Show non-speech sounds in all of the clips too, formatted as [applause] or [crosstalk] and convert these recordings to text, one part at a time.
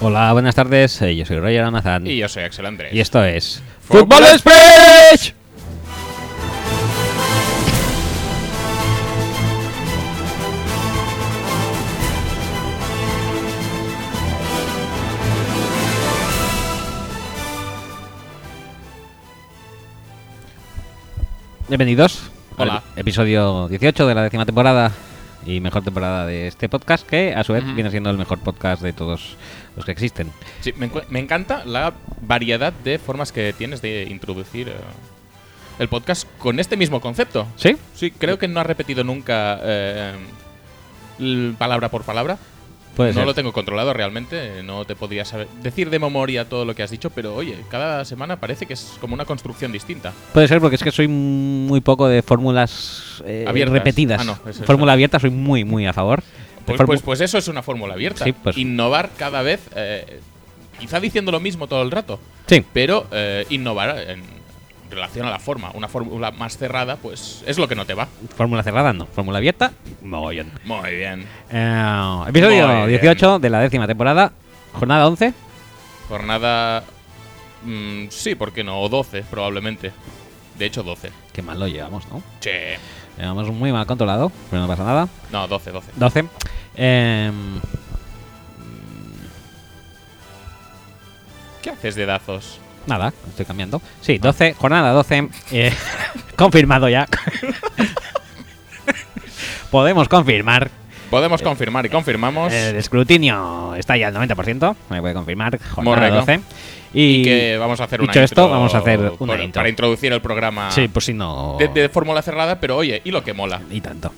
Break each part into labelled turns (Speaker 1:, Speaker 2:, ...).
Speaker 1: Hola, buenas tardes. eh, Yo soy Roger Almazán.
Speaker 2: Y yo soy Axel Andrés.
Speaker 1: y esto es.
Speaker 2: ¡Fútbol
Speaker 1: Speech! Bienvenidos
Speaker 2: Hola.
Speaker 1: al episodio 18 de la décima temporada y mejor temporada de este podcast que a su vez viene siendo el mejor podcast de todos los que existen.
Speaker 2: Sí, me, encu- me encanta la variedad de formas que tienes de introducir eh, el podcast con este mismo concepto.
Speaker 1: ¿Sí?
Speaker 2: Sí, creo que no has repetido nunca eh, l- palabra por palabra.
Speaker 1: Puede
Speaker 2: no
Speaker 1: ser.
Speaker 2: lo tengo controlado realmente, no te podría saber decir de memoria todo lo que has dicho, pero oye, cada semana parece que es como una construcción distinta.
Speaker 1: Puede ser, porque es que soy muy poco de fórmulas eh,
Speaker 2: Abiertas.
Speaker 1: repetidas.
Speaker 2: Ah, no, eso es
Speaker 1: Fórmula
Speaker 2: verdad.
Speaker 1: abierta soy muy, muy a favor. De
Speaker 2: Pues,
Speaker 1: fórmu-
Speaker 2: pues, pues eso es una fórmula abierta.
Speaker 1: Sí, pues-
Speaker 2: Innovar cada vez, eh, quizá diciendo lo mismo todo el rato,
Speaker 1: sí,
Speaker 2: pero eh, innovar en relación a la forma. Una fórmula más cerrada, pues es lo que no te va.
Speaker 1: fórmula cerrada no, fórmula abierta, mogollón.
Speaker 2: Muy bien.
Speaker 1: Eh, episodio
Speaker 2: Muy bien.
Speaker 1: 18 de la décima temporada, jornada 11.
Speaker 2: Jornada... mm, sí, ¿por qué no? O 12, probablemente. De hecho, 12.
Speaker 1: Qué mal lo llevamos, ¿no?
Speaker 2: Che.
Speaker 1: Llevamos muy mal controlado, pero no pasa nada.
Speaker 2: No, 12, 12.
Speaker 1: 12. Em,
Speaker 2: ¿Qué haces dedazos?
Speaker 1: Nada, estoy cambiando. Sí,
Speaker 2: Ah.
Speaker 1: 12, jornada 12. eh, [laughs] confirmado
Speaker 2: [laughs]
Speaker 1: ya. Podemos confirmar. Eh,
Speaker 2: Podemos confirmar y confirmamos
Speaker 1: El escrutinio está ya al 90%, me puede confirmar. Jornada
Speaker 2: Morreco.
Speaker 1: 12. Y,
Speaker 2: que vamos a hacer una
Speaker 1: dicho esto,
Speaker 2: intro
Speaker 1: vamos a hacer una
Speaker 2: por-
Speaker 1: intro.
Speaker 2: para introducir el programa
Speaker 1: Sí, pues si no.
Speaker 2: de, de fórmula cerrada, pero oye, y lo que mola.
Speaker 1: Y tanto.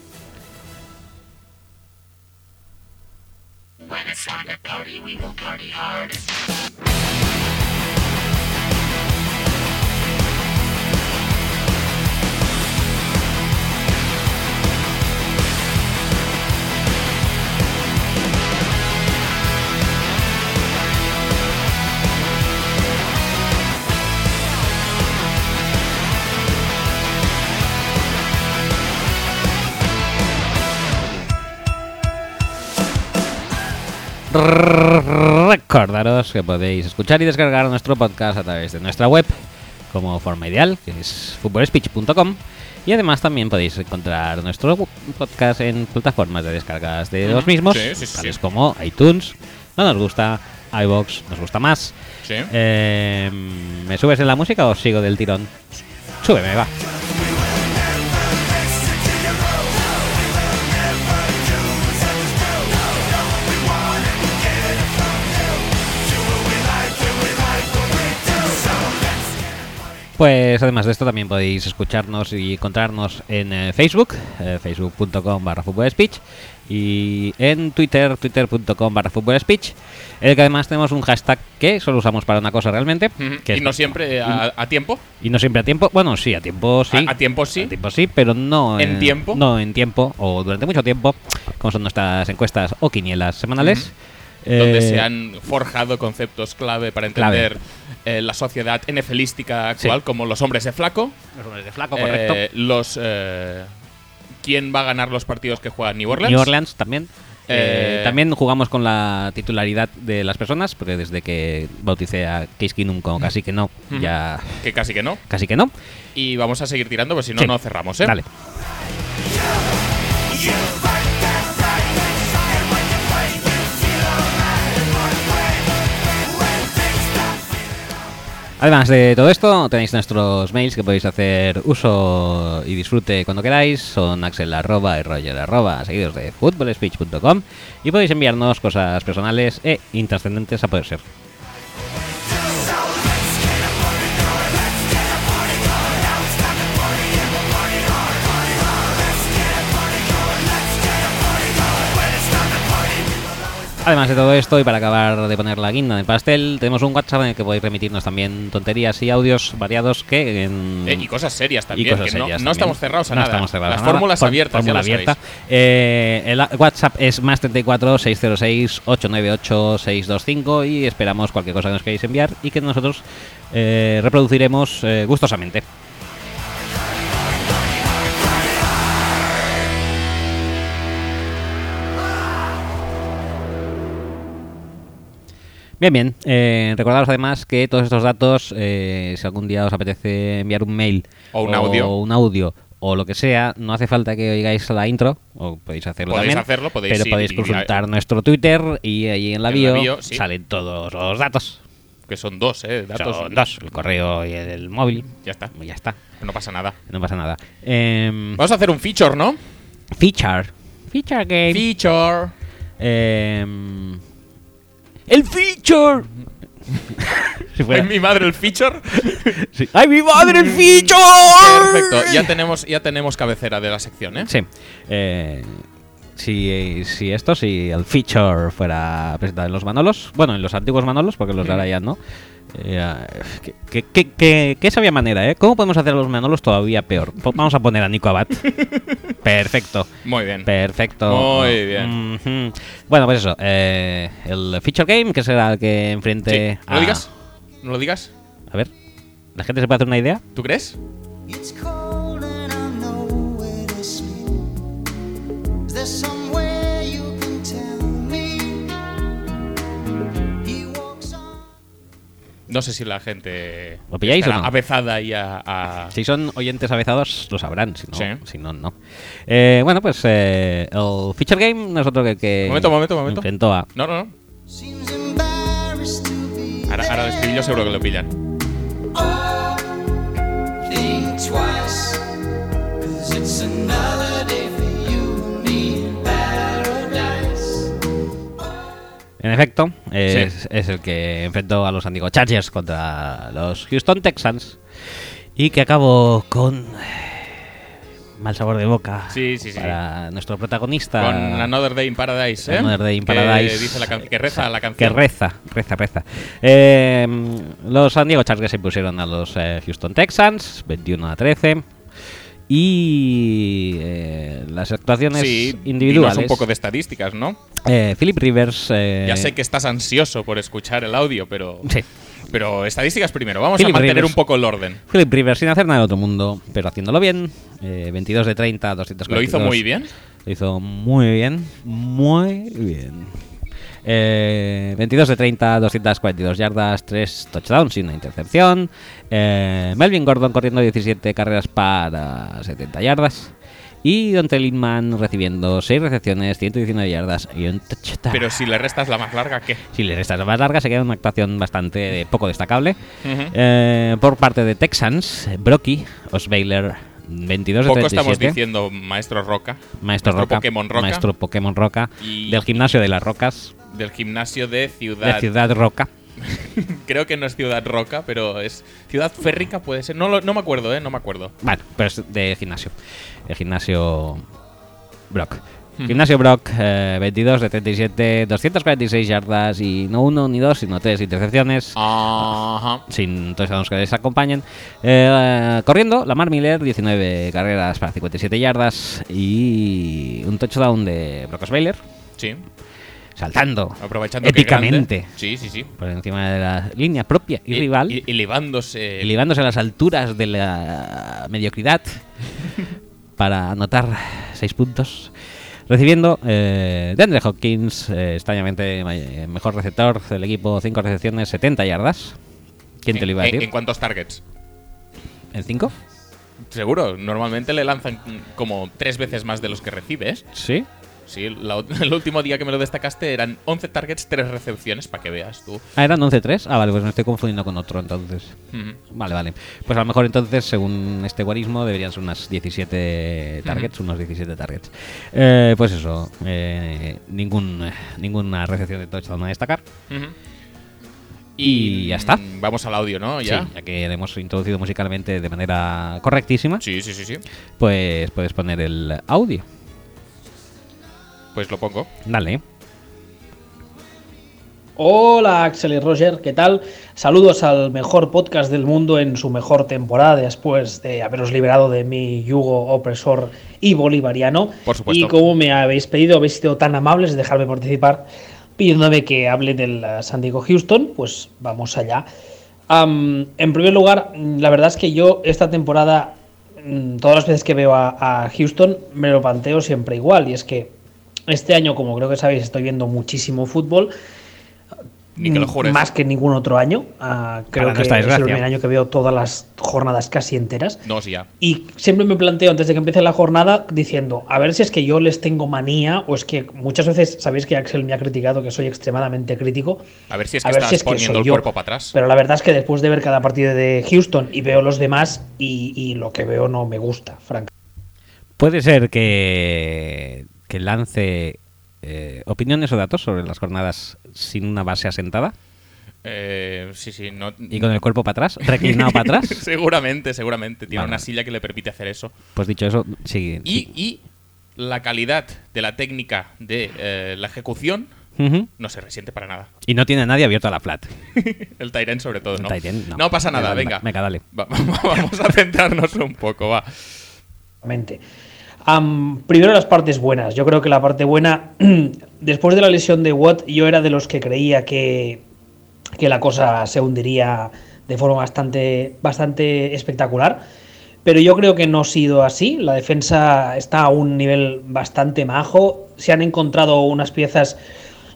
Speaker 1: Recordaros que podéis escuchar y descargar nuestro podcast a través de nuestra web como forma ideal, que es futbolspeech.com. Y además también podéis encontrar nuestro gu- podcast en plataformas de descargas de los
Speaker 2: Ujú.
Speaker 1: mismos,
Speaker 2: Sí, sí, sí,
Speaker 1: tales
Speaker 2: sí.
Speaker 1: como iTunes, no nos gusta, iBox nos gusta más.
Speaker 2: Sí.
Speaker 1: Eh, ¿Me subes en la música o sigo del tirón? Súbeme, va. Pues además de esto también podéis escucharnos y encontrarnos en eh, Facebook, eh, facebook.com barra Fútbol speech y en Twitter, twitter.com barra Fútbol speech, en el que además tenemos un hashtag que solo usamos para una cosa realmente,
Speaker 2: Ujú.
Speaker 1: que
Speaker 2: y
Speaker 1: es-
Speaker 2: no siempre a, a tiempo.
Speaker 1: y no siempre a tiempo. Bueno, sí, a tiempo sí.
Speaker 2: A- a tiempo sí.
Speaker 1: A tiempo sí, pero no
Speaker 2: ¿En tiempo?
Speaker 1: No en tiempo o durante mucho tiempo, como son nuestras encuestas o quinielas semanales.
Speaker 2: donde
Speaker 1: Eh,
Speaker 2: se han forjado conceptos clave para
Speaker 1: Clave.
Speaker 2: entender eh, la sociedad NFLística actual,
Speaker 1: Sí.
Speaker 2: como los hombres de flaco,
Speaker 1: Los hombres de flaco, Oh, correcto.
Speaker 2: eh, los eh, quién va a ganar los partidos que juega New Orleans,
Speaker 1: New Orleans también. Eh,
Speaker 2: Eh,
Speaker 1: también jugamos con la titularidad de las personas, porque desde que bauticé a Case Keenum como casi que no,
Speaker 2: Ujú.
Speaker 1: ya
Speaker 2: que casi que no,
Speaker 1: casi que no.
Speaker 2: y vamos a seguir tirando, pues si no
Speaker 1: Sí.
Speaker 2: no cerramos, ¿eh?
Speaker 1: Dale. Además de todo esto, tenéis nuestros mails que podéis hacer uso y disfrute cuando queráis. Son axel arroba y roger arroba, seguidos de footballspeech.com. Y podéis enviarnos cosas personales e intrascendentes a poder ser. Además de todo esto, y para acabar de poner la guinda en el pastel, tenemos un WhatsApp en el que podéis remitirnos también tonterías y audios variados que en...
Speaker 2: Eh, y cosas serias también,
Speaker 1: y cosas
Speaker 2: que no-
Speaker 1: serias también.
Speaker 2: no, estamos cerrados a
Speaker 1: No
Speaker 2: nada.
Speaker 1: estamos cerrados
Speaker 2: Las
Speaker 1: a nada.
Speaker 2: fórmulas
Speaker 1: Fór-
Speaker 2: abiertas,
Speaker 1: fórmula
Speaker 2: ya lo
Speaker 1: abierta.
Speaker 2: sabéis.
Speaker 1: Eh, el a- WhatsApp es más 34 606 898 625 y esperamos cualquier cosa que nos queráis enviar y que nosotros eh, reproduciremos eh, gustosamente. Bien, bien. Eh, recordaros además que todos estos datos, eh, si algún día os apetece enviar un mail
Speaker 2: O un audio.
Speaker 1: o un audio o lo que sea, no hace falta que oigáis la intro, o podéis hacerlo
Speaker 2: Podéis
Speaker 1: también.
Speaker 2: hacerlo, podéis,
Speaker 1: pero
Speaker 2: sí,
Speaker 1: podéis
Speaker 2: y-
Speaker 1: consultar nuestro Twitter y ahí en la
Speaker 2: En la
Speaker 1: bio,
Speaker 2: bio, sí.
Speaker 1: salen todos los datos.
Speaker 2: Que son dos, ¿eh? Datos.
Speaker 1: Son dos, el correo y el móvil.
Speaker 2: Ya está.
Speaker 1: Ya está,
Speaker 2: No pasa nada.
Speaker 1: no pasa nada. Em,
Speaker 2: Vamos a hacer un feature, ¿no?
Speaker 1: feature. Feature game.
Speaker 2: Feature.
Speaker 1: Em, el feature. [laughs] Si fuera-
Speaker 2: ¿Es mi madre el feature?
Speaker 1: sí. ¡Ay, mi madre, el feature!
Speaker 2: Mm. Perfecto. Ya tenemos, ya tenemos cabecera de la sección, ¿eh?
Speaker 1: Sí. Eh, si, si esto, si el feature fuera presentado en los Manolos, bueno, en los antiguos Manolos, porque los de ahora ya no. eh, que- que, que- que- que sabia manera, ¿eh? ¿Cómo podemos hacer a los Manolos todavía peor? Po- Vamos a poner a Nico
Speaker 2: [laughs]
Speaker 1: Abad. Perfecto.
Speaker 2: Muy bien.
Speaker 1: Perfecto.
Speaker 2: Muy bien.
Speaker 1: Ujú. Bueno, pues eso. eh, el feature game, que será el que enfrente
Speaker 2: Sí. ¿No
Speaker 1: a-
Speaker 2: lo digas? ¿No lo digas?
Speaker 1: A ver. ¿La gente se puede hacer una idea?
Speaker 2: ¿Tú crees?
Speaker 3: It's cold and I'm nowhere to sleep. Is there somewhere you can tell me? He walks on.
Speaker 2: No sé si la gente.
Speaker 1: ¿Lo pilláis
Speaker 2: estará
Speaker 1: o no?
Speaker 2: Avezada y a. a-
Speaker 1: Si son oyentes avezados, lo sabrán. Si no,
Speaker 2: Sí.
Speaker 1: si no, no. Eh, bueno, pues eh, el Feature Game no es otro que. que
Speaker 2: Momento, momento, momento.
Speaker 1: enfrentó a.
Speaker 2: No, no, no.
Speaker 3: Seems embarrassed to be.
Speaker 2: Ahora, ahora el estribillo seguro que lo pillan.
Speaker 3: Oh, think twice. Cause it's another day for you and me in paradise.
Speaker 1: En efecto, es,
Speaker 2: Sí.
Speaker 1: es el que enfrentó a los San Diego Chargers contra los Houston Texans. Y que acabó con. eh, Mal sabor de boca.
Speaker 2: Sí, sí, sí.
Speaker 1: Para nuestro protagonista.
Speaker 2: Con Another Day in Paradise, ¿eh?
Speaker 1: Another Day in
Speaker 2: Que
Speaker 1: Paradise.
Speaker 2: dice la can- que reza la
Speaker 1: Que
Speaker 2: canción.
Speaker 1: reza, reza, reza. Eh, los San Diego Chargers se pusieron a los eh, Houston Texans, 21 a 13. Y eh, las actuaciones
Speaker 2: Sí,
Speaker 1: individuales.
Speaker 2: dinos un poco de estadísticas, ¿no?
Speaker 1: Eh, Philip Rivers. eh,
Speaker 2: Ya sé que estás ansioso por escuchar el audio, pero.
Speaker 1: Sí.
Speaker 2: Pero estadísticas primero. Vamos
Speaker 1: Philip
Speaker 2: a mantener
Speaker 1: Rivers.
Speaker 2: un poco el orden.
Speaker 1: Philip Rivers sin hacer nada de otro mundo, pero haciéndolo bien. eh, 22 de 30, 242.
Speaker 2: Lo hizo muy bien.
Speaker 1: Lo hizo muy bien, muy bien. Eh, 22 de 30, 242 yardas, 3 touchdowns y una intercepción. Eh, Melvin Gordon corriendo 17 carreras para 70 yardas. Y Dante Lindman recibiendo 6 recepciones, 119 yardas y un touchdown.
Speaker 2: Pero si le restas la más larga, ¿qué?
Speaker 1: si le restas la más larga, se queda una actuación bastante eh, poco destacable.
Speaker 2: Ujú.
Speaker 1: Eh, por parte de Texans, Brocky, Osweiler, 22 de
Speaker 2: Poco
Speaker 1: 37.
Speaker 2: estamos diciendo Maestro Roca.
Speaker 1: Maestro Roca,
Speaker 2: Pokémon Roca.
Speaker 1: Maestro Pokémon Roca.
Speaker 2: Y-
Speaker 1: Del gimnasio de las rocas.
Speaker 2: Del gimnasio de Ciudad.
Speaker 1: De Ciudad Roca.
Speaker 2: Creo que no es Ciudad Roca, pero es Ciudad Férrica, puede ser. No, lo- no me acuerdo, ¿eh? No me acuerdo.
Speaker 1: Bueno, pues del gimnasio. El gimnasio Brock.
Speaker 2: Hmm.
Speaker 1: Gimnasio Brock, eh, 22 de 37, 246 yardas y no uno ni dos, sino tres intercepciones.
Speaker 2: Ah. Ajá.
Speaker 1: sin touchdowns que les acompañen. Eh, corriendo, Lamar Miller, 19 carreras para 57 yardas y un touchdown de Brock Osweiler,
Speaker 2: Sí.
Speaker 1: saltando
Speaker 2: Aprovechando que
Speaker 1: épicamente
Speaker 2: grande. Sí, sí, sí.
Speaker 1: por encima de la línea propia y, rival,
Speaker 2: E- elevándose.
Speaker 1: elevándose a las alturas de la mediocridad para anotar 6 puntos. Recibiendo eh, de Andre Hopkins, eh, extrañamente ma- eh, mejor receptor del equipo, 5 recepciones, 70 yardas. ¿Quién te lo iba a
Speaker 2: ¿En-
Speaker 1: decir?
Speaker 2: ¿En cuántos targets?
Speaker 1: ¿En 5?
Speaker 2: Seguro, normalmente le lanzan mm, como tres veces más de los que recibes.
Speaker 1: Sí.
Speaker 2: Sí, la ot- [laughs] el último día que me lo destacaste eran 11 targets, 3 recepciones, para que veas tú.
Speaker 1: Ah, eran 11-3. Ah, vale, pues me estoy confundiendo con otro entonces.
Speaker 2: Ujú.
Speaker 1: Vale, vale. Pues a lo mejor entonces, según este guarismo, deberían ser unas 17 targets, unos 17 targets. Eh, pues eso, eh, ningún, eh, ninguna recepción de touchdown a destacar.
Speaker 2: Ujú.
Speaker 1: Y ya está.
Speaker 2: mm, Vamos al audio, ¿no? ¿Ya?
Speaker 1: Sí, ya que le hemos introducido musicalmente de manera correctísima,
Speaker 2: Sí, sí, sí, sí.
Speaker 1: pues puedes poner el audio.
Speaker 2: Pues lo pongo.
Speaker 1: Dale.
Speaker 4: Hola Axel y Roger, ¿qué tal? Saludos al mejor podcast del mundo en su mejor temporada después de haberos liberado de mi yugo opresor y bolivariano.
Speaker 2: Por supuesto.
Speaker 4: Y como me habéis pedido, habéis sido tan amables de dejarme participar pidiéndome que hable del eh, San Diego Houston, pues vamos allá. Am, en primer lugar, mm, la verdad es que yo esta temporada, mm, todas las veces que veo a, a Houston, me lo planteo siempre igual. Y es que este año, como creo que sabéis, estoy viendo muchísimo fútbol
Speaker 2: Ni que lo jures.
Speaker 4: Más que ningún otro año. Ah, creo que
Speaker 1: nuestra
Speaker 4: es el
Speaker 1: desgracia.
Speaker 4: primer año que veo todas las jornadas casi enteras.
Speaker 2: No, sí, ya.
Speaker 4: Y siempre me planteo antes de que empiece la jornada diciendo, a ver si es que yo les tengo manía o es que muchas veces sabéis que Axel me ha criticado que soy extremadamente crítico.
Speaker 2: A ver si es
Speaker 4: A
Speaker 2: que
Speaker 4: ver
Speaker 2: estás
Speaker 4: si es que
Speaker 2: poniendo
Speaker 4: soy
Speaker 2: el
Speaker 4: yo.
Speaker 2: cuerpo para atrás.
Speaker 4: Pero la verdad es que después de ver cada partido de Houston y veo los demás y, y lo que veo no me gusta, francamente.
Speaker 1: Puede ser que, que lance eh, opiniones o datos sobre las jornadas sin una base asentada
Speaker 2: Eh, sí, sí. No,
Speaker 1: y con el cuerpo para atrás, reclinado para
Speaker 2: [laughs]
Speaker 1: atrás.
Speaker 2: seguramente, seguramente. Tiene
Speaker 1: Vale.
Speaker 2: una silla que le permite hacer eso.
Speaker 1: Pues dicho eso, sí.
Speaker 2: Y, y la calidad de la técnica de eh, la ejecución
Speaker 1: Ujú.
Speaker 2: no se resiente para nada. [laughs]
Speaker 1: Y no tiene a nadie abierto a la flat.
Speaker 2: El Tyren sobre todo, Pues ¿no?
Speaker 1: El tight end, no.
Speaker 2: pasa nada,
Speaker 1: Venga, venga,
Speaker 2: venga.
Speaker 1: dale.
Speaker 2: Va- [laughs] vamos a centrarnos un poco, va.
Speaker 4: Am, primero las partes buenas. Yo creo que la parte buena, [clears throat] después de la lesión de Watt, yo era de los que creía que, que la cosa se hundiría de forma bastante, bastante espectacular. Pero yo creo que no ha sido así. La defensa está a un nivel bastante majo. Se han encontrado unas piezas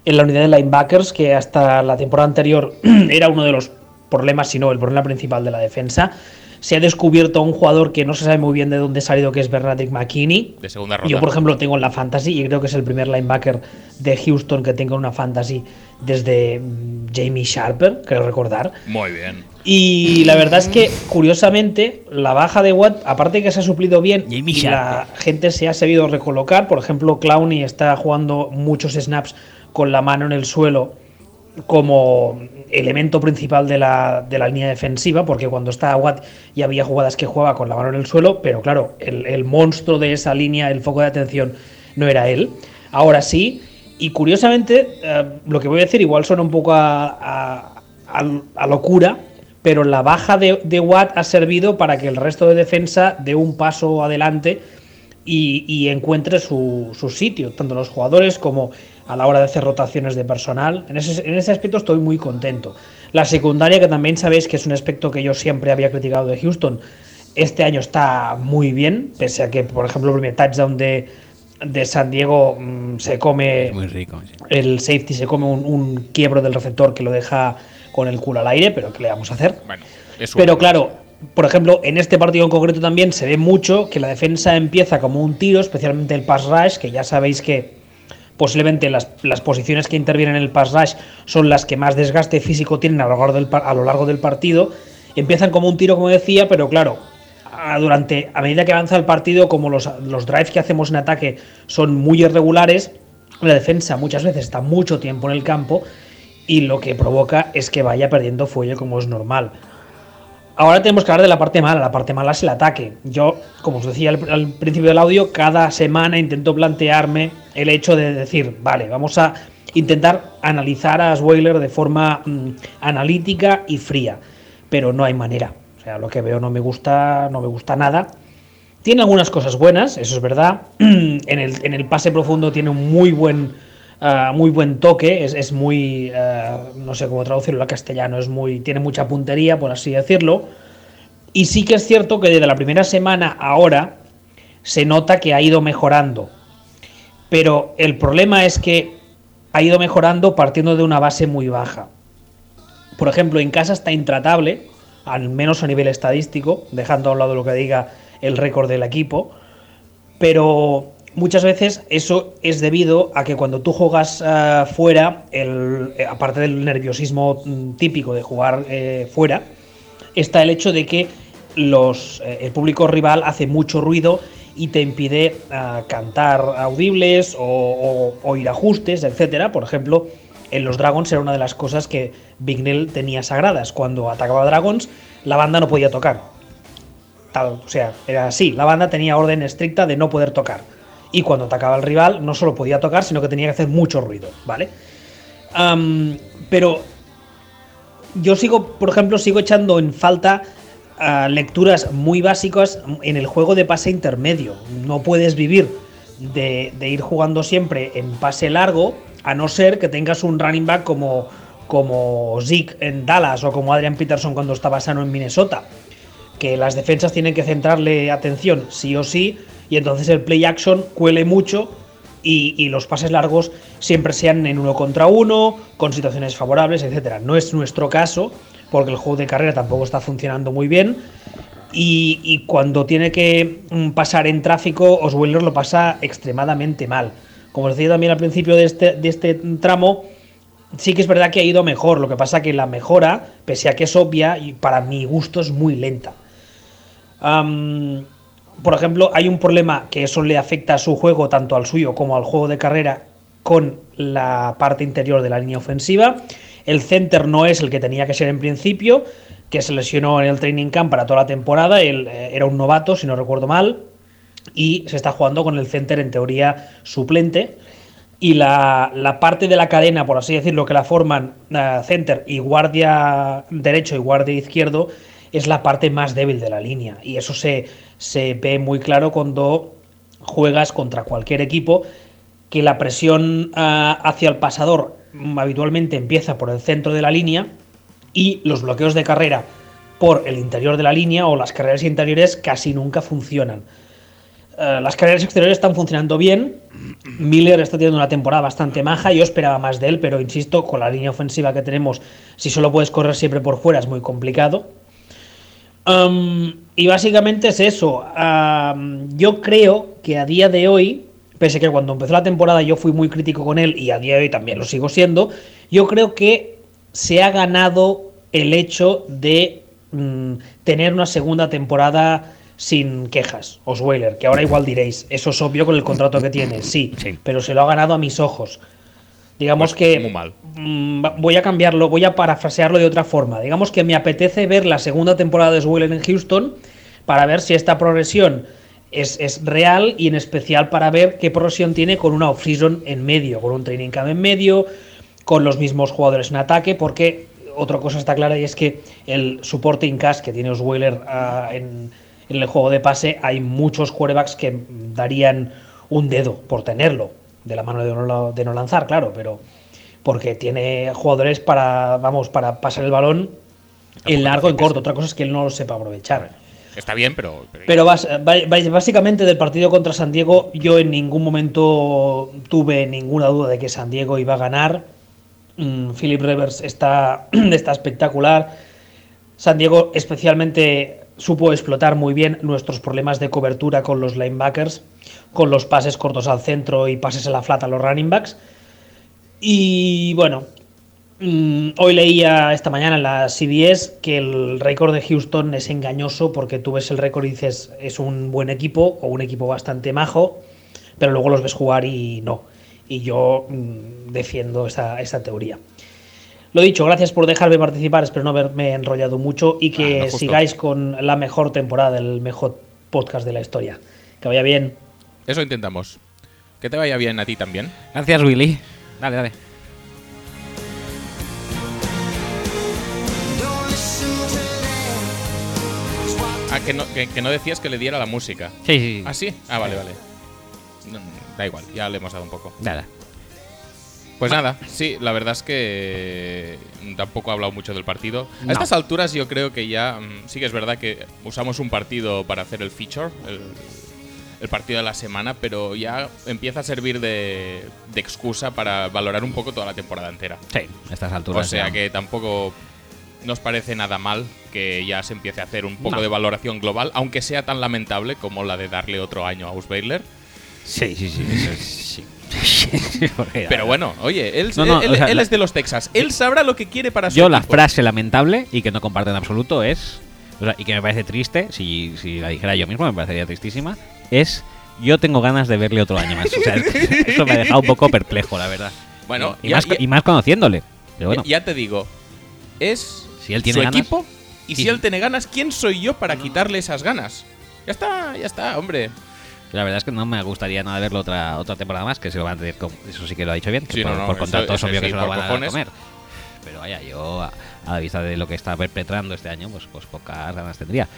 Speaker 4: en la unidad de linebackers, que hasta la temporada anterior [clears throat] era uno de los problemas, si no el problema principal de la defensa. Se ha descubierto un jugador que no se sabe muy bien de dónde ha salido, que es Bernadette McKinney.
Speaker 2: De segunda ronda.
Speaker 4: Yo, por ejemplo, tengo en la fantasy y creo que es el primer linebacker de Houston que tengo en una fantasy desde mm, Jamie Sharper, creo recordar.
Speaker 2: Muy bien.
Speaker 4: Y la verdad es que, curiosamente, la baja de Watt, aparte que se ha suplido bien
Speaker 1: Jamie
Speaker 4: y la gente se ha sabido recolocar, por ejemplo, Clowney está jugando muchos snaps con la mano en el suelo como elemento principal de la, de la línea defensiva, porque cuando estaba Watt ya había jugadas que jugaba con la mano en el suelo, pero claro, el, el monstruo de esa línea, el foco de atención, no era él. Ahora sí, y curiosamente, eh, lo que voy a decir igual suena un poco a, a- a- a locura, pero la baja de, de Watt ha servido para que el resto de defensa dé un paso adelante y, y encuentre su, su sitio, tanto los jugadores como a la hora de hacer rotaciones de personal. En ese, en ese aspecto estoy muy contento. La secundaria, que también sabéis que es un aspecto que yo siempre había criticado de Houston, este año está muy bien, pese a que, por ejemplo, el primer touchdown de, de San Diego mm, se come
Speaker 1: Es muy rico. sí.
Speaker 4: el safety se come un, un quiebro del receptor que lo deja con el culo al aire, pero ¿qué le vamos a hacer?
Speaker 2: Bueno, es un-
Speaker 4: Pero claro, por ejemplo, en este partido en concreto también se ve mucho que la defensa empieza como un tiro, especialmente el pass rush, que ya sabéis que posiblemente las, las posiciones que intervienen en el pass rush son las que más desgaste físico tienen a lo largo del, par- a lo largo del partido. Empiezan como un tiro, como decía, pero claro, a- durante, a medida que avanza el partido, como los, los drives que hacemos en ataque son muy irregulares, la defensa muchas veces está mucho tiempo en el campo y lo que provoca es que vaya perdiendo fuelle como es normal. Ahora tenemos que hablar de la parte mala. La parte mala es el ataque. Yo, como os decía al, al principio del audio, cada semana intento plantearme el hecho de decir, vale, vamos a intentar analizar a Swaler de forma mm, analítica y fría. Pero no hay manera. O sea, lo que veo no me gusta, no me gusta nada. Tiene algunas cosas buenas, eso es verdad. [clears throat] En el, en el pase profundo tiene un muy buen, ah, muy buen toque, es, es muy, ah, no sé cómo traducirlo al castellano, es muy, tiene mucha puntería, por así decirlo. Y sí que es cierto que desde la primera semana a ahora se nota que ha ido mejorando. Pero el problema es que ha ido mejorando partiendo de una base muy baja. Por ejemplo, en casa está intratable, al menos a nivel estadístico, dejando a un lado lo que diga el récord del equipo, pero muchas veces eso es debido a que cuando tú juegas ah, fuera, el- eh, aparte del nerviosismo mm, típico de jugar eh, fuera, está el hecho de que los, eh, el público rival hace mucho ruido y te impide ah, cantar audibles o, o- oír ajustes, etcétera. Por ejemplo, en los Dragons era una de las cosas que Big Nell tenía sagradas. Cuando atacaba a Dragons, la banda no podía tocar. Tal, o sea, era así. La banda tenía orden estricta de no poder tocar. Y cuando atacaba al rival, no solo podía tocar, sino que tenía que hacer mucho ruido, ¿vale? Am, pero yo sigo, por ejemplo, sigo echando en falta ah, lecturas muy básicas en el juego de pase intermedio. No puedes vivir de, de ir jugando siempre en pase largo, a no ser que tengas un running back como, como Zeke en Dallas o como Adrian Peterson cuando estaba sano en Minnesota. Que las defensas tienen que centrarle atención sí o sí, y entonces el play action cuele mucho y, y los pases largos siempre sean en uno contra uno, con situaciones favorables, etcétera. No es nuestro caso, porque el juego de carrera tampoco está funcionando muy bien. Y, y cuando tiene que mm, pasar en tráfico, Osweiler lo pasa extremadamente mal. Como os decía también al principio de este, de este tramo, sí que es verdad que ha ido mejor. Lo que pasa que la mejora, pese a que es obvia, y para mi gusto es muy lenta. Am, por ejemplo, hay un problema que eso le afecta a su juego, tanto al suyo como al juego de carrera, con la parte interior de la línea ofensiva. El center no es el que tenía que ser en principio, que se lesionó en el training camp para toda la temporada. Él eh, era un novato, si no recuerdo mal, y se está jugando con el center en teoría suplente. Y la, la parte de la cadena, por así decirlo, que la forman eh, center y guardia derecho y guardia izquierdo, es la parte más débil de la línea. Y eso se, se ve muy claro cuando juegas contra cualquier equipo, que la presión ah, hacia el pasador mm, habitualmente empieza por el centro de la línea y los bloqueos de carrera por el interior de la línea o las carreras interiores casi nunca funcionan. Eh, las carreras exteriores están funcionando bien. Miller está teniendo una temporada bastante maja. Yo esperaba más de él, pero insisto, con la línea ofensiva que tenemos, si solo puedes correr siempre por fuera, es muy complicado. Um, y básicamente es eso. Um, yo creo que a día de hoy, pese que cuando empezó la temporada yo fui muy crítico con él y a día de hoy también lo sigo siendo, yo creo que se ha ganado el hecho de mm, tener una segunda temporada sin quejas, Osweiler, que ahora igual diréis, eso es obvio con el contrato que tiene, sí,
Speaker 1: Sí.
Speaker 4: pero se lo ha ganado a mis ojos. Digamos
Speaker 2: Pues,
Speaker 4: que
Speaker 2: muy mal.
Speaker 4: mm, va- voy a cambiarlo, voy a parafrasearlo de otra forma. Digamos que me apetece ver la segunda temporada de Swellen en Houston para ver si esta progresión es, es real y en especial para ver qué progresión tiene con una off-season en medio, con un training camp en medio, con los mismos jugadores en ataque, porque otra cosa está clara y es que el supporting cast que tiene Osweiler ah, en, en el juego de pase hay muchos quarterbacks que darían un dedo por tenerlo, de la mano de no, la- de no lanzar, claro, pero porque tiene jugadores para, vamos, para pasar el balón en largo, en corto. Otra cosa es que él no lo sepa aprovechar.
Speaker 2: Está bien, pero. pero-
Speaker 4: Pero bas- ba- ba- básicamente del partido contra San Diego, yo en ningún momento tuve ninguna duda de que San Diego iba a ganar. Mm, Philip Rivers está, [clears throat] está espectacular. San Diego especialmente supo explotar muy bien nuestros problemas de cobertura con los linebackers, con los pases cortos al centro y pases a la flata a los running backs. Y bueno, mm, hoy leía esta mañana en la CBS que el récord de Houston es engañoso porque tú ves el récord y dices es un buen equipo o un equipo bastante majo, pero luego los ves jugar y no. Y yo mm, defiendo esa, esa teoría. Lo dicho, gracias por dejarme participar, espero no haberme enrollado mucho y
Speaker 2: Ah, no,
Speaker 4: que
Speaker 2: justo.
Speaker 4: sigáis con la mejor temporada del mejor podcast de la historia. Que vaya bien.
Speaker 2: Eso intentamos. Que te vaya bien a ti también.
Speaker 1: Gracias, Willy. Dale, dale.
Speaker 3: Don't listen to them. It's what
Speaker 2: Ah, que no, que- que no decías que le diera la música.
Speaker 1: Sí, sí, sí.
Speaker 2: ¿Ah, sí? Ah, vale, vale. No, no, da igual, ya le hemos dado un poco.
Speaker 1: Nada.
Speaker 2: Pues nada, sí, la verdad es que mm, tampoco he hablado mucho del partido. A estas alturas yo creo que ya, mm, sí que es verdad que usamos un partido para hacer el feature, el, el partido de la semana, pero ya empieza a servir de, de excusa para valorar un poco toda la temporada entera.
Speaker 1: Sí, a estas
Speaker 2: O
Speaker 1: alturas.
Speaker 2: sea
Speaker 1: ya.
Speaker 2: que tampoco nos parece nada mal que ya se empiece a hacer un poco
Speaker 1: No.
Speaker 2: de valoración global, aunque sea tan lamentable como la de darle otro año a Ausweiler.
Speaker 1: Sí, sí, sí. eso es- sí. Porque ya-
Speaker 2: [laughs] Pero bueno, oye, él,
Speaker 1: No, no,
Speaker 2: él-
Speaker 1: o sea,
Speaker 2: él
Speaker 1: la-
Speaker 2: es de los Texas. Él sabrá lo que quiere para su
Speaker 1: Yo la
Speaker 2: equipo.
Speaker 1: frase lamentable y que no comparto en absoluto es, o sea, y que me parece triste, si, si la dijera yo mismo me parecería tristísima, es yo tengo ganas de verle otro año más. O sea, [laughs] es que esto me ha dejado un poco perplejo, la verdad.
Speaker 2: Bueno,
Speaker 1: y,
Speaker 2: ya-
Speaker 1: más,
Speaker 2: ya-
Speaker 1: y más conociéndole. Pero bueno,
Speaker 2: Ya, ya te digo, es
Speaker 1: Si él tiene
Speaker 2: su
Speaker 1: ganas.
Speaker 2: equipo y
Speaker 1: Sí,
Speaker 2: si él
Speaker 1: sí.
Speaker 2: tiene ganas, ¿quién soy yo para quitarle esas ganas? Ya está, ya está, hombre.
Speaker 1: la verdad es que no me gustaría nada verlo otra otra temporada más, que se lo van a tener, com- eso sí que lo ha dicho bien, que
Speaker 2: Sí,
Speaker 1: por,
Speaker 2: no, no,
Speaker 1: por
Speaker 2: eso-
Speaker 1: contrato es
Speaker 2: eso
Speaker 1: obvio
Speaker 2: sí,
Speaker 1: que se lo
Speaker 2: por
Speaker 1: van
Speaker 2: cojones.
Speaker 1: a comer. Pero vaya, yo a, a la vista de lo que está perpetrando este año, pues, pues pocas ganas tendría.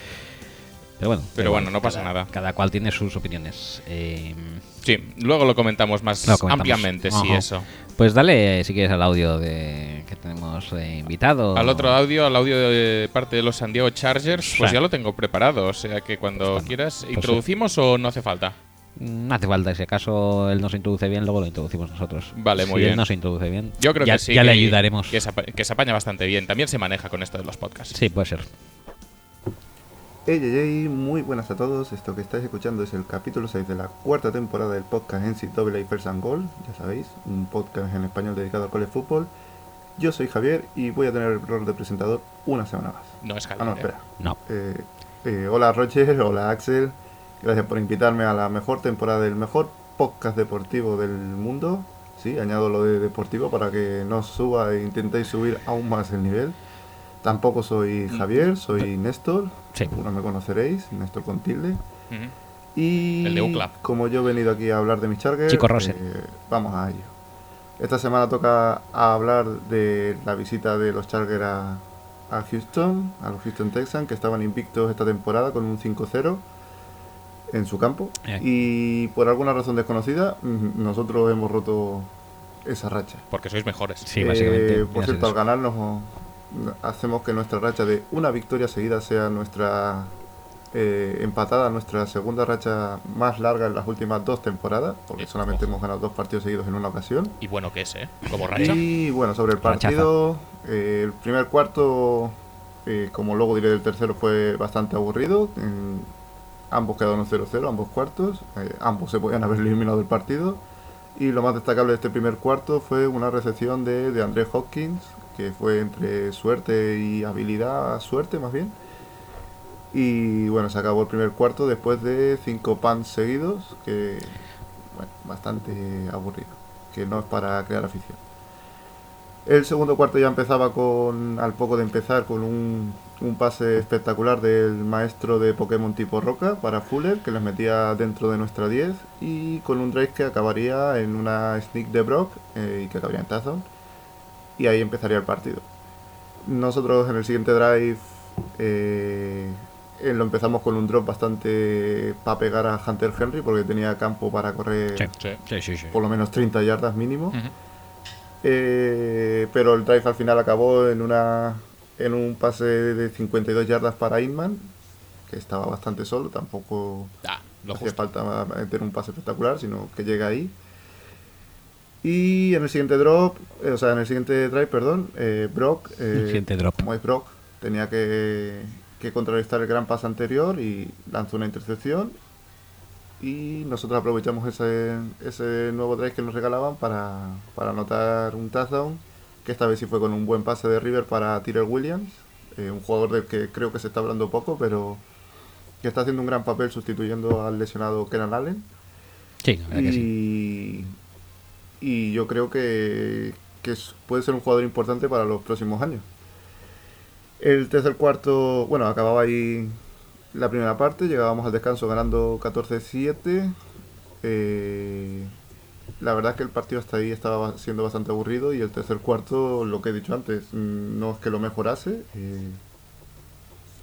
Speaker 1: Pero bueno,
Speaker 2: Pero
Speaker 1: da
Speaker 2: bueno,
Speaker 1: igual,
Speaker 2: no pasa
Speaker 1: cada-
Speaker 2: nada.
Speaker 1: Cada cual tiene sus opiniones. Eh,
Speaker 2: Sí, luego lo comentamos más
Speaker 1: Lo comentamos.
Speaker 2: ampliamente, sí,
Speaker 1: Ajá.
Speaker 2: eso.
Speaker 1: Pues dale, eh, si quieres, al audio de, que tenemos de invitado.
Speaker 2: Al otro audio, al audio de parte de los San Diego Chargers, pues
Speaker 1: Sí.
Speaker 2: ya lo tengo preparado. O sea que cuando quieras,
Speaker 1: pues sí.
Speaker 2: ¿introducimos o no hace falta?
Speaker 1: No Mm, hace falta, si acaso él no se introduce bien, luego lo introducimos nosotros.
Speaker 2: Vale, muy
Speaker 1: Si
Speaker 2: bien.
Speaker 1: él no se introduce bien,
Speaker 2: Yo creo
Speaker 1: ya,
Speaker 2: que sí.
Speaker 1: ya le
Speaker 2: que-
Speaker 1: ayudaremos.
Speaker 2: Que se, apa- que se apaña bastante bien. También se maneja con esto de los podcasts.
Speaker 1: Sí, puede ser.
Speaker 5: Hey, hey, hey, muy buenas a todos. Esto que estáis escuchando es el capítulo 6 de la cuarta temporada del podcast NCAA First and Goal. Ya sabéis, un podcast en español dedicado al college football. Yo soy Javier y voy a tener el rol de presentador una semana más.
Speaker 2: No es
Speaker 5: Ah, no,
Speaker 2: Javier. ¿eh?
Speaker 5: espera.
Speaker 1: No.
Speaker 5: Eh, eh, hola Roger, [laughs] hola Axel. Gracias por invitarme a la mejor temporada del mejor podcast deportivo del mundo. Sí, añado lo de deportivo para que no suba e intentéis subir aún más el nivel. Tampoco soy Javier, soy Néstor.
Speaker 1: Sí.
Speaker 5: Algunos me conoceréis, Néstor con tilde.
Speaker 2: Ujú.
Speaker 5: Y
Speaker 2: El de UCLAP.
Speaker 5: como yo he venido aquí a hablar de mis chargers,
Speaker 1: Chico Rosen.
Speaker 5: eh, vamos a ello. Esta semana toca hablar de la visita de los chargers a, a Houston, a los Houston Texans, que estaban invictos esta temporada con un 5-0 en su campo.
Speaker 1: Eh.
Speaker 5: Y por alguna razón desconocida, mm, nosotros hemos roto esa racha.
Speaker 2: Porque sois mejores.
Speaker 1: Sí,
Speaker 5: Eh,
Speaker 1: básicamente.
Speaker 5: por
Speaker 1: viene a ser
Speaker 5: cierto, al
Speaker 1: eso.
Speaker 5: ganarnos hacemos que nuestra racha de una victoria seguida sea nuestra eh, empatada, nuestra segunda racha más larga en las últimas dos temporadas, porque
Speaker 2: Eh,
Speaker 5: solamente
Speaker 2: ojo.
Speaker 5: hemos ganado dos partidos seguidos en una ocasión.
Speaker 2: Y bueno que es, ¿eh? Como racha.
Speaker 5: Y bueno, sobre el
Speaker 1: Rachaza.
Speaker 5: partido, eh, el primer cuarto, eh, como luego diré del tercero, fue bastante aburrido. Mm, ambos quedaron 0-0, ambos cuartos. eh, ambos se podían haber eliminado del partido. Y lo más destacable de este primer cuarto fue una recepción de, de Andrés Hopkins, que fue entre suerte y habilidad, suerte más bien. Y bueno, se acabó el primer cuarto después de cinco pans seguidos, que bueno, bastante aburrido, que no es para crear afición. El segundo cuarto ya empezaba con, al poco de empezar, con un, un pase espectacular del maestro de Pokémon tipo Roca para Fuller, que les metía dentro de nuestra 10, y con un drive que acabaría en una sneak de Brock eh, y que acabaría en touchdown, y ahí empezaría el partido. Nosotros en el siguiente drive eh, eh, lo empezamos con un drop bastante para pegar a Hunter Henry, porque tenía campo para correr
Speaker 1: Sí.
Speaker 2: Sí.
Speaker 1: Sí, sí, sí.
Speaker 5: por lo menos 30 yardas mínimo.
Speaker 2: Ujú.
Speaker 5: Eh, pero el drive al final acabó en una en un pase de 52 yardas para Inman, que estaba bastante solo, tampoco
Speaker 2: Ah, lo
Speaker 5: hacía
Speaker 2: justo.
Speaker 5: falta meter un pase espectacular, sino que llega ahí. Y en el siguiente drop, eh, o sea, en el siguiente drive, perdón, eh, Brock, eh,
Speaker 1: El siguiente drop.
Speaker 5: como es Brock, tenía que, que contrarrestar el gran pase anterior y lanzó una intercepción. Y nosotros aprovechamos ese, ese nuevo drive que nos regalaban para, para anotar un touchdown, que esta vez sí fue con un buen pase de River para Tyrell Williams, eh, un jugador del que creo que se está hablando poco, pero que está haciendo un gran papel sustituyendo al lesionado Kenan Allen.
Speaker 1: Sí, la verdad
Speaker 5: Y,
Speaker 1: que sí.
Speaker 5: y yo creo que, que es- puede ser un jugador importante para los próximos años. El tercer cuarto, bueno, acababa ahí la primera parte, llegábamos al descanso ganando 14-7. Eh, la verdad es que el partido hasta ahí estaba siendo bastante aburrido y el tercer cuarto, lo que he dicho antes, mm, no es que lo mejorase. eh,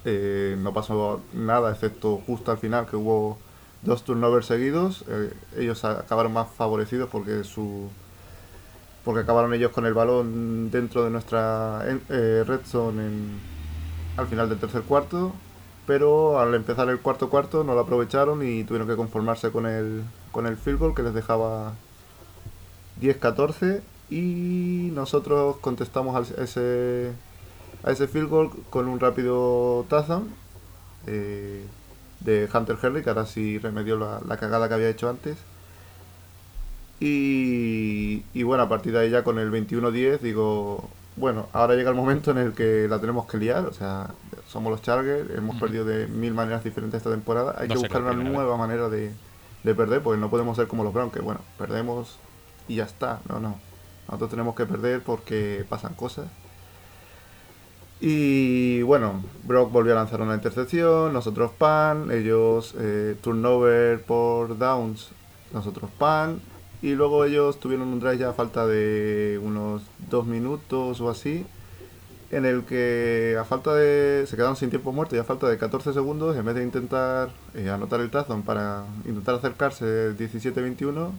Speaker 5: eh, no pasó nada, excepto justo al final que hubo dos turnovers seguidos. eh, ellos a- acabaron más favorecidos porque su porque acabaron ellos con el balón dentro de nuestra en- eh, red zone en- al final del tercer cuarto. Pero al empezar el cuarto cuarto no lo aprovecharon y tuvieron que conformarse con el, con el field goal que les dejaba 10-14 y nosotros contestamos al- a ese, a ese field goal con un rápido touchdown eh, de Hunter Henry, que ahora sí remedió la, la cagada que había hecho antes. Y, y bueno, a partir de ahí ya con el 21-10 digo, bueno, ahora llega el momento en el que la tenemos que liar, o sea, somos los Chargers, hemos
Speaker 2: Ujú.
Speaker 5: perdido de mil maneras diferentes esta temporada, hay
Speaker 2: No será
Speaker 5: que
Speaker 2: la
Speaker 5: buscar una
Speaker 2: primera vez.
Speaker 5: nueva manera de, de perder, porque no podemos ser como los Browns, que bueno, perdemos y ya está, no, no. Nosotros tenemos que perder porque pasan cosas. Y bueno, Brock volvió a lanzar una intercepción, nosotros pan, ellos eh, turnover por downs, nosotros pan, y luego ellos tuvieron un drive ya a falta de unos dos minutos o así, en el que a falta de. se quedaron sin tiempo muerto y a falta de 14 segundos, en vez de intentar eh, anotar el touchdown para intentar acercarse 17-21,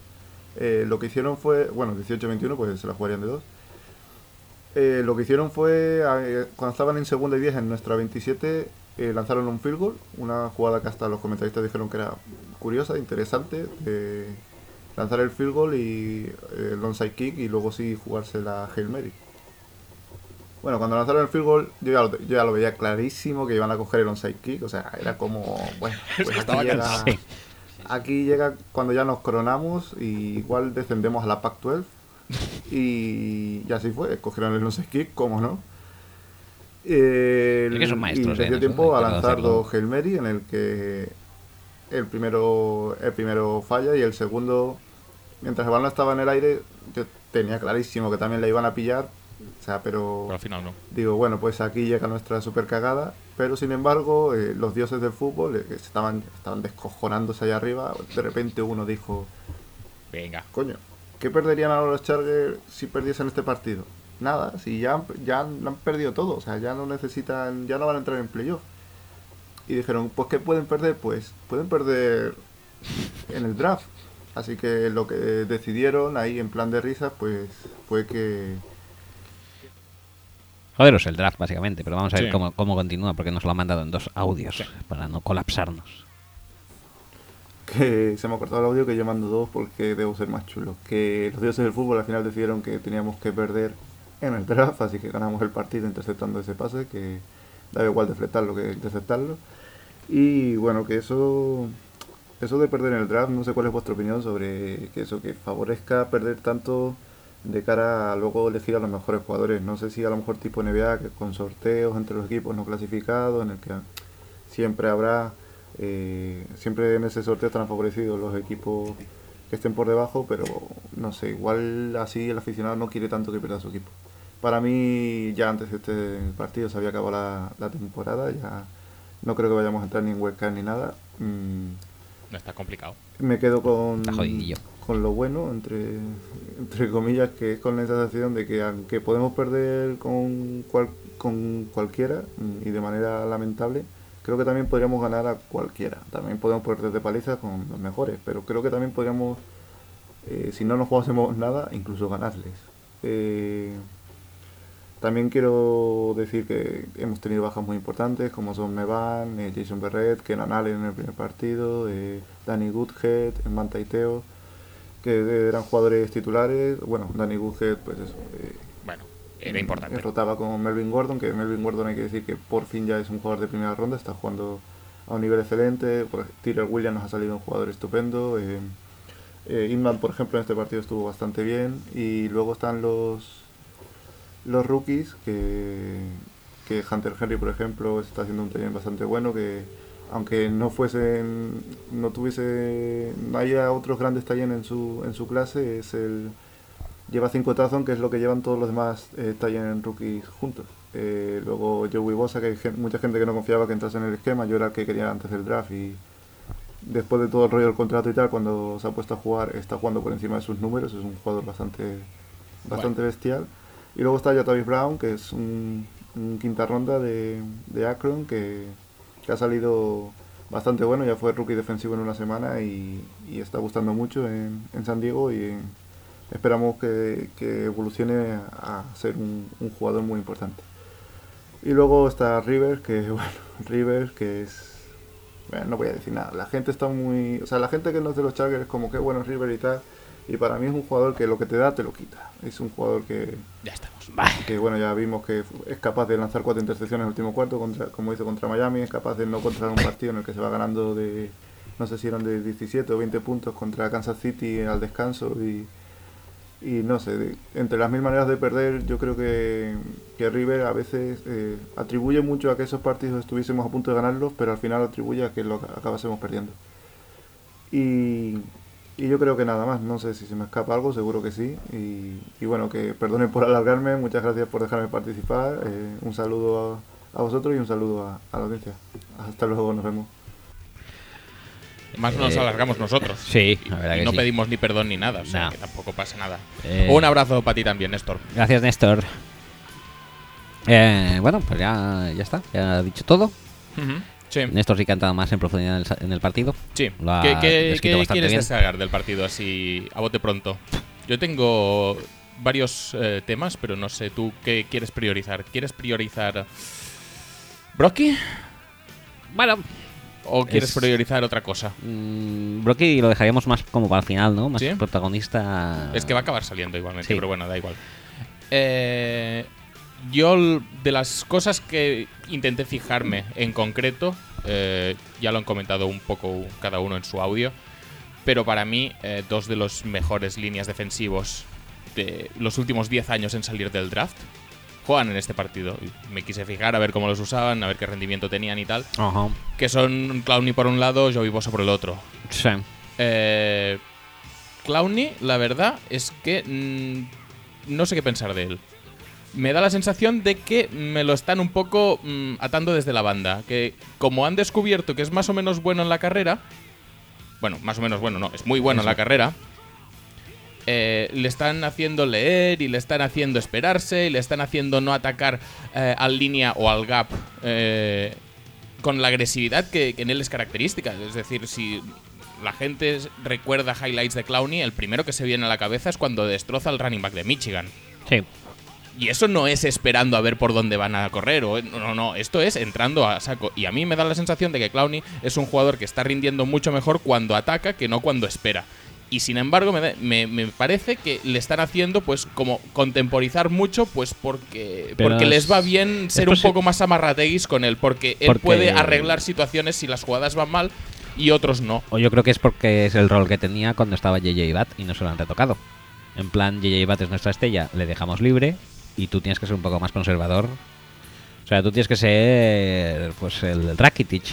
Speaker 5: eh, lo que hicieron fue. bueno, 18-21, pues se la jugarían de dos. Eh, lo que hicieron fue, eh, cuando estaban en segunda y 10 en nuestra 27, eh, lanzaron un field goal, una jugada que hasta los comentaristas dijeron que era curiosa, interesante, de lanzar el field goal y eh, el onside kick y luego sí jugarse la Hail Mary. Bueno, cuando lanzaron el field goal, yo ya, lo, yo ya lo veía clarísimo que iban a coger el onside kick. O sea, era como, bueno,
Speaker 1: [laughs]
Speaker 5: pues aquí
Speaker 2: Estaba
Speaker 5: llega,
Speaker 2: cansado.
Speaker 1: Sí.
Speaker 5: aquí llega cuando ya nos coronamos y igual descendemos a la Pac-12. Y, y así fue, cogieron el onside kick, cómo no. El-
Speaker 1: Es que son maestros,
Speaker 5: y les
Speaker 1: eh,
Speaker 5: dio
Speaker 1: en
Speaker 5: tiempo
Speaker 1: eso,
Speaker 5: a
Speaker 1: hay que
Speaker 5: lanzar
Speaker 1: reconocerlo.
Speaker 5: dos Hail Mary en el que el primero, el primero falla y el segundo, mientras el balón estaba en el aire, yo tenía clarísimo que también la iban a pillar. O sea,
Speaker 2: Pero al final no.
Speaker 5: Digo, bueno, pues aquí llega nuestra super cagada, pero sin embargo, eh, los dioses del fútbol eh, que se estaban, estaban descojonándose allá arriba. De repente uno dijo,
Speaker 2: Venga.
Speaker 5: coño, ¿qué perderían ahora los Chargers si perdiesen este partido? Nada, si ya han, ya han, lo han perdido todo, o sea, ya no necesitan, ya no van a entrar en playoff. Y dijeron, pues ¿qué pueden perder? Pues pueden perder en el draft. Así que lo que decidieron ahí en plan de risas, pues fue que
Speaker 1: Joderos el draft, básicamente, pero vamos a ver
Speaker 2: Sí.
Speaker 1: cómo, cómo continúa, porque nos lo han mandado en dos audios para no colapsarnos.
Speaker 5: que se me ha cortado el audio que yo mando dos porque debo ser más chulo. Que los dioses del fútbol al final decidieron que teníamos que perder en el draft, así que ganamos el partido interceptando ese pase, que da igual deflectarlo que interceptarlo. Y bueno, que eso eso de perder en el draft, no sé cuál es vuestra opinión sobre que eso que favorezca perder tanto de cara a luego elegir a los mejores jugadores. No sé si a lo mejor tipo NBA, que con sorteos entre los equipos no clasificados, en el que siempre habrá, eh, siempre en ese sorteo estarán favorecidos los equipos que estén por debajo, pero no sé, igual así el aficionado no quiere tanto que pierda su equipo. Para mí, ya antes de este partido se había acabado la, la temporada, ya no creo que vayamos a entrar ni en webcam ni nada. Mm,
Speaker 2: No está complicado.
Speaker 5: me quedo con,
Speaker 1: Está jodidillo.
Speaker 5: con lo bueno, entre, entre comillas, que es con la sensación de que aunque podemos perder con, cual- con cualquiera mm, y de manera lamentable, creo que también podríamos ganar a cualquiera. También podemos perder de paliza con los mejores, pero creo que también podríamos, eh, si no nos jugásemos nada, incluso ganarles. Eh, también quiero decir que hemos tenido bajas muy importantes, como son Mevan, eh, Jason Berret, Kenan Allen en el primer partido, eh, Danny Goodhead, Manta Iteo, que eran jugadores titulares. Bueno, Danny Goodhead, pues eso. eh,
Speaker 2: Bueno, era importante.
Speaker 5: eh, Rotaba con Melvin Gordon, que Melvin Gordon hay que decir que por fin ya es un jugador de primera ronda, está jugando a un nivel excelente. Por, Tyrell Williams nos ha salido un jugador estupendo. Eh, eh, Inman, por ejemplo, en este partido estuvo bastante bien. Y luego están los los rookies, que, que Hunter Henry, por ejemplo, está haciendo un taller bastante bueno, que aunque no fuesen, no tuviese, no haya otros grandes talleres en su, en su clase, es el lleva cinco tazón, que es lo que llevan todos los demás eh, en rookies juntos. Eh, luego Joey Bosa, que hay gen- mucha gente que no confiaba que entrase en el esquema, yo era el que quería antes del draft y después de todo el rollo del contrato y tal, cuando se ha puesto a jugar, está jugando por encima de sus números, es un jugador bastante, bastante bestial. Y luego está Jatavis Brown, que es un, un quinta ronda de, de Akron, que, que ha salido bastante bueno, ya fue rookie defensivo en una semana y, y está gustando mucho en, en San Diego y esperamos que, que evolucione a ser un, un jugador muy importante. Y luego está River, que [laughs] bueno, River, que es... Bueno, no voy a decir nada. La gente está muy... O sea, la gente que no es de los Chargers es como que bueno es River y tal. Y para mí es un jugador que lo que te da te lo quita. Es un jugador que,
Speaker 2: Ya estamos.
Speaker 5: que bueno, ya vimos que es capaz de lanzar cuatro intercepciones en el último cuarto, contra, como hizo contra Miami, es capaz de no controlar un partido en el que se va ganando de, no sé si eran de 17 o 20 puntos contra Kansas City al descanso y, y no sé, de- entre las mil maneras de perder, yo creo que, que River a veces eh, atribuye mucho a que esos partidos estuviésemos a punto de ganarlos, pero al final atribuye a que lo ac- acabásemos perdiendo. Y, y yo creo que nada más, no sé si se me escapa algo, seguro que sí. Y, y bueno, que perdonen por alargarme, muchas gracias por dejarme participar. eh, un saludo a, a vosotros y un saludo a, a la audiencia. Hasta luego, nos vemos.
Speaker 2: Más nos
Speaker 1: Eh,
Speaker 2: alargamos nosotros.
Speaker 1: sí, la verdad
Speaker 2: Y
Speaker 1: que
Speaker 2: no
Speaker 1: sí.
Speaker 2: pedimos ni perdón ni nada, o sea
Speaker 1: No.
Speaker 2: que tampoco pasa nada.
Speaker 1: Eh,
Speaker 2: Un abrazo para ti también, Néstor.
Speaker 1: Gracias, Néstor. Eh, bueno, pues ya, ya está, ya ha dicho todo.
Speaker 2: Sí.
Speaker 1: Néstor sí que ha entrado más en profundidad en el, sa- en el partido.
Speaker 2: Em. Sí.
Speaker 1: Lo ha
Speaker 2: ¿Qué, qué-
Speaker 1: descrito
Speaker 2: qué
Speaker 1: bastante
Speaker 2: quieres
Speaker 1: bien.
Speaker 2: descargar del partido así a bote pronto? Yo tengo varios eh, temas, pero no sé tú qué quieres priorizar. ¿Quieres priorizar Brocky
Speaker 1: Bueno,
Speaker 2: ¿O quieres
Speaker 1: Es-
Speaker 2: priorizar otra cosa?
Speaker 1: Mm, Brocky lo dejaríamos más como para el final, ¿no? Más
Speaker 2: ¿Sí?
Speaker 1: protagonista.
Speaker 2: Es que va a acabar saliendo igualmente,
Speaker 1: Sí.
Speaker 2: pero bueno, da igual. Eh, yo, l- de las cosas que intenté fijarme en concreto, eh, ya lo han comentado un poco cada uno en su audio, pero para mí, eh, dos de los mejores líneas defensivos de los últimos 10 años en salir del draft juegan en este partido. Y Me quise fijar a ver cómo los usaban, a ver qué rendimiento tenían y tal.
Speaker 1: Ajá.
Speaker 2: Que son Clowney por un lado, Joey Bosa por el otro.
Speaker 1: Sí.
Speaker 2: Eh, Clowney, la verdad es que mm, no sé qué pensar de él. Me da la sensación de que me lo están un poco mm, atando desde la banda. Que como han descubierto que es más o menos bueno en la carrera, bueno, más o menos bueno, no, es muy bueno en la carrera, eh, le están haciendo leer y le están haciendo esperarse y le están haciendo no atacar eh, al línea o al gap eh, con la agresividad que, que en él es característica. Es decir, si la gente s- recuerda highlights de Clowney, el primero que se viene a la cabeza es cuando destroza al running back de Michigan.
Speaker 1: Sí.
Speaker 2: Y eso no es esperando a ver por dónde van a correr. O, no, no, no. Esto es entrando a saco. Y a mí me da la sensación de que Clowney es un jugador que está rindiendo mucho mejor cuando ataca que no cuando espera. Y sin embargo, me, da- me- me parece que le están haciendo, pues, como contemporizar mucho, pues, porque,
Speaker 1: Pero
Speaker 2: porque les
Speaker 1: es-
Speaker 2: va bien
Speaker 1: es
Speaker 2: ser un
Speaker 1: posi-
Speaker 2: poco más amarrateguis con él, porque él
Speaker 1: Porque-
Speaker 2: puede arreglar situaciones si las jugadas van mal y otros no.
Speaker 1: O yo creo que es porque es el rol que tenía cuando estaba JJ Bat y no se lo han retocado. En plan, JJ Bat es nuestra estrella, le dejamos libre y tú tienes que ser un poco más conservador. O sea, tú tienes que ser pues el Rakitic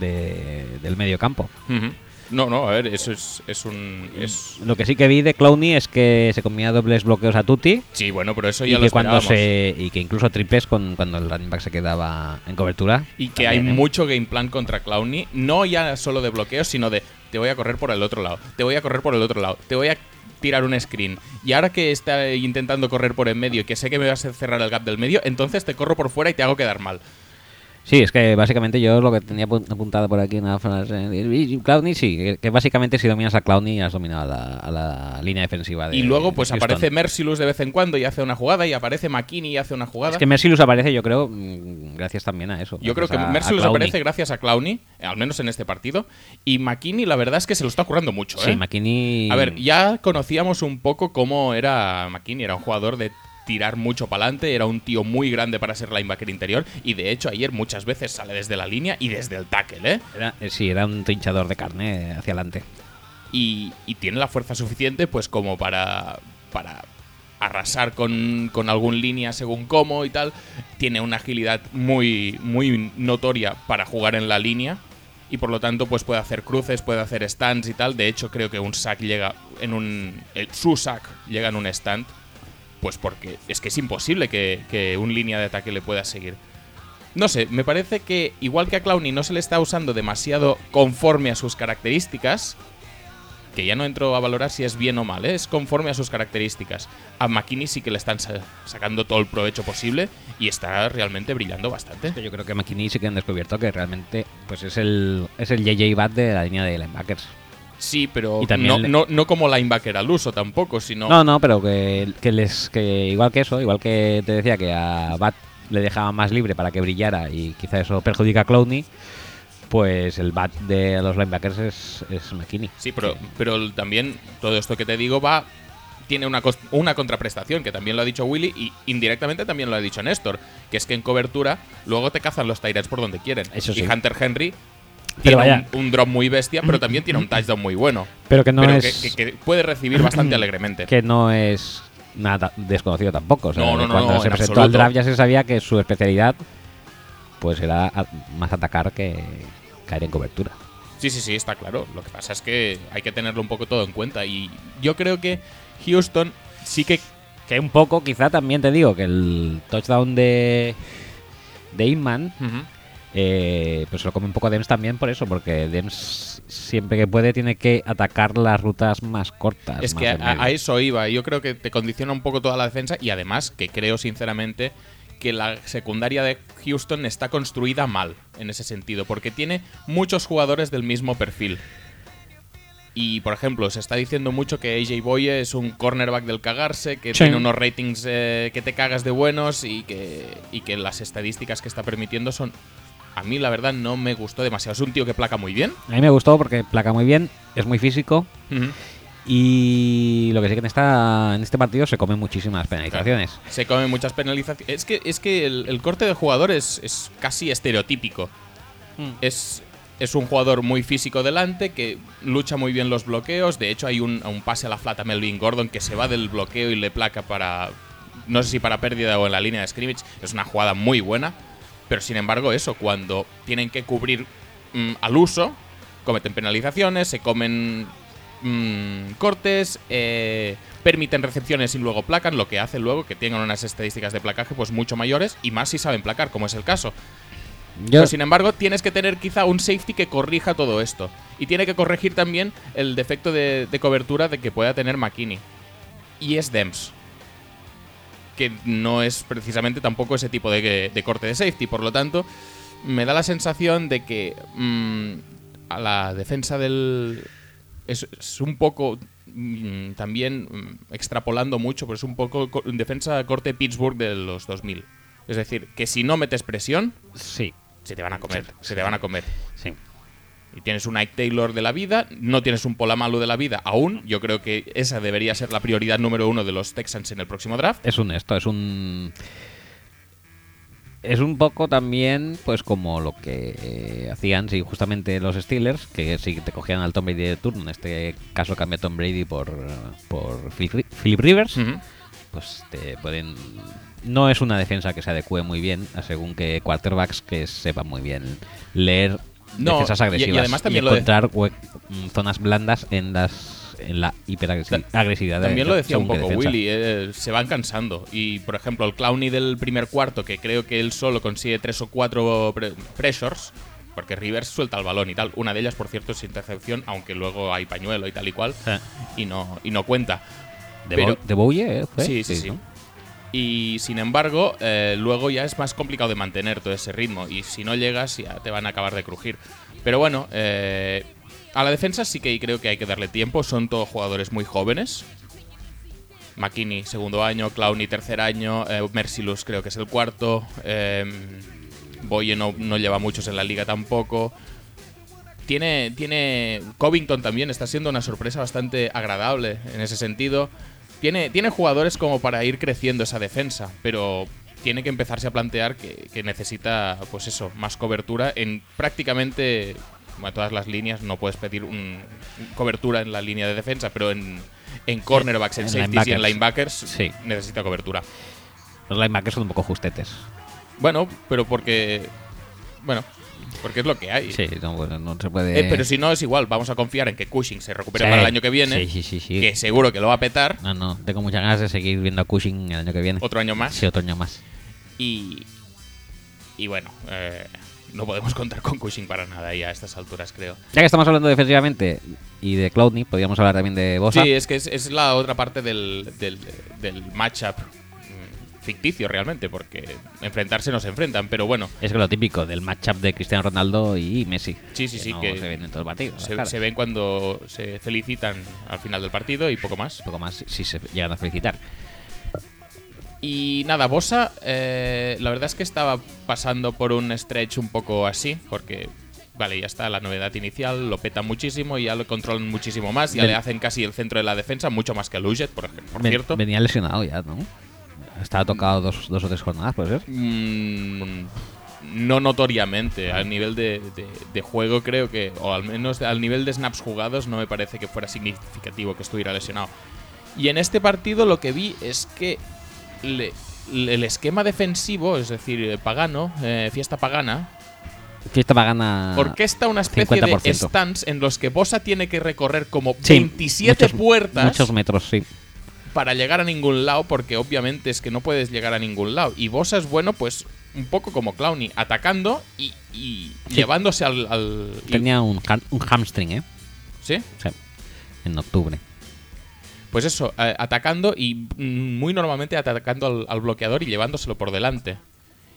Speaker 1: de- del medio campo.
Speaker 2: Ujú. No, no, a ver, eso es, es un. Es,
Speaker 1: Lo que sí que vi de Clowney es que se comía dobles bloqueos a Tutti
Speaker 2: sí, bueno, pero eso
Speaker 1: y
Speaker 2: ya lo
Speaker 1: que, cuando
Speaker 2: esperábamos.
Speaker 1: se, y que incluso triples con, cuando el running back se quedaba en cobertura.
Speaker 2: Y que hay
Speaker 1: También, ¿eh?
Speaker 2: mucho game plan contra Clowney, no ya solo de bloqueo, sino de te voy a correr por el otro lado, te voy a correr por el otro lado, te voy a tirar un screen. Y ahora que está intentando correr por en medio y que sé que me vas a cerrar el gap del medio, entonces te corro por fuera y te hago quedar mal.
Speaker 1: Sí, es que básicamente yo lo que tenía apu- apuntado por aquí en la frase. y Clowney, sí, que- que básicamente si dominas a Clowney has dominado a la, a la línea defensiva de.
Speaker 2: y luego pues
Speaker 1: de Houston.
Speaker 2: aparece Mercilus de vez en cuando y hace una jugada, y aparece McKinney y hace una jugada.
Speaker 1: Es que Mercilus aparece, yo creo, mm, gracias también a eso.
Speaker 2: Yo creo
Speaker 1: gracias
Speaker 2: que
Speaker 1: a- a
Speaker 2: Mercilus
Speaker 1: Clowney.
Speaker 2: aparece gracias a Clowney, al menos en este partido. Y McKinney la verdad es que se lo está currando mucho.
Speaker 1: Sí,
Speaker 2: ¿eh?
Speaker 1: McKinney.
Speaker 2: A ver, ya conocíamos un poco cómo era McKinney, era un jugador de tirar mucho para adelante, era un tío muy grande para ser linebacker interior y de hecho ayer muchas veces sale desde la línea y desde el tackle, ¿eh?
Speaker 1: Era- eh, sí, era un trinchador de carne eh, hacia adelante.
Speaker 2: Y, y tiene la fuerza suficiente pues como para, para arrasar con, con algún línea según cómo y tal. Tiene una agilidad muy, muy notoria para jugar en la línea y por lo tanto pues puede hacer cruces, puede hacer stands y tal. De hecho creo que un sack llega en un... el- su sack llega en un stand. Pues porque es que es imposible que, que un línea de ataque le pueda seguir. No sé, me parece que igual que a Clowny no se le está usando demasiado conforme a sus características, que ya no entro a valorar si es bien o mal, ¿eh? es conforme a sus características. A McKinney sí que le están sa- sacando todo el provecho posible y está realmente brillando bastante.
Speaker 1: Yo creo que McKinney sí que han descubierto que realmente pues es el es el JJ Bat de la línea de linebackers.
Speaker 2: Sí, pero
Speaker 1: Y también
Speaker 2: no,
Speaker 1: le-
Speaker 2: no, no como linebacker al uso tampoco, sino...
Speaker 1: No, no, pero que, que les que igual que eso, igual que te decía que a Bat le dejaba más libre para que brillara y quizá eso perjudica a Clowney, pues el Bat de los linebackers es, es McKinney.
Speaker 2: Sí, pero, pero el- también todo esto que te digo va tiene una, cos- una contraprestación, que también lo ha dicho Willy y indirectamente también lo ha dicho Néstor, que es que en cobertura luego te cazan los Tyrants por donde quieren.
Speaker 1: Eso sí.
Speaker 2: Y Hunter Henry
Speaker 1: Pero
Speaker 2: tiene
Speaker 1: vaya.
Speaker 2: un, un drop muy bestia, pero también tiene un touchdown muy bueno.
Speaker 1: Pero que no
Speaker 2: pero
Speaker 1: es
Speaker 2: que,
Speaker 1: que,
Speaker 2: que- que puede recibir
Speaker 1: [coughs]
Speaker 2: bastante alegremente.
Speaker 1: no es nada desconocido tampoco. o sea,
Speaker 2: No, no, no,
Speaker 1: cuando
Speaker 2: no,
Speaker 1: se
Speaker 2: en
Speaker 1: presentó al
Speaker 2: absoluto.
Speaker 1: draft ya se sabía que su especialidad pues era a- más atacar que caer en cobertura.
Speaker 2: Sí, sí, sí, está claro. Lo que pasa es que hay que tenerlo un poco todo en cuenta. Y yo creo que Houston sí que
Speaker 1: Que un poco quizá también te digo que el touchdown de de Inman Eh, pues lo come un poco Dems también por eso, porque Dems siempre que puede tiene que atacar las rutas más cortas.
Speaker 2: Es
Speaker 1: más
Speaker 2: que
Speaker 1: en medio.
Speaker 2: a, a eso iba. Yo creo que te condiciona un poco toda la defensa y además que creo sinceramente que la secundaria de Houston está construida mal en ese sentido, porque tiene muchos jugadores del mismo perfil. Y por ejemplo, se está diciendo mucho que AJ Boye es un cornerback del cagarse, que
Speaker 1: Sí.
Speaker 2: tiene unos ratings eh, que te cagas de buenos y que, y que las estadísticas que está permitiendo son a mí la verdad no me gustó demasiado. Es un tío que placa muy bien.
Speaker 1: A mí me gustó porque placa muy bien, es muy físico
Speaker 2: Ujú.
Speaker 1: y lo que sí que en, esta, en este partido se comen muchísimas penalizaciones.
Speaker 2: Se comen muchas penalizaciones. Es que, es que el, el corte de jugador es, es casi estereotípico. Es, es un jugador muy físico delante, que lucha muy bien los bloqueos. De hecho, hay un, un pase a la flata Melvin Gordon que se va del bloqueo y le placa para. No sé si para pérdida o en la línea de scrimmage. Es una jugada muy buena. Pero sin embargo, eso, cuando tienen que cubrir mm, al uso, cometen penalizaciones, se comen mm, cortes, eh, permiten recepciones y luego placan, lo que hace luego que tengan unas estadísticas de placaje pues mucho mayores y más si saben placar, como es el caso.
Speaker 1: Yo,
Speaker 2: Pero sin embargo, tienes que tener quizá un safety que corrija todo esto. Y tiene que corregir también el defecto de, de cobertura de que pueda tener McKinney. Y es Dems. Que no es precisamente tampoco ese tipo de, de corte de safety. Por lo tanto, me da la sensación de que mm, a la defensa del... Es, es un poco mm, también mm, extrapolando mucho, pero es un poco co- defensa corte Pittsburgh de los 2000. Es decir, que si no metes presión,
Speaker 1: sí,
Speaker 2: se te van a comer, se te van a comer.
Speaker 1: sí.
Speaker 2: Y tienes un Ike Taylor de la vida, no tienes un Polamalu de la vida aún. Yo creo que esa debería ser la prioridad número uno de los Texans en el próximo draft.
Speaker 1: Es un esto, es un... Es un poco también, pues como lo que eh, hacían, sí, justamente los Steelers, que si te cogían al Tom Brady de turno, en este caso cambia Tom Brady por, por Phil- Philip, Rivers,
Speaker 2: Ujú.
Speaker 1: pues te pueden... No es una defensa que se adecue muy bien a según que quarterbacks que sepan muy bien leer
Speaker 2: No,
Speaker 1: defensas
Speaker 2: y- y
Speaker 1: agresivas
Speaker 2: además también lo de-
Speaker 1: encontrar hue- mm, zonas blandas en las en la hiperagresividad.
Speaker 2: También lo decía un poco Willy, eh, se van cansando. Y por ejemplo, el Clowny del primer cuarto, que creo que él solo consigue tres o cuatro pre- pressures, porque Rivers suelta el balón y tal. Una de ellas, por cierto, es intercepción, aunque luego hay pañuelo y tal y cual,
Speaker 1: Ja.
Speaker 2: y, no, y no cuenta.
Speaker 1: De,
Speaker 2: Pero-
Speaker 1: Bo- de Bouye, ¿eh? ¿Fue?
Speaker 2: Sí, sí, sí.
Speaker 1: ¿no?
Speaker 2: Y sin embargo, eh, luego ya es más complicado de mantener todo ese ritmo. Y si no llegas, ya te van a acabar de crujir. Pero bueno, eh, a la defensa sí que creo que hay que darle tiempo. Son todos jugadores muy jóvenes. McKinney, segundo año. Clowney, tercer año. eh, Mercilus, creo que es el cuarto. Eh, Boye no, no lleva muchos en la liga tampoco. Tiene, tiene. Covington también está siendo una sorpresa bastante agradable en ese sentido. Tiene, tiene jugadores como para ir creciendo esa defensa, pero tiene que empezarse a plantear que, que necesita, pues eso, más cobertura en prácticamente a todas las líneas. No puedes pedir un- un cobertura en la línea de defensa, pero en, en cornerbacks, en,
Speaker 1: En
Speaker 2: safeties y en linebackers
Speaker 1: Sí.
Speaker 2: necesita cobertura.
Speaker 1: Los linebackers son un poco justetes.
Speaker 2: Bueno, pero porque. Bueno, porque es lo que hay.
Speaker 1: Sí, no, bueno, no se puede.
Speaker 2: Eh, pero si no, es igual. Vamos a confiar en que Cushing se recupere
Speaker 1: Sí.
Speaker 2: para el año que viene.
Speaker 1: Sí, sí, sí, sí.
Speaker 2: Que seguro que lo va a petar.
Speaker 1: No, no, tengo muchas ganas de seguir viendo a Cushing el año que viene.
Speaker 2: Otro año más.
Speaker 1: Sí, otro año más.
Speaker 2: Y. Y bueno, eh, no podemos contar con Cushing para nada ya a estas alturas, creo.
Speaker 1: Ya que estamos hablando defensivamente y de Cloudney, podríamos hablar también de Bosa.
Speaker 2: Sí, es que es, es la otra parte del, del, del matchup mm, ficticio realmente, porque enfrentarse nos enfrentan, pero bueno,
Speaker 1: Es que lo típico del matchup de Cristiano Ronaldo y Messi.
Speaker 2: Sí, sí, sí,
Speaker 1: no
Speaker 2: que
Speaker 1: se ven en todo el partido.
Speaker 2: se,
Speaker 1: claro.
Speaker 2: se ven cuando se felicitan al final del partido y poco más.
Speaker 1: Un poco más si- si se llegan a felicitar.
Speaker 2: Y nada, Bosa, eh, la verdad es que estaba pasando por un stretch un poco así, porque, vale, ya está la novedad inicial, lo petan muchísimo, ya lo controlan muchísimo más, ya
Speaker 1: Ven-
Speaker 2: le hacen casi el centro de la defensa, mucho más que a Luget, por, ej- por
Speaker 1: Ven-
Speaker 2: cierto.
Speaker 1: Venía lesionado ya, ¿no? Estaba tocado dos, dos o tres jornadas, puede ser.
Speaker 2: Mm, no notoriamente, al nivel de, de- de juego creo que, o al menos al nivel de snaps jugados, no me parece que fuera significativo que estuviera lesionado. Y en este partido lo que vi es que le- le- el esquema defensivo, es decir, eh, pagano, eh, fiesta pagana,
Speaker 1: Fiesta pagana.
Speaker 2: orquesta una especie
Speaker 1: 50%.
Speaker 2: de stands en los que Bosa tiene que recorrer como
Speaker 1: Sí,
Speaker 2: 27
Speaker 1: muchos-
Speaker 2: puertas
Speaker 1: Muchos metros, sí.
Speaker 2: para llegar a ningún lado, porque obviamente es que no puedes llegar a ningún lado. Y Bosa es bueno, pues, un poco como Clowny, atacando y, y llevándose al. al- y-
Speaker 1: Tenía un, ha- un hamstring, ¿eh?
Speaker 2: ¿Sí?
Speaker 1: O sea, en octubre.
Speaker 2: Pues eso, eh, atacando y mm, muy normalmente atacando al, al bloqueador y llevándoselo por delante.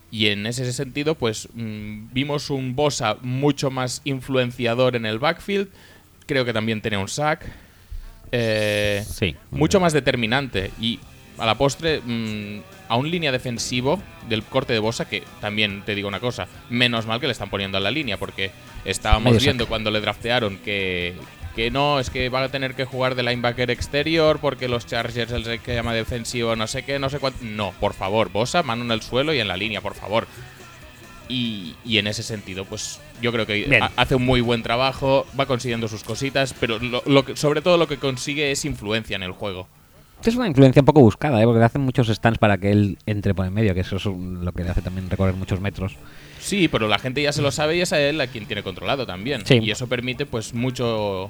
Speaker 2: Y en ese sentido, pues mm, vimos un Bosa mucho más influenciador en el backfield. Creo que también tenía un sack. Eh,
Speaker 1: Sí.
Speaker 2: mucho más determinante. Y a la postre, mm, a un línea defensivo del corte de Bosa, que también te digo una cosa, menos mal que le están poniendo a la línea, porque estábamos
Speaker 1: Medio
Speaker 2: viendo cuando le draftearon que, que no, es que va a tener que jugar de linebacker exterior porque los Chargers el que llama defensivo, no sé qué, no sé cuánto. No, por favor, Bosa, mano en el suelo y en la línea, por favor. Y, y en ese sentido, pues yo creo que
Speaker 1: Bien.
Speaker 2: ha- hace un muy buen trabajo, va consiguiendo sus cositas, pero lo- lo que- sobre todo lo que consigue es influencia en el juego.
Speaker 1: Es una influencia un poco buscada, ¿eh? porque le hacen muchos stands para que él entre por en medio, que eso es un- lo que le hace también recorrer muchos metros.
Speaker 2: Sí, pero la gente ya se lo sabe y es a él a quien tiene controlado también.
Speaker 1: Sí.
Speaker 2: Y eso permite pues mucho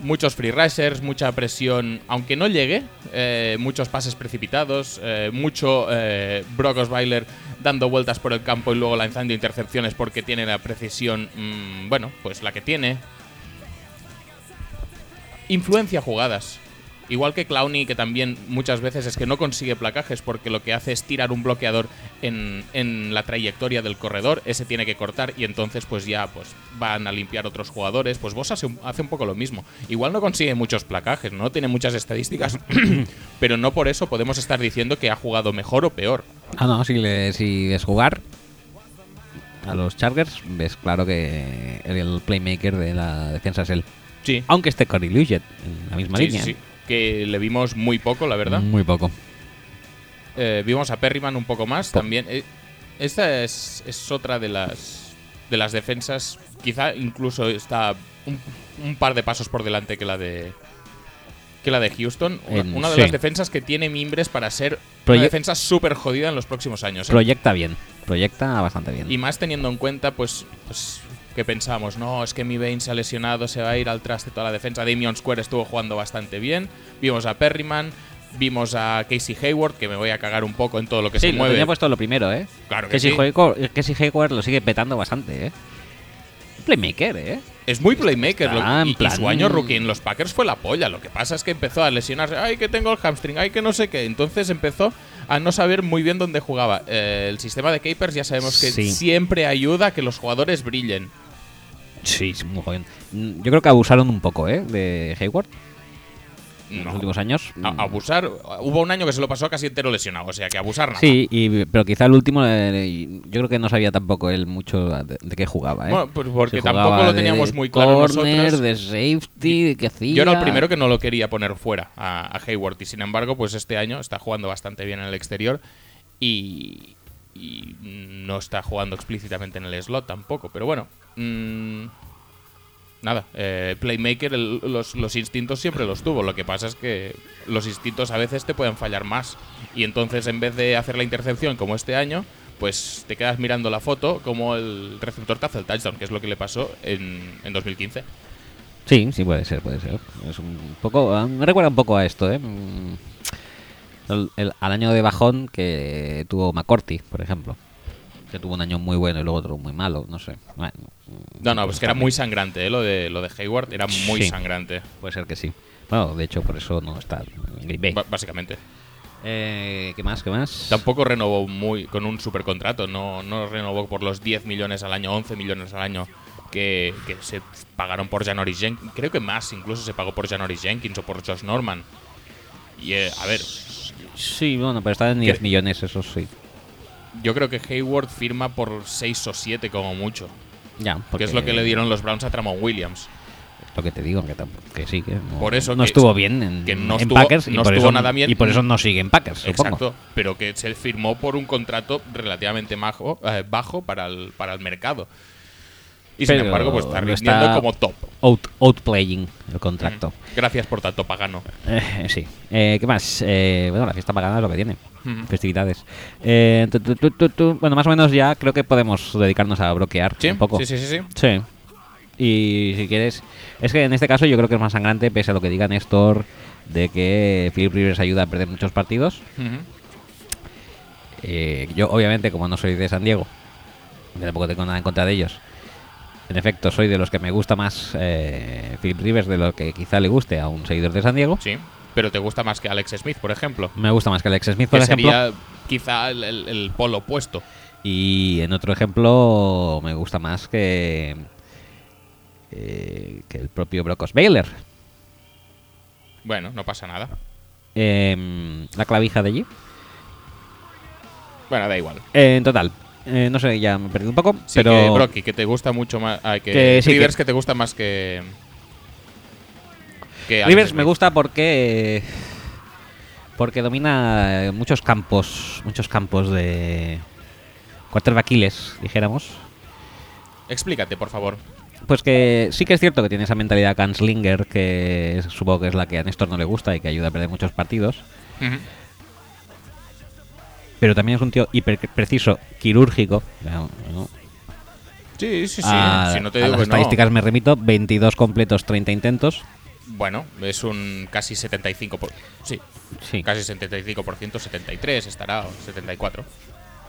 Speaker 2: muchos free rushers, mucha presión, aunque no llegue, eh, muchos pases precipitados, eh, mucho eh, Brock Osweiler dando vueltas por el campo y luego lanzando intercepciones porque tiene la precisión, mm, bueno, pues la que tiene. Influencia jugadas. Igual que Clowney, que también muchas veces es que no consigue placajes porque lo que hace es tirar un bloqueador en, en la trayectoria del corredor, ese tiene que cortar y entonces pues ya pues van a limpiar otros jugadores, pues Bosa hace un, hace un poco lo mismo. Igual no consigue muchos placajes, no tiene muchas estadísticas, pero no por eso podemos estar diciendo que ha jugado mejor o peor.
Speaker 1: Ah, no, si, le, si es jugar a los Chargers, ves claro que el, el playmaker de la defensa es él.
Speaker 2: Sí,
Speaker 1: Aunque esté Corey Luget en la misma
Speaker 2: sí, sí,
Speaker 1: línea.
Speaker 2: sí.
Speaker 1: ¿eh?
Speaker 2: que le vimos muy poco, la verdad.
Speaker 1: Muy poco.
Speaker 2: Eh, vimos a Perryman un poco más
Speaker 1: Po-
Speaker 2: también. Eh, esta es, es otra de las de las defensas. Quizá incluso está un, un par de pasos por delante que la de que la de Houston. Una,
Speaker 1: En-
Speaker 2: una de
Speaker 1: sí.
Speaker 2: las defensas que tiene mimbres para ser
Speaker 1: Proye-
Speaker 2: una defensa súper jodida en los próximos años. ¿eh?
Speaker 1: Proyecta bien, proyecta bastante bien.
Speaker 2: Y más teniendo en cuenta, pues, pues, que pensamos, no, es que mi Bane se ha lesionado, se va a ir al traste toda la defensa. Damian Square estuvo jugando bastante bien. Vimos a Perryman, vimos a Casey Hayward, que me voy a cagar un poco en todo lo que
Speaker 1: sí,
Speaker 2: se
Speaker 1: lo
Speaker 2: mueve.
Speaker 1: tenía puesto lo primero, ¿eh?
Speaker 2: Claro que
Speaker 1: si
Speaker 2: sí.
Speaker 1: Hayward- que si Hayward lo sigue petando bastante, ¿eh? Playmaker, ¿eh?
Speaker 2: Es muy playmaker. lo-
Speaker 1: Está Ah, en
Speaker 2: y, y
Speaker 1: plan-
Speaker 2: su año rookie en los Packers fue la polla. Lo que pasa es que empezó a lesionarse. Ay, que tengo el hamstring. Ay, que no sé qué. Entonces empezó a no saber muy bien dónde jugaba. Eh, el sistema de Capers ya sabemos que
Speaker 1: Sí.
Speaker 2: siempre ayuda a que los jugadores brillen.
Speaker 1: Sí, es muy joven. Mm, Yo creo que abusaron un poco, ¿eh? De Hayward en los
Speaker 2: No. Ah,
Speaker 1: últimos años.
Speaker 2: A-
Speaker 1: Mm.
Speaker 2: abusar. Hubo un año que se lo pasó casi entero lesionado. O sea, que abusar nada.
Speaker 1: Sí, y, pero quizá el último, eh, y yo creo que no sabía tampoco él mucho de, de qué jugaba. ¿eh?
Speaker 2: Bueno, pues porque
Speaker 1: Si
Speaker 2: tampoco
Speaker 1: jugaba
Speaker 2: lo
Speaker 1: de-
Speaker 2: teníamos
Speaker 1: de
Speaker 2: muy claro
Speaker 1: corner,
Speaker 2: nosotros.
Speaker 1: de safety, de qué hacía.
Speaker 2: Yo era el primero que no lo quería poner fuera a, a Hayward y sin embargo, pues este año está jugando bastante bien en el exterior y, y no está jugando explícitamente en el slot tampoco, pero bueno. mm, nada, eh, Playmaker el- los, los instintos siempre los tuvo, lo que pasa es que los instintos a veces te pueden fallar más y entonces en vez de hacer la intercepción como este año... Pues te quedas mirando la foto como el receptor te hace el touchdown, que es lo que le pasó en, en 2015.
Speaker 1: Sí, sí, puede ser, puede ser. Es un poco, ah, me recuerda un poco a esto, ¿eh? Mm, el- el- al año de bajón que tuvo McCorty, por ejemplo. Que tuvo un año muy bueno y luego otro muy malo, no sé. Bueno, mm,
Speaker 2: No, no, pues que era muy sangrante, ¿eh? Lo de, lo de Hayward era muy
Speaker 1: Sí.
Speaker 2: sangrante,
Speaker 1: Puede ser que sí. Bueno, de hecho, por eso no está en Green Bay.
Speaker 2: ba- básicamente.
Speaker 1: Eh, ¿Qué más? ¿Qué más?
Speaker 2: Tampoco renovó muy con un supercontrato, no, no renovó por los 10 millones al año, 11 millones al año que, que se pagaron por Janoris Jenkins. Creo que más, incluso se pagó por Janoris Jenkins o por Josh Norman. Y eh, a ver,
Speaker 1: Sí, bueno, pero está en 10
Speaker 2: Cre-
Speaker 1: millones, eso sí.
Speaker 2: yo creo que Hayward firma por 6 o 7 como mucho,
Speaker 1: Ya,
Speaker 2: porque
Speaker 1: porque
Speaker 2: es lo que le dieron los Browns a Tramon Williams.
Speaker 1: Lo que te digo, que, tampoco- que sí, que no,
Speaker 2: Por eso
Speaker 1: no
Speaker 2: que-
Speaker 1: estuvo bien en,
Speaker 2: que no
Speaker 1: en
Speaker 2: estuvo-
Speaker 1: Packers y,
Speaker 2: no
Speaker 1: por
Speaker 2: estuvo
Speaker 1: eso,
Speaker 2: nada bien.
Speaker 1: y por eso no sigue en Packers,
Speaker 2: Exacto,
Speaker 1: supongo.
Speaker 2: pero que se firmó por un contrato relativamente majo, eh, bajo para el, para el mercado. Y sin
Speaker 1: Pero
Speaker 2: embargo, pues está
Speaker 1: lo
Speaker 2: rindiendo
Speaker 1: está-
Speaker 2: como top.
Speaker 1: Out, outplaying el contrato.
Speaker 2: Gracias por tanto, pagano.
Speaker 1: Eh, sí. Eh, ¿Qué más? Eh, bueno, la fiesta pagana es lo que tiene.
Speaker 2: Ujú.
Speaker 1: Festividades. Eh, tu, tu, tu, tu, tu. Bueno, más o menos ya creo que podemos dedicarnos a bloquear
Speaker 2: ¿Sí?
Speaker 1: un poco.
Speaker 2: sí, sí, sí, sí.
Speaker 1: Sí. Y si quieres, es que en este caso yo creo que es más sangrante, pese a lo que diga Néstor, de que Philip Rivers ayuda a perder muchos partidos.
Speaker 2: Ujú.
Speaker 1: Eh, yo, obviamente, como no soy de San Diego, yo tampoco tengo nada en contra de ellos. En efecto, soy de los que me gusta más eh, Philip Rivers de lo que quizá le guste a un seguidor de San Diego.
Speaker 2: Sí, pero te gusta más que Alex Smith, por ejemplo.
Speaker 1: Me gusta más que Alex Smith, por
Speaker 2: que
Speaker 1: ejemplo.
Speaker 2: sería quizá el, el- el polo opuesto.
Speaker 1: Y en otro ejemplo, me gusta más que, eh, que el propio Brock Osweiler.
Speaker 2: Bueno, no pasa nada.
Speaker 1: em, la clavija de allí.
Speaker 2: Bueno, da igual.
Speaker 1: Eh, en total, eh, no sé, ya me he perdido un poco,
Speaker 2: Sí,
Speaker 1: pero
Speaker 2: que Brocky, que te gusta mucho más. ah, que,
Speaker 1: Que sí,
Speaker 2: Rivers,
Speaker 1: que-
Speaker 2: que... te gusta más que. que
Speaker 1: Rivers
Speaker 2: Alexander
Speaker 1: me
Speaker 2: Brock.
Speaker 1: gusta porque porque domina eh, muchos campos, muchos campos de quarterbackiles, dijéramos.
Speaker 2: Explícate, por favor.
Speaker 1: Pues que sí que es cierto que tiene esa mentalidad Kanslinger, que supongo que es la que a Néstor no le gusta y que ayuda a perder muchos partidos. Pero también es un tío hiper preciso, quirúrgico. ¿no?
Speaker 2: Sí, sí, sí.
Speaker 1: A-
Speaker 2: si no te
Speaker 1: Ah, a
Speaker 2: digo
Speaker 1: las
Speaker 2: que no.
Speaker 1: estadísticas me remito, 22 completos, 30 intentos.
Speaker 2: Bueno, es un casi 75%. Por... Sí,
Speaker 1: Sí.
Speaker 2: casi 75%, 73 estará, o 74.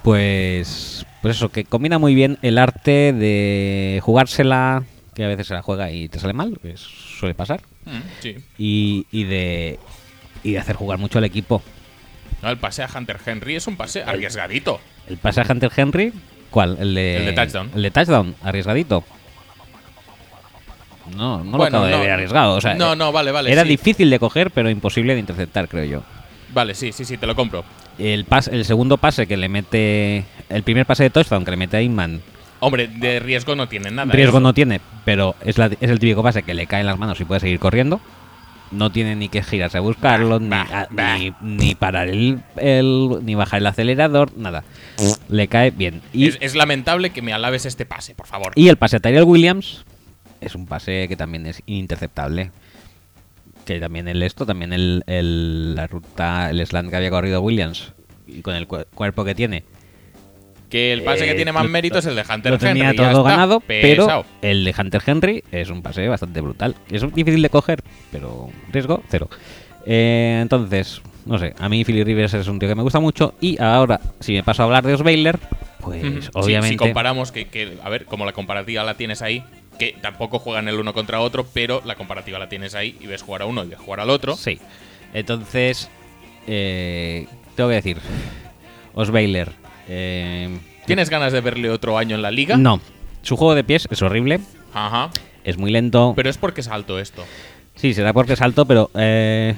Speaker 1: Pues, pues eso, que combina muy bien el arte de jugársela, que a veces se la juega y te sale mal, que suele pasar,
Speaker 2: Mm, sí.
Speaker 1: y, y de, y de hacer jugar mucho al equipo.
Speaker 2: No, el pase a Hunter Henry es un pase arriesgadito.
Speaker 1: El pase a Hunter Henry, ¿cuál? El de,
Speaker 2: El de touchdown.
Speaker 1: El de touchdown, arriesgadito. No, no lo
Speaker 2: Bueno,
Speaker 1: acabo de
Speaker 2: no.
Speaker 1: ver arriesgado. O sea,
Speaker 2: No, no, vale, vale,
Speaker 1: Era
Speaker 2: sí.
Speaker 1: difícil de coger, pero imposible de interceptar, creo yo.
Speaker 2: Vale, sí, sí, sí, te lo compro.
Speaker 1: El, pas, el segundo pase que le mete. El primer pase de touchdown que le mete a Inman.
Speaker 2: Hombre, de riesgo no tiene nada. ¿eh?
Speaker 1: riesgo
Speaker 2: eso.
Speaker 1: no tiene, pero es, la- es el típico pase que le cae en las manos y puede seguir corriendo. No tiene ni que girarse a buscarlo, ni,
Speaker 2: bah,
Speaker 1: a-
Speaker 2: bah.
Speaker 1: ni- ni parar el, el- ni bajar el acelerador, nada. Le cae bien. Y,
Speaker 2: Es, es lamentable que me alabes este pase, por favor.
Speaker 1: y el pase a Tyrell Williams es un pase que también es interceptable. Que también el esto, también el, el- la ruta, el slant que había corrido Williams y con el cue- cuerpo que tiene.
Speaker 2: Que el pase que
Speaker 1: Eh,
Speaker 2: tiene más
Speaker 1: lo-
Speaker 2: mérito es el de Hunter
Speaker 1: lo
Speaker 2: Henry.
Speaker 1: tenía
Speaker 2: ya
Speaker 1: todo
Speaker 2: está,
Speaker 1: ganado,
Speaker 2: pesao.
Speaker 1: pero el de Hunter Henry es un paseo bastante brutal. Es difícil de coger, pero riesgo cero. Eh, entonces, no sé, a mí Philly Rivers es un tío que me gusta mucho y ahora, si me paso a hablar de Osweiler, pues
Speaker 2: Ujú. Sí,
Speaker 1: obviamente...
Speaker 2: Si comparamos, que, que, a ver, como la comparativa la tienes ahí, que tampoco juegan el uno contra otro, pero la comparativa la tienes ahí y ves jugar a uno y ves jugar al otro.
Speaker 1: Sí. Entonces, eh, tengo que decir, Osweiler... eh,
Speaker 2: ¿Tienes ganas de verle otro año en la liga?
Speaker 1: no, su juego de pies es horrible,
Speaker 2: Ajá.
Speaker 1: es muy lento.
Speaker 2: Pero es porque es alto esto.
Speaker 1: Sí, será porque es alto, pero eh,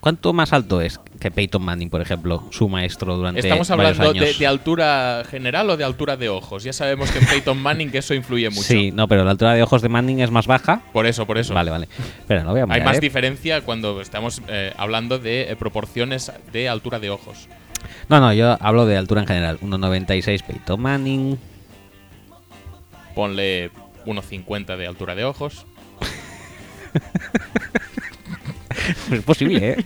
Speaker 1: ¿cuánto más alto es que Peyton Manning, por ejemplo, su maestro durante
Speaker 2: Estamos
Speaker 1: varios
Speaker 2: hablando de,
Speaker 1: años?
Speaker 2: de altura general o de altura de ojos. Ya sabemos que en Peyton Manning que eso influye mucho.
Speaker 1: Sí, no, pero la altura de ojos de Manning es más baja.
Speaker 2: Por eso, por eso.
Speaker 1: Vale, vale. Espera, no voy a
Speaker 2: Hay
Speaker 1: mirar,
Speaker 2: más
Speaker 1: eh.
Speaker 2: diferencia cuando estamos eh, hablando de eh, proporciones de altura de ojos.
Speaker 1: No, no, yo hablo de altura en general. 1,96 Peyton Manning. [laughs]
Speaker 2: Ponle 1,50 de altura de ojos.
Speaker 1: Es posible, ¿eh?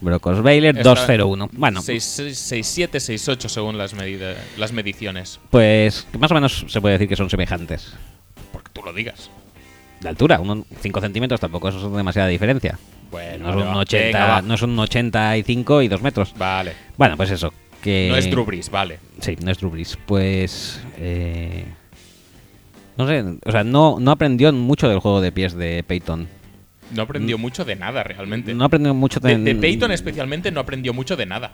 Speaker 1: Brock Osweiler,
Speaker 2: Está-
Speaker 1: 2,01. Bueno,
Speaker 2: 6,7, 6,8 según las, medida- las mediciones.
Speaker 1: pues más o menos se puede decir que son semejantes.
Speaker 2: Porque tú lo digas.
Speaker 1: De altura, 5 centímetros tampoco eso es demasiada diferencia. Eh,
Speaker 2: Bueno,
Speaker 1: No es,
Speaker 2: vale,
Speaker 1: un
Speaker 2: va.
Speaker 1: 80,
Speaker 2: Venga, va.
Speaker 1: no es un 85 y 2 metros.
Speaker 2: Vale.
Speaker 1: Bueno, pues eso. Que...
Speaker 2: No es Drew Brees, vale.
Speaker 1: Sí, no es Drew Brees. Pues. eh, no sé, o sea, no, no aprendió mucho del juego de pies de Peyton.
Speaker 2: No aprendió mucho de nada realmente.
Speaker 1: No aprendió mucho
Speaker 2: de,
Speaker 1: de.
Speaker 2: de Peyton especialmente no aprendió mucho de nada.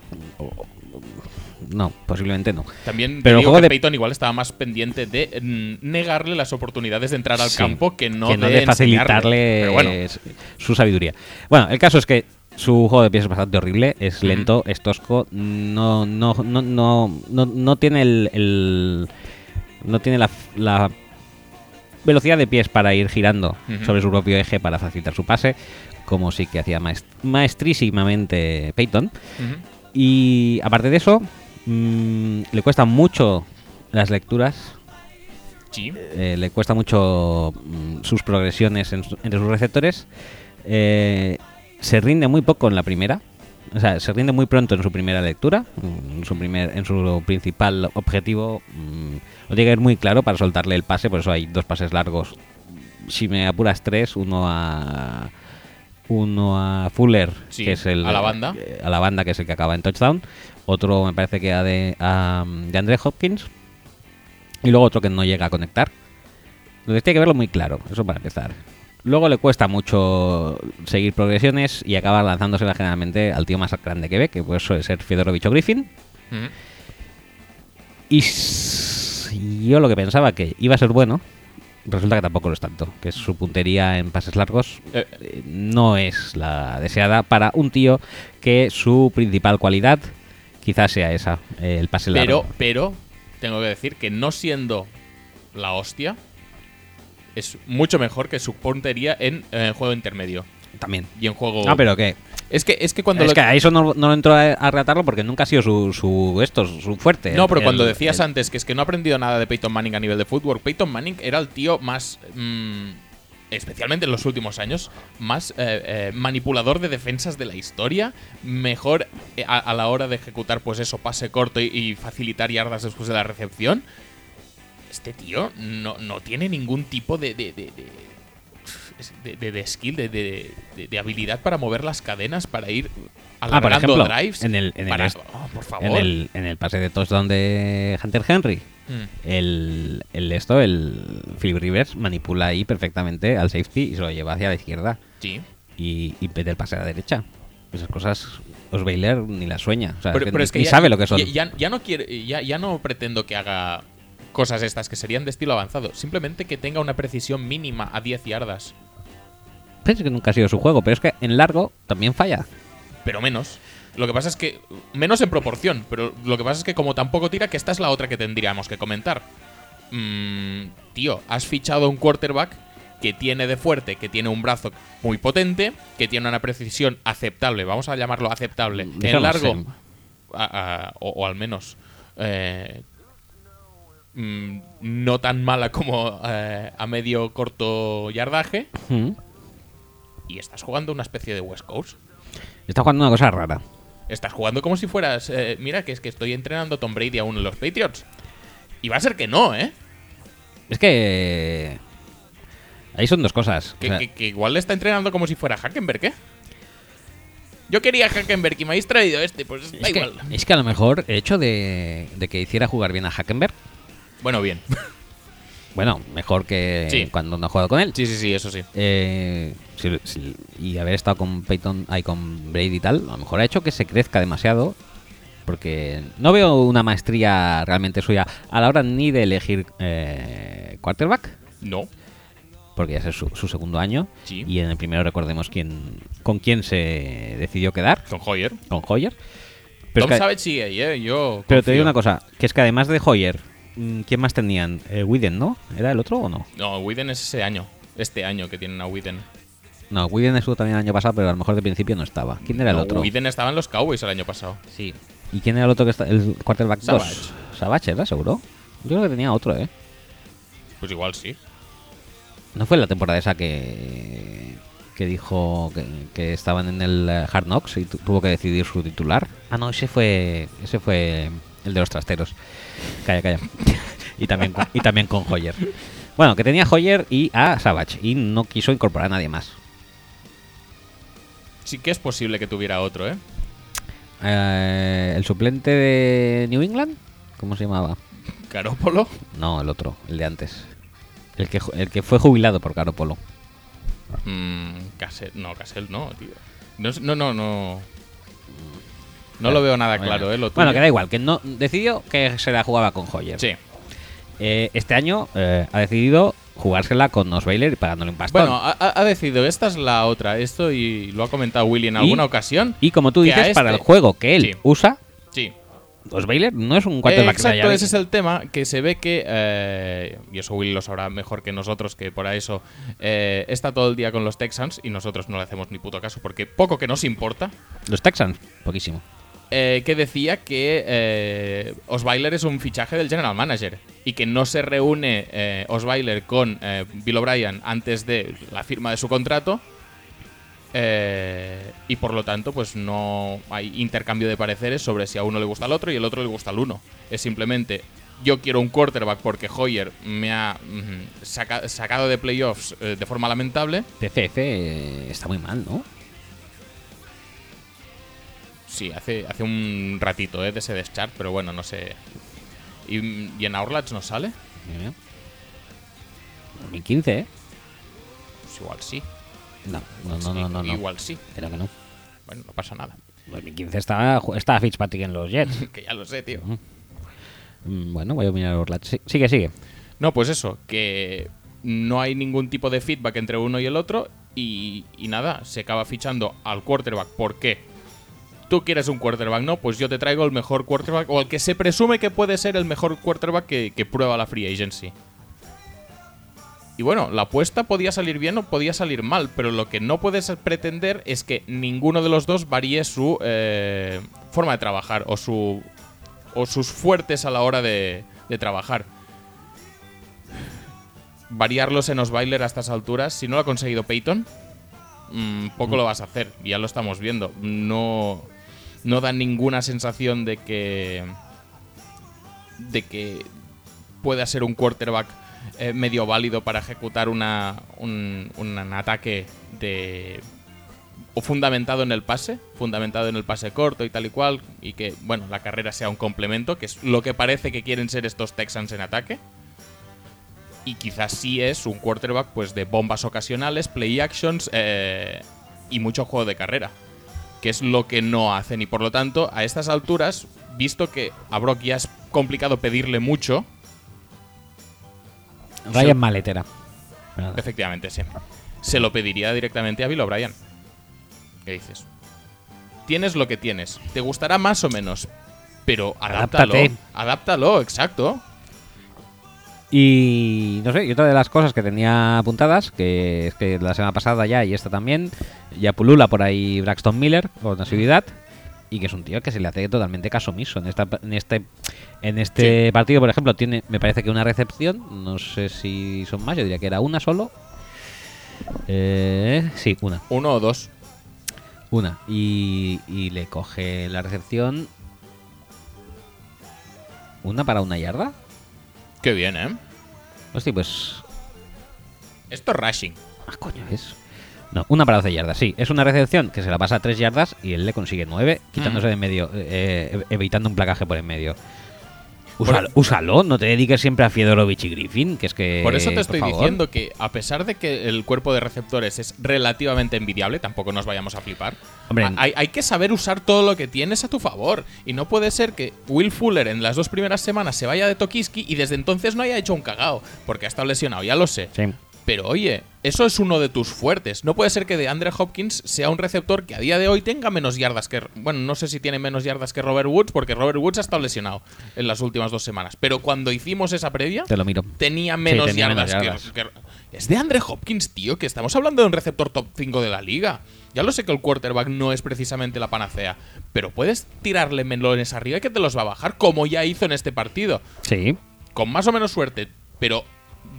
Speaker 1: No, posiblemente no.
Speaker 2: También te
Speaker 1: Pero el
Speaker 2: digo
Speaker 1: juego
Speaker 2: que
Speaker 1: de-
Speaker 2: Peyton igual estaba más pendiente de mm, negarle las oportunidades de entrar al
Speaker 1: Sí,
Speaker 2: campo que no,
Speaker 1: de facilitarle
Speaker 2: enseñarle. Pero bueno,
Speaker 1: su sabiduría. Bueno, el caso es que su juego de pies es bastante horrible, es lento, es tosco, no, no, no, no, no, no tiene el, el- no tiene la, la velocidad de pies para ir girando
Speaker 2: Ujú.
Speaker 1: sobre su propio eje para facilitar su pase, como sí que hacía maest- maestrísimamente Peyton.
Speaker 2: ujú.
Speaker 1: Y aparte de eso, mm, le cuesta mucho las lecturas,
Speaker 2: Sí.
Speaker 1: eh, le cuesta mucho mm, sus progresiones en su- entre sus receptores. Eh, se rinde muy poco en la primera. O sea, se rinde muy pronto en su primera lectura, mm, en su, primer, en su principal objetivo. mm, Lo tiene que ver muy claro para soltarle el pase, por eso hay dos pases largos. Si me apuras tres, uno a uno a Fuller,
Speaker 2: Sí,
Speaker 1: que es el
Speaker 2: a la banda.
Speaker 1: eh, a la banda que es el que acaba en touchdown, otro me parece que a de a, mm, de André Hopkins y luego otro que no llega a conectar. Entonces tiene que verlo muy claro, eso para empezar. Luego le cuesta mucho seguir progresiones y acaba lanzándosela generalmente al tío más grande que ve, que pues suele ser Fiodorovich o Griffin.
Speaker 2: Ujú.
Speaker 1: Y s- yo lo que pensaba que iba a ser bueno, resulta que tampoco lo es tanto, que es su puntería en pases largos
Speaker 2: Eh,
Speaker 1: eh, no es la deseada para un tío que su principal cualidad quizás sea esa, eh, el pase largo.
Speaker 2: Pero, pero, tengo que decir que no siendo la hostia, es mucho mejor que su puntería en, eh, juego intermedio
Speaker 1: también.
Speaker 2: y en juego.
Speaker 1: Ah, pero que
Speaker 2: Es que, es que cuando.
Speaker 1: es
Speaker 2: lo-
Speaker 1: que a eso no, no entro a, a relatarlo porque nunca ha sido su, su esto, su fuerte.
Speaker 2: No, pero
Speaker 1: El-
Speaker 2: cuando
Speaker 1: el-
Speaker 2: decías
Speaker 1: el-
Speaker 2: antes que es que no ha aprendido nada de Peyton Manning a nivel de fútbol, Peyton Manning era el tío más. mm, especialmente en los últimos años, más eh, eh, manipulador de defensas de la historia, mejor eh, a, a la hora de ejecutar, pues eso, pase corto y, y facilitar yardas después de la recepción. Este tío no, no tiene ningún tipo de. de, de- de- de- de- de skill, de, de- de- de habilidad para mover las cadenas, para ir
Speaker 1: Ah, por
Speaker 2: alargando
Speaker 1: ejemplo,
Speaker 2: drives.
Speaker 1: en el- en el
Speaker 2: para-
Speaker 1: est-
Speaker 2: Oh, por favor.
Speaker 1: en el, en el pase de touchdown de Hunter Henry.
Speaker 2: Mm.
Speaker 1: El, el esto, el Philip Rivers manipula ahí perfectamente al safety y se lo lleva hacia la izquierda
Speaker 2: Sí.
Speaker 1: y, y mete el pase a la derecha. Esas cosas Osweiler ni las sueña. O sea, es
Speaker 2: pero,
Speaker 1: que
Speaker 2: pero
Speaker 1: ni,
Speaker 2: es que
Speaker 1: ni
Speaker 2: ya-
Speaker 1: sabe lo que son.
Speaker 2: Ya, ya- ya no quiere, ya, ya no pretendo que haga cosas estas que serían de estilo avanzado. Simplemente que tenga una precisión mínima a 10 yardas.
Speaker 1: Pensé que nunca ha sido su juego, pero es que en largo también falla.
Speaker 2: Pero menos. Lo que pasa es que. Menos en proporción. Pero lo que pasa es que como tampoco tira, que esta es la otra que tendríamos que comentar. Mm, tío, has fichado un quarterback que tiene de fuerte, que tiene un brazo muy potente, que tiene una precisión aceptable, vamos a llamarlo aceptable, en
Speaker 1: Dejemos
Speaker 2: largo,
Speaker 1: en-
Speaker 2: a- a- o, o al menos eh, mm, no tan mala como eh, a medio corto yardaje,
Speaker 1: Mm.
Speaker 2: y estás jugando una especie de West Coast.
Speaker 1: Está jugando una cosa rara.
Speaker 2: Estás jugando como si fueras. eh, mira, que es que estoy entrenando a Tom Brady aún en los Patriots. Y va a ser que no, ¿eh?
Speaker 1: Es que. Ahí son dos cosas.
Speaker 2: Que,
Speaker 1: O sea,
Speaker 2: que- que igual le está entrenando como si fuera Hackenberg, ¿eh? Yo quería Hackenberg y me habéis traído este, pues da
Speaker 1: es, que,
Speaker 2: igual.
Speaker 1: es que a lo mejor el hecho de, de que hiciera jugar bien a Hackenberg,
Speaker 2: Bueno, bien.
Speaker 1: bueno, mejor que
Speaker 2: Sí.
Speaker 1: cuando no ha jugado con él.
Speaker 2: Sí, sí, sí, eso sí.
Speaker 1: Eh, si- si- y haber estado con Peyton, ay, con Brady y tal, a lo mejor ha hecho que se crezca demasiado. Porque no veo una maestría realmente suya a la hora ni de elegir eh, quarterback,
Speaker 2: No.
Speaker 1: porque ya es su, su segundo año.
Speaker 2: Sí.
Speaker 1: Y en el primero recordemos quién, con quién se decidió quedar,
Speaker 2: Con Hoyer.
Speaker 1: con Hoyer. Pero,
Speaker 2: Tom
Speaker 1: es que-
Speaker 2: Savage sigue ahí, ¿eh? Yo.
Speaker 1: pero te digo una
Speaker 2: confío.
Speaker 1: cosa, que es que además de Hoyer, mm, ¿quién más tenían? Eh, Whedon, ¿no? ¿Era el otro o no?
Speaker 2: No, Widen es ese año. Este año que tienen a Widen.
Speaker 1: No, Whedon estuvo también el año pasado, pero a lo mejor de principio no estaba. ¿Quién era el otro?
Speaker 2: Widen estaba en los Cowboys el año pasado.
Speaker 1: Sí. ¿Y quién era el otro que está, el quarterback
Speaker 2: Savage.
Speaker 1: 2? Savage, ¿era seguro? Yo creo que tenía otro, ¿eh?
Speaker 2: Pues igual sí.
Speaker 1: No fue la temporada esa que que dijo que, que estaban en el eh, Hard Knocks y tu- tuvo que decidir su titular. Ah, no, ese fue ese fue el de los trasteros. Calla, [laughs] calla. y también con- y también con Hoyer. Bueno, que tenía Hoyer y a Savage y no quiso incorporar a nadie más.
Speaker 2: Sí que es posible que tuviera otro, ¿eh?
Speaker 1: Eh, el suplente de New England, ¿cómo se llamaba?
Speaker 2: Garópolo.
Speaker 1: No, el otro, el de antes. El que, ju- el que fue jubilado por Caropolo.
Speaker 2: Mm, Cassel, no, Cassel no, tío. No, es- no, no. No, no lo veo nada claro, ¿eh? Lo
Speaker 1: bueno,
Speaker 2: tuyo.
Speaker 1: que da igual, que no decidió que se la jugaba con Hoyer.
Speaker 2: Sí.
Speaker 1: Eh, este año eh, ha decidido jugársela con Osweiler y pagándole un pastón.
Speaker 2: Bueno, ha- ha, ha decidido, esta es la otra, esto, y lo ha comentado Willy en alguna
Speaker 1: Y-
Speaker 2: ocasión.
Speaker 1: y como tú
Speaker 2: que a
Speaker 1: dices, para el
Speaker 2: este-
Speaker 1: juego que él
Speaker 2: Sí.
Speaker 1: usa,
Speaker 2: Sí.
Speaker 1: Osweiler no es un quarterback
Speaker 2: Eh,
Speaker 1: que se
Speaker 2: exacto,
Speaker 1: haya-
Speaker 2: ese es el tema, que se ve que, eh, y eso Willy lo sabrá mejor que nosotros, que por eso eh, está todo el día con los Texans y nosotros no le hacemos ni puto caso, porque poco que nos importa,
Speaker 1: Los Texans, poquísimo.
Speaker 2: eh, que decía que eh, Osweiler es un fichaje del general manager y que no se reúne eh, Osweiler con eh, Bill O'Brien antes de la firma de su contrato eh, y por lo tanto pues no hay intercambio de pareceres sobre si a uno le gusta al otro y el otro le gusta al uno. Es simplemente yo quiero un quarterback porque Hoyer me ha mm, saca- sacado de playoffs eh, de forma lamentable.
Speaker 1: TCF eh, está muy mal, ¿no?
Speaker 2: Sí, hace, hace un ratito ¿eh? de ese deschart, pero bueno, no sé. ¿Y, y en Aurlats no sale?
Speaker 1: Mira, mira. 2015, ¿eh?
Speaker 2: Pues igual sí.
Speaker 1: No, no, no, no, no. no.
Speaker 2: Igual sí.
Speaker 1: Creo que no.
Speaker 2: Bueno, no pasa nada. [laughs]
Speaker 1: 2015 estaba, estaba Fitzpatrick en los Jets.
Speaker 2: que ya lo sé, tío.
Speaker 1: Mm, Bueno, voy a mirar Orlat. Sí, sigue, sigue.
Speaker 2: No, pues eso, que no hay ningún tipo de feedback entre uno y el otro y, y nada, se acaba fichando al quarterback. ¿Por qué? Tú quieres un quarterback, ¿no? Pues yo te traigo el mejor quarterback o el que se presume que puede ser el mejor quarterback que, que prueba la free agency. Y bueno, la apuesta podía salir bien o podía salir mal, pero lo que no puedes pretender es que ninguno de los dos varíe su eh, forma de trabajar o, su, o sus fuertes a la hora de, de trabajar. Variarlos en Osweiler a estas alturas, si no lo ha conseguido Peyton, mm, poco lo vas a hacer, ya lo estamos viendo. No, no da ninguna sensación de que, de que pueda ser un quarterback eh, medio válido para ejecutar una, un, un ataque de o fundamentado en el pase, fundamentado en el pase corto y tal y cual, y que, bueno, la carrera sea un complemento, que es lo que parece que quieren ser estos Texans en ataque. Y quizás sí es un quarterback pues de bombas ocasionales, play actions eh, y mucho juego de carrera, que es lo que no hacen. Y por lo tanto, a estas alturas, visto que a Brock ya es complicado pedirle mucho,
Speaker 1: Ryan Maletera. Perdón.
Speaker 2: efectivamente, sí, se lo pediría directamente a Bill O'Brien. ¿Qué dices? Tienes lo que tienes. Te gustará más o menos. Pero adáptalo.
Speaker 1: Adáptate.
Speaker 2: Adáptalo, exacto.
Speaker 1: Y no sé, y otra de las cosas que tenía apuntadas, que es que la semana pasada ya y esta también, ya pulula por ahí Braxton Miller con asiduidad y que es un tío que se le hace totalmente caso omiso en esta en este en este partido, por ejemplo, tiene me parece que una recepción, no sé si son más, yo diría que era una solo. Eh, sí, una.
Speaker 2: Uno o dos.
Speaker 1: Una. Y, y le coge la recepción. ¿Una para una yarda?
Speaker 2: Qué bien, ¿eh?
Speaker 1: Hostia, pues
Speaker 2: Esto es rushing.
Speaker 1: Ah, coño, es. No, una para 12 yardas, sí. Es una recepción que se la pasa a 3 yardas y él le consigue 9,
Speaker 2: Mm.
Speaker 1: quitándose de en medio, eh, eh, evitando un placaje por en medio. Úsalo,
Speaker 2: e-,
Speaker 1: úsalo, no te dediques siempre a Fiedorovich y Griffin, que es que.
Speaker 2: Por eso te estoy
Speaker 1: Eh, favor.
Speaker 2: diciendo que, a pesar de que el cuerpo de receptores es relativamente envidiable, tampoco nos vayamos a flipar.
Speaker 1: Hombre,
Speaker 2: a- hay, hay que saber usar todo lo que tienes a tu favor. Y no puede ser que Will Fuller en las dos primeras semanas se vaya de Tokiski y desde entonces no haya hecho un cagao. Porque ha estado lesionado, ya lo sé.
Speaker 1: Sí.
Speaker 2: Pero oye, eso es uno de tus fuertes. No puede ser que de Andre Hopkins sea un receptor que a día de hoy tenga menos yardas que. Bueno, no sé si tiene menos yardas que Robert Woods, porque Robert Woods ha estado lesionado en las últimas dos semanas. Pero cuando hicimos esa previa,
Speaker 1: Te lo miro.
Speaker 2: tenía menos
Speaker 1: tenía
Speaker 2: yardas,
Speaker 1: menos
Speaker 2: que-
Speaker 1: yardas.
Speaker 2: que, Es de Andre Hopkins, tío, que estamos hablando de un receptor top 5 de la liga. Ya lo sé que el quarterback no es precisamente la panacea, pero puedes tirarle melones arriba que te los va a bajar, como ya hizo en este partido
Speaker 1: Sí.
Speaker 2: con más o menos suerte, pero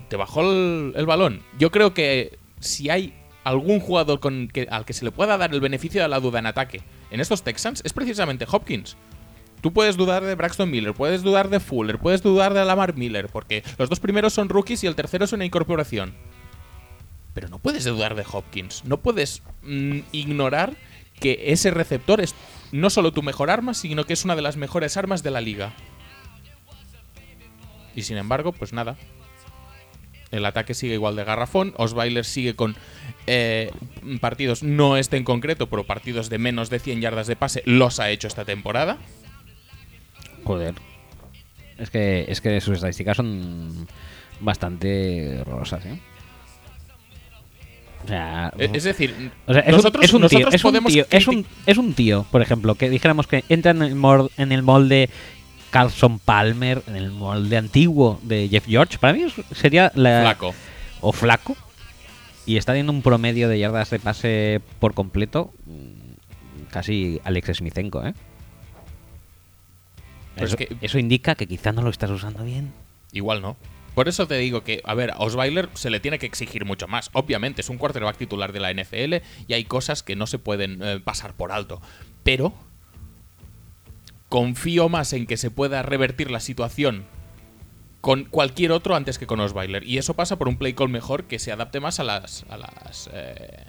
Speaker 2: te bajó el, el balón. Yo creo que si hay algún jugador con que- al que se le pueda dar el beneficio de la duda en ataque en estos Texans es precisamente Hopkins. Tú puedes dudar de Braxton Miller, puedes dudar de Fuller, puedes dudar de Lamar Miller, porque los dos primeros son rookies y el tercero es una incorporación. Pero no puedes dudar de Hopkins, no puedes mm, ignorar que ese receptor es no solo tu mejor arma, sino que es una de las mejores armas de la liga. Y sin embargo, pues nada. El ataque sigue igual de garrafón. Osweiler sigue con eh, partidos, no este en concreto, pero partidos de menos de 100 yardas de pase. Los ha hecho esta temporada.
Speaker 1: Joder. Es que, es que sus estadísticas son bastante horrorosas, ¿eh? O sea,
Speaker 2: E- Es decir,
Speaker 1: O sea, es,
Speaker 2: nosotros,
Speaker 1: un, es un tío,
Speaker 2: nosotros
Speaker 1: es un
Speaker 2: podemos
Speaker 1: tío- es un-
Speaker 2: criti-
Speaker 1: es un tío, por ejemplo, que dijéramos que entra en el, mor- en el molde Carlson Palmer, en el molde antiguo de Jeff George. Para mí es- sería la.
Speaker 2: flaco.
Speaker 1: O flaco. Y está teniendo un promedio de yardas de pase por completo. mm, Casi Alex Smithenko, ¿eh?
Speaker 2: Pero es
Speaker 1: eso,
Speaker 2: que-
Speaker 1: eso indica que quizás no lo estás usando bien.
Speaker 2: Igual no. Por eso te digo que, a ver, a Osweiler se le tiene que exigir mucho más. Obviamente, es un quarterback titular de la NFL y hay cosas que no se pueden eh, pasar por alto. Pero confío más en que se pueda revertir la situación con cualquier otro antes que con Osweiler. Y eso pasa por un play call mejor que se adapte más a las. a las. eh,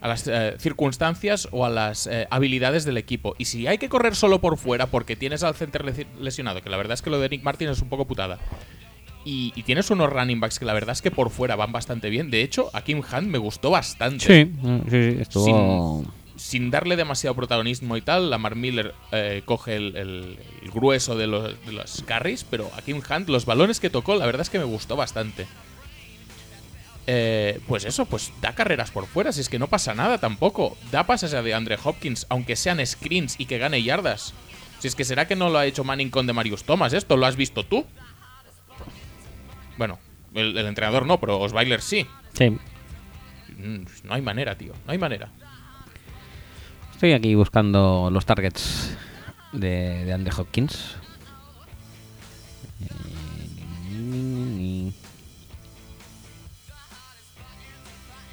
Speaker 2: a las eh, circunstancias o a las eh, habilidades del equipo. Y si hay que correr solo por fuera porque tienes al center lesi- lesionado, que la verdad es que lo de Nick Martin es un poco putada. Y, y tienes unos running backs que la verdad es que por fuera van bastante bien. De hecho, a Kim Hunt me gustó bastante
Speaker 1: sí,
Speaker 2: estuvo- sin darle demasiado protagonismo y tal, Lamar Miller eh, coge el, el- el grueso de los, de los carries, pero a Kim Hunt los balones que tocó, la verdad es que me gustó bastante. eh, pues eso, pues da carreras por fuera, si es que no pasa nada tampoco. Da pases a de Andre Hopkins, aunque sean screens y que gane yardas. Si es que será que no lo ha hecho Manning con de Marius Thomas, esto lo has visto tú. Bueno, el, el entrenador no, pero Osweiler sí.
Speaker 1: Sí.
Speaker 2: Mm, No hay manera, tío, no hay manera.
Speaker 1: Estoy aquí buscando los targets de, de Andre Hopkins.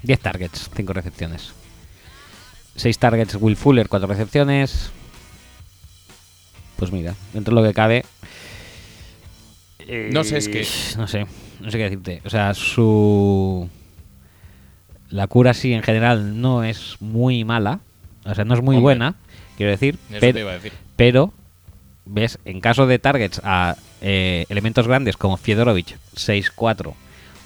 Speaker 1: Diez targets, cinco recepciones. Seis targets Will Fuller, cuatro recepciones. Pues mira, dentro de lo que cabe.
Speaker 2: No sé, es que-
Speaker 1: eh, No sé, no sé qué decirte. O sea, su. La cura sí, en general, no es muy mala. O sea, no es muy
Speaker 2: Hombre.
Speaker 1: buena, quiero decir.
Speaker 2: Eso
Speaker 1: pero,
Speaker 2: te iba a decir.
Speaker 1: pero, ves, en caso de targets a eh, elementos grandes como Fiedorovich 6-4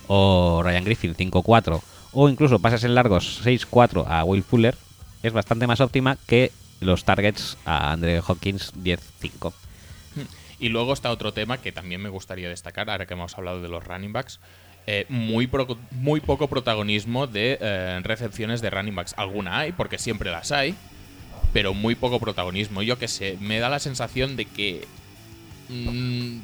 Speaker 1: o Ryan Griffin 5-4 o incluso pases en largos 6-4 a Will Fuller, es bastante más óptima que los targets a Andre Hopkins 10-5.
Speaker 2: Y luego está otro tema que también me gustaría destacar, ahora que hemos hablado de los running backs. eh, muy, pro- muy poco protagonismo de eh, recepciones de running backs. Alguna hay, porque siempre las hay, pero muy poco protagonismo. Yo qué sé, me da la sensación de que mm,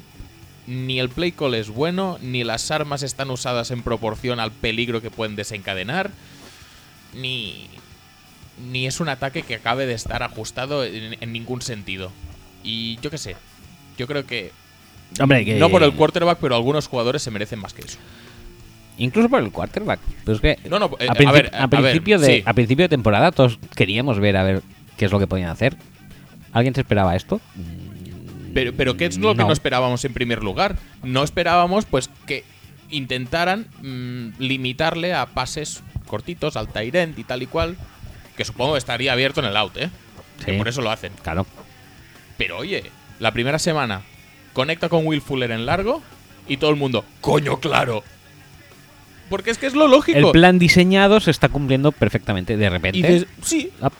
Speaker 2: ni el play call es bueno, ni las armas están usadas en proporción al peligro que pueden desencadenar, ni, ni es un ataque que acabe de estar ajustado en, en ningún sentido. Y yo qué sé, yo creo que,
Speaker 1: Hombre, que
Speaker 2: no por el quarterback, pero algunos jugadores se merecen más que eso.
Speaker 1: Incluso por el quarterback. Pero es que
Speaker 2: No, no, eh,
Speaker 1: a,
Speaker 2: a
Speaker 1: principi-
Speaker 2: ver,
Speaker 1: a
Speaker 2: a ver,
Speaker 1: principio de,
Speaker 2: sí.
Speaker 1: a principio de temporada todos queríamos ver a ver qué es lo que podían hacer. ¿Alguien se esperaba esto?
Speaker 2: Pero, pero ¿qué es lo que
Speaker 1: No.
Speaker 2: no esperábamos en primer lugar? No esperábamos pues que intentaran mm, limitarle a pases cortitos, al tight end y tal y cual, que supongo que estaría abierto en el out, ¿eh? Que
Speaker 1: Sí.
Speaker 2: por eso lo hacen.
Speaker 1: Claro.
Speaker 2: Pero oye, la primera semana conecta con Will Fuller en largo y todo el mundo, coño, claro. Porque es que es lo lógico.
Speaker 1: El plan ¿eh? diseñado se está cumpliendo perfectamente de repente.
Speaker 2: y dices, sí,
Speaker 1: ap,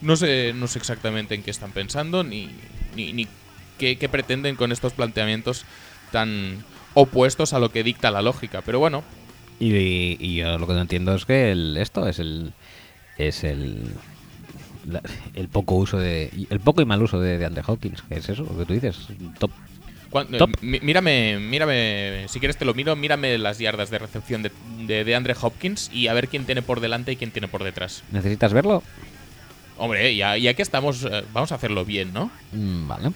Speaker 2: no sé, no sé exactamente en qué están pensando ni, ni, ni qué, qué pretenden con estos planteamientos tan opuestos a lo que dicta la lógica. Pero bueno,
Speaker 1: y- y yo lo que no entiendo es que el- esto es el es el la- el poco uso de el poco y mal uso de, de Andre Hawkins, que es eso lo que tú dices, top.
Speaker 2: cuan- eh,
Speaker 1: Top.
Speaker 2: mí- mírame, mírame, si quieres te lo miro, mírame las yardas de recepción de, de, de Andre Hopkins y a ver quién tiene por delante y quién tiene por detrás.
Speaker 1: ¿Necesitas verlo?
Speaker 2: Hombre, ya, ya que estamos, eh, vamos a hacerlo bien, ¿no?
Speaker 1: Mm, Vale.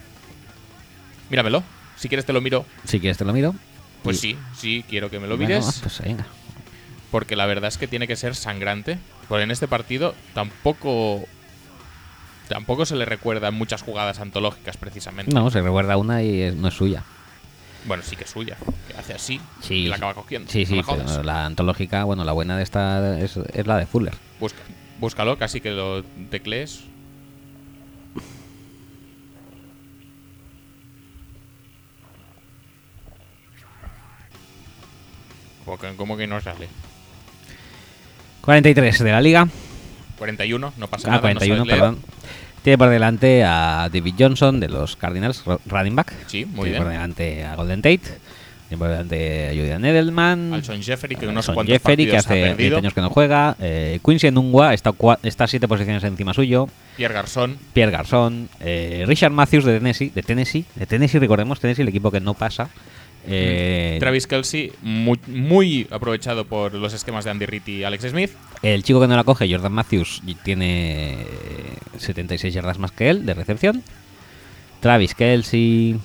Speaker 2: Míramelo. Si quieres te lo miro.
Speaker 1: Si quieres te lo miro.
Speaker 2: Pues
Speaker 1: Y-
Speaker 2: sí, sí, quiero que me lo
Speaker 1: Bueno,
Speaker 2: mires.
Speaker 1: ah, pues venga.
Speaker 2: porque la verdad es que tiene que ser sangrante. Porque en este partido tampoco. Tampoco se le recuerdan muchas jugadas antológicas, precisamente.
Speaker 1: No, se recuerda una y es- no es suya.
Speaker 2: Bueno, sí que es suya. Que hace así
Speaker 1: Sí.
Speaker 2: y la acaba cogiendo.
Speaker 1: Sí,
Speaker 2: No
Speaker 1: sí,
Speaker 2: me jodas.
Speaker 1: pero la antológica, bueno, la buena de esta es, es la de Fuller.
Speaker 2: Busca- búscalo, casi que lo teclees. ¿Cómo que- ¿Cómo que no sale?
Speaker 1: 43 de la liga.
Speaker 2: 41, no pasa
Speaker 1: Ah,
Speaker 2: nada. no sabes
Speaker 1: 41,
Speaker 2: leer.
Speaker 1: perdón. Tiene por delante a David Johnson de los Cardinals, ro- running back.
Speaker 2: Sí,
Speaker 1: Tiene
Speaker 2: muy bien.
Speaker 1: por delante a Golden Tate. Tiene por delante a Julian Edelman.
Speaker 2: Al Son Jeffery, que
Speaker 1: a
Speaker 2: unos
Speaker 1: Alshon
Speaker 2: cuantos
Speaker 1: Jeffery, que
Speaker 2: partidos ha
Speaker 1: hace 10
Speaker 2: perdido.
Speaker 1: años que no juega. Eh, Quincy Nungua está, cua- está 7 posiciones encima suyo.
Speaker 2: Pierre Garzón.
Speaker 1: Pierre Garzón, eh, Richard Matthews de Tennessee, de Tennessee, de Tennessee, recordemos, Tennessee, el equipo que no pasa. Eh,
Speaker 2: Travis Kelsey, muy, muy aprovechado por los esquemas de Andy Reid y Alex Smith.
Speaker 1: El chico que no la coge, Jordan Matthews, y tiene eh, 76 yardas más que él de recepción. Travis Kelsey.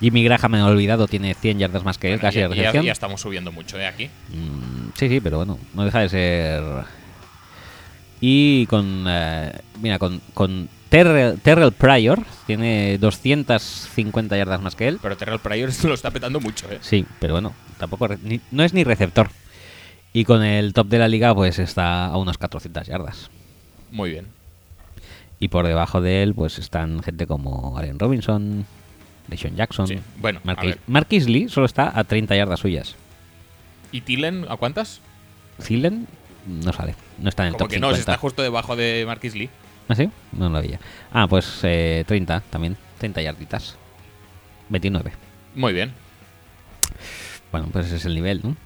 Speaker 1: Jimmy Graham, me he olvidado, tiene 100 yardas más que él,
Speaker 2: Bueno,
Speaker 1: casi de
Speaker 2: ya- ya,
Speaker 1: recepción.
Speaker 2: ya estamos subiendo mucho eh, aquí.
Speaker 1: Mm, sí, sí, pero bueno, no deja de ser. Y con. eh, mira, con, con Terrell, Terrell Pryor, tiene 250 yardas más que él.
Speaker 2: Pero Terrell Pryor [laughs] se lo está petando mucho. eh.
Speaker 1: Sí, pero bueno, tampoco re- ni- no es ni receptor. Y con el top de la liga, pues está a unas 400 yardas.
Speaker 2: Muy bien.
Speaker 1: Y por debajo de él, pues están gente como Allen Robinson, Deshaun Jackson.
Speaker 2: Sí, bueno, a
Speaker 1: Marquis,
Speaker 2: ver.
Speaker 1: Marquis Lee solo está a 30 yardas suyas.
Speaker 2: ¿Y Tillen a cuántas?
Speaker 1: Thielen no sale, no está en el
Speaker 2: Como
Speaker 1: top
Speaker 2: que
Speaker 1: 50.
Speaker 2: no, se está justo debajo de Marquis Lee.
Speaker 1: ¿Ah, sí? No lo veía. Ah, pues eh, 30 también, 30 yarditas. 29.
Speaker 2: Muy bien.
Speaker 1: Bueno, pues ese es el nivel, ¿no?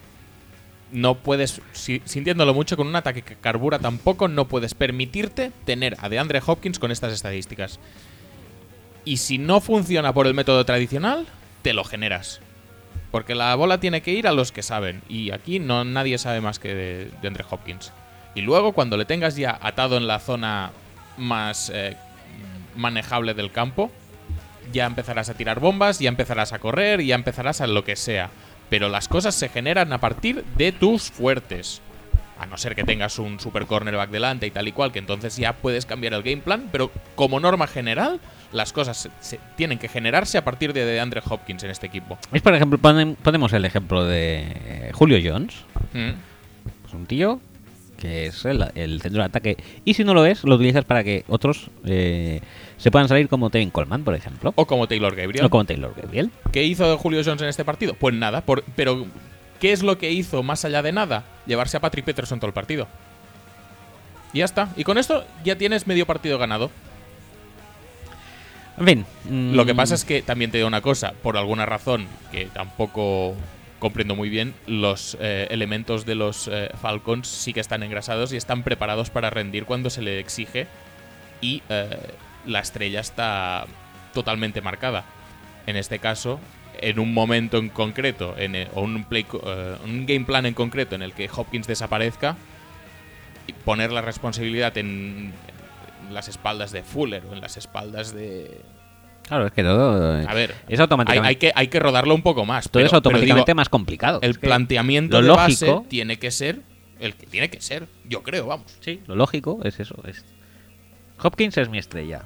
Speaker 2: no puedes, si- sintiéndolo mucho, con un ataque que carbura tampoco, no puedes permitirte tener a DeAndre Hopkins con estas estadísticas. Y si no funciona por el método tradicional, te lo generas. Porque la bola tiene que ir a los que saben. Y aquí no nadie sabe más que de, de Andre Hopkins. Y luego, cuando le tengas ya atado en la zona más eh, manejable del campo, ya empezarás a tirar bombas, ya empezarás a correr, ya empezarás a lo que sea. Pero las cosas se generan a partir de tus fuertes. A no ser que tengas un super cornerback delante y tal y cual, que entonces ya puedes cambiar el game plan, pero como norma general, las cosas se- se tienen que generarse a partir de, de Andre Hopkins en este equipo.
Speaker 1: Es, por ejemplo, ponen- ponemos el ejemplo de eh, Julio Jones.
Speaker 2: Mm.
Speaker 1: Es un tío que es el, el centro de ataque. Y si no lo es, lo utilizas para que otros eh, se puedan salir como Tevin Coleman, por ejemplo.
Speaker 2: O como Taylor Gabriel.
Speaker 1: O como Taylor Gabriel.
Speaker 2: ¿Qué hizo Julio Jones en este partido? Pues nada, por- pero ¿qué es lo que hizo más allá de nada? Llevarse a Patrick Peterson todo el partido. Y ya está. Y con esto ya tienes medio partido ganado.
Speaker 1: En fin. mm,
Speaker 2: Lo que pasa es que también te digo una cosa, por alguna razón que tampoco comprendo muy bien, los eh, elementos de los eh, Falcons sí que están engrasados y están preparados para rendir cuando se le exige y eh, la estrella está totalmente marcada. En este caso, en un momento en concreto, en, eh, o un, play co- eh, un game plan en concreto en el que Hopkins desaparezca, y poner la responsabilidad en las espaldas de Fuller o en las espaldas de,
Speaker 1: Claro, es que todo. eh,
Speaker 2: a ver,
Speaker 1: Es automáticamente.
Speaker 2: Hay, hay que, hay que rodarlo un poco más.
Speaker 1: todo
Speaker 2: pero-
Speaker 1: es
Speaker 2: pero
Speaker 1: automáticamente
Speaker 2: digo,
Speaker 1: más complicado.
Speaker 2: El
Speaker 1: Es que
Speaker 2: planteamiento
Speaker 1: lo
Speaker 2: de base
Speaker 1: lógico-
Speaker 2: tiene que ser el que tiene que ser. Yo creo, vamos.
Speaker 1: Sí, lo lógico es eso. Es... Hopkins es mi estrella.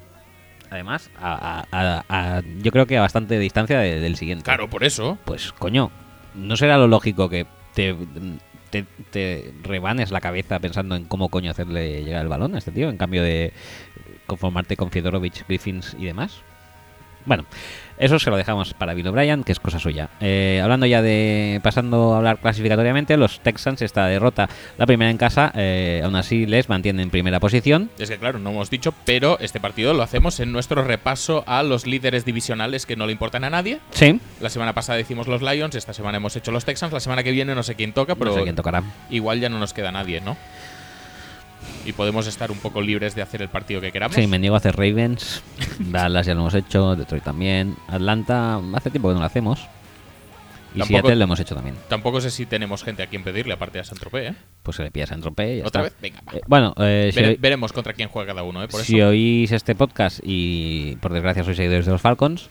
Speaker 1: Además, a- a- a- a- yo creo que a bastante distancia de- del siguiente.
Speaker 2: Claro, por eso.
Speaker 1: Pues coño, ¿no será lo lógico que te, te, te rebanes la cabeza pensando en cómo coño hacerle llegar el balón a este tío en cambio de conformarte con Fiedorovich, Griffins y demás? Bueno, eso se lo dejamos para Bill O'Brien, que es cosa suya. Eh, hablando ya de. Pasando a hablar clasificatoriamente, los Texans, esta derrota, la primera en casa, eh, aún así les mantiene en primera posición.
Speaker 2: Es que claro, no hemos dicho, pero este partido lo hacemos en nuestro repaso a los líderes divisionales que no le importan a nadie.
Speaker 1: Sí,
Speaker 2: La semana pasada decimos los Lions, esta semana hemos hecho los Texans, la semana que viene no sé quién toca, pero
Speaker 1: no sé quién tocará.
Speaker 2: igual ya no nos queda nadie, ¿no? Y podemos estar un poco libres de hacer el partido que queramos.
Speaker 1: Sí, me niego a hacer
Speaker 2: [laughs]
Speaker 1: Ravens. Dallas ya lo hemos hecho, Detroit también. Atlanta hace tiempo que no lo hacemos. Y
Speaker 2: Tampoco-
Speaker 1: Seattle lo hemos hecho también.
Speaker 2: Tampoco sé si tenemos gente a quien pedirle, aparte de Santropé, ¿eh?
Speaker 1: Pues se le pillas en tropez.
Speaker 2: ¿Otra vez? Venga, va.
Speaker 1: bueno, eh, si,
Speaker 2: Vere-
Speaker 1: oi-
Speaker 2: veremos contra quién juega cada uno, ¿eh? Por
Speaker 1: si
Speaker 2: eso.
Speaker 1: oís este podcast y por desgracia sois seguidores de los Falcons,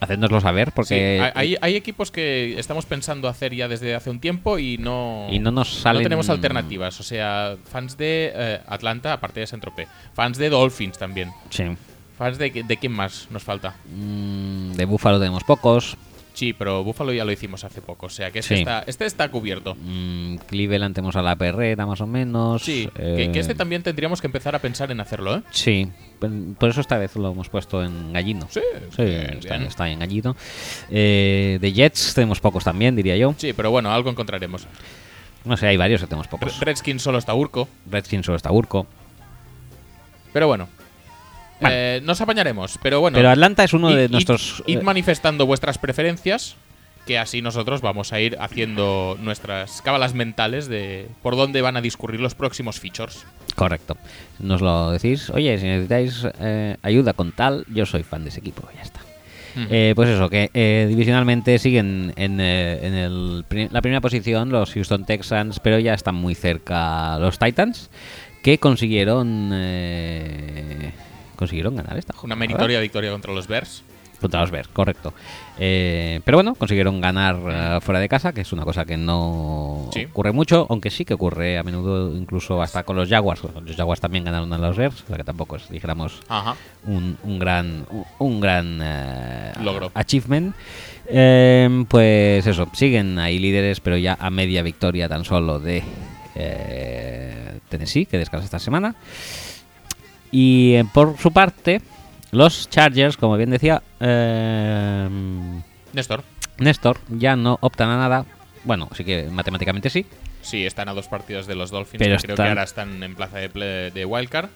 Speaker 1: hacednoslo saber
Speaker 2: Sí,
Speaker 1: porque
Speaker 2: hay- hay, hay equipos que estamos pensando hacer ya desde hace un tiempo y no,
Speaker 1: Y no nos salen-
Speaker 2: tenemos alternativas. O sea, fans de eh, Atlanta, aparte de Saint-Tropez. Fans de Dolphins también.
Speaker 1: sí,
Speaker 2: Fans de, de quién más nos falta.
Speaker 1: mm, de Buffalo tenemos pocos.
Speaker 2: Sí, pero Buffalo ya lo hicimos hace poco. O sea, que este,
Speaker 1: Sí.
Speaker 2: está, este está cubierto.
Speaker 1: Mm, Cleveland tenemos a la perrera más o menos.
Speaker 2: Sí, que- que,
Speaker 1: eh,
Speaker 2: este también tendríamos que empezar a pensar en hacerlo, ¿eh?
Speaker 1: Sí, pen- por eso esta vez lo hemos puesto en gallino.
Speaker 2: Sí, bien,
Speaker 1: está,
Speaker 2: bien.
Speaker 1: está en gallino. Eh, de Jets tenemos pocos también, diría yo.
Speaker 2: Sí, pero bueno, algo encontraremos.
Speaker 1: No sé, hay varios que tenemos
Speaker 2: Re-
Speaker 1: pocos.
Speaker 2: Redskins solo está Urco.
Speaker 1: Redskins solo está Urco.
Speaker 2: Pero bueno.
Speaker 1: Bueno.
Speaker 2: Eh, nos apañaremos, pero bueno.
Speaker 1: Pero Atlanta es uno
Speaker 2: Id-
Speaker 1: de
Speaker 2: id-
Speaker 1: nuestros...
Speaker 2: Id
Speaker 1: eh,
Speaker 2: manifestando vuestras preferencias, que así nosotros vamos a ir haciendo nuestras cábalas mentales de por dónde van a discurrir los próximos features.
Speaker 1: correcto. Nos lo decís. Oye, si necesitáis eh, ayuda con tal, yo soy fan de ese equipo. Ya está.
Speaker 2: Ujú.
Speaker 1: Eh, pues eso, que eh, divisionalmente siguen en, eh, en el pri- la primera posición los Houston Texans, pero ya están muy cerca los Titans, que consiguieron eh, consiguieron ganar esta
Speaker 2: Una
Speaker 1: jornada.
Speaker 2: meritoria victoria contra los Bears.
Speaker 1: Contra los Bears, correcto. Eh, pero bueno, consiguieron ganar eh, fuera de casa, que es una cosa que no
Speaker 2: Sí.
Speaker 1: ocurre mucho, aunque sí que ocurre a menudo incluso hasta con los Jaguars. Los Jaguars también ganaron a los Bears, o sea que tampoco es, dijéramos,
Speaker 2: Ajá.
Speaker 1: un, un gran un, un gran eh,
Speaker 2: Logro.
Speaker 1: achievement Eh, pues eso siguen ahí líderes pero ya a media victoria tan solo de eh, Tennessee que descansa esta semana y eh, por su parte los Chargers como bien decía eh,
Speaker 2: Néstor.
Speaker 1: Néstor ya no optan a nada bueno sí que matemáticamente sí
Speaker 2: Sí, están a dos partidos de los Dolphins,
Speaker 1: Pero
Speaker 2: que creo
Speaker 1: están-
Speaker 2: que ahora están en plaza de, ple- de Wildcard.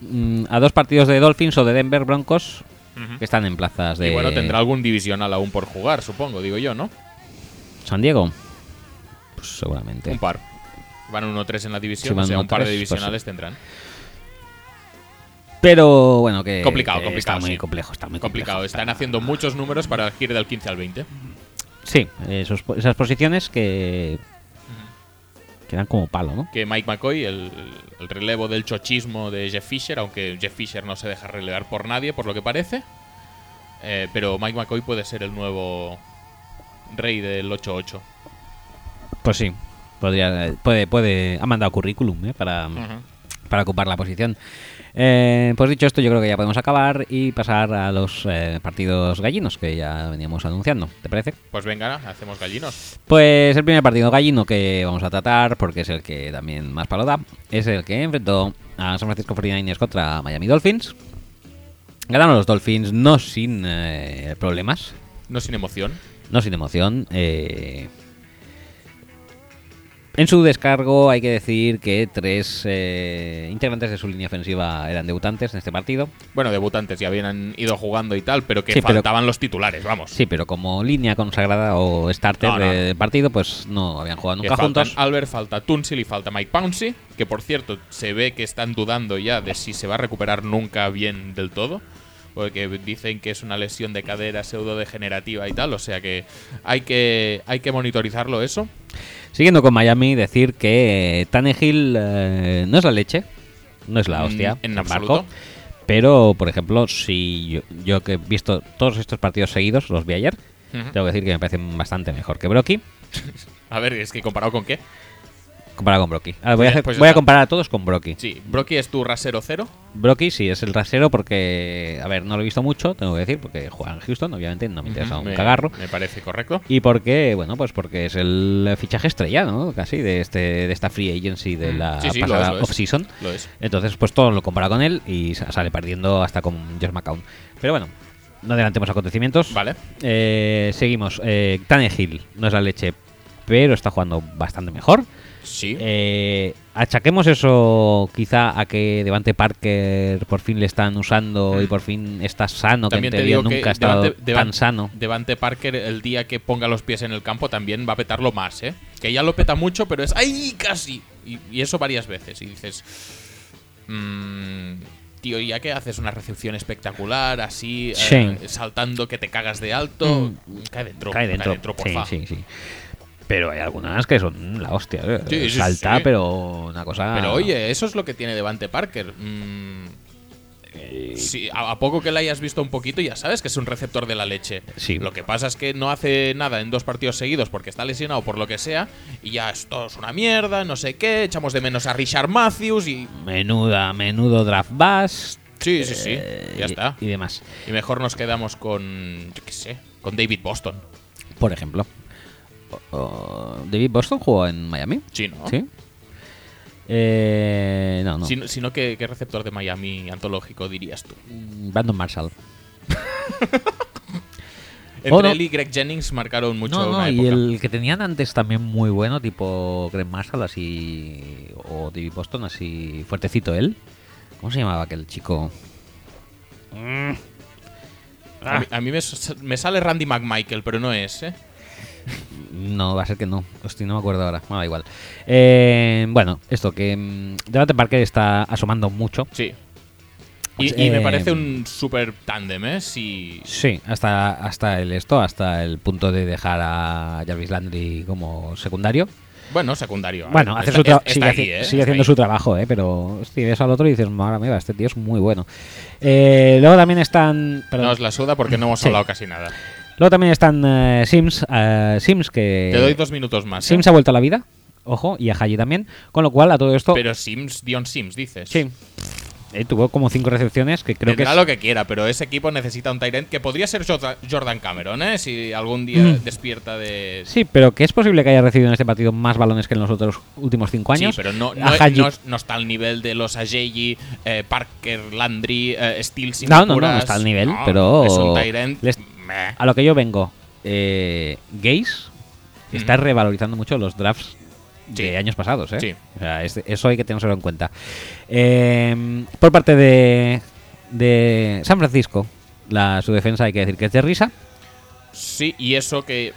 Speaker 1: Mm, a dos partidos de Dolphins o de Denver Broncos que están en plazas de
Speaker 2: Y bueno, tendrá algún divisional aún por jugar, supongo, digo yo, ¿no?
Speaker 1: San Diego Pues seguramente.
Speaker 2: Un par. Van 1-3 en la división,
Speaker 1: Si van
Speaker 2: o sea, un par de
Speaker 1: 1-3, pues
Speaker 2: divisionales tendrán.
Speaker 1: Pero bueno, que.
Speaker 2: Complicado,
Speaker 1: que
Speaker 2: complicado,
Speaker 1: Está muy
Speaker 2: sí.
Speaker 1: complejo, está muy complejo.
Speaker 2: Complicado. Están haciendo muchos números para ir del 15 al 20.
Speaker 1: Sí, esos po- esas posiciones que. que eran como palo, ¿no?
Speaker 2: Que Mike McCoy, el, el relevo del chochismo de Jeff Fisher, aunque Jeff Fisher no se deja relevar por nadie, por lo que parece. eh, pero Mike McCoy puede ser el nuevo rey del 8-8.
Speaker 1: Pues sí. Podría, puede, puede, ha mandado currículum ¿eh? para, para ocupar la posición. Eh, pues dicho esto, yo creo que ya podemos acabar y pasar a los eh, partidos gallinos que ya veníamos anunciando. ¿Te parece?
Speaker 2: Pues venga, hacemos gallinos.
Speaker 1: Pues el primer partido gallino que vamos a tratar, porque es el que también más palo da, es el que enfrentó a San Francisco 49ers contra Miami Dolphins. Ganaron los Dolphins no sin eh, problemas,
Speaker 2: No sin emoción.
Speaker 1: no sin emoción. eh. En su descargo hay que decir que tres eh, integrantes de su línea ofensiva eran debutantes en este partido.
Speaker 2: Bueno, debutantes ya habían ido jugando y tal, pero que
Speaker 1: Sí, pero-
Speaker 2: faltaban los titulares, vamos.
Speaker 1: Sí, pero como línea consagrada o starter
Speaker 2: No, no,
Speaker 1: de
Speaker 2: no.
Speaker 1: partido, pues no habían jugado
Speaker 2: Que
Speaker 1: nunca
Speaker 2: faltan
Speaker 1: juntos.
Speaker 2: Albert, falta Tunsil y falta Mike Pouncey, que por cierto se ve que están dudando ya de si se va a recuperar nunca bien del todo, porque dicen que es una lesión de cadera pseudodegenerativa y tal, o sea que hay que, hay que monitorizarlo eso.
Speaker 1: Siguiendo con Miami, decir que eh, Tannehill eh, no es la leche, no es la
Speaker 2: Mm,
Speaker 1: hostia,
Speaker 2: en
Speaker 1: tampoco.
Speaker 2: absoluto.
Speaker 1: Pero, por ejemplo, si yo, yo que he visto todos estos partidos seguidos, los vi ayer,
Speaker 2: Ujú.
Speaker 1: tengo que decir que me parecen bastante mejor que Brocky,
Speaker 2: A ver, es que comparado con qué.
Speaker 1: comparado con Brocky. Ahora voy a,
Speaker 2: Pues ya-
Speaker 1: hacer-
Speaker 2: pues ya
Speaker 1: voy a
Speaker 2: está.
Speaker 1: comparar a todos con Brocky.
Speaker 2: Sí, Brocky es tu rasero cero.
Speaker 1: Brocky sí es el rasero porque, a ver, no lo he visto mucho, tengo que decir, porque juega en Houston, obviamente no me interesa un
Speaker 2: me,
Speaker 1: cagarro.
Speaker 2: Me parece correcto.
Speaker 1: Y porque, bueno, pues porque es el fichaje estrella, ¿no? Casi de este de esta free agency de la
Speaker 2: Sí, sí, lo es,
Speaker 1: pasada
Speaker 2: lo es.
Speaker 1: off-season.
Speaker 2: Lo es.
Speaker 1: Entonces, pues todo lo compara con él y sa- sale perdiendo hasta con Josh McCown. Pero bueno, no adelantemos acontecimientos.
Speaker 2: Vale.
Speaker 1: Eh, seguimos. Eh, Tannehill no es la leche, pero está jugando bastante mejor.
Speaker 2: Sí.
Speaker 1: Eh, achaquemos eso quizá a que Devante Parker por fin le están usando y por fin está sano,
Speaker 2: También
Speaker 1: que
Speaker 2: te
Speaker 1: en teoría
Speaker 2: digo
Speaker 1: nunca
Speaker 2: que
Speaker 1: ha estado
Speaker 2: Devante-
Speaker 1: tan
Speaker 2: Devan-
Speaker 1: sano.
Speaker 2: Devante Parker, el día que ponga los pies en el campo, también va a petarlo más, ¿eh? Que ya lo peta mucho, pero es ¡ay, casi! Y, y eso varias veces. Y dices, mm, tío, ya que haces una recepción espectacular, así, eh,
Speaker 1: Sí. Mm.
Speaker 2: saltando que te cagas de alto, cae dentro,
Speaker 1: Cae dentro.
Speaker 2: por
Speaker 1: sí,
Speaker 2: fa.
Speaker 1: sí, sí. Pero hay algunas que son la hostia. eh.
Speaker 2: Sí, sí,
Speaker 1: Salta,
Speaker 2: sí.
Speaker 1: pero una cosa.
Speaker 2: Pero oye, eso es lo que tiene Devante Parker. Mm,
Speaker 1: Eh,
Speaker 2: sí, a, a poco que la hayas visto un poquito, ya sabes que es un receptor de la leche.
Speaker 1: Sí.
Speaker 2: Lo que pasa es que no hace nada en dos partidos seguidos porque está lesionado por lo que sea. Y ya esto es una mierda, no sé qué. Echamos de menos a Richard Matthews y.
Speaker 1: Menuda, menudo draft bust.
Speaker 2: Sí, sí, sí.
Speaker 1: eh,
Speaker 2: ya
Speaker 1: y-
Speaker 2: está.
Speaker 1: Y demás.
Speaker 2: Y mejor nos quedamos con. Yo qué sé. Con David Boston.
Speaker 1: Por ejemplo, o- o- David Boston jugó en Miami.
Speaker 2: Sí, ¿no?
Speaker 1: Sí. Eh, no, no.
Speaker 2: Si, si no, ¿qué, qué receptor de Miami antológico dirías tú?
Speaker 1: Mm, Brandon Marshall.
Speaker 2: Entre
Speaker 1: Oh, no.
Speaker 2: él y Greg Jennings marcaron mucho
Speaker 1: no, no,
Speaker 2: una
Speaker 1: y
Speaker 2: época.
Speaker 1: el que tenían antes también muy bueno, tipo Greg Marshall, así. O David Boston, así fuertecito él. ¿Cómo se llamaba aquel chico?
Speaker 2: A mí, a mí me, s- me sale Randy McMichael, pero no es, ¿eh?
Speaker 1: No, va a ser que no. Hostia, no me acuerdo ahora. Bueno, da igual. Eh, bueno, esto que. mm, Devante Parker está asomando mucho.
Speaker 2: Sí. Y,
Speaker 1: Pues,
Speaker 2: y me
Speaker 1: eh,
Speaker 2: parece un super tándem, ¿eh? Si,
Speaker 1: Sí, hasta, hasta el esto, hasta el punto de dejar a Jarvis Landry como secundario.
Speaker 2: bueno, secundario. a
Speaker 1: bueno,
Speaker 2: ver,
Speaker 1: hace
Speaker 2: está-
Speaker 1: su tra-
Speaker 2: es-
Speaker 1: sigue,
Speaker 2: está
Speaker 1: haci-
Speaker 2: ahí,
Speaker 1: sigue
Speaker 2: ¿eh? Está
Speaker 1: haciendo
Speaker 2: ahí.
Speaker 1: su trabajo, ¿eh? pero hostia, ves al otro y dices, madre mía, este tío es muy bueno. Eh, luego también están. perdón.
Speaker 2: No os la suda porque no hemos
Speaker 1: Sí.
Speaker 2: hablado casi nada.
Speaker 1: Luego también están eh, Sims, eh, Sims que.
Speaker 2: Te doy dos minutos más. ¿eh?
Speaker 1: Sims ha vuelto a la vida, ojo, y a Haji también. Con lo cual, a todo esto.
Speaker 2: Pero Sims, Dion Sims, dices.
Speaker 1: Sí. Eh, tuvo como cinco recepciones, que creo
Speaker 2: Tendrá
Speaker 1: que es-
Speaker 2: lo que quiera, pero ese equipo necesita un Tyrant que podría ser Jorda- Jordan Cameron, ¿eh? Si algún día
Speaker 1: Mm.
Speaker 2: despierta de.
Speaker 1: Sí, pero que es posible que haya recibido en este partido más balones que en los otros últimos cinco
Speaker 2: Sí,
Speaker 1: años.
Speaker 2: pero no, no,
Speaker 1: A Haji-
Speaker 2: no- no está al nivel de los Ajayi, eh, Parker, Landry, eh, Steele, sin
Speaker 1: No, no, no,
Speaker 2: locuras.
Speaker 1: no está al nivel, pero-
Speaker 2: Es un Tyrant.
Speaker 1: Les-
Speaker 2: meh.
Speaker 1: A lo que yo vengo, eh, Gaze está revalorizando mucho los drafts
Speaker 2: Sí.
Speaker 1: de años pasados. ¿eh?
Speaker 2: Sí.
Speaker 1: O sea, es- eso hay que tenerlo en cuenta. Eh, por parte de, de San Francisco, la, su defensa hay que decir que es de risa.
Speaker 2: Sí, y eso que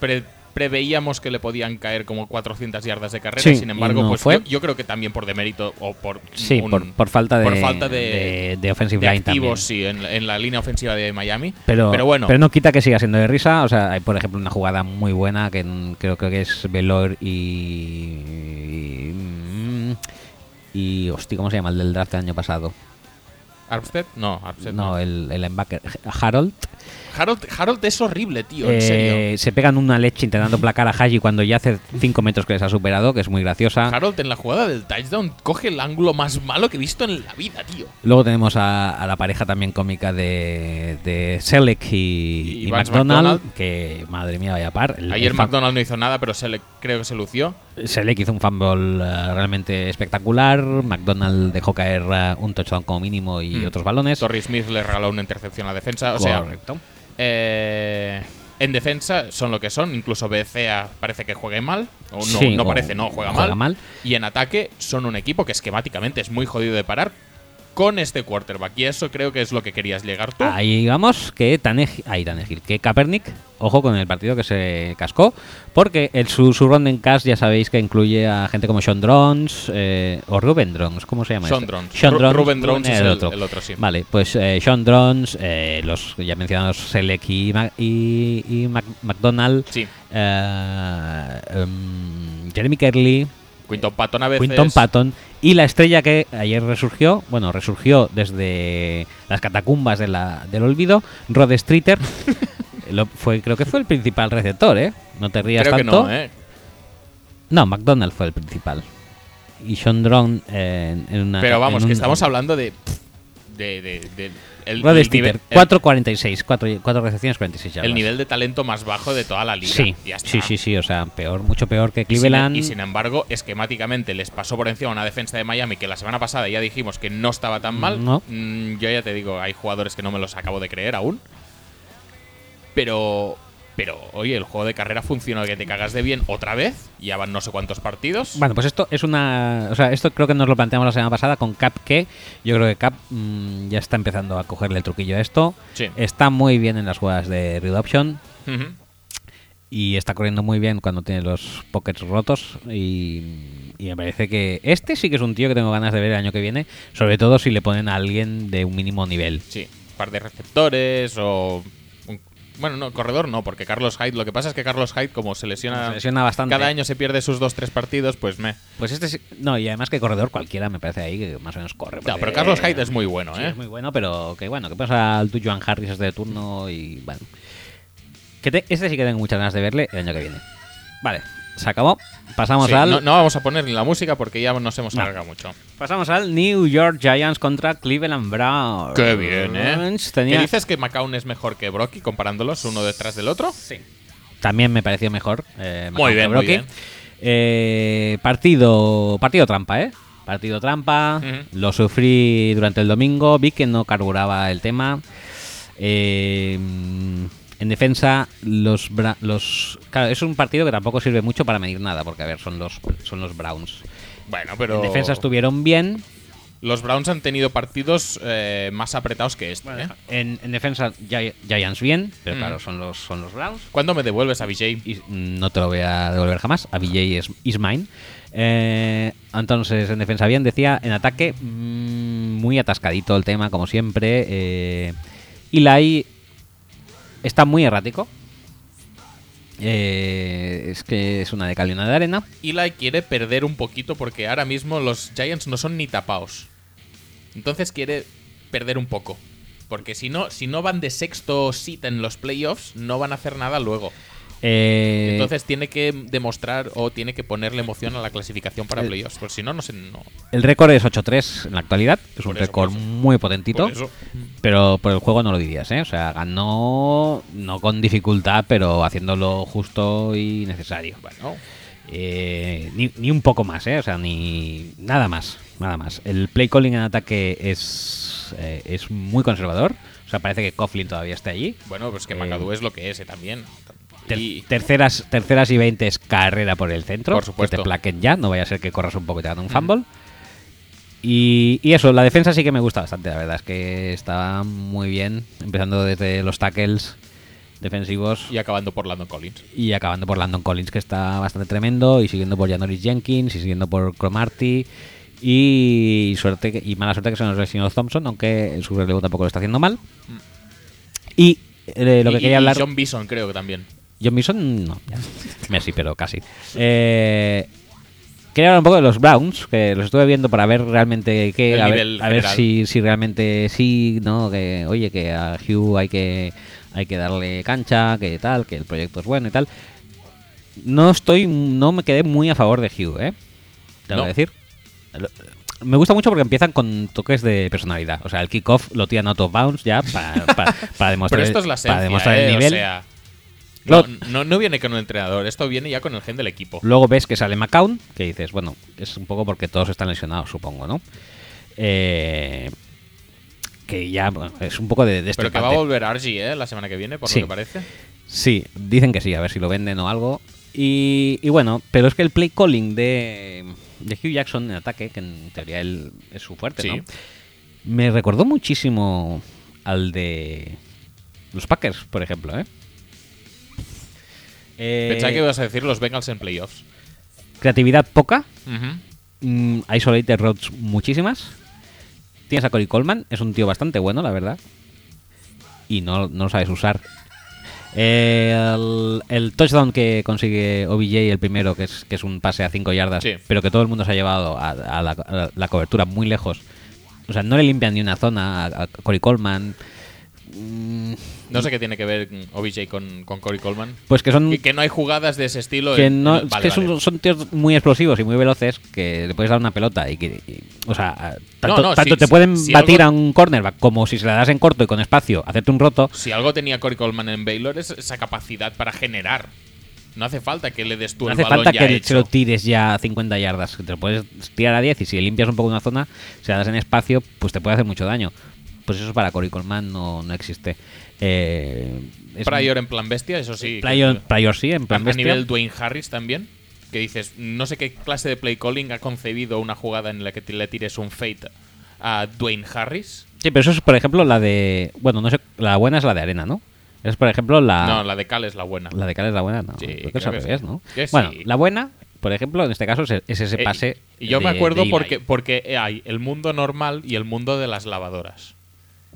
Speaker 2: pre- preveíamos que le podían caer como 400 yardas de carrera,
Speaker 1: Sí,
Speaker 2: sin embargo,
Speaker 1: y no
Speaker 2: pues
Speaker 1: fue.
Speaker 2: yo, yo creo que también por demérito o por
Speaker 1: Sí,
Speaker 2: un-
Speaker 1: por, por falta de,
Speaker 2: por falta de,
Speaker 1: de, de offensive
Speaker 2: de
Speaker 1: line también.
Speaker 2: activos, sí, en, la- en la línea ofensiva de Miami.
Speaker 1: Pero,
Speaker 2: bueno,
Speaker 1: pero no quita que siga siendo de risa. O sea, hay, por ejemplo, una jugada muy buena que en- creo, creo que es Velor y. y- Y. Hostia, ¿cómo se llama el del draft del año pasado?
Speaker 2: Armstead, no, Armstead no.
Speaker 1: No, eh. el, el linebacker, Harold.
Speaker 2: Harold, Harold es horrible, tío, en serio.
Speaker 1: Eh, se pegan una leche intentando placar a Haji cuando ya hace 5 metros que les ha superado, que es muy graciosa.
Speaker 2: Harold en la jugada del touchdown coge el ángulo más malo que he visto en la vida, tío.
Speaker 1: Luego tenemos a, a la pareja también cómica de, de Selleck y,
Speaker 2: Y
Speaker 1: y
Speaker 2: Vance
Speaker 1: McDonald,
Speaker 2: McDonald.
Speaker 1: que madre mía, vaya par. El-
Speaker 2: Ayer
Speaker 1: el fan-
Speaker 2: McDonald no hizo nada, pero se le, creo que se lució.
Speaker 1: Selleck hizo un fumble eh, realmente espectacular. McDonald dejó caer eh, un touchdown como mínimo y
Speaker 2: Mm.
Speaker 1: otros balones.
Speaker 2: Torrey Smith le regaló una intercepción a la defensa. O sea,
Speaker 1: Correcto.
Speaker 2: eh, en defensa son lo que son. Incluso BCA parece que juegue mal. O no,
Speaker 1: Sí,
Speaker 2: no
Speaker 1: o
Speaker 2: parece, no, juega,
Speaker 1: juega
Speaker 2: mal.
Speaker 1: mal.
Speaker 2: Y en ataque son un equipo que esquemáticamente es muy jodido de parar con este quarterback. Y eso creo que es lo que querías llegar tú.
Speaker 1: Ahí vamos, que Tanegil, ahí Tannehill, que Kaepernick, ojo con el partido que se cascó, porque el, su, su ronda en cast ya sabéis que incluye a gente como Sean Drones eh, o Ruben Drones, ¿cómo se llama?
Speaker 2: Sean
Speaker 1: este?
Speaker 2: Drones.
Speaker 1: Sean
Speaker 2: Ru-
Speaker 1: Drones,
Speaker 2: Ruben Drones
Speaker 1: Ruben
Speaker 2: es el- el otro, sí.
Speaker 1: Vale, pues eh, Sean Drones, eh, los ya mencionados Selec y, Ma- y, y Mac- McDonald,
Speaker 2: Sí.
Speaker 1: eh, em, Jeremy Kerley,
Speaker 2: Quinton Patton a veces.
Speaker 1: Quinton Patton y la estrella que ayer resurgió, bueno, resurgió desde las catacumbas de la- del olvido, Rod
Speaker 2: [laughs]
Speaker 1: Streeter. Lo- fue, creo que fue el principal receptor, ¿eh? No te rías
Speaker 2: Creo que
Speaker 1: tanto.
Speaker 2: no, ¿eh?
Speaker 1: No, McDonald fue el principal. Y Sean Drone eh, en, en una.
Speaker 2: Pero vamos,
Speaker 1: en
Speaker 2: que
Speaker 1: un-
Speaker 2: estamos hablando de. de, de, de- el,
Speaker 1: Rod
Speaker 2: el
Speaker 1: Streeter,
Speaker 2: nivel- el-
Speaker 1: 4.46, 4, 4 recepciones, 46 yardas.
Speaker 2: el nivel de talento más bajo de toda la liga.
Speaker 1: Sí,
Speaker 2: Ya está.
Speaker 1: sí, sí, sí, o sea, peor, mucho peor que
Speaker 2: Y sin-
Speaker 1: Cleveland.
Speaker 2: Y sin, embargo, esquemáticamente les pasó por encima una defensa de Miami que la semana pasada ya dijimos que no estaba tan mal.
Speaker 1: No.
Speaker 2: Mm, yo ya te digo, hay jugadores que no me los acabo de creer aún. Pero. Pero, oye, el juego de carrera funciona que te cagas de bien otra vez. Ya van no sé cuántos partidos.
Speaker 1: Bueno, pues esto es una. O sea, esto creo que nos lo planteamos la semana pasada con Cap, que yo creo que Cap mm, ya está empezando a cogerle el truquillo a esto.
Speaker 2: Sí.
Speaker 1: Está muy bien en las jugadas de Read Option
Speaker 2: Ujú.
Speaker 1: y está corriendo muy bien cuando tiene los pockets rotos. Y, y me parece que este sí que es un tío que tengo ganas de ver el año que viene, sobre todo si le ponen a alguien de un mínimo nivel.
Speaker 2: Sí, un par de receptores o. un- bueno, no, corredor no, porque Carlos Hyde. Lo que pasa es que Carlos Hyde, como se lesiona.
Speaker 1: Se lesiona bastante.
Speaker 2: Cada año se pierde sus dos, tres partidos, pues me.
Speaker 1: Pues este sí- No, y además que corredor cualquiera me parece ahí que más o menos corre.
Speaker 2: No,
Speaker 1: porque-
Speaker 2: pero Carlos Hyde es muy bueno,
Speaker 1: Sí,
Speaker 2: ¿eh?
Speaker 1: es muy bueno, pero que bueno, que pasa al tuyo Joan Harris este de turno y bueno. Que te- este sí que tengo muchas ganas de verle el año que viene. Vale, se acabó. Pasamos
Speaker 2: Sí,
Speaker 1: al
Speaker 2: no, no vamos a poner ni la música porque ya nos hemos
Speaker 1: No.
Speaker 2: alargado mucho.
Speaker 1: pasamos al New York Giants contra Cleveland Browns.
Speaker 2: Qué bien, ¿eh?
Speaker 1: Tenía-
Speaker 2: ¿Qué dices que McCown es mejor que Brocky comparándolos uno detrás del otro? Sí.
Speaker 1: También me pareció mejor. eh, Mahomes
Speaker 2: Muy bien,
Speaker 1: que
Speaker 2: muy
Speaker 1: Brookie.
Speaker 2: bien.
Speaker 1: Eh, partido, partido trampa, ¿eh? Partido trampa.
Speaker 2: Ujú.
Speaker 1: Lo sufrí durante el domingo. Vi que no carburaba el tema. Eh, en defensa, los, Bra- los. Claro, es un partido que tampoco sirve mucho para medir nada, porque, a ver, son los, son los Browns.
Speaker 2: Bueno, pero.
Speaker 1: En defensa estuvieron bien.
Speaker 2: Los Browns han tenido partidos eh, más apretados que este, ¿eh?
Speaker 1: En, en defensa, Gi- Giants bien. Pero
Speaker 2: Mm.
Speaker 1: claro, son los, son los Browns.
Speaker 2: ¿Cuándo me devuelves a BJ?
Speaker 1: y no te lo voy a devolver jamás. A BJ es is mine. Eh, entonces, en defensa bien, decía, en ataque, mm, muy atascadito el tema, como siempre. Eh, Eli está muy errático. Eh, es que es una de cal y una de arena.
Speaker 2: Eli quiere perder un poquito porque ahora mismo los Giants no son ni tapaos. Entonces quiere perder un poco. Porque si no, si no van de sexto seat en los playoffs, no van a hacer nada luego.
Speaker 1: Eh,
Speaker 2: Entonces tiene que demostrar o tiene que ponerle emoción a la clasificación
Speaker 1: Eh.
Speaker 2: para playoffs. Porque si no, no sé. No,
Speaker 1: el récord es 8-3 en la actualidad. Es un
Speaker 2: Por eso,
Speaker 1: récord
Speaker 2: por eso.
Speaker 1: muy potentito.
Speaker 2: por eso.
Speaker 1: Pero por el juego no lo dirías, ¿eh? O sea, ganó no con dificultad, pero haciéndolo justo y necesario.
Speaker 2: Bueno.
Speaker 1: Eh, ni, ni un poco más, ¿eh? O sea, ni nada más, nada más. El play calling en ataque es, eh, es muy conservador. O sea, parece que Coughlin todavía está allí.
Speaker 2: Bueno, pues que
Speaker 1: Eh,
Speaker 2: McAdoo es lo que es eh, también.
Speaker 1: Ter-
Speaker 2: Y
Speaker 1: terceras, terceras y 20 es carrera por el centro.
Speaker 2: Por supuesto.
Speaker 1: Que te plaquen ya, no vaya a ser que corras un poco y te hagan un fumble. Y, y eso, la defensa sí que me gusta bastante, la verdad es que estaba muy bien, empezando desde los tackles defensivos
Speaker 2: Y acabando por Landon Collins.
Speaker 1: y acabando por Landon Collins, que está bastante tremendo, y siguiendo por Janoris Jenkins, y siguiendo por Cromarty. Y suerte que- y mala suerte que se nos lesionó Thompson, aunque su relevo tampoco lo está haciendo mal. Y eh, lo que
Speaker 2: Mm. Y-
Speaker 1: quería
Speaker 2: y
Speaker 1: hablar.
Speaker 2: John Bison, creo que también.
Speaker 1: John Mason, no. ya. Messi, pero casi. Eh, quería hablar un poco de los Browns, que los estuve viendo para ver realmente qué.
Speaker 2: El
Speaker 1: A ver,
Speaker 2: nivel
Speaker 1: a ver
Speaker 2: general.
Speaker 1: si, si realmente sí, ¿no? Que, oye, que a Hugh hay que, hay que darle cancha, que tal, que el proyecto es bueno y tal. No estoy. No me quedé muy a favor de Hugh, ¿eh? Tengo
Speaker 2: No.
Speaker 1: que decir. Lo- Me gusta mucho porque empiezan con toques de personalidad. O sea, el kickoff lo tiran out of bounds ya para, para, para demostrar,
Speaker 2: [laughs] Pero esto es la esencia,
Speaker 1: para demostrar
Speaker 2: ¿eh?
Speaker 1: el
Speaker 2: O
Speaker 1: nivel.
Speaker 2: sea, no,
Speaker 1: Lo-
Speaker 2: no, no viene con un entrenador, esto viene ya con el gen del equipo.
Speaker 1: Luego ves que sale McCown, que dices, bueno, es un poco porque todos están lesionados, supongo, ¿no? Eh, que ya bueno, es un poco de, este de
Speaker 2: Pero que va a
Speaker 1: estrepante.
Speaker 2: volver Archie, ¿eh? La semana que viene, por
Speaker 1: Sí.
Speaker 2: lo que parece.
Speaker 1: Sí, dicen que sí, a ver si lo venden o algo. Y, y bueno, pero es que el play calling de, de Hugh Jackson en ataque, que en teoría él es su fuerte,
Speaker 2: Sí.
Speaker 1: ¿no? Me recordó muchísimo al de los Packers, por ejemplo, ¿eh? Eh,
Speaker 2: Pensaba que ibas a decir los Bengals en playoffs.
Speaker 1: Creatividad poca, Mm, Isolated Roads muchísimas. Tienes a Cory Coleman, es un tío bastante bueno, la verdad. Y no, no lo sabes usar. El, el touchdown que consigue OBJ, el primero, que es, que es un pase a 5 yardas,
Speaker 2: Sí.
Speaker 1: pero que todo el mundo se ha llevado a, a la, a la cobertura muy lejos. O sea, no le limpian ni una zona a, a Corey Coleman. Mm,
Speaker 2: No sé qué tiene que ver mm, OBJ con, con Corey Coleman.
Speaker 1: Pues que son
Speaker 2: Que, que no hay jugadas de ese estilo.
Speaker 1: que
Speaker 2: en-
Speaker 1: no,
Speaker 2: en-
Speaker 1: es
Speaker 2: vale,
Speaker 1: que son,
Speaker 2: vale.
Speaker 1: son tíos muy explosivos y muy veloces que le puedes dar una pelota y que y- o sea a- tanto,
Speaker 2: no,
Speaker 1: tanto
Speaker 2: sí,
Speaker 1: te
Speaker 2: sí,
Speaker 1: pueden
Speaker 2: sí,
Speaker 1: batir
Speaker 2: algo-
Speaker 1: a un cornerback como si se la das en corto y con espacio hacerte un roto
Speaker 2: Si algo tenía Corey Coleman en Baylor es esa capacidad para generar. No hace falta que le des tú
Speaker 1: no
Speaker 2: el
Speaker 1: hace
Speaker 2: balón
Speaker 1: falta
Speaker 2: ya
Speaker 1: que
Speaker 2: hecho.
Speaker 1: se lo tires ya a 50 yardas te lo puedes tirar a 10 y si limpias un poco una zona si la das en espacio pues te puede hacer mucho daño pues eso para Cory Coleman no, no existe eh, es
Speaker 2: Pryor en plan bestia, eso sí.
Speaker 1: un- Pryor, Pryor sí en
Speaker 2: A-
Speaker 1: plan
Speaker 2: a
Speaker 1: bestia.
Speaker 2: nivel Dwayne Harris también. Que dices, no sé qué clase de play calling ha concebido una jugada en la que te- le tires un fate a Dwayne Harris.
Speaker 1: sí pero eso es por ejemplo la de bueno no sé la buena es la de arena no es por ejemplo la
Speaker 2: No, la de Cal es la buena.
Speaker 1: La de Cal es la buena, no.
Speaker 2: Sí,
Speaker 1: creo que
Speaker 2: creo
Speaker 1: es al
Speaker 2: que sí.
Speaker 1: revés, ¿no?
Speaker 2: Que sí.
Speaker 1: Bueno, la buena, por ejemplo, en este caso es, es ese
Speaker 2: Eh,
Speaker 1: pase.
Speaker 2: y yo me
Speaker 1: de- de
Speaker 2: acuerdo
Speaker 1: Eli.
Speaker 2: porque, porque eh, hay el mundo normal y el mundo de las lavadoras.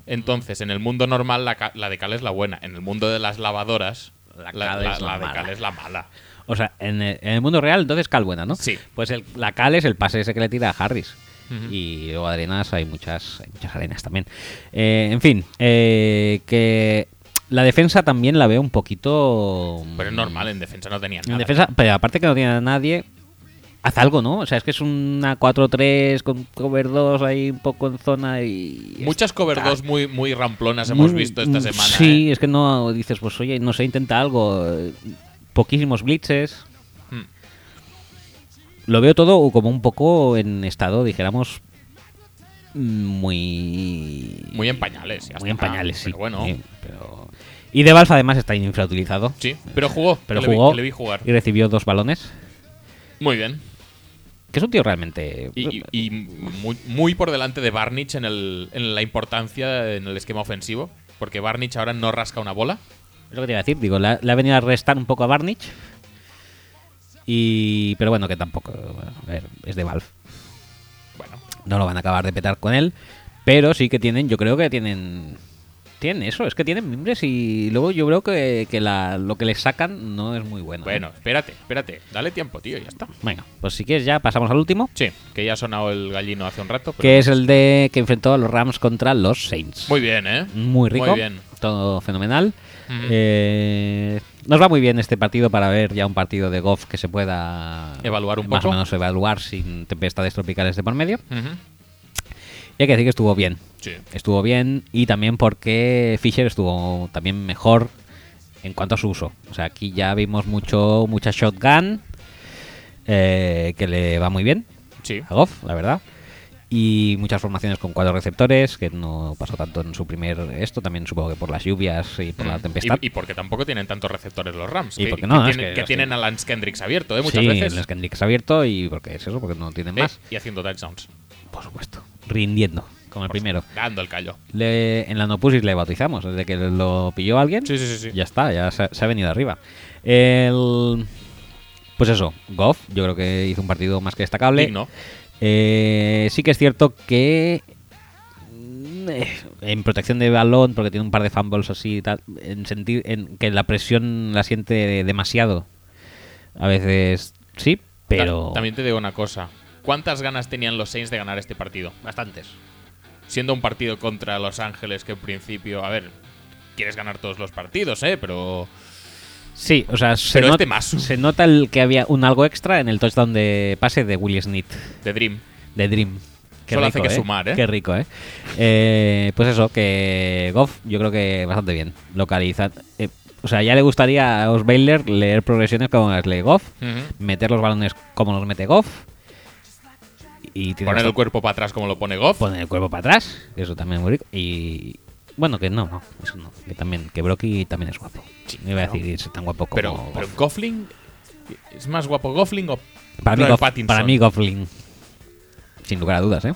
Speaker 2: Entonces, en el mundo normal la, ca- la de Cal es la buena. En el mundo de las lavadoras,
Speaker 1: La
Speaker 2: la,
Speaker 1: Cal
Speaker 2: la-
Speaker 1: es la
Speaker 2: la de
Speaker 1: mala.
Speaker 2: Cal es la mala.
Speaker 1: O sea, en el, en el mundo real, entonces Cal buena, ¿no?
Speaker 2: Sí.
Speaker 1: Pues el- la Cal es el pase ese que le tira a Harris. Y luego arenas, hay muchas, hay muchas arenas también. Eh, en fin, eh, que la defensa también la veo un poquito. mm,
Speaker 2: Pero es normal, en defensa no tenía nada.
Speaker 1: En defensa, pero aparte que no tiene a nadie, haz algo, ¿no? O sea, es que es una 4-3 con cover 2 ahí un poco en zona y.
Speaker 2: Muchas cover 2 muy, muy ramplonas
Speaker 1: Muy-
Speaker 2: hemos visto esta
Speaker 1: mm,
Speaker 2: semana.
Speaker 1: Sí,
Speaker 2: ¿eh?
Speaker 1: es que no dices, pues oye, no sé, intenta algo. eh, Poquísimos blitzes.
Speaker 2: Mm.
Speaker 1: Lo veo todo como un poco en estado, dijéramos, mm, muy.
Speaker 2: Muy en pañales, ya
Speaker 1: Muy
Speaker 2: está.
Speaker 1: en pañales, sí.
Speaker 2: Pero bueno.
Speaker 1: Sí, pero- Y De Balfa además está infrautilizado.
Speaker 2: Sí, pero jugó.
Speaker 1: Pero
Speaker 2: que le vi-
Speaker 1: jugó Eh,
Speaker 2: que le vi jugar.
Speaker 1: y recibió dos balones.
Speaker 2: Muy bien.
Speaker 1: Que es un tío realmente.
Speaker 2: Y, y- y muy, muy por delante de Barnich en, el- en la importancia en el esquema ofensivo. Porque Barnich ahora no rasca una bola.
Speaker 1: Es lo que te iba a decir, digo, le, le ha venido a restar un poco a Barnich. Y. Pero bueno, que tampoco. bueno, a ver, es de Valve.
Speaker 2: Bueno,
Speaker 1: No lo van a acabar de petar con él. Pero sí que tienen, yo creo que tienen. Tienen eso, es que tienen mimbres y luego yo creo que, que la- lo que les sacan no es muy bueno. ¿eh?
Speaker 2: bueno, espérate, espérate. Dale tiempo, tío, ya está.
Speaker 1: Venga, pues si quieres ya pasamos al último,
Speaker 2: Sí, que ya ha sonado el gallino hace un rato. pero-
Speaker 1: que es el de que enfrentó a los Rams contra los Saints.
Speaker 2: Pues Muy bien, ¿eh?
Speaker 1: Muy rico.
Speaker 2: Muy bien.
Speaker 1: Todo fenomenal.
Speaker 2: Ujú.
Speaker 1: Eh, nos va muy bien este partido para ver ya un partido de golf que se pueda
Speaker 2: Evaluar un
Speaker 1: más
Speaker 2: poco.
Speaker 1: o menos evaluar sin tempestades tropicales de por medio.
Speaker 2: Ujú.
Speaker 1: Y hay que decir que estuvo bien.
Speaker 2: Sí.
Speaker 1: Estuvo bien y también porque Fisher estuvo también mejor en cuanto a su uso. O sea, aquí ya vimos mucho mucha shotgun eh, que le va muy bien
Speaker 2: Sí.
Speaker 1: a Goff, la verdad. Y muchas formaciones con cuatro receptores, que no pasó tanto en su primer esto, también supongo que por las lluvias y por la
Speaker 2: Mm.
Speaker 1: tempestad.
Speaker 2: Y, y porque tampoco tienen tantos receptores los Rams.
Speaker 1: Y
Speaker 2: que,
Speaker 1: porque no,
Speaker 2: que
Speaker 1: es
Speaker 2: tienen,
Speaker 1: que-
Speaker 2: que tienen a Lance Kendricks abierto, ¿eh? Muchas
Speaker 1: sí,
Speaker 2: veces.
Speaker 1: el Kendrick es abierto y porque es eso, porque no tienen
Speaker 2: Eh,
Speaker 1: más.
Speaker 2: Y haciendo touchdowns.
Speaker 1: Por supuesto, rindiendo. Como el primero.
Speaker 2: Dando el callo.
Speaker 1: Le- en la Nopusis le bautizamos. Desde que lo pilló alguien,
Speaker 2: Sí, sí, sí. sí.
Speaker 1: ya está, ya se, se ha venido arriba. El- pues eso, Goff, yo creo que hizo un partido más que destacable.
Speaker 2: Digno.
Speaker 1: Eh, sí que es cierto que mm, eh, en protección de balón, porque tiene un par de fumbles así, y tal, en sentir en que la presión la siente demasiado. A veces sí, pero
Speaker 2: Ta- También te digo una cosa. ¿Cuántas ganas tenían los Saints de ganar este partido?
Speaker 1: bastantes.
Speaker 2: Siendo un partido contra Los Ángeles que en principio, a ver, quieres ganar todos los partidos, ¿eh? Pero
Speaker 1: Sí, o sea, se,
Speaker 2: Pero
Speaker 1: not-
Speaker 2: este más.
Speaker 1: se nota el que había un algo extra en el touchdown de pase de Will Smith,
Speaker 2: The Dream.
Speaker 1: de Dream.
Speaker 2: Solo hace que sumar, ¿eh?
Speaker 1: Qué rico, ¿eh? Eh, Pues eso, que Goff yo creo que bastante bien. Localiza. eh, o sea, ya le gustaría a Osweiler leer progresiones como las lee Goff,
Speaker 2: Ujú.
Speaker 1: meter los balones como los mete Goff y tiene
Speaker 2: Poner el
Speaker 1: bastante-
Speaker 2: cuerpo para atrás como lo pone Goff.
Speaker 1: poner el cuerpo para atrás, que eso también es muy rico. Y bueno, que no, no, eso no. Que también, que Brocky también es guapo. No iba a decir es tan guapo como
Speaker 2: Pero,
Speaker 1: Goff.
Speaker 2: pero Goffling. ¿Es más guapo Goffling o
Speaker 1: Para mí,
Speaker 2: Robert
Speaker 1: Goff-
Speaker 2: Pattinson?
Speaker 1: para mí Goffling. Sin lugar a dudas, ¿eh?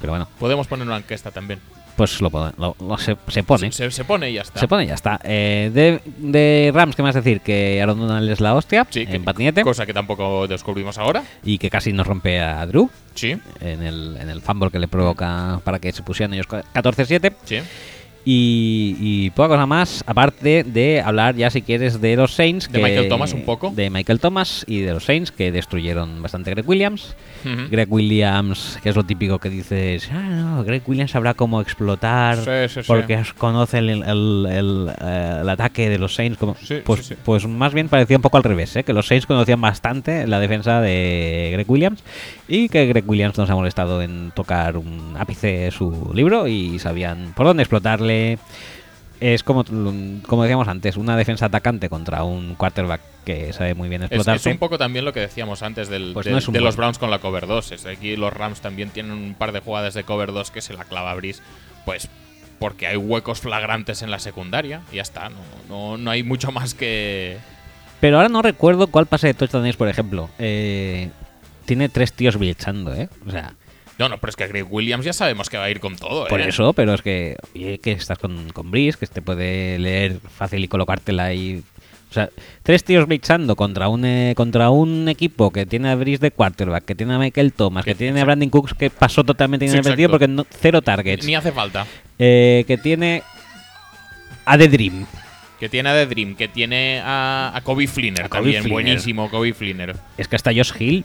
Speaker 1: Pero bueno,
Speaker 2: Podemos poner una encuesta también.
Speaker 1: pues lo, pone- lo- lo- se, se pone.
Speaker 2: Se, se pone y ya está.
Speaker 1: Se pone y ya está. Eh, de, de Rams, ¿qué más decir? Que Aaron Donald es la hostia
Speaker 2: Sí, que-
Speaker 1: en patinete
Speaker 2: Cosa que tampoco descubrimos ahora.
Speaker 1: y que casi nos rompe a Drew
Speaker 2: Sí,
Speaker 1: en el, en el fumble que le provoca para que se pusieran ellos 14-7.
Speaker 2: sí.
Speaker 1: Y, y poca cosa más, aparte de hablar ya si quieres de los Saints.
Speaker 2: De Michael Thomas un poco.
Speaker 1: De Michael Thomas y de los Saints que destruyeron bastante a Greg Williams.
Speaker 2: Ujú.
Speaker 1: Greg Williams, que es lo típico que dices, ah, no, Greg Williams sabrá cómo explotar
Speaker 2: Sí, sí, sí.
Speaker 1: porque os conoce el, el- el, eh, el ataque de los Saints. Como,
Speaker 2: Sí,
Speaker 1: pues,
Speaker 2: sí, sí.
Speaker 1: pues más bien parecía un poco al revés, ¿eh? que los Saints conocían bastante la defensa de Greg Williams y que Greg Williams nos ha molestado en tocar un ápice su libro y sabían por dónde explotarle. Es como, como decíamos antes, una defensa atacante contra un quarterback que sabe muy bien
Speaker 2: Es,
Speaker 1: explotarte.
Speaker 2: es un poco también lo que decíamos antes del,
Speaker 1: Pues
Speaker 2: del-
Speaker 1: no es un
Speaker 2: de
Speaker 1: buen-
Speaker 2: los Browns con la cover 2. Es aquí los Rams también tienen un par de jugadas de cover 2 que se la clava Brice, pues porque hay huecos flagrantes en la secundaria y ya está. No, no, no hay mucho más que.
Speaker 1: Pero ahora no recuerdo cuál pase de touchdown es, por ejemplo. Eh, tiene tres tíos blitzando, ¿eh? O sea,
Speaker 2: No, no, pero es que Greg Williams ya sabemos que va a ir con todo.
Speaker 1: por
Speaker 2: ¿eh?
Speaker 1: eso, pero es que, oye, que estás con, con Breeze, que te puede leer fácil y colocártela ahí. O sea, tres tíos blitzando contra un eh, contra un equipo que tiene a Breeze de quarterback, que tiene a Michael Thomas, que
Speaker 2: Que-
Speaker 1: tiene a Brandon Cooks, que pasó totalmente
Speaker 2: Sí,
Speaker 1: inadvertido
Speaker 2: exacto.
Speaker 1: porque no, cero targets.
Speaker 2: Ni hace falta.
Speaker 1: Eh, que tiene a The Dream.
Speaker 2: Que tiene a The Dream, que tiene a, a Kobe Flinner
Speaker 1: A Kobe
Speaker 2: también.
Speaker 1: Fleener.
Speaker 2: Buenísimo, Kobe Flinner.
Speaker 1: Es que hasta Josh Hill.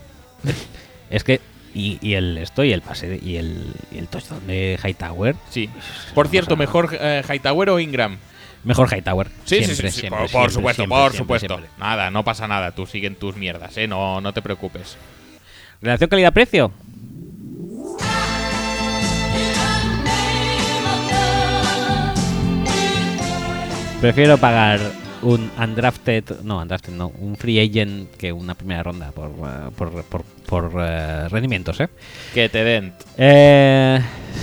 Speaker 1: es que. Y, y el esto, y el pase, de- y el, y el touchdown de Hightower.
Speaker 2: Sí. Por
Speaker 1: una
Speaker 2: cierto,
Speaker 1: cosa-
Speaker 2: mejor eh, Hightower o Ingram.
Speaker 1: Mejor Hightower.
Speaker 2: Sí,
Speaker 1: siempre,
Speaker 2: sí, sí, sí,
Speaker 1: siempre,
Speaker 2: por, por
Speaker 1: siempre,
Speaker 2: supuesto,
Speaker 1: siempre,
Speaker 2: por
Speaker 1: siempre,
Speaker 2: supuesto.
Speaker 1: siempre.
Speaker 2: Nada, no pasa nada, tú siguen tus mierdas, ¿eh? No, no te preocupes.
Speaker 1: Relación calidad-precio. Prefiero pagar un undrafted, no, undrafted no, un free agent que una primera ronda por, eh, por, por- por, eh, rendimientos, ¿eh?
Speaker 2: Que te den.
Speaker 1: Eh,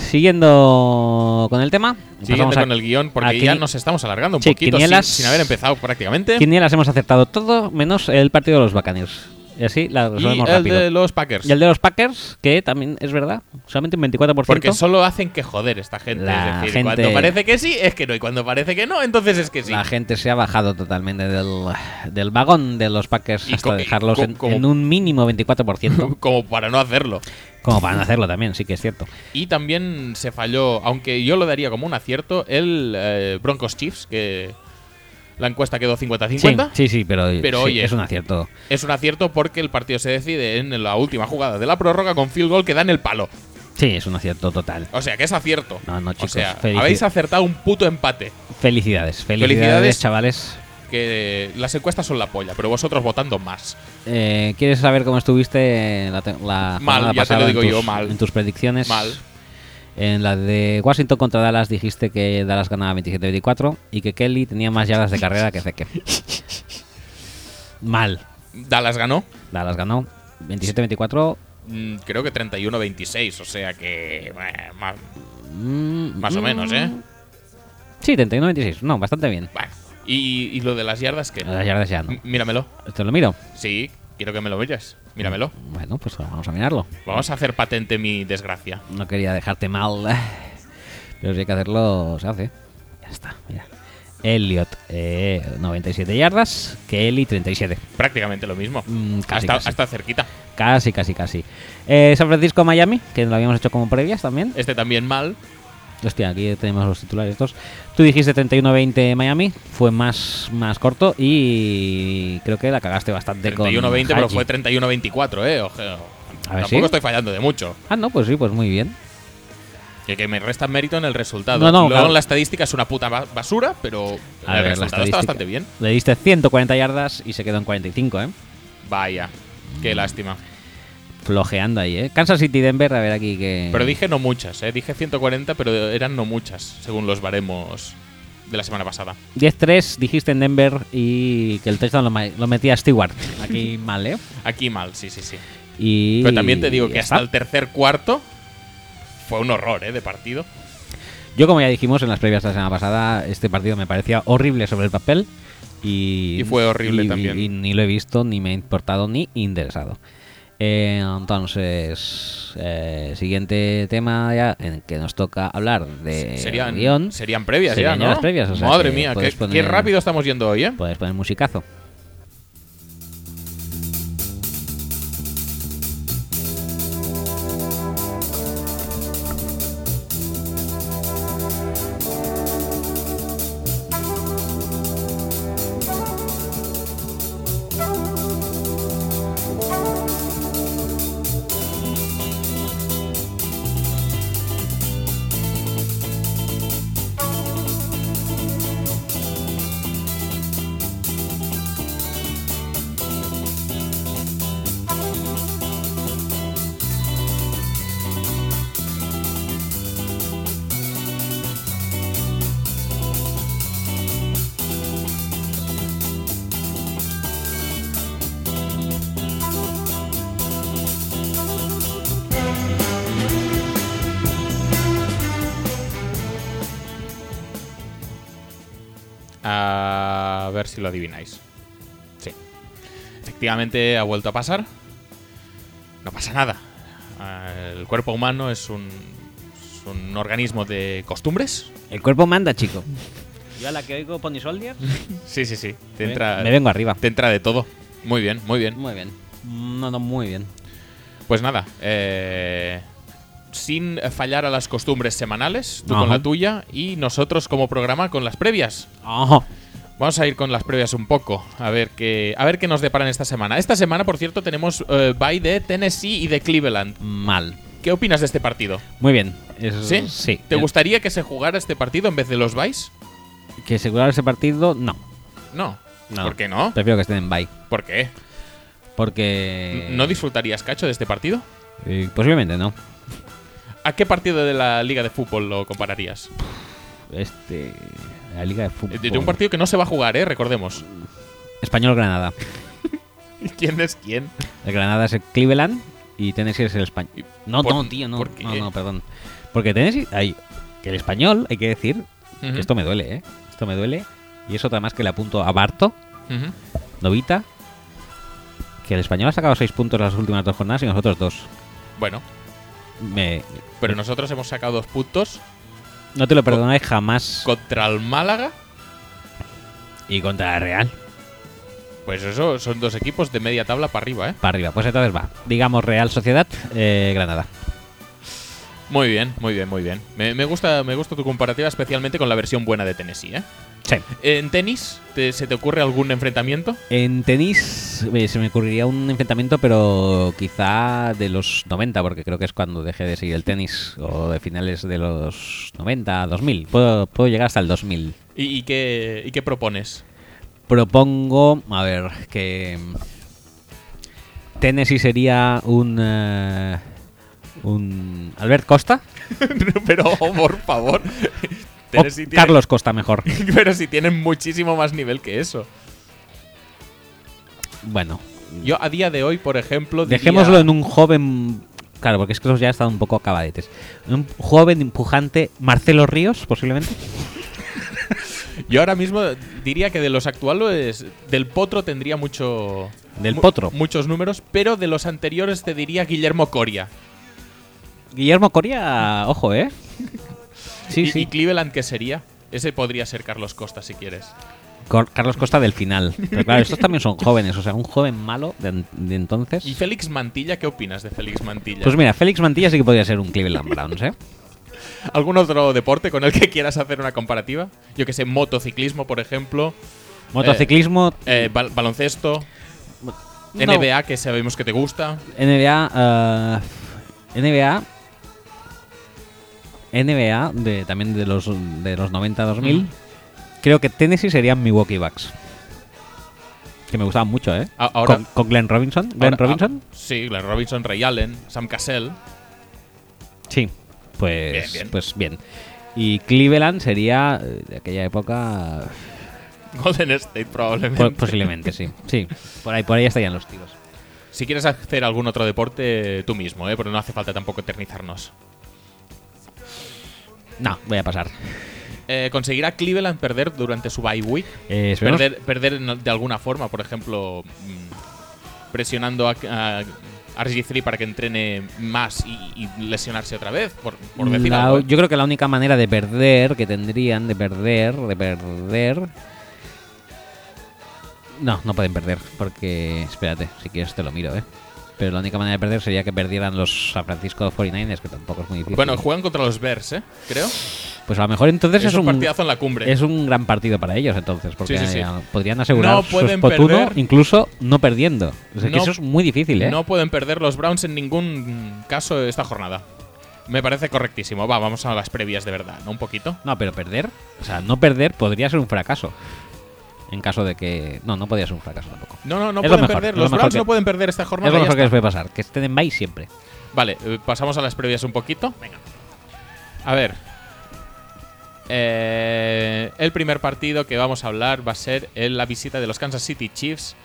Speaker 1: Siguiendo con el tema,
Speaker 2: Siguiente
Speaker 1: pasamos a-
Speaker 2: con el guión,
Speaker 1: a
Speaker 2: porque ya
Speaker 1: quini-
Speaker 2: nos estamos alargando un
Speaker 1: Sí,
Speaker 2: poquito sin,
Speaker 1: quinielas-
Speaker 2: sin haber empezado prácticamente.
Speaker 1: Quinielas hemos acertado todo, menos el partido de los Buccaneers. Y así la
Speaker 2: Y
Speaker 1: resolvemos
Speaker 2: el
Speaker 1: rápido.
Speaker 2: de los Packers.
Speaker 1: Y el de los Packers, que también es verdad, solamente un 24%.
Speaker 2: porque solo hacen que joder esta gente.
Speaker 1: La
Speaker 2: es decir,
Speaker 1: gente-
Speaker 2: cuando parece que sí, es que no. Y cuando parece que no, entonces es que sí.
Speaker 1: La gente se ha bajado totalmente del, del vagón de los Packers
Speaker 2: Y
Speaker 1: hasta
Speaker 2: co- y
Speaker 1: dejarlos
Speaker 2: co-
Speaker 1: en,
Speaker 2: como-
Speaker 1: en un mínimo
Speaker 2: [laughs]
Speaker 1: 24%,
Speaker 2: Como para no hacerlo.
Speaker 1: [laughs] como para no hacerlo también, sí que es cierto.
Speaker 2: Y también se falló, aunque yo lo daría como un acierto, el eh, Broncos Chiefs, que la encuesta quedó 50-50.
Speaker 1: Sí, sí, sí, pero,
Speaker 2: Pero
Speaker 1: sí,
Speaker 2: oye.
Speaker 1: es un acierto.
Speaker 2: Es un acierto porque el partido se decide en la última jugada de la prórroga con field goal que da en el palo.
Speaker 1: Sí, es un acierto total.
Speaker 2: O sea, que es acierto.
Speaker 1: No, no, chicos,
Speaker 2: o sea,
Speaker 1: felici-
Speaker 2: habéis acertado un puto empate.
Speaker 1: Felicidades, felicidades,
Speaker 2: Felicidades.
Speaker 1: chavales.
Speaker 2: Que las encuestas son la polla, pero vosotros votando más.
Speaker 1: Eh, ¿Quieres saber cómo estuviste la, te- la
Speaker 2: Mal,
Speaker 1: jornada
Speaker 2: ya te lo
Speaker 1: pasada en
Speaker 2: digo
Speaker 1: tus-
Speaker 2: yo, mal.
Speaker 1: en tus predicciones?
Speaker 2: Mal.
Speaker 1: En la de Washington contra Dallas dijiste que Dallas ganaba 27-24 y que Kelly tenía más yardas de carrera que Zeke. Mal.
Speaker 2: Dallas ganó,
Speaker 1: Dallas ganó 27-24.
Speaker 2: mm, creo que 31-26, o sea que. bueno, más,
Speaker 1: Mm,
Speaker 2: más o
Speaker 1: mm.
Speaker 2: menos, ¿eh?
Speaker 1: Sí, 39-26. No, bastante bien.
Speaker 2: Bueno, y, y lo de las yardas, que.
Speaker 1: Las yardas ya no.
Speaker 2: Míramelo.
Speaker 1: ¿Te lo miro?
Speaker 2: Sí, quiero que me lo mires. Míramelo.
Speaker 1: Bueno, pues vamos a mirarlo.
Speaker 2: Vamos a hacer patente mi desgracia.
Speaker 1: No quería dejarte mal. [laughs] Pero si hay que hacerlo, se hace. Ya está, mira. Elliot, eh, 97 yardas. Kelly, 37.
Speaker 2: Prácticamente lo mismo.
Speaker 1: Mm, casi,
Speaker 2: hasta,
Speaker 1: casi.
Speaker 2: hasta cerquita.
Speaker 1: Casi, casi, casi. Eh, San Francisco, Miami, que lo habíamos hecho como previas también.
Speaker 2: Este también mal.
Speaker 1: Hostia, aquí tenemos los titulares estos. Tú dijiste 31-20 Miami, fue más, más corto y creo que la cagaste bastante con
Speaker 2: 31-20, pero
Speaker 1: Haji.
Speaker 2: fue 31-24, ¿eh? Ojo.
Speaker 1: A ver,
Speaker 2: Tampoco
Speaker 1: ¿sí?
Speaker 2: estoy fallando de mucho.
Speaker 1: Ah, no, pues sí, pues muy bien.
Speaker 2: Que, que me resta mérito en el resultado.
Speaker 1: No, no,
Speaker 2: Luego
Speaker 1: claro.
Speaker 2: en la estadística es una puta ba- basura, pero
Speaker 1: A ver, la
Speaker 2: el resultado está
Speaker 1: estadística.
Speaker 2: bastante bien.
Speaker 1: Le diste 140 yardas y se quedó en 45, ¿eh?
Speaker 2: Vaya,
Speaker 1: Mm.
Speaker 2: qué lástima.
Speaker 1: Flojeando ahí, ¿eh? Kansas City, Denver, a ver aquí que...
Speaker 2: Pero dije no muchas, ¿eh? Dije 140, pero eran no muchas, según los baremos de la semana pasada.
Speaker 1: 10-3 dijiste en Denver y que el touchdown lo, ma- lo metía Stewart.
Speaker 2: [laughs]
Speaker 1: Aquí mal, ¿eh?
Speaker 2: Aquí mal, sí, sí, sí.
Speaker 1: Y
Speaker 2: Pero también te digo que
Speaker 1: ya
Speaker 2: hasta
Speaker 1: está.
Speaker 2: el tercer cuarto fue un horror, ¿eh? De partido.
Speaker 1: Yo, como ya dijimos en las previas de la semana pasada, este partido me parecía horrible sobre el papel. Y,
Speaker 2: Y fue horrible
Speaker 1: y-
Speaker 2: también.
Speaker 1: y ni lo he visto, ni me ha importado, ni interesado. Eh, entonces, eh, siguiente tema ya en que nos toca hablar de
Speaker 2: serían,
Speaker 1: Eh, guión.
Speaker 2: serían previas
Speaker 1: serían
Speaker 2: ya,
Speaker 1: ya
Speaker 2: ¿no?
Speaker 1: las previas, o sea
Speaker 2: Madre
Speaker 1: que
Speaker 2: mía, qué,
Speaker 1: puedes
Speaker 2: qué
Speaker 1: poner-
Speaker 2: rápido estamos yendo hoy, ¿eh?
Speaker 1: Puedes poner musicazo.
Speaker 2: A ver si lo adivináis. Sí. Efectivamente ha vuelto a pasar. No pasa nada. Ah, El cuerpo humano es un, es un organismo de costumbres.
Speaker 1: El cuerpo manda, chico. Yo a la que oigo Pony Soldier
Speaker 2: Sí, sí, sí. Te entra,
Speaker 1: me vengo arriba.
Speaker 2: te entra de todo. Muy bien, muy bien.
Speaker 1: Muy bien. No, no, muy bien.
Speaker 2: Pues nada, eh, sin fallar a las costumbres semanales, tú con
Speaker 1: Ajá.
Speaker 2: la tuya y nosotros como programa con las previas.
Speaker 1: Ojo.
Speaker 2: Vamos a ir con las previas un poco, a ver qué, a ver qué nos deparan esta semana. Esta semana, por cierto, tenemos eh, bye de Tennessee y de Cleveland.
Speaker 1: Mal.
Speaker 2: ¿Qué opinas de este partido?
Speaker 1: Muy bien. Es-
Speaker 2: ¿Sí?
Speaker 1: Sí.
Speaker 2: ¿Te
Speaker 1: Eh,
Speaker 2: gustaría que se jugara este partido en vez de los byes?
Speaker 1: Que asegurar ese partido, no.
Speaker 2: No.
Speaker 1: No.
Speaker 2: ¿Por qué no?
Speaker 1: Prefiero que estén en bye.
Speaker 2: ¿Por qué?
Speaker 1: Porque.
Speaker 2: ¿No disfrutarías, Cacho, de este partido?
Speaker 1: Eh, Posiblemente no.
Speaker 2: ¿A qué partido de la Liga de Fútbol lo compararías?
Speaker 1: Este. La Liga de
Speaker 2: Eh,
Speaker 1: Fútbol.
Speaker 2: De de un partido que no se va a jugar, ¿eh? Recordemos.
Speaker 1: Español Granada.
Speaker 2: ¿Quién es quién?
Speaker 1: El Granada es el Cleveland y Tennessee es el Español.
Speaker 2: Y
Speaker 1: No,
Speaker 2: por-
Speaker 1: no, tío, no.
Speaker 2: ¿por qué?
Speaker 1: No, no, perdón. Porque Tennessee. Ay, que el Español, hay que decir.
Speaker 2: Ujú.
Speaker 1: que esto me duele, ¿eh? Esto me duele. Y es otra más que le apunto a Barto,
Speaker 2: Ujú.
Speaker 1: Novita. Que el Español ha sacado 6 puntos las últimas dos jornadas y nosotros dos.
Speaker 2: Bueno,
Speaker 1: Me,
Speaker 2: pero nosotros hemos sacado dos puntos
Speaker 1: no te lo perdonaré jamás.
Speaker 2: contra el Málaga.
Speaker 1: Y contra la Real.
Speaker 2: Pues eso, son dos equipos de media tabla para arriba, ¿eh?
Speaker 1: Para arriba. Pues entonces va. Digamos Real Sociedad, eh, Granada.
Speaker 2: Muy bien, muy bien, muy bien. Me, me gusta, me gusta tu comparativa, especialmente con la versión buena de Tennessee, ¿eh?
Speaker 1: Sí.
Speaker 2: ¿En tenis te- se te ocurre algún enfrentamiento?
Speaker 1: En tenis eh, se me ocurriría un enfrentamiento, pero quizá de los 90, porque creo que es cuando dejé de seguir el tenis, o de finales de los 90, 2000. Puedo, puedo llegar hasta el 2000.
Speaker 2: ¿Y, y qué, y qué propones?
Speaker 1: Propongo, a ver, que mm, Tennessee sería un... eh, un Albert Costa.
Speaker 2: [laughs] pero, por [laughs] favor.
Speaker 1: O
Speaker 2: Tennessee tiene-
Speaker 1: Carlos Costa, mejor.
Speaker 2: [laughs] pero si tienen muchísimo más nivel que eso.
Speaker 1: Bueno,
Speaker 2: Yo a día de hoy, por ejemplo. diría-
Speaker 1: Dejémoslo en un joven. Claro, porque es que esos ya están un poco acabadetes. Un joven empujante, Marcelo Ríos, posiblemente.
Speaker 2: Yo ahora mismo diría que de los actuales, del Potro tendría mucho.
Speaker 1: Del Potro.
Speaker 2: Muchos números, pero de los anteriores te diría Guillermo Coria.
Speaker 1: Guillermo Coria, ojo, ¿eh? Sí,
Speaker 2: y,
Speaker 1: sí.
Speaker 2: y Cleveland qué sería? Ese podría ser Carlos Costa si quieres.
Speaker 1: Cor- Carlos Costa del final. Pero claro, estos también son jóvenes, o sea, un joven malo de, an- de entonces.
Speaker 2: ¿Y Félix Mantilla? ¿Qué opinas de Félix Mantilla?
Speaker 1: Pues mira, Félix Mantilla sí que podría ser un Cleveland Browns, ¿eh?
Speaker 2: ¿Algún otro deporte con el que quieras hacer una comparativa? Yo que sé, motociclismo, por ejemplo,
Speaker 1: Motociclismo,
Speaker 2: eh, bal- baloncesto,
Speaker 1: no.
Speaker 2: NBA, que sabemos que te gusta.
Speaker 1: NBA, ah, NBA, NBA, de, también de los, de los 90-2000.
Speaker 2: Mm.
Speaker 1: Creo que Tennessee serían Milwaukee Bucks. Que me gustaban mucho, ¿eh?
Speaker 2: A- ahora-
Speaker 1: con, con Glenn Robinson. Glenn
Speaker 2: Ahora-
Speaker 1: Robinson.
Speaker 2: ah, sí, Glenn Robinson, Ray Allen, Sam Cassell. [laughs]
Speaker 1: Sí, pues
Speaker 2: Bien, bien.
Speaker 1: pues bien. Y Cleveland sería eh, de aquella
Speaker 2: [laughs]
Speaker 1: época eh,
Speaker 2: Golden State probablemente.
Speaker 1: po- posiblemente, Pues, sí. Sí, por ahí por ahí estarían los tiros.
Speaker 2: Si quieres hacer algún otro deporte, tú mismo, ¿eh? Porque no hace falta tampoco eternizarnos.
Speaker 1: No, voy a pasar.
Speaker 2: Eh, ¿Conseguirá Cleveland perder durante su bye week?
Speaker 1: Eh, esperemos-
Speaker 2: Perder, perder en- de alguna forma, por ejemplo, mm, presionando a, a, a RG3 para que entrene más y, y lesionarse otra vez, por, por decir
Speaker 1: La-
Speaker 2: algo, ¿eh?
Speaker 1: Yo creo que la única manera de perder que tendrían, de perder, de perder. No, no pueden perder, porque. Espérate, si quieres te lo miro, ¿eh? Pero la única manera de perder sería que perdieran los San Francisco 49ers, que tampoco es muy difícil.
Speaker 2: Bueno, juegan contra los Bears, ¿eh? Creo.
Speaker 1: pues a lo mejor entonces
Speaker 2: Es,
Speaker 1: es
Speaker 2: un
Speaker 1: un,
Speaker 2: partidazo en la cumbre.
Speaker 1: es un gran partido para ellos, entonces, porque
Speaker 2: Sí, sí, sí.
Speaker 1: eh, podrían asegurar
Speaker 2: No
Speaker 1: su
Speaker 2: pueden
Speaker 1: spot uno,
Speaker 2: perder.
Speaker 1: incluso no perdiendo. O sea, que
Speaker 2: No-
Speaker 1: eso es muy difícil, ¿eh?
Speaker 2: No pueden perder los Browns en ningún caso esta jornada. Me parece correctísimo. Va, vamos a las previas de verdad, ¿no? Un poquito.
Speaker 1: No, pero perder, o sea, no perder podría ser un fracaso. En caso de que. No, no podría ser un fracaso tampoco.
Speaker 2: No, no, no
Speaker 1: Es lo
Speaker 2: pueden
Speaker 1: mejor, es
Speaker 2: perder.
Speaker 1: lo
Speaker 2: Los
Speaker 1: mejor
Speaker 2: Browns
Speaker 1: que-
Speaker 2: no pueden perder esta
Speaker 1: es
Speaker 2: jornada.
Speaker 1: lo
Speaker 2: ya
Speaker 1: mejor que
Speaker 2: está.
Speaker 1: les puede pasar, que estén en bye siempre.
Speaker 2: Vale, eh, pasamos a las previas un poquito. Venga. A ver. Eh, el primer partido que vamos a hablar va a ser en la visita de los Kansas City Chiefs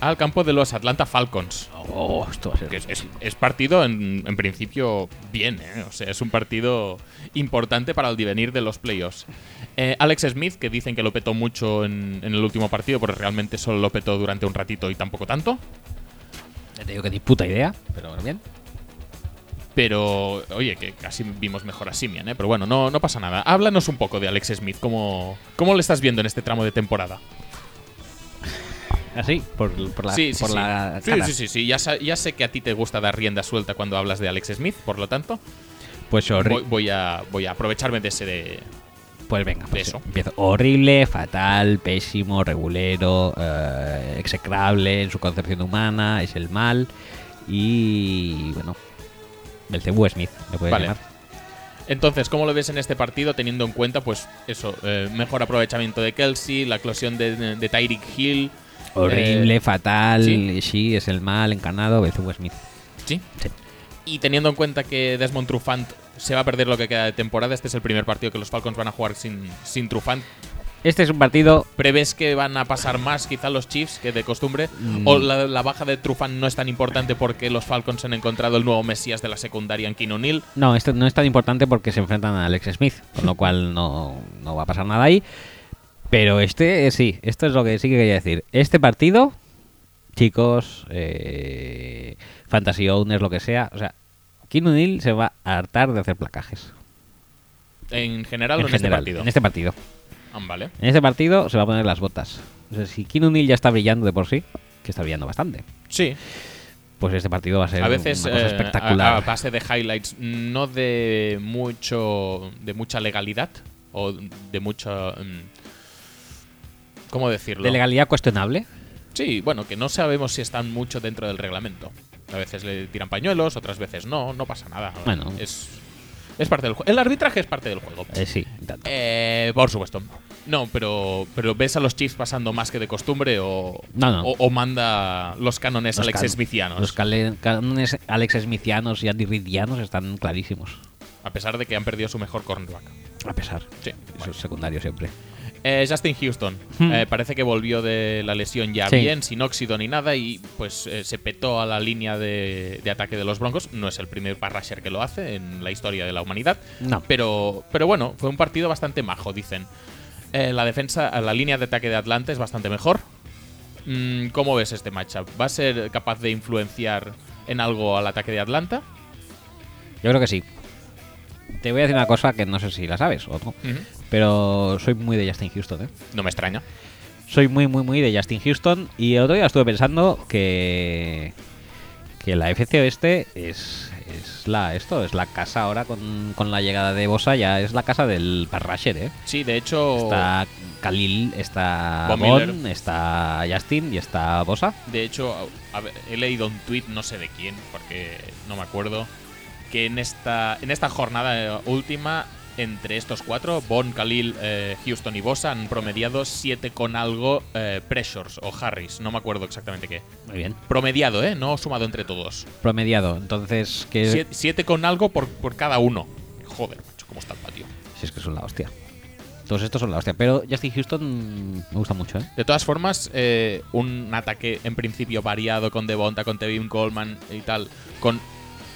Speaker 2: al campo de los Atlanta Falcons.
Speaker 1: Oh, esto va a ser.
Speaker 2: Que es, es- es partido en, en principio bien, ¿eh? O sea, es un partido importante para el devenir de los playoffs. Eh, Alex Smith, que dicen que lo petó mucho en, en el último partido, pero realmente solo lo petó durante un ratito y tampoco tanto.
Speaker 1: Ya te digo que ni puta idea, pero bueno, bien.
Speaker 2: Pero, oye, que casi vimos mejor a Simian, ¿eh? Pero bueno, no, no pasa nada. Háblanos un poco de Alex Smith. ¿Cómo, cómo le estás viendo en este tramo de temporada?
Speaker 1: Así, Ah, por, por la, por la
Speaker 2: sí,
Speaker 1: cara.
Speaker 2: sí, sí, sí. Ya, sa- ya sé que a ti te gusta dar rienda suelta cuando hablas de Alex Smith, por lo tanto,
Speaker 1: Pues
Speaker 2: voy,
Speaker 1: horrible.
Speaker 2: voy a, voy a aprovecharme de ese de...
Speaker 1: Pues venga, pues
Speaker 2: Eso.
Speaker 1: empiezo. Horrible, fatal, pésimo, regulero, eh, execrable en su concepción humana, es el mal. Y bueno, el Cebu Smith, le puede
Speaker 2: Vale.
Speaker 1: llamar.
Speaker 2: Entonces, ¿cómo lo ves en este partido teniendo en cuenta, pues, eso, eh, mejor aprovechamiento de Kelsey, la eclosión de, de Tyreek Hill?
Speaker 1: Horrible,
Speaker 2: eh,
Speaker 1: fatal,
Speaker 2: sí.
Speaker 1: sí. es el mal, encarnado, Belcebú Smith.
Speaker 2: sí.
Speaker 1: Sí.
Speaker 2: Y teniendo en cuenta que Desmond Trufant se va a perder lo que queda de temporada, este es el primer partido que los Falcons van a jugar sin, sin Trufant.
Speaker 1: Este es un partido
Speaker 2: ¿Prevés que van a pasar más quizá los Chiefs que de costumbre?
Speaker 1: Mm.
Speaker 2: ¿O la, la baja de Trufant no es tan importante porque los Falcons han encontrado el nuevo Mesías de la secundaria en Keen O'Neill?
Speaker 1: No, esto no es tan importante porque se enfrentan a Alex Smith, con lo cual no, no va a pasar nada ahí. Pero este eh, sí, esto es lo que sí que quería decir. Este partido, chicos, eh, fantasy owners, lo que sea, o sea, Kim O'Neill se va a hartar de hacer placajes.
Speaker 2: En general o
Speaker 1: general,
Speaker 2: en este partido.
Speaker 1: En este partido.
Speaker 2: Ah, vale.
Speaker 1: En este partido se va a poner las botas. O sea, si Kim O'Neill ya está brillando de por sí, que está brillando bastante,
Speaker 2: Sí,
Speaker 1: pues este partido va a ser
Speaker 2: a veces
Speaker 1: una cosa
Speaker 2: eh,
Speaker 1: espectacular.
Speaker 2: A, a base de highlights, no de mucho de mucha legalidad o de mucha mm, ¿Cómo decirlo?
Speaker 1: de legalidad cuestionable.
Speaker 2: Sí, bueno, que no sabemos si están mucho dentro del reglamento. A veces le tiran pañuelos, otras veces no, no pasa nada.
Speaker 1: Bueno.
Speaker 2: Es, es parte del juego. El arbitraje es parte del juego.
Speaker 1: Eh, sí, tanto.
Speaker 2: Eh, por supuesto. No, pero, pero ¿ves a los Chiefs pasando más que de costumbre o,
Speaker 1: No, no.
Speaker 2: o, o manda los cánones
Speaker 1: Los
Speaker 2: Alex
Speaker 1: can-
Speaker 2: Smithianos?
Speaker 1: Los cale- cánones Alex Smithianos y Andy Riddianos están clarísimos.
Speaker 2: a pesar de que han perdido su mejor cornerback.
Speaker 1: A pesar.
Speaker 2: Sí,
Speaker 1: Eso
Speaker 2: bueno.
Speaker 1: es secundario siempre.
Speaker 2: Eh, Justin Houston.
Speaker 1: Hmm.
Speaker 2: Eh, parece que volvió de la lesión ya
Speaker 1: Sí.
Speaker 2: bien, sin óxido ni nada, y pues eh, se petó a la línea de, de ataque de los Broncos. No es el primer parrasher que lo hace en la historia de la humanidad.
Speaker 1: No.
Speaker 2: Pero, pero bueno, fue un partido bastante majo, dicen. Eh, la defensa, la línea de ataque de Atlanta es bastante mejor. Mm, ¿Cómo ves este matchup? ¿Va a ser capaz de influenciar en algo al ataque de Atlanta?
Speaker 1: Yo creo que sí. Te voy a decir una cosa que no sé si la sabes o no,
Speaker 2: Ujú.
Speaker 1: pero soy muy de Justin Houston, ¿eh?
Speaker 2: No me extraña.
Speaker 1: Soy muy, muy, muy de Justin Houston y el otro día estuve pensando que que la FC Oeste es, es la esto es la casa ahora con, con la llegada de Bosa ya es la casa del Barrasher, ¿eh?
Speaker 2: Sí, de hecho.
Speaker 1: Está Khalil, está
Speaker 2: Von
Speaker 1: Bon,
Speaker 2: Miller.
Speaker 1: está Justin y está Bosa.
Speaker 2: De hecho, a- a ver, he leído un tuit, no sé de quién, porque no me acuerdo, que en esta, en esta jornada eh, última, entre estos cuatro, Bon, Khalil, eh, Houston y Bosa, han promediado 7 con algo eh, pressures o Harris, no me acuerdo exactamente qué.
Speaker 1: Muy bien.
Speaker 2: Promediado, ¿eh? No sumado entre todos.
Speaker 1: Promediado. Entonces, que
Speaker 2: 7 con algo por, por cada uno. Joder, macho, cómo está el patio.
Speaker 1: Si es que son la hostia. Todos estos son la hostia. Pero Justin Houston me gusta mucho, ¿eh?
Speaker 2: De todas formas, eh, un ataque en principio variado con Devonta, con Tevin Coleman y tal, con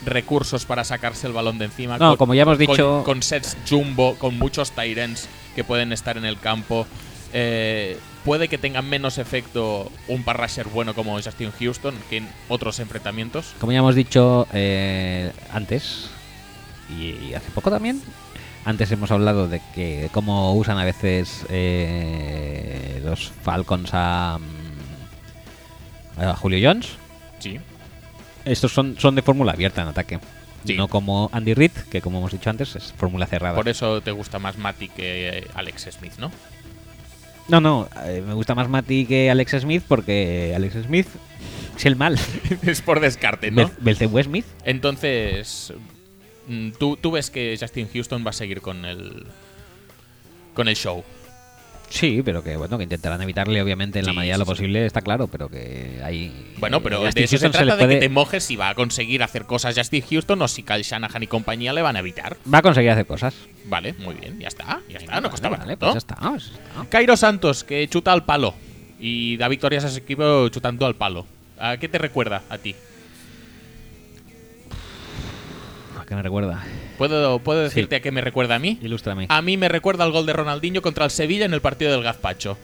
Speaker 2: recursos para sacarse el balón de encima.
Speaker 1: No,
Speaker 2: Ah, con-
Speaker 1: como ya hemos
Speaker 2: con-
Speaker 1: dicho-
Speaker 2: Con sets jumbo, con muchos Tyrens que pueden estar en el campo. Eh, puede que tengan menos efecto un parrasher bueno como Justin Houston que en otros enfrentamientos.
Speaker 1: Como ya hemos dicho eh, antes, y hace poco también, antes hemos hablado de que cómo usan a veces eh, los Falcons a, mm, a Julio Jones.
Speaker 2: Sí.
Speaker 1: Estos son, son de fórmula abierta en ataque.
Speaker 2: Sí.
Speaker 1: No como Andy Reid, que como hemos dicho antes, es fórmula cerrada.
Speaker 2: Por eso te gusta más Mati que eh, Alex Smith, ¿no? [laughs]
Speaker 1: No, no, eh, me gusta más Mati que Alex Smith porque Alex Smith es el mal.
Speaker 2: es por descarte, ¿no?
Speaker 1: Bel- Belcebú Smith.
Speaker 2: Entonces, mm, ¿tú, tú ves que Justin Houston va a seguir con el con el show.
Speaker 1: Sí, pero que bueno, que intentarán evitarle obviamente en la
Speaker 2: Sí,
Speaker 1: medida de
Speaker 2: sí,
Speaker 1: lo
Speaker 2: sí.
Speaker 1: posible, está claro, pero que hay eh,
Speaker 2: Bueno, pero
Speaker 1: Justin
Speaker 2: de eso se
Speaker 1: Houston le
Speaker 2: trata de
Speaker 1: puede-
Speaker 2: que te mojes si va a conseguir hacer cosas Justin Houston o si Kyle Shanahan y compañía le van a evitar.
Speaker 1: va a conseguir hacer cosas.
Speaker 2: Vale, muy bien, ya está, ya está,
Speaker 1: Vale,
Speaker 2: no costaba
Speaker 1: vale,
Speaker 2: tanto.
Speaker 1: pues ya está, pues ya está.
Speaker 2: Cairo Santos, que chuta al palo y da victorias a su equipo chutando al palo. ¿A qué te recuerda a ti?
Speaker 1: Uf, que me recuerda.
Speaker 2: ¿Puedo, puedo decirte a qué me recuerda a mí?
Speaker 1: Ilústrame.
Speaker 2: A mí me recuerda al gol de Ronaldinho contra el Sevilla en el partido del Gazpacho.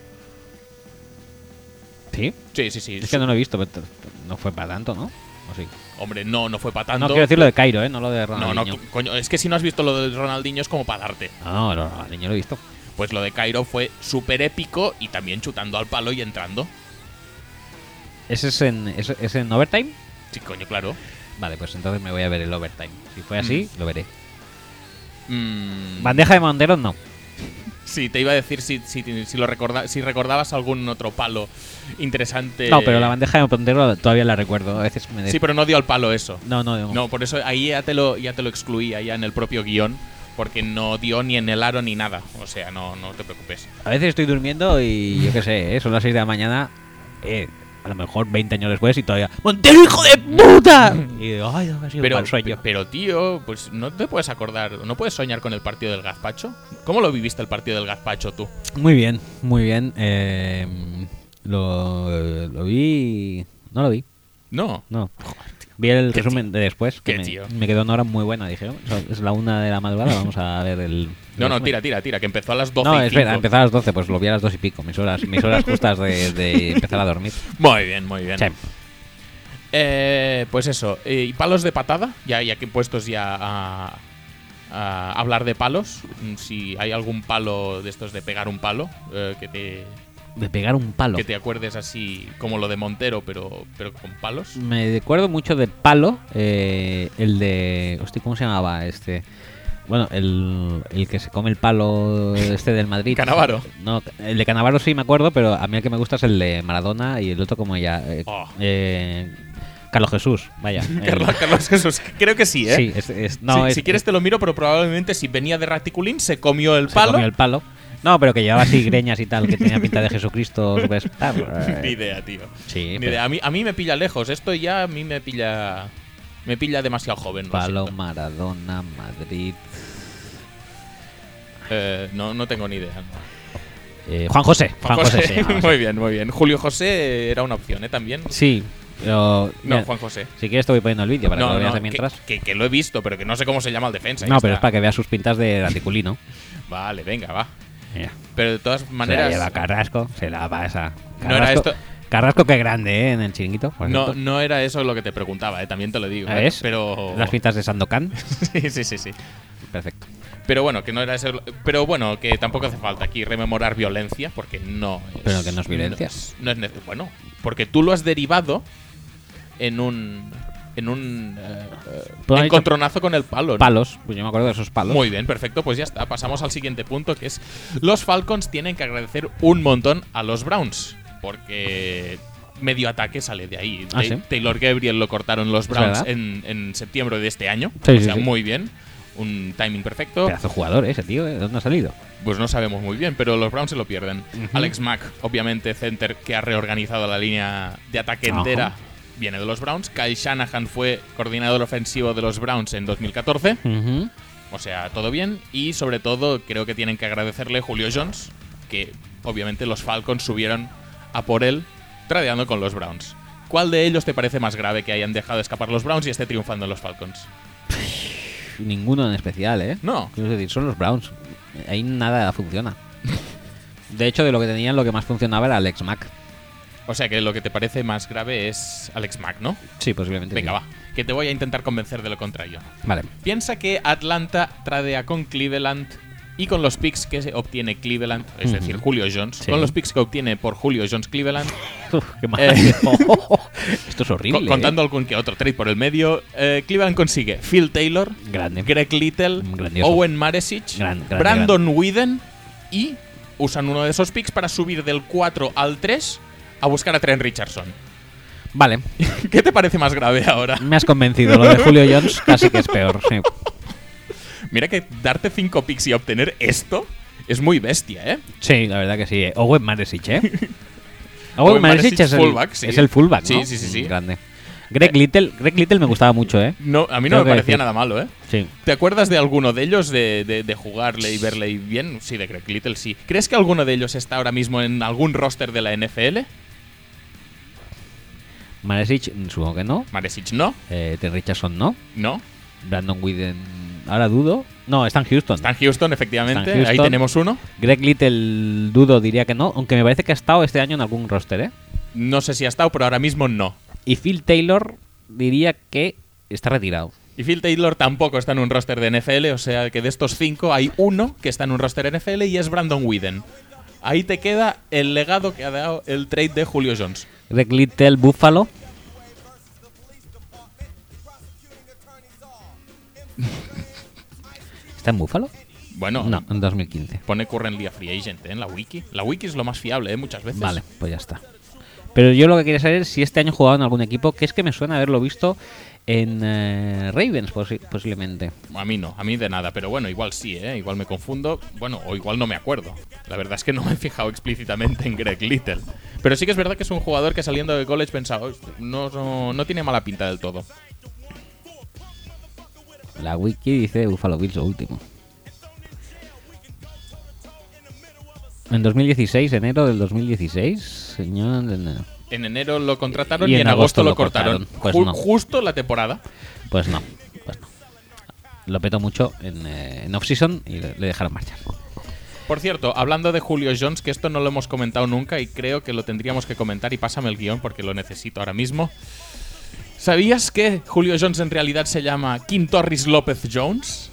Speaker 1: ¿Sí?
Speaker 2: Sí, sí, sí.
Speaker 1: Es que no lo he visto, pero t- no fue para tanto, ¿no? ¿O sí?
Speaker 2: Hombre, no, no fue para
Speaker 1: No
Speaker 2: tanto.
Speaker 1: quiero decir lo de Cairo, ¿eh? No lo de
Speaker 2: No, no,
Speaker 1: Ronaldinho.
Speaker 2: co- coño, es que si no has visto lo de Ronaldinho es como para darte.
Speaker 1: No, no, lo de Ronaldinho lo he visto.
Speaker 2: Pues lo de Cairo fue súper épico y también chutando al palo y entrando.
Speaker 1: ¿Ese es en, es, es en overtime?
Speaker 2: Sí, coño, claro.
Speaker 1: Vale, pues entonces me voy a ver el overtime. Si fue así, lo veré.
Speaker 2: Mm,
Speaker 1: Bandeja de Monderos, no.
Speaker 2: sí, te iba a decir si, si, si lo recorda- si recordabas algún otro palo interesante.
Speaker 1: No, pero la bandeja de Monderos todavía la recuerdo. A veces me... des-
Speaker 2: Eh. Sí, pero no dio al palo eso.
Speaker 1: No, no, no.
Speaker 2: No, por eso ahí ya te lo, ya te lo excluía ya en el propio guión, porque no dio ni en el aro ni nada. O sea, no, no te preocupes.
Speaker 1: A veces estoy durmiendo y yo qué sé, ¿eh? son las 6 de la mañana. eh, a lo mejor 20 años después y todavía. ¡Montero, hijo de puta! Y digo, ay, no, me ha sido un
Speaker 2: Pero,
Speaker 1: mal sueño.
Speaker 2: pero tío, pues no te puedes acordar, no puedes soñar con el partido del gazpacho. ¿Cómo lo viviste el partido del gazpacho tú?
Speaker 1: Muy bien, muy bien. eh, lo, lo vi. No lo vi,
Speaker 2: No.
Speaker 1: no. Vi el resumen de después, que
Speaker 2: Qué tío.
Speaker 1: me, me quedó una hora muy buena. Dije, "Oh, es la una de la madrugada, vamos a ver el.
Speaker 2: No, no,
Speaker 1: resumen".
Speaker 2: tira, tira, tira, que empezó a las 12
Speaker 1: No,
Speaker 2: y
Speaker 1: espera,
Speaker 2: cinco.
Speaker 1: empezaba a las 12, pues lo vi a las 2 y pico, mis horas, mis horas justas de, de empezar a dormir.
Speaker 2: Muy bien, muy bien.
Speaker 1: Sí.
Speaker 2: Eh, pues eso, eh, ¿y palos de patada? Ya, ya que puestos ya a, a hablar de palos, mm, si hay algún palo de estos de pegar un palo, eh, que, te,
Speaker 1: De pegar un palo.
Speaker 2: que te acuerdes así como lo de Montero, pero, pero con palos.
Speaker 1: Me acuerdo mucho de Palo, eh, el de. Hostia, ¿cómo se llamaba este? Bueno, el, el que se come el palo este del Madrid.
Speaker 2: [laughs] Canavaro.
Speaker 1: No, el de Canavaro sí me acuerdo, pero a mí el que me gusta es el de Maradona y el otro como ya. eh,
Speaker 2: Oh.
Speaker 1: eh, Carlos Jesús,
Speaker 2: [laughs]
Speaker 1: vaya. el-
Speaker 2: Carlos, Carlos Jesús, creo que sí, ¿eh?
Speaker 1: Sí, es- es- no,
Speaker 2: si,
Speaker 1: es-
Speaker 2: si quieres te lo miro, pero probablemente si venía de Raticulín se comió el
Speaker 1: se
Speaker 2: palo.
Speaker 1: comió el palo. No, pero que llevaba así greñas y tal, que tenía pinta de
Speaker 2: [laughs]
Speaker 1: Jesucristo. superstar.
Speaker 2: Ni idea, tío.
Speaker 1: Sí,
Speaker 2: Ni
Speaker 1: pero-
Speaker 2: idea. A, mí, a mí me pilla lejos. Esto ya a mí me pilla. Me pilla demasiado joven. lo
Speaker 1: Palo,
Speaker 2: siento.
Speaker 1: Maradona, Madrid.
Speaker 2: Eh, no, no tengo ni idea. no.
Speaker 1: eh, Juan José. Juan José,
Speaker 2: [laughs]
Speaker 1: se llamaba, sí.
Speaker 2: muy bien, muy bien. Julio José era una opción, ¿eh? También.
Speaker 1: Sí, pero.
Speaker 2: No,
Speaker 1: mira,
Speaker 2: Juan José.
Speaker 1: Si quieres te voy poniendo el vídeo para que
Speaker 2: no,
Speaker 1: lo veas
Speaker 2: no,
Speaker 1: de
Speaker 2: que-
Speaker 1: mientras.
Speaker 2: Que, que lo he visto, pero que no sé cómo se llama el defensa.
Speaker 1: no,
Speaker 2: ya
Speaker 1: pero es
Speaker 2: está.
Speaker 1: para que veas sus pintas de
Speaker 2: [laughs]
Speaker 1: raticulino.
Speaker 2: Vale, venga, va.
Speaker 1: Mira,
Speaker 2: Pero de todas
Speaker 1: se la
Speaker 2: maneras.
Speaker 1: lleva Carrasco, se la pasa. Carrasco,
Speaker 2: No era esto-
Speaker 1: Carrasco qué grande, ¿eh? En el chiringuito. por
Speaker 2: No,
Speaker 1: cierto.
Speaker 2: no era eso lo que te preguntaba, ¿eh? también te lo digo.
Speaker 1: ¿Ah,
Speaker 2: ¿eh? [laughs]
Speaker 1: ¿Ves?
Speaker 2: Pero.
Speaker 1: Las pintas de Sandokan.
Speaker 2: sí, sí, sí, sí.
Speaker 1: Perfecto.
Speaker 2: Pero bueno, que no era ese- Pero bueno, que tampoco hace falta aquí rememorar violencia, porque no es.
Speaker 1: Pero que no es violencia.
Speaker 2: No es, no es nece- bueno, porque tú lo has derivado en un. En un. eh, eh,
Speaker 1: Pero hay
Speaker 2: encontronazo con el palo. ¿no?
Speaker 1: Palos, pues yo me acuerdo de esos palos.
Speaker 2: Muy bien, perfecto. Pues ya está. Pasamos al siguiente punto, que es los Falcons tienen que agradecer un montón a los Browns, porque medio ataque sale de ahí.
Speaker 1: Ah,
Speaker 2: Ta-
Speaker 1: ¿sí?
Speaker 2: Taylor Gabriel lo cortaron los
Speaker 1: Es
Speaker 2: Browns
Speaker 1: verdad.
Speaker 2: en, en septiembre de este año.
Speaker 1: Sí,
Speaker 2: o
Speaker 1: sí,
Speaker 2: sea,
Speaker 1: sí.
Speaker 2: muy bien. Un timing perfecto.
Speaker 1: Pedazo de jugador, ¿eh? ese tío, ¿de dónde ha salido?
Speaker 2: Pues no sabemos muy bien, pero los Browns se lo pierden. Alex Mack, obviamente, center que ha reorganizado la línea de ataque
Speaker 1: Ajá.
Speaker 2: entera, viene de los Browns. Kyle Shanahan fue coordinador ofensivo de los Browns en 2014.
Speaker 1: Ujú.
Speaker 2: O sea, todo bien. Y sobre todo, creo que tienen que agradecerle a Julio Jones, que obviamente los Falcons subieron a por él, tradeando con los Browns. ¿Cuál de ellos te parece más grave que hayan dejado escapar los Browns y esté triunfando en los Falcons?
Speaker 1: Ninguno en especial, ¿eh?
Speaker 2: No.
Speaker 1: Quiero decir, son los Browns. Ahí nada
Speaker 2: [laughs]
Speaker 1: funciona. De hecho, de lo que tenían, lo que más funcionaba era Alex Mack.
Speaker 2: O sea que lo que te parece más grave es Alex Mack, ¿no?
Speaker 1: Sí, posiblemente.
Speaker 2: Venga,
Speaker 1: sí.
Speaker 2: va, que te voy a intentar convencer de lo contrario.
Speaker 1: Vale.
Speaker 2: Piensa que Atlanta tradea con Cleveland y con los picks que se obtiene Cleveland, es
Speaker 1: Ujú.
Speaker 2: decir, Julio Jones,
Speaker 1: Sí.
Speaker 2: con los picks que obtiene por Julio Jones Cleveland,
Speaker 1: Uf, qué mal.
Speaker 2: Eh.
Speaker 1: [laughs] Esto es
Speaker 2: co-
Speaker 1: horrible. ¿eh?
Speaker 2: contando algún que otro trade por el medio, eh, Cleveland consigue Phil Taylor,
Speaker 1: Grande.
Speaker 2: Greg Little,
Speaker 1: Grandioso.
Speaker 2: Owen Maresic,
Speaker 1: Gran- grande,
Speaker 2: Brandon Whedon y usan uno de esos picks para subir del 4 al 3 a buscar a Trent Richardson.
Speaker 1: Vale.
Speaker 2: [laughs] ¿Qué te parece más grave ahora?
Speaker 1: eh. Me has convencido. Lo de Julio Jones casi que es peor. Sí.
Speaker 2: Mira que darte 5 picks y obtener esto es muy bestia, ¿eh?
Speaker 1: Sí, la verdad que sí. eh. Owen Maresic, ¿eh?
Speaker 2: Owen
Speaker 1: Owen Maresic
Speaker 2: Maresic
Speaker 1: es el
Speaker 2: fullback, sí.
Speaker 1: Es el fullback,
Speaker 2: Sí,
Speaker 1: ¿no? Mm,
Speaker 2: sí, sí, sí.
Speaker 1: Grande. Greg Little, Greg Little me gustaba mucho, ¿eh?
Speaker 2: No, a mí no
Speaker 1: Tengo
Speaker 2: me
Speaker 1: que
Speaker 2: parecía
Speaker 1: decir.
Speaker 2: nada malo, ¿eh?
Speaker 1: Sí.
Speaker 2: ¿Te acuerdas de alguno de ellos de, de- de jugarle y verle y bien? Sí, de Greg Little, sí. ¿Crees que alguno de ellos está ahora mismo en algún roster de la NFL?
Speaker 1: Maresic, mm, supongo que no.
Speaker 2: Maresic no,
Speaker 1: Eh, Ted Richardson, no.
Speaker 2: no.
Speaker 1: Brandon Whedon, ahora dudo. No, está en Houston.
Speaker 2: Stan Houston, efectivamente.
Speaker 1: Stan
Speaker 2: Ahí
Speaker 1: Houston.
Speaker 2: tenemos uno.
Speaker 1: Greg Little, dudo, diría que no. Aunque me parece que ha estado este año en algún roster, ¿eh?
Speaker 2: No sé si ha estado, pero ahora mismo no.
Speaker 1: Y Phil Taylor, diría que está retirado.
Speaker 2: Y Phil Taylor tampoco está en un roster de NFL, o sea que de estos cinco hay uno que está en un roster NFL y es Brandon Whedon. Ahí te queda el legado que ha dado el trade de Julio Jones.
Speaker 1: Greg Little, Buffalo. [laughs] ¿Está en Buffalo?
Speaker 2: Bueno,
Speaker 1: No, en 2015.
Speaker 2: pone currently a free agent ¿eh? en la wiki. La wiki es lo más fiable, ¿eh? muchas veces.
Speaker 1: Vale, pues ya está. Pero yo lo que quería saber es si este año jugaba en algún equipo, que es que me suena haberlo visto en eh, Ravens, posi- posiblemente.
Speaker 2: A mí no, a mí de nada, pero bueno, igual sí, ¿eh? igual me confundo, bueno, o igual no me acuerdo. La verdad es que no me he fijado explícitamente en Greg Little. Pero sí que es verdad que es un jugador que saliendo de college pensaba, "Oye, no, no, no tiene mala pinta del todo.
Speaker 1: La wiki dice Buffalo Bills lo último. En 2016, enero del 2016, señor... no.
Speaker 2: En enero lo contrataron y, en, agosto, lo cortaron.
Speaker 1: Pues
Speaker 2: Ju-
Speaker 1: no.
Speaker 2: Justo la temporada.
Speaker 1: Pues no, pues no. Lo petó mucho en, eh, en off-season y le, le dejaron marchar.
Speaker 2: Por cierto, hablando de Julio Jones, que esto no lo hemos comentado nunca y creo que lo tendríamos que comentar y pásame el guión porque lo necesito ahora mismo. ¿Sabías que Julio Jones en realidad se llama Quintorris López Jones?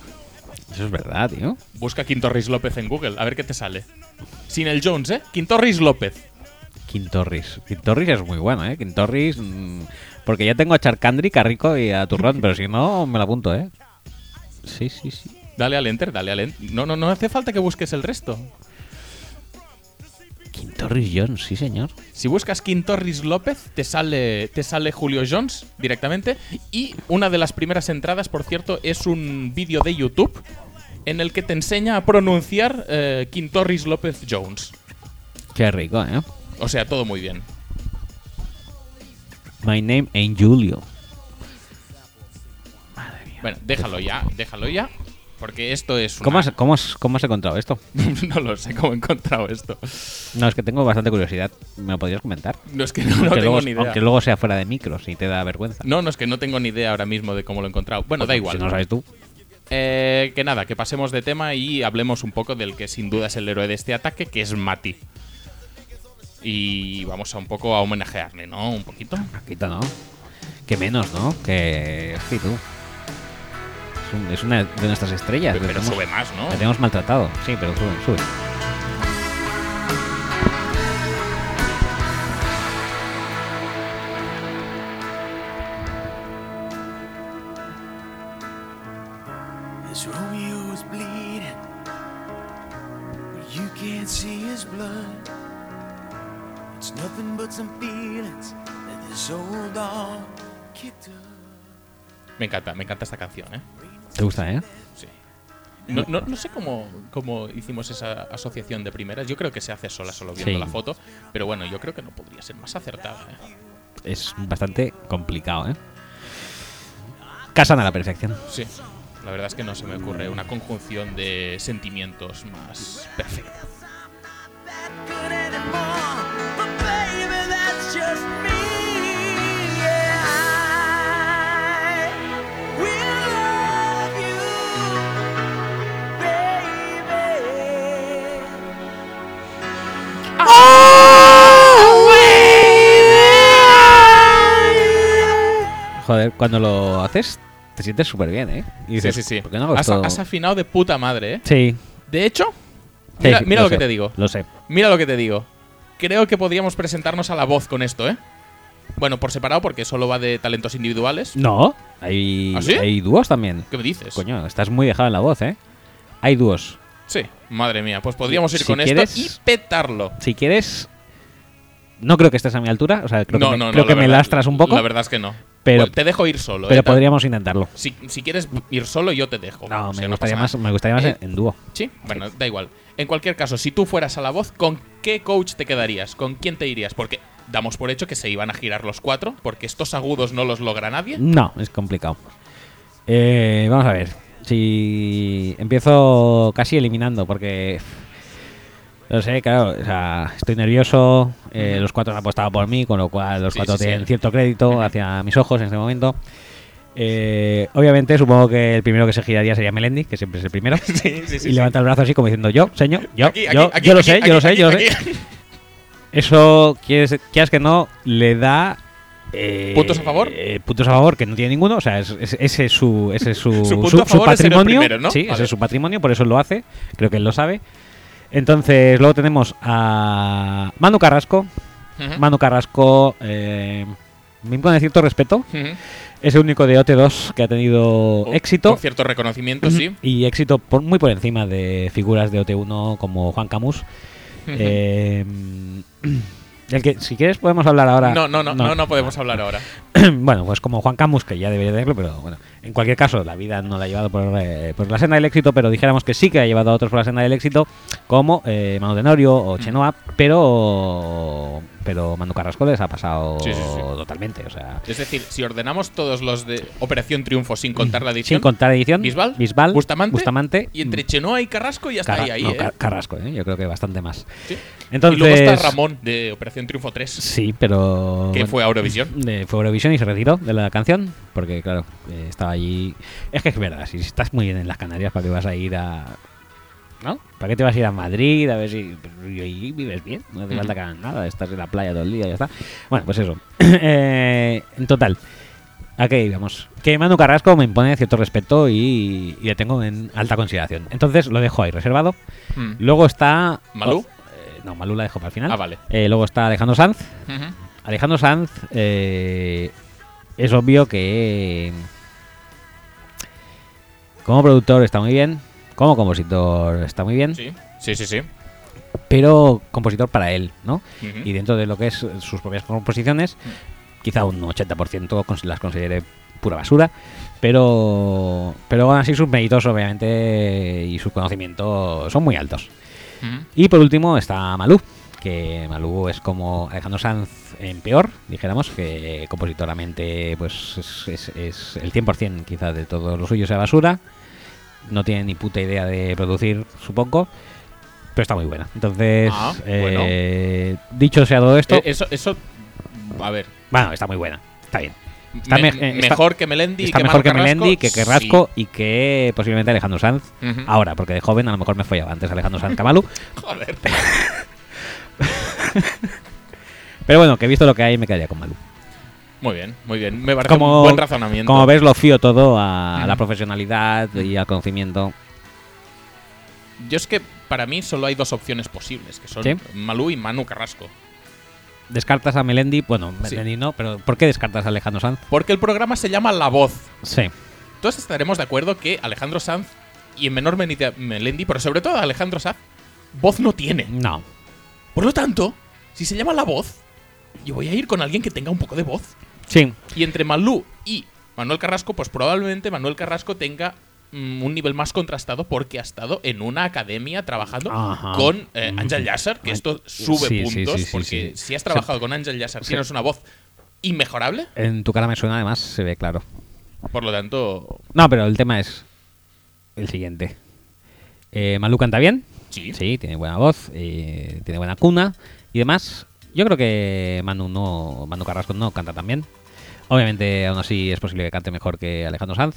Speaker 1: Eso es verdad, tío.
Speaker 2: Busca Quintorris López en Google, a ver qué te sale. Sin el Jones, ¿eh? Quintorris López.
Speaker 1: Quintorris. Quintorris es muy bueno, ¿eh? Quintorris... mm, porque ya tengo a Charcandrick, a Rico y a Turrón, pero si no, me lo apunto, ¿eh? Sí, sí, sí.
Speaker 2: Dale al enter, dale al enter. No, no, no hace falta que busques el resto.
Speaker 1: Quintorris Jones, sí, señor.
Speaker 2: Si buscas Quintorris López, te sale, te sale Julio Jones directamente. Y una de las primeras entradas, por cierto, es un vídeo de YouTube en el que te enseña a pronunciar eh, Quintorris López Jones.
Speaker 1: Qué rico, ¿eh?
Speaker 2: O sea, todo muy bien.
Speaker 1: My name ain't Julio.
Speaker 2: Bueno, déjalo ya, déjalo ya. Porque esto es. una-
Speaker 1: ¿Cómo has, cómo, has, ¿Cómo has encontrado esto?
Speaker 2: [laughs] no lo sé cómo he encontrado esto.
Speaker 1: No, es que tengo bastante curiosidad. ¿Me lo podrías [laughs] comentar?
Speaker 2: No es que no, no
Speaker 1: Aunque
Speaker 2: tengo
Speaker 1: luego-
Speaker 2: ni idea.
Speaker 1: Aunque luego sea fuera de micro, si te da vergüenza.
Speaker 2: No, no, es que no tengo ni idea ahora mismo de cómo lo he encontrado. Bueno, da igual.
Speaker 1: Si no lo sabes tú.
Speaker 2: Eh, que nada, que pasemos de tema y hablemos un poco del que sin duda es el héroe de este ataque, que es Mati. Y vamos a un poco a homenajearle, ¿no? Un poquito.
Speaker 1: Paquito, ¿no? Que menos, ¿no? Que. Sí, tú. Es un- es una de nuestras estrellas.
Speaker 2: Pero,
Speaker 1: le tenemos-
Speaker 2: sube más, ¿no?
Speaker 1: La tenemos maltratado. Sí, pero sube, sube.
Speaker 6: As Romeo is bleeding, but you can't see his blood. It's nothing but some feelings that this old dog kicked up.
Speaker 2: Me encanta, me encanta esta canción, ¿eh?
Speaker 1: Te gusta, ¿eh?
Speaker 2: Sí. No, no- no sé cómo, cómo hicimos esa asociación de primeras. Yo creo que se hace sola solo viendo
Speaker 1: Sí.
Speaker 2: la foto. Pero bueno, yo creo que no podría ser más acertada. ¿eh?
Speaker 1: Es bastante complicado, ¿eh? Casan a la perfección.
Speaker 2: Sí. La verdad es que no se me ocurre una conjunción de sentimientos más perfecta.
Speaker 6: Good anymore, but baby, that's just me. Yeah, I will love you, baby.
Speaker 1: Joder, cuando lo haces, te sientes súper bien, ¿eh? Y dices,
Speaker 2: sí, sí, sí.
Speaker 1: ¿por qué no hago
Speaker 2: has,
Speaker 1: esto?"
Speaker 2: has afinado de puta madre, ¿eh?
Speaker 1: Sí.
Speaker 2: De hecho,
Speaker 1: Sí,
Speaker 2: mira,
Speaker 1: sí,
Speaker 2: mira lo, que
Speaker 1: sé,
Speaker 2: te digo.
Speaker 1: Lo sé.
Speaker 2: Mira lo que te digo. Creo que podríamos presentarnos a la voz con esto, ¿eh? Bueno, por separado, porque solo va de talentos individuales.
Speaker 1: No, hay,
Speaker 2: ¿Ah, sí?
Speaker 1: hay dúos también.
Speaker 2: ¿Qué me dices?
Speaker 1: Coño, estás muy dejado en la voz, ¿eh? Hay dúos.
Speaker 2: Sí, madre mía. Pues podríamos ir
Speaker 1: Si
Speaker 2: con
Speaker 1: quieres-
Speaker 2: esto y petarlo.
Speaker 1: Si quieres, no creo que estés a mi altura. O sea, creo
Speaker 2: no,
Speaker 1: que, me,
Speaker 2: no, no,
Speaker 1: creo
Speaker 2: la
Speaker 1: que me
Speaker 2: verdad-
Speaker 1: lastras un poco.
Speaker 2: La verdad es que no.
Speaker 1: Pero-
Speaker 2: Bueno, te dejo ir solo.
Speaker 1: pero
Speaker 2: eh, tal.
Speaker 1: podríamos intentarlo.
Speaker 2: Si, si quieres ir solo, yo te dejo.
Speaker 1: No,
Speaker 2: O sea,
Speaker 1: me, gustaría
Speaker 2: Oh, pasa
Speaker 1: más,
Speaker 2: nada.
Speaker 1: me gustaría más
Speaker 2: Eh,
Speaker 1: en, en dúo.
Speaker 2: Sí, bueno, da igual. En cualquier caso, si tú fueras a la voz, ¿con qué coach te quedarías? ¿Con quién te irías? Porque damos por hecho que se iban a girar los cuatro, porque estos agudos no los logra nadie.
Speaker 1: No, es complicado. Eh, vamos a ver. Si empiezo casi eliminando, porque. No sé, claro, o sea, estoy nervioso. eh, los cuatro han apostado por mí, con lo cual los
Speaker 2: Sí,
Speaker 1: cuatro
Speaker 2: sí, sí.
Speaker 1: tienen cierto crédito hacia mis ojos en este momento. Eh, obviamente, supongo que el primero que se giraría sería Melendi, que siempre es el primero.
Speaker 2: [laughs] sí, sí,
Speaker 1: y levanta el brazo así como diciendo: Yo, señor, yo,
Speaker 2: Aquí, aquí,
Speaker 1: yo,
Speaker 2: aquí,
Speaker 1: yo lo
Speaker 2: aquí,
Speaker 1: sé,
Speaker 2: aquí,
Speaker 1: yo lo sé,
Speaker 2: aquí,
Speaker 1: yo lo sé.
Speaker 2: aquí.
Speaker 1: Eso, quieres, quieras que no, le da. eh,
Speaker 2: ¿Puntos a favor?
Speaker 1: eh, puntos a favor que no tiene ninguno. O sea, es- es- ese es su, ese es su,
Speaker 2: [laughs] Su punto a favor es ser el
Speaker 1: patrimonio.
Speaker 2: primero, ¿no?
Speaker 1: Sí,
Speaker 2: Vale.
Speaker 1: ese es su patrimonio, por eso lo hace. Creo que él lo sabe. Entonces, luego tenemos a Manu Carrasco.
Speaker 2: Ujú.
Speaker 1: Manu Carrasco, eh, con cierto respeto,
Speaker 2: Ujú.
Speaker 1: es el único de OT2 que ha tenido
Speaker 2: Con-
Speaker 1: Oh, éxito.
Speaker 2: Con Oh, cierto reconocimiento, sí.
Speaker 1: Y éxito por- muy por encima de figuras de OT1 como Juan Camus. Eh, [clears throat] el que, si quieres podemos hablar ahora.
Speaker 2: No, no, no, no, no podemos hablar ahora.
Speaker 1: [clears throat] bueno, pues como Juan Camus, que ya debería tenerlo, pero bueno. En cualquier caso, la vida no la ha llevado por, eh, por la senda del éxito, pero dijéramos que sí que ha llevado a otros por la senda del éxito, como eh, Manu Tenorio
Speaker 2: Mm.
Speaker 1: o Chenoa, pero pero Manu Carrasco les ha pasado
Speaker 2: Sí, sí, sí.
Speaker 1: totalmente. O sea,
Speaker 2: Es decir, si ordenamos todos los de Operación Triunfo sin contar la edición.
Speaker 1: sin contar edición. mm,
Speaker 2: Bisbal, Bustamante, Y entre Chenoa y Carrasco ya está
Speaker 1: Carra-
Speaker 2: ahí, ahí,
Speaker 1: no,
Speaker 2: ¿eh?
Speaker 1: Car- Carrasco, ¿eh? yo creo que bastante más.
Speaker 2: Sí.
Speaker 1: Entonces,
Speaker 2: y luego está Ramón de Operación Triunfo 3,
Speaker 1: Sí, pero.
Speaker 2: que
Speaker 1: bueno,
Speaker 2: fue a Eurovisión.
Speaker 1: de- fue a Eurovisión y se retiró de la canción porque, claro, eh, estaba allí. Es que es verdad, si estás muy bien en las Canarias, ¿para qué vas a ir a. ¿No? ¿Para qué te vas a ir a Madrid? A ver si. pero y ahí vives bien, no hace
Speaker 2: Ujú.
Speaker 1: falta que hagas nada, estás en la playa todo el día y ya está. Bueno, pues eso. [coughs] Eh, en total. ¿A qué íbamos? Que Manu Carrasco me impone cierto respeto y, y le tengo en alta consideración. Entonces lo dejo ahí reservado.
Speaker 2: Mm.
Speaker 1: Luego está. oh,
Speaker 2: ¿Malú?
Speaker 1: eh, no, Malú la dejo para el final.
Speaker 2: Ah, vale.
Speaker 1: Eh, luego está Alejandro Sanz.
Speaker 2: Ujú.
Speaker 1: Alejandro Sanz eh, es obvio que eh, como productor está muy bien, como compositor está muy bien,
Speaker 2: Sí, sí, sí. sí.
Speaker 1: pero compositor para él, ¿no?
Speaker 2: Ujú.
Speaker 1: Y dentro de lo que es eh, sus propias composiciones, quizá un 80% cons- las considere pura basura, pero pero aún así sus méritos obviamente y sus conocimientos son muy altos.
Speaker 2: Ujú.
Speaker 1: Y por último está Malú, que Malú es como Alejandro Sanz en peor, dijéramos, que compositoramente pues es, es- es el 100% quizá de todo lo suyo sea basura, no tiene ni puta idea de producir, supongo, pero está muy buena. Entonces,
Speaker 2: Ah,
Speaker 1: eh, dicho sea todo esto,
Speaker 2: Eh, eso, eso. A ver.
Speaker 1: bueno, está muy buena, está bien. Está
Speaker 2: me-
Speaker 1: me- eh, está-
Speaker 2: mejor que Melendi. y
Speaker 1: Está
Speaker 2: que
Speaker 1: mejor
Speaker 2: Manu
Speaker 1: que
Speaker 2: Carrasco,
Speaker 1: Melendi, que
Speaker 2: sí.
Speaker 1: Carrasco y que posiblemente Alejandro Sanz.
Speaker 2: Ujú.
Speaker 1: Ahora, porque de joven a lo mejor me follaba antes Alejandro Sanz que a Malú.
Speaker 2: Joder.
Speaker 1: Pero bueno, que he visto lo que hay, me quedaría con Malú.
Speaker 2: Muy bien, muy bien. Me parece
Speaker 1: Como,
Speaker 2: un buen razonamiento.
Speaker 1: como ves, lo fío todo a, a la
Speaker 2: Mm.
Speaker 1: profesionalidad y al conocimiento.
Speaker 2: Yo es que para mí solo hay dos opciones posibles, que son
Speaker 1: Sí.
Speaker 2: Malú y Manu Carrasco.
Speaker 1: ¿Descartas a Melendi? Bueno,
Speaker 2: Sí.
Speaker 1: Melendi no, pero ¿por qué descartas a Alejandro Sanz?
Speaker 2: Porque el programa se llama La Voz.
Speaker 1: Sí.
Speaker 2: Todos estaremos de acuerdo que Alejandro Sanz, y en menor medida Melendi, pero sobre todo Alejandro Sanz, voz no tiene.
Speaker 1: No.
Speaker 2: Por lo tanto, si se llama La Voz, yo voy a ir con alguien que tenga un poco de voz.
Speaker 1: Sí.
Speaker 2: Y entre Malú y Manuel Carrasco, pues probablemente Manuel Carrasco tenga mm, un nivel más contrastado porque ha estado en una academia trabajando
Speaker 1: Ajá.
Speaker 2: con eh, Ángel Yasser, que esto sube
Speaker 1: Sí, sí,
Speaker 2: puntos,
Speaker 1: sí, sí,
Speaker 2: porque
Speaker 1: sí.
Speaker 2: si has trabajado con Ángel Yasser, tienes una voz inmejorable,
Speaker 1: En tu cara me suena, además, se ve claro.
Speaker 2: por lo tanto,
Speaker 1: No, pero el tema es el siguiente. Eh, Malú canta bien.
Speaker 2: sí.
Speaker 1: Sí, tiene buena voz, eh, tiene buena cuna y demás. Yo creo que Manu no, Manu Carrasco no canta tan bien. Obviamente, aún así es posible que cante mejor que Alejandro Sanz.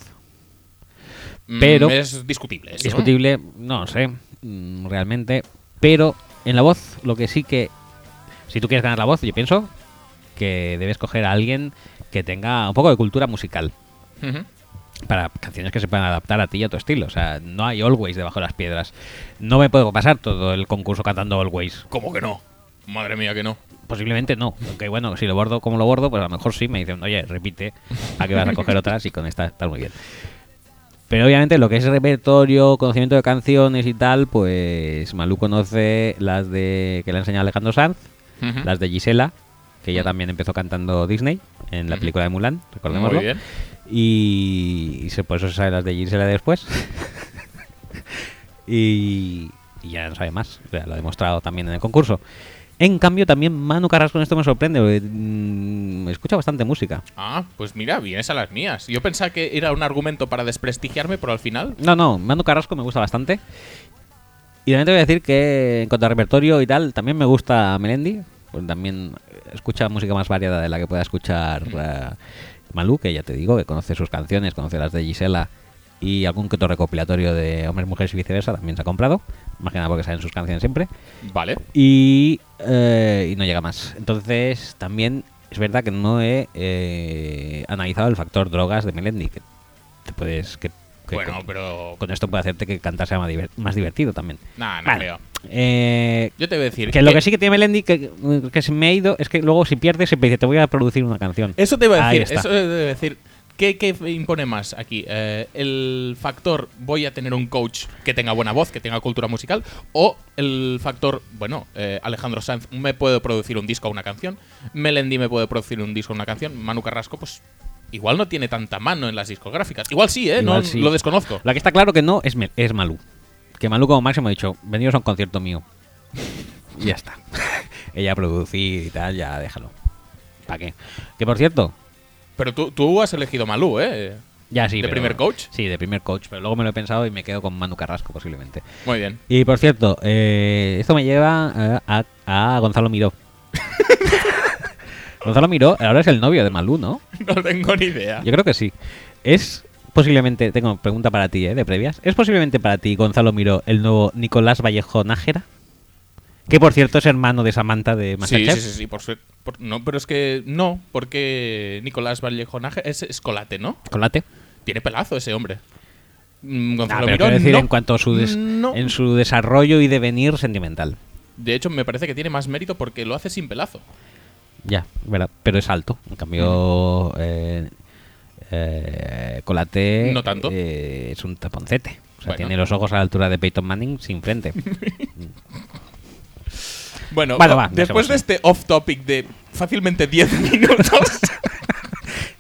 Speaker 2: Mm,
Speaker 1: pero-
Speaker 2: es discutible. eso, ¿no?
Speaker 1: Discutible, no lo sé, mm, realmente. Pero en la voz, lo que sí que, si tú quieres ganar la voz, yo pienso que debes coger a alguien que tenga un poco de cultura musical
Speaker 2: Ujú.
Speaker 1: para canciones que se puedan adaptar a ti y a tu estilo. O sea, no hay Always debajo de las piedras. No me puedo pasar todo el concurso cantando Always.
Speaker 2: ¿Cómo que no? Madre mía, que no.
Speaker 1: Posiblemente no. Aunque bueno, si lo bordo como lo bordo, pues a lo mejor sí me dicen, oye, repite, a que vas a coger otras y con esta estás muy bien. Pero obviamente lo que es repertorio, conocimiento de canciones y tal, pues Malú conoce las de que le ha enseñado Alejandro Sanz,
Speaker 2: Ujú.
Speaker 1: las de Gisela, que ella también empezó cantando Disney en la
Speaker 2: Ujú.
Speaker 1: película de Mulan, recordémoslo.
Speaker 2: Muy bien.
Speaker 1: Y, y se, por eso se sabe las de Gisela después. [laughs] y, y ya no sabe más. O sea, lo ha demostrado también en el concurso. En cambio, también Manu Carrasco en esto me sorprende. Porque, mm, escucha bastante música.
Speaker 2: Ah, pues mira, vienes a las mías. Yo pensaba que era un argumento para desprestigiarme, pero al final.
Speaker 1: No, no, Manu Carrasco me gusta bastante. Y también te voy a decir que en cuanto a repertorio y tal, también me gusta Melendi. Porque también escucha música más variada de la que pueda escuchar eh, Malú, que ya te digo, que conoce sus canciones, conoce las de Gisela y algún que otro recopilatorio de hombres, mujeres y viceversa también se ha comprado. Más que nada porque salen sus canciones siempre.
Speaker 2: Vale.
Speaker 1: Y, eh, y no llega más. Entonces, también es verdad que no he eh, analizado el factor drogas de Melendi, que te puedes. Que, que
Speaker 2: Bueno,
Speaker 1: con-
Speaker 2: pero.
Speaker 1: con esto puede hacerte que cantar sea más, diver- más divertido también.
Speaker 2: Nah, no
Speaker 1: Vale.
Speaker 2: creo.
Speaker 1: Eh,
Speaker 2: Yo te voy a decir.
Speaker 1: que lo que sí que tiene Melendi, que, que se me ha ido, es que luego si pierdes siempre dice, te voy a producir una canción.
Speaker 2: Eso te iba a
Speaker 1: Ahí
Speaker 2: decir.
Speaker 1: está.
Speaker 2: Eso te iba a decir. ¿Qué, qué impone más aquí? Eh, ¿El factor voy a tener un coach que tenga buena voz, que tenga cultura musical? ¿O el factor, bueno, eh, Alejandro Sanz me puede producir un disco o una canción? ¿Melendi me puede producir un disco o una canción? ¿Manu Carrasco, pues igual no tiene tanta mano en las discográficas? Igual sí, ¿eh?
Speaker 1: Igual
Speaker 2: no,
Speaker 1: sí.
Speaker 2: Lo desconozco.
Speaker 1: La que está claro que no es, Mel- es Malú. Que Malú como máximo ha dicho, veniros a un concierto mío. [laughs] Y ya está. [laughs] Ella producir y tal, ya déjalo. ¿Para qué? Que por cierto,
Speaker 2: Pero tú, tú has elegido Malú, ¿eh?
Speaker 1: ya sí.
Speaker 2: ¿De
Speaker 1: pero-
Speaker 2: primer coach?
Speaker 1: Sí, de primer coach, pero luego me lo he pensado y me quedo con Manu Carrasco posiblemente.
Speaker 2: Muy bien.
Speaker 1: Y por cierto, eh, esto me lleva eh, a, a Gonzalo
Speaker 2: [laughs]
Speaker 1: Miró. Gonzalo Miró ahora es el novio de Malú, [laughs] ¿no?
Speaker 2: No tengo ni idea.
Speaker 1: Yo creo que sí. Es posiblemente, tengo pregunta para ti, ¿eh? De previas. ¿Es posiblemente para ti, Gonzalo Miró, el nuevo Nicolás Vallejo Nájera? Que por cierto es hermano de Samantha de
Speaker 2: Sí,
Speaker 1: Masterchef.
Speaker 2: sí, sí, sí, por suerte. Por- no, pero es que no, porque Nicolás Vallejonaje es escolate, ¿no?
Speaker 1: Chocolate.
Speaker 2: Tiene pelazo ese hombre. Mm,
Speaker 1: Ah,
Speaker 2: Gonzalo
Speaker 1: pero
Speaker 2: Miró,
Speaker 1: quiero decir,
Speaker 2: no.
Speaker 1: en cuanto a su, des-
Speaker 2: No.
Speaker 1: en su desarrollo y devenir sentimental.
Speaker 2: De hecho, me parece que tiene más mérito porque lo hace sin pelazo.
Speaker 1: Ya, ¿verdad? Pero es alto. En cambio, eh, eh, Colate
Speaker 2: No tanto.
Speaker 1: eh, es un taponcete. O sea,
Speaker 2: Bueno.
Speaker 1: tiene los ojos a la altura de Peyton Manning sin
Speaker 2: [laughs]
Speaker 1: frente.
Speaker 2: Bueno,
Speaker 1: Bueno,
Speaker 2: o-
Speaker 1: va, dejemos
Speaker 2: después de este off-topic de fácilmente 10 [laughs] minutos,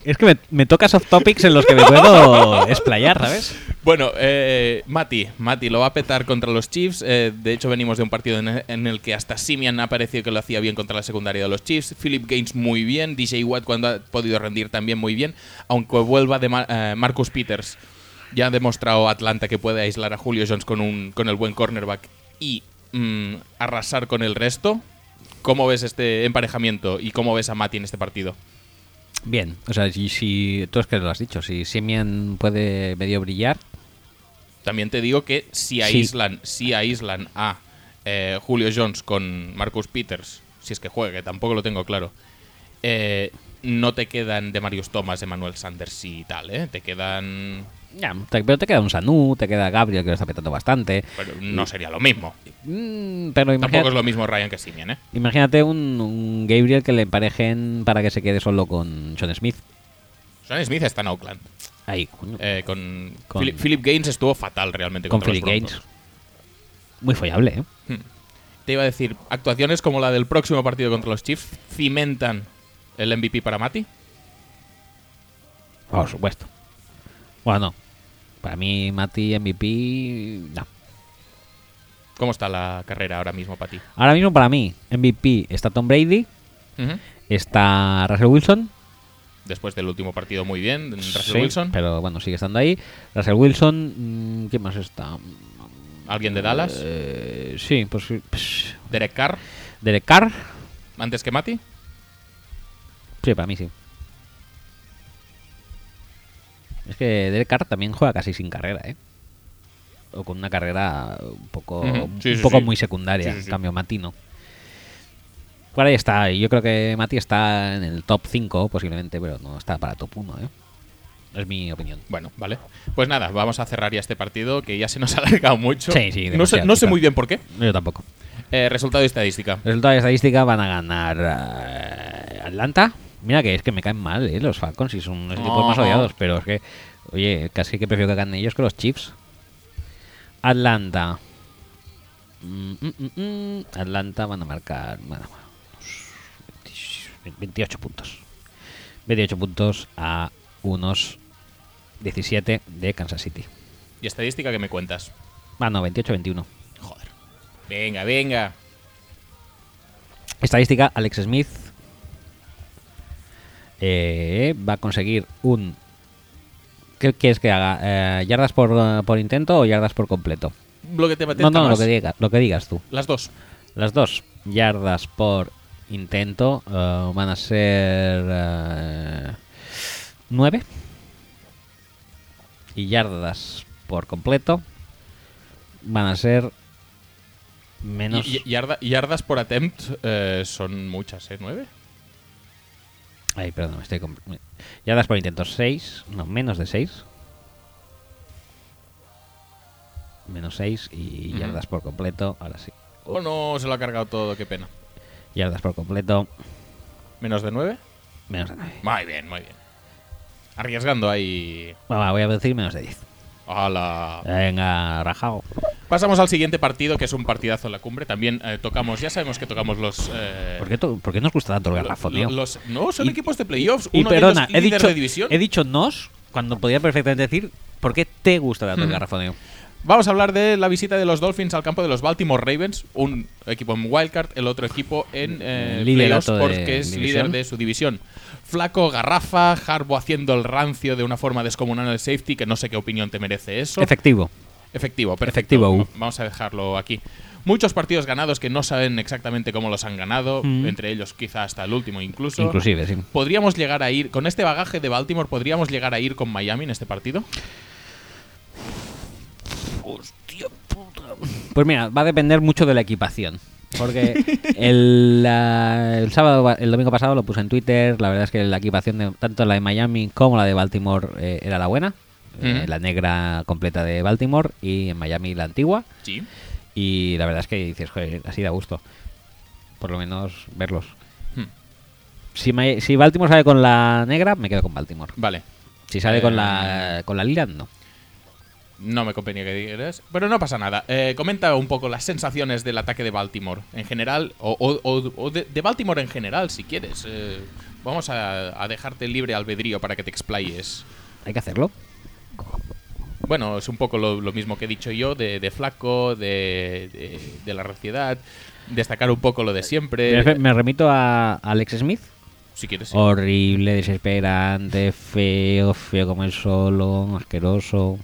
Speaker 1: es que me, me toca soft topics en los que me
Speaker 2: [laughs]
Speaker 1: puedo explayar, ¿sabes?
Speaker 2: Bueno, eh, Mati, Mati lo va a petar contra los Chiefs. Eh, de hecho, venimos de un partido en, en el que hasta Simian ha parecido que lo hacía bien contra la secundaria de los Chiefs. Philip Gaines muy bien. DJ Watt cuando ha podido rendir también muy bien. Aunque vuelva de Mar- eh, Marcus Peters. Ya ha demostrado Atlanta que puede aislar a Julio Jones con, un, con el buen cornerback y mm, arrasar con el resto. ¿Cómo ves este emparejamiento y cómo ves a Mati en este partido?
Speaker 1: Bien, o sea, si, si tú es que lo has dicho, si Simeon puede medio brillar,
Speaker 2: También te digo que si aíslan, si aíslan a eh, Julio Jones con Marcus Peters, si es que juegue, tampoco lo tengo claro, eh, no te quedan de Marius Thomas, de Manuel Sanders y tal, ¿eh? Te quedan.
Speaker 1: Ya, te- pero te queda un Sanu, te queda Gabriel que lo está petando bastante.
Speaker 2: Pero no sería lo mismo.
Speaker 1: Mm, pero
Speaker 2: Tampoco
Speaker 1: imagina-
Speaker 2: es lo mismo Ryan que Simeon, ¿eh?
Speaker 1: imagínate un, un Gabriel que le emparejen para que se quede solo con Sean Smith.
Speaker 2: Sean Smith está en Oakland.
Speaker 1: Ahí, coño.
Speaker 2: Eh, con
Speaker 1: Con-
Speaker 2: Philip, Philip Gaines estuvo fatal realmente.
Speaker 1: con
Speaker 2: contra los
Speaker 1: Philip Gaines.
Speaker 2: Broncos. Hmm.
Speaker 1: Muy follable, ¿eh?
Speaker 2: Te iba a decir, actuaciones como la del próximo partido contra los Chiefs cimentan el MVP para Mati.
Speaker 1: Por supuesto. Bueno, no. Para mí, Mati MVP. No.
Speaker 2: ¿Cómo está la carrera ahora mismo para ti?
Speaker 1: Ahora mismo, para mí, MVP está Tom Brady,
Speaker 2: Ujú.
Speaker 1: está Russell Wilson.
Speaker 2: Después del último partido muy bien, Mm, Russell
Speaker 1: Sí,
Speaker 2: Wilson.
Speaker 1: Pero bueno, sigue estando ahí. Russell Wilson. mm, ¿Quién más está?
Speaker 2: Alguien de Dallas.
Speaker 1: Eh, sí, pues. sí, psh,
Speaker 2: Derek Carr,
Speaker 1: Derek Carr.
Speaker 2: antes que Mati.
Speaker 1: Sí, para mí sí. Es que Derek Carr también juega casi sin carrera, ¿eh? O con una carrera un poco,
Speaker 2: Ujú. Sí,
Speaker 1: un
Speaker 2: sí,
Speaker 1: poco
Speaker 2: sí.
Speaker 1: muy secundaria,
Speaker 2: Sí, sí, sí.
Speaker 1: en cambio Matino. Por ahí está, y yo creo que Mati está en el top 5 posiblemente, pero no está para top 1, ¿eh? Es mi opinión.
Speaker 2: Bueno, vale. Pues nada, vamos a cerrar ya este partido que ya se nos [laughs] ha alargado mucho.
Speaker 1: Sí, sí,
Speaker 2: no sé,
Speaker 1: demasiado,
Speaker 2: no sé
Speaker 1: quizá.
Speaker 2: muy bien por qué.
Speaker 1: Yo tampoco.
Speaker 2: Eh, resultado y estadística.
Speaker 1: Resultado de estadística van a ganar eh, Atlanta. Mira que es que me caen mal, ¿eh? Los Falcons y son los equipos más
Speaker 2: No.
Speaker 1: odiados, pero es que, oye, casi que prefiero que ganen ellos que los Chiefs. Atlanta. Mm, mm, mm, mm. Atlanta van a marcar bueno, unos 28 puntos. 28 puntos a unos 17 de Kansas City.
Speaker 2: ¿Y estadística que me cuentas?
Speaker 1: Ah, no, 28-21.
Speaker 2: Joder. Venga, venga.
Speaker 1: Estadística, Alex Smith eh, va a conseguir un... ¿Qué quieres que haga? Eh, ¿Yardas por, eh, por intento o yardas por completo?
Speaker 2: Lo que te
Speaker 1: No,
Speaker 2: apetezca
Speaker 1: no, lo
Speaker 2: más.
Speaker 1: que, diga- lo que digas tú.
Speaker 2: Las dos.
Speaker 1: Las dos yardas por intento eh, van a ser eh, nueve. Y yardas por completo van a ser menos...
Speaker 2: Y- y- yarda- yardas por attempt eh, son muchas, ¿eh? ¿Nueve?
Speaker 1: Ay, perdón, me estoy. compl- me- Yardas por intento 6, no, menos de 6. Menos 6 y
Speaker 2: Ujú.
Speaker 1: yardas por completo, ahora sí.
Speaker 2: Oh no, se lo ha cargado todo, qué pena.
Speaker 1: Yardas por completo,
Speaker 2: ¿Menos de nueve?
Speaker 1: menos de 9.
Speaker 2: Muy bien, muy bien. Arriesgando ahí.
Speaker 1: voy a decir menos de 10.
Speaker 2: ¡Hala!
Speaker 1: Venga, rajao.
Speaker 2: Pasamos al siguiente partido, que es un partidazo en la cumbre. También eh, tocamos, ya sabemos que tocamos los. eh,
Speaker 1: ¿Por qué, to- por qué nos gusta tanto el garrafo,
Speaker 2: lo-
Speaker 1: tío?
Speaker 2: los- no, son
Speaker 1: Y-
Speaker 2: equipos de playoffs.
Speaker 1: y
Speaker 2: uno
Speaker 1: perdona,
Speaker 2: de
Speaker 1: he
Speaker 2: ellos líder
Speaker 1: dicho,
Speaker 2: de división.
Speaker 1: he dicho nos cuando podía perfectamente decir por qué te gusta tanto el garrafoneo.
Speaker 2: Vamos a hablar de la visita de los Dolphins al campo de los Baltimore Ravens, un equipo en Wildcard, el otro equipo en eh, playoffs
Speaker 1: Liderato de
Speaker 2: porque es
Speaker 1: división.
Speaker 2: líder de su división. Flaco, garrafa, Harbo haciendo el rancio de una forma descomunal en el safety, que no sé qué opinión te merece eso.
Speaker 1: Efectivo.
Speaker 2: Efectivo, perfecto.
Speaker 1: Efectivo, uh.
Speaker 2: Va- Vamos a dejarlo aquí. Muchos partidos ganados que no saben exactamente cómo los han ganado, entre ellos quizá hasta el último incluso.
Speaker 1: Mm. Inclusive, sí.
Speaker 2: ¿Podríamos llegar a ir, con este bagaje de Baltimore, podríamos llegar a ir con Miami en este partido?
Speaker 1: Pues mira, va a depender mucho de la equipación. Porque el, la- el sábado, va- el domingo pasado lo puse en Twitter. La verdad es que la equipación, de, tanto la de Miami como la de Baltimore, eh, era la buena. Eh,
Speaker 2: Ujú.
Speaker 1: la negra completa de Baltimore y en Miami la antigua.
Speaker 2: Sí.
Speaker 1: Y la verdad es que dices, joder, así da gusto. Por lo menos verlos.
Speaker 2: Hmm.
Speaker 1: Si, Mi- si Baltimore sale con la negra, me quedo con Baltimore.
Speaker 2: Vale.
Speaker 1: Si sale con
Speaker 2: Eh,
Speaker 1: la, con la lila, no.
Speaker 2: No me convenía que digas. Pero no pasa nada. Eh, comenta un poco las sensaciones del ataque de Baltimore en general. O, o- o- o de, de Baltimore en general, si quieres. Eh, vamos a, a dejarte libre albedrío para que te explayes.
Speaker 1: Hay que hacerlo.
Speaker 2: Bueno, es un poco lo, lo mismo que he dicho yo de, de Flaco, de, de- de la raciedad. Destacar un poco lo de siempre.
Speaker 1: Me- me remito a Alex Smith.
Speaker 2: si
Speaker 1: Oh.
Speaker 2: quieres. sí.
Speaker 1: Horrible, desesperante, feo, feo como el solo, asqueroso.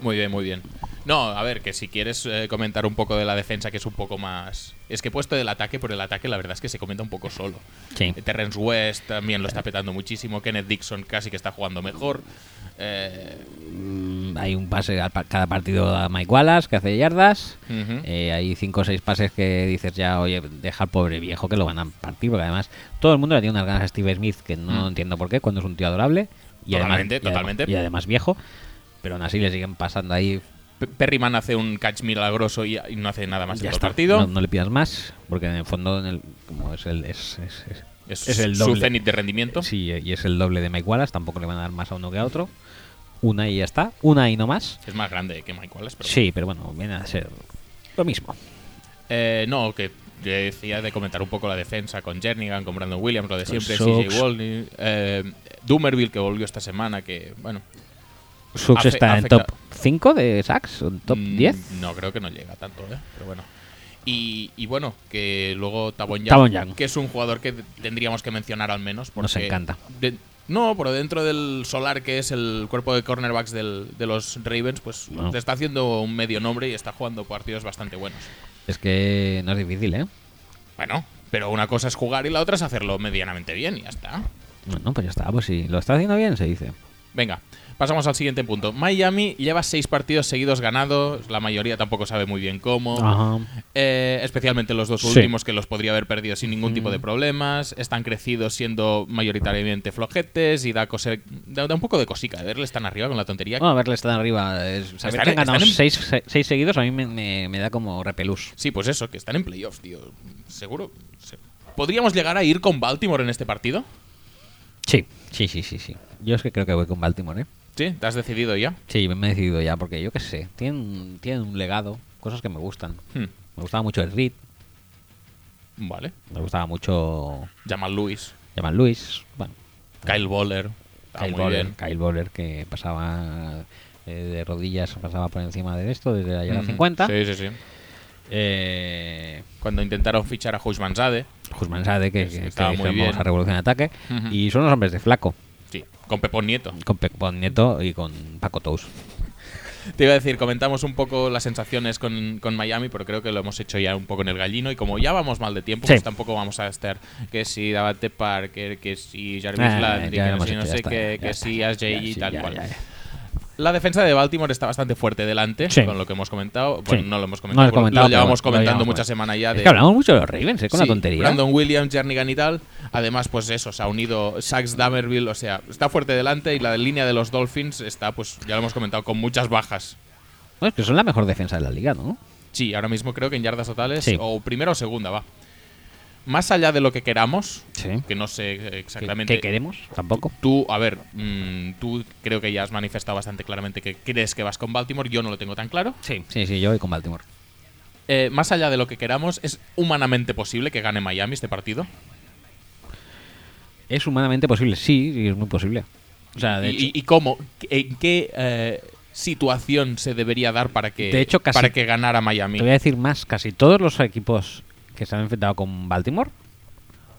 Speaker 2: Muy bien, muy bien. No, a ver, que si quieres eh, comentar un poco de la defensa, que es un poco más. Es que he puesto del ataque, por el ataque la verdad es que se comenta un poco solo.
Speaker 1: Sí.
Speaker 2: Eh, Terrence West también lo está petando muchísimo. Kenneth Dixon casi que está jugando mejor. Eh,
Speaker 1: Mm, Hay un pase a pa- cada partido a Mike Wallace que hace yardas.
Speaker 2: Ujú.
Speaker 1: Eh, hay cinco o seis pases que dices ya, oye, deja al pobre viejo que lo van a partir. Porque además todo el mundo le tiene unas ganas a Steve Smith que no
Speaker 2: Mm.
Speaker 1: entiendo por qué, cuando es un tío adorable. Y además- y
Speaker 2: Totalmente,
Speaker 1: además,
Speaker 2: totalmente.
Speaker 1: Y además viejo. Pero aún así le siguen pasando ahí.
Speaker 2: P- Perryman hace un catch milagroso y, y no hace nada más
Speaker 1: ya
Speaker 2: en todo el
Speaker 1: está.
Speaker 2: partido.
Speaker 1: No, no le pidas más. Porque en el fondo, en el- como es el. Es, es- es-
Speaker 2: Es,
Speaker 1: es el
Speaker 2: su
Speaker 1: doble.
Speaker 2: cenit de rendimiento.
Speaker 1: Sí, eh, y es el doble de Mike Wallace. Tampoco le van a dar más a uno que a otro. Una y ya está. Una y no más.
Speaker 2: Es más grande que Mike Wallace, pero.
Speaker 1: Sí, pero bueno, viene a ser lo mismo.
Speaker 2: Eh, no, que que decía de comentar un poco la defensa con Jernigan, con Brandon Williams, lo de
Speaker 1: Con
Speaker 2: siempre,
Speaker 1: Sox.
Speaker 2: CJ Walney, eh, Dumerville que volvió esta semana, que bueno.
Speaker 1: Sux
Speaker 2: Afe-
Speaker 1: está en
Speaker 2: afecta-
Speaker 1: top 5 de sacks, o en top
Speaker 2: mm,
Speaker 1: 10.
Speaker 2: No, creo que no llega tanto, ¿eh? Pero bueno. Y, y bueno, que luego Tabon Young,
Speaker 1: Tavon Young.
Speaker 2: que es un jugador que tendríamos que mencionar al menos. Porque
Speaker 1: Nos encanta.
Speaker 2: de- no, pero dentro del solar que es el cuerpo de cornerbacks del- de los Ravens, pues
Speaker 1: No.
Speaker 2: le está haciendo un medio nombre y está jugando partidos bastante buenos.
Speaker 1: Es que no es difícil, ¿eh?
Speaker 2: Bueno, pero una cosa es jugar y la otra es hacerlo medianamente bien y ya está.
Speaker 1: Bueno, pues ya está. Pues si lo está haciendo bien, se dice.
Speaker 2: Venga, pasamos al siguiente punto. Miami lleva seis partidos seguidos ganados, la mayoría tampoco sabe muy bien cómo.
Speaker 1: Ajá.
Speaker 2: Eh, especialmente los dos
Speaker 1: Sí. Mm.
Speaker 2: últimos que los podría haber perdido sin ningún tipo de problemas. Están crecidos siendo mayoritariamente flojetes y da, coser- da, da un poco de cosica de verles tan arriba con la tontería.
Speaker 1: Bueno, a verle están arriba. es- saber
Speaker 2: Están-
Speaker 1: que han ganado
Speaker 2: están en-
Speaker 1: 6 seguidos a mí me, me- me da como repelús.
Speaker 2: Sí, pues eso, que están en playoffs, tío. Seguro. se- ¿Podríamos llegar a ir con Baltimore en este partido?
Speaker 1: Sí, sí, sí, sí, sí. Yo es que creo que voy con Baltimore, ¿eh?
Speaker 2: Sí, ¿te has decidido ya?
Speaker 1: Sí, me he decidido ya, porque yo qué sé. Tienen, tienen un legado, cosas que me gustan.
Speaker 2: Hmm,
Speaker 1: Me gustaba mucho el Reed,
Speaker 2: Vale.
Speaker 1: me gustaba mucho
Speaker 2: Jamal Lewis,
Speaker 1: Jamal Lewis. Bueno,
Speaker 2: Kyle Boller. está
Speaker 1: Kyle
Speaker 2: Ah, muy
Speaker 1: Bowler,
Speaker 2: bien.
Speaker 1: Kyle Bowler que pasaba eh, de rodillas, pasaba por encima de esto desde la yarda
Speaker 2: Ujú,
Speaker 1: 50.
Speaker 2: Sí, sí, sí.
Speaker 1: Eh,
Speaker 2: Cuando intentaron fichar a Husman Sade.
Speaker 1: Guzmán Sade, que,
Speaker 2: Es-
Speaker 1: que- que
Speaker 2: estaba muy
Speaker 1: dijeron,
Speaker 2: bien.
Speaker 1: vamos a revolucionar ataque.
Speaker 2: Ujú.
Speaker 1: Y son los hombres de Flaco,
Speaker 2: Sí, con Pepón Nieto.
Speaker 1: con Pepón Nieto y con Paco Tous.
Speaker 2: Te iba a decir, comentamos un poco las sensaciones con, con Miami, pero creo que lo hemos hecho ya un poco en el gallino. Y como ya vamos mal de tiempo,
Speaker 1: Sí.
Speaker 2: pues tampoco vamos a estar que si Davante Parker, que si Jarvis
Speaker 1: Ah,
Speaker 2: Landry,
Speaker 1: ya
Speaker 2: que
Speaker 1: lo
Speaker 2: no
Speaker 1: hemos
Speaker 2: sé, no
Speaker 1: hecho, ya
Speaker 2: sé
Speaker 1: está,
Speaker 2: qué,
Speaker 1: ya
Speaker 2: que
Speaker 1: está,
Speaker 2: si
Speaker 1: ya,
Speaker 2: AJ y
Speaker 1: sí,
Speaker 2: tal
Speaker 1: ya,
Speaker 2: cual.
Speaker 1: ya, ya.
Speaker 2: La defensa de Baltimore está bastante fuerte delante,
Speaker 1: Sí.
Speaker 2: con lo que hemos comentado. Bueno,
Speaker 1: Sí.
Speaker 2: no lo hemos
Speaker 1: No lo he
Speaker 2: comentado, lo-
Speaker 1: comentado,
Speaker 2: lo llevamos
Speaker 1: pero lo
Speaker 2: comentando
Speaker 1: llevamos
Speaker 2: muchas semanas ya.
Speaker 1: Es
Speaker 2: De,
Speaker 1: que hablamos mucho de los Ravens, ¿eh? Con la
Speaker 2: Sí,
Speaker 1: tontería.
Speaker 2: Brandon Williams, Jernigan y tal. Además, pues eso, se ha unido Sachs Damerville. O sea, está fuerte delante y la de línea de los Dolphins está, pues ya lo hemos comentado, con muchas bajas.
Speaker 1: No, es que son la mejor defensa de la liga, ¿no?
Speaker 2: Sí, ahora mismo creo que en yardas totales,
Speaker 1: Sí.
Speaker 2: o primera o segunda, va. Más allá de lo que queramos,
Speaker 1: Sí.
Speaker 2: que no sé
Speaker 1: ¿Qué,
Speaker 2: exactamente.
Speaker 1: qué queremos? Tampoco.
Speaker 2: Tú, a ver, mm, tú creo que ya has manifestado bastante claramente que crees que vas con Baltimore. Yo no lo tengo tan claro.
Speaker 1: Sí. Sí, sí, yo voy con Baltimore.
Speaker 2: Eh, más allá de lo que queramos, ¿es humanamente posible que gane Miami este partido?
Speaker 1: Es humanamente posible, sí, sí, es muy posible. O sea, Ah, de
Speaker 2: ¿Y,
Speaker 1: hecho,
Speaker 2: y- y cómo? ¿En qué eh, situación se debería dar para que,
Speaker 1: De hecho, casi-
Speaker 2: para que ganara Miami?
Speaker 1: Te voy a decir más, casi todos los equipos que se han enfrentado con Baltimore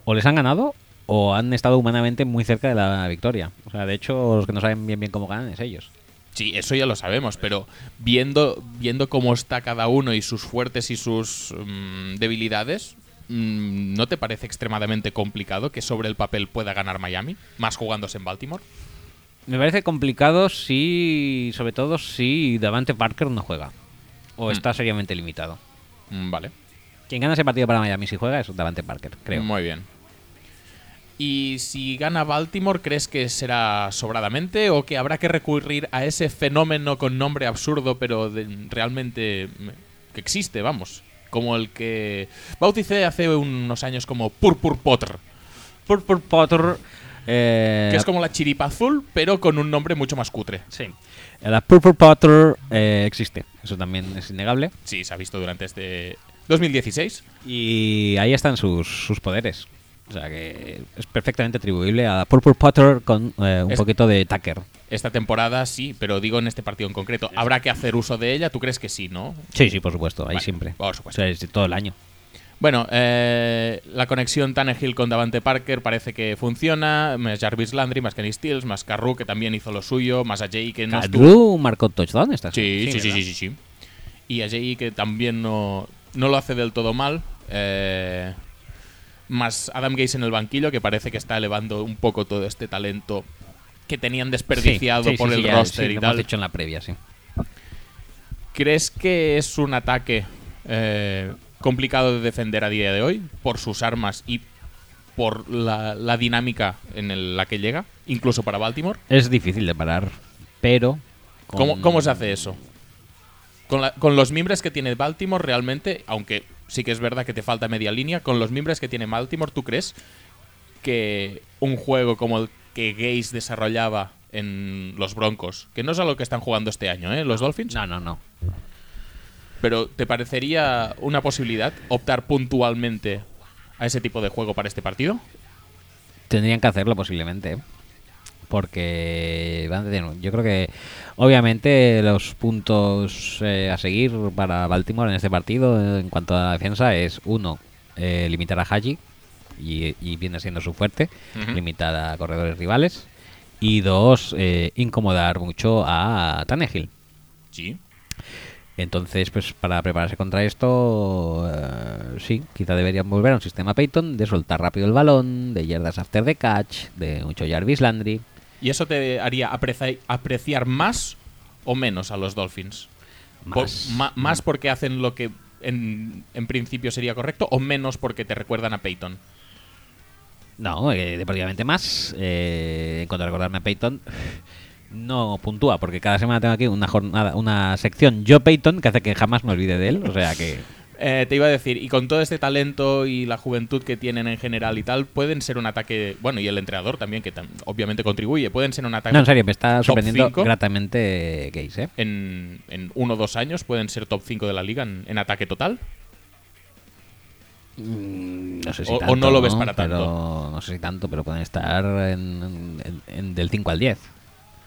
Speaker 1: o les han ganado o han estado humanamente muy cerca de la victoria. O sea, de hecho, los que no saben bien bien cómo ganan es ellos.
Speaker 2: Sí, eso ya lo sabemos, pero viendo, viendo cómo está cada uno y sus fuertes y sus mm, debilidades, mm, ¿no te parece extremadamente complicado que sobre el papel pueda ganar Miami? Más jugándose en Baltimore.
Speaker 1: Me parece complicado si, sobre todo si Davante Parker no juega o
Speaker 2: Mm.
Speaker 1: está seriamente limitado.
Speaker 2: Mm, vale.
Speaker 1: Quien gana ese partido para Miami si juega es Davante Parker, creo.
Speaker 2: Muy bien. ¿Y si gana Baltimore, crees que será sobradamente o que habrá que recurrir a ese fenómeno con nombre absurdo, pero de- realmente mm, que existe, vamos? Como el que bauticé hace unos años como Purpur Potter,
Speaker 1: Purple Potter. eh,
Speaker 2: que es como la chiripa azul, pero con un nombre mucho más cutre.
Speaker 1: Sí. Eh, La Purple Potter eh, existe. Eso también es innegable.
Speaker 2: Sí, se ha visto durante este 2016.
Speaker 1: Y ahí están sus, sus poderes. O sea que es perfectamente atribuible a Purple Potter con eh, un
Speaker 2: Es-
Speaker 1: poquito de Tucker.
Speaker 2: Esta temporada sí, pero digo en este partido en concreto. ¿Habrá que hacer uso de ella? ¿Tú crees que sí, no?
Speaker 1: Sí, sí, por supuesto, ahí
Speaker 2: Vale,
Speaker 1: siempre.
Speaker 2: por supuesto.
Speaker 1: O sea, es todo el año.
Speaker 2: Bueno, eh, la conexión Tannehill con Davante Parker parece que funciona. Más Jarvis Landry, más Kenny Stills, más Carru, que también hizo lo suyo, más a Jay, que no estuvo.
Speaker 1: Drew marcó touchdown esta
Speaker 2: Sí, sí, sí,
Speaker 1: ¿verdad?
Speaker 2: sí, sí, sí. Y a JI que también no, no lo hace del todo mal. eh, más Adam Gaze en el banquillo que parece que está elevando un poco todo este talento que tenían desperdiciado
Speaker 1: Sí, sí,
Speaker 2: por
Speaker 1: sí,
Speaker 2: el
Speaker 1: sí, ya,
Speaker 2: roster
Speaker 1: sí,
Speaker 2: y
Speaker 1: lo
Speaker 2: tal.
Speaker 1: hemos dicho en la previa, sí.
Speaker 2: ¿Crees que es un ataque eh, complicado de defender a día de hoy por sus armas y por la, la dinámica en el- la que llega, incluso para Baltimore?
Speaker 1: Es difícil de parar, pero... con-
Speaker 2: ¿Cómo, cómo se hace eso? Con, la- con los mimbres que tiene Baltimore realmente, aunque sí que es verdad que te falta media línea, con los mimbres que tiene Baltimore, ¿tú crees que un juego como el que Gaze desarrollaba en los Broncos, que no es a lo que están jugando este año, ¿eh? Los Dolphins,
Speaker 1: No, no, no.
Speaker 2: Pero ¿te parecería una posibilidad optar puntualmente a ese tipo de juego para este partido?
Speaker 1: Tendrían que hacerlo posiblemente. ¿eh? Porque van a tener- yo creo que obviamente los puntos eh, a seguir para Baltimore en este partido eh, en cuanto a la defensa es uno, eh, limitar a Haji y, y viene siendo su fuerte,
Speaker 2: Ujú.
Speaker 1: limitar a corredores rivales y dos, eh, incomodar mucho a Tannehill.
Speaker 2: Sí.
Speaker 1: Entonces, pues para prepararse contra esto, eh, sí, quizá deberían volver a un sistema Peyton de soltar rápido el balón, de yardas after the catch, de mucho Jarvis Landry.
Speaker 2: ¿Y eso te haría apreci- apreciar más o menos a los Dolphins? Por-
Speaker 1: Más.
Speaker 2: ma- ¿Más porque hacen lo que en, en principio sería correcto o menos porque te recuerdan a Peyton?
Speaker 1: No, eh, deportivamente más. Eh, en cuanto a recordarme a Peyton, no puntúa, porque cada semana tengo aquí una jornada, una sección yo Peyton que hace que jamás me olvide de él. O sea que
Speaker 2: Eh, te iba a decir, y con todo este talento y la juventud que tienen en general y tal, pueden ser un ataque, bueno, y el entrenador también, que tam- obviamente contribuye, pueden ser un ataque...
Speaker 1: no, en serio, me está
Speaker 2: Top
Speaker 1: sorprendiendo
Speaker 2: cinco.
Speaker 1: gratamente Gaze, ¿eh?
Speaker 2: en, en uno o dos años pueden ser top 5 de la liga en, en ataque total.
Speaker 1: No sé si
Speaker 2: Mm, O- o
Speaker 1: tanto,
Speaker 2: no lo ves para
Speaker 1: Pero-
Speaker 2: tanto.
Speaker 1: no sé si tanto, pero pueden estar en- en- en- del 5 al 10.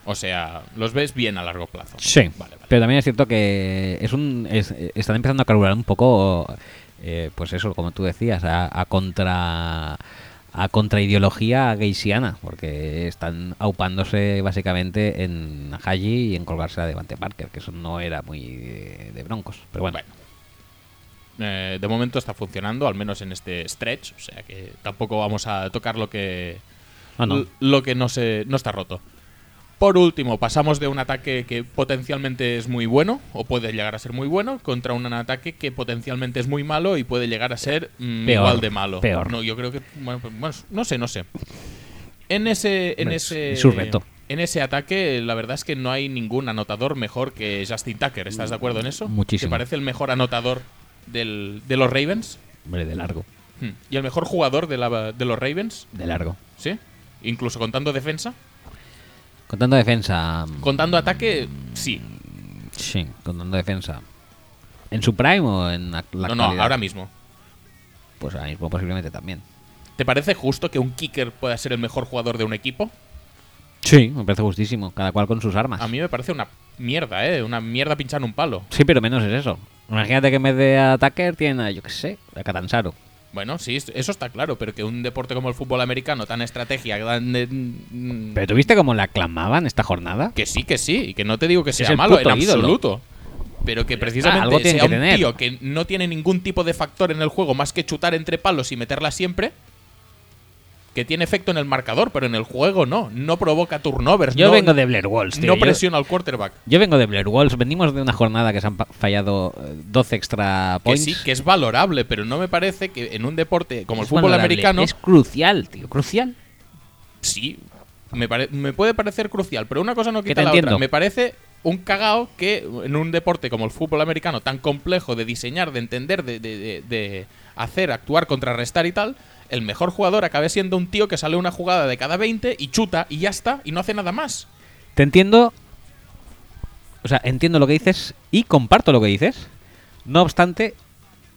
Speaker 2: O sea, los ves bien a largo plazo.
Speaker 1: Sí,
Speaker 2: Vale, vale.
Speaker 1: pero también es cierto que es un es- eh, están empezando a carburar un poco, eh, pues eso, como tú decías, a, a contra a contraideología gaysiana, porque están aupándose básicamente en Haji y en colgarse a Devante Parker, que eso no era muy de, de broncos, pero bueno.
Speaker 2: Bueno. Eh, de momento está funcionando, al menos en este stretch. O sea que tampoco vamos a tocar lo que.
Speaker 1: No, Ah, no.
Speaker 2: l- Lo que no se. no está roto. Por último, pasamos de un ataque que potencialmente es muy bueno, o puede llegar a ser muy bueno, contra un ataque que potencialmente es muy malo y puede llegar a ser mm,
Speaker 1: Peor,
Speaker 2: igual de malo.
Speaker 1: peor.
Speaker 2: No, yo creo que. Bueno, pues, bueno, no sé, no sé. En ese. En
Speaker 1: Hombre,
Speaker 2: ese
Speaker 1: es un reto.
Speaker 2: En ese ataque, la verdad es que no hay ningún anotador mejor que Justin Tucker. ¿Estás de acuerdo en eso?
Speaker 1: Muchísimo.
Speaker 2: Que parece el mejor anotador del- de los Ravens.
Speaker 1: Hombre, de largo,
Speaker 2: Hmm. Y el mejor jugador de, la- de los Ravens.
Speaker 1: de largo.
Speaker 2: ¿Sí? Incluso contando defensa.
Speaker 1: Contando defensa,
Speaker 2: Contando ataque, mm, sí.
Speaker 1: sí, contando defensa. ¿En su prime o en la la
Speaker 2: no, no,
Speaker 1: actualidad?
Speaker 2: ahora mismo.
Speaker 1: Pues ahora mismo posiblemente también.
Speaker 2: ¿Te parece justo que un kicker pueda ser el mejor jugador de un equipo?
Speaker 1: Sí, me parece justísimo, cada cual con sus armas.
Speaker 2: A mí me parece una mierda, ¿eh? Una mierda pinchar en un palo.
Speaker 1: Sí, pero menos es eso. Imagínate que en vez de a Tucker tienen a, yo qué sé, a Catanzaro.
Speaker 2: Bueno, sí, es- eso está claro, pero que un deporte como el fútbol americano, tan estrategia, tan... eh, mm,
Speaker 1: Pero tuviste cómo la aclamaban esta jornada.
Speaker 2: Que sí, que sí, y que no te digo que sea
Speaker 1: el
Speaker 2: malo en
Speaker 1: puto ídolo. Ah,
Speaker 2: absoluto. Pero que precisamente
Speaker 1: algo tiene
Speaker 2: sea
Speaker 1: que
Speaker 2: un
Speaker 1: tener.
Speaker 2: tío que no tiene ningún tipo de factor en el juego más que chutar entre palos y meterla siempre. Que tiene efecto en el marcador, pero en el juego no. No provoca turnovers.
Speaker 1: Yo
Speaker 2: Pues no,
Speaker 1: vengo de Blair Walls, tío.
Speaker 2: No
Speaker 1: yo-
Speaker 2: presiona al quarterback.
Speaker 1: Yo, vengo de Blair Walls. Venimos de una jornada que se han pa- fallado eh, 12 extra
Speaker 2: Que
Speaker 1: points.
Speaker 2: sí, que es valorable, pero no me parece que en un deporte como el
Speaker 1: Es
Speaker 2: fútbol
Speaker 1: valorable,
Speaker 2: americano.
Speaker 1: Es crucial, tío, crucial.
Speaker 2: Sí, me, pare- me puede parecer crucial, pero una cosa no
Speaker 1: Que
Speaker 2: quita
Speaker 1: te
Speaker 2: la
Speaker 1: entiendo.
Speaker 2: otra. Me parece un cagao que en un deporte como el fútbol americano, tan complejo de diseñar, de entender, de, de- de- de hacer, actuar, contrarrestar y tal, el mejor jugador acabe siendo un tío que sale una jugada de cada 20 y chuta y ya está, y no hace nada más.
Speaker 1: Te entiendo. O sea, entiendo lo que dices y comparto lo que dices. No obstante,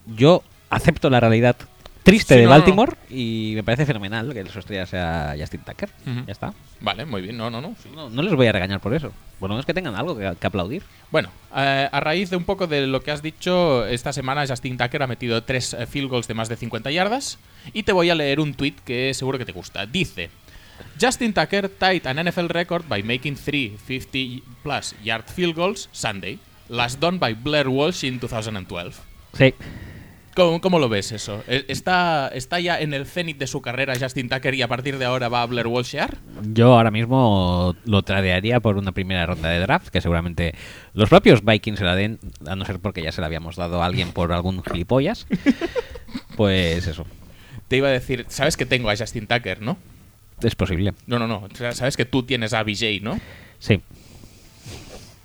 Speaker 1: yo acepto la realidad triste
Speaker 2: Sí,
Speaker 1: de
Speaker 2: no, no, no.
Speaker 1: Baltimore y me parece fenomenal que el estrella sea Justin Tucker.
Speaker 2: Ujú.
Speaker 1: Ya está.
Speaker 2: Vale, muy bien, no, no, no. sí.
Speaker 1: No, no les voy a regañar por eso. Por lo menos que tengan algo que, que aplaudir.
Speaker 2: Bueno, eh, a raíz de un poco de lo que has dicho, esta semana Justin Tucker ha metido tres eh, field goals de más de 50 yardas y te voy a leer un tweet que seguro que te gusta. Dice, Justin Tucker tied an NFL record by making three 50 plus yard field goals Sunday. Las Done by Blair Walsh in 2012.
Speaker 1: Sí.
Speaker 2: ¿Cómo, cómo lo ves eso? ¿E- ¿Está, ¿Está ya en el cenit de su carrera Justin Tucker y a partir de ahora va a Blair Walshear?
Speaker 1: Yo ahora mismo lo tradearía por una primera ronda de draft, que seguramente los propios Vikings se la den, a no ser porque ya se la habíamos dado a alguien por algún [laughs] gilipollas. Pues eso,
Speaker 2: Te iba a decir, sabes que tengo a Justin Tucker, ¿no?
Speaker 1: es posible.
Speaker 2: No, no, no. O sea, Sabes que tú tienes a BJ, ¿no?
Speaker 1: Sí,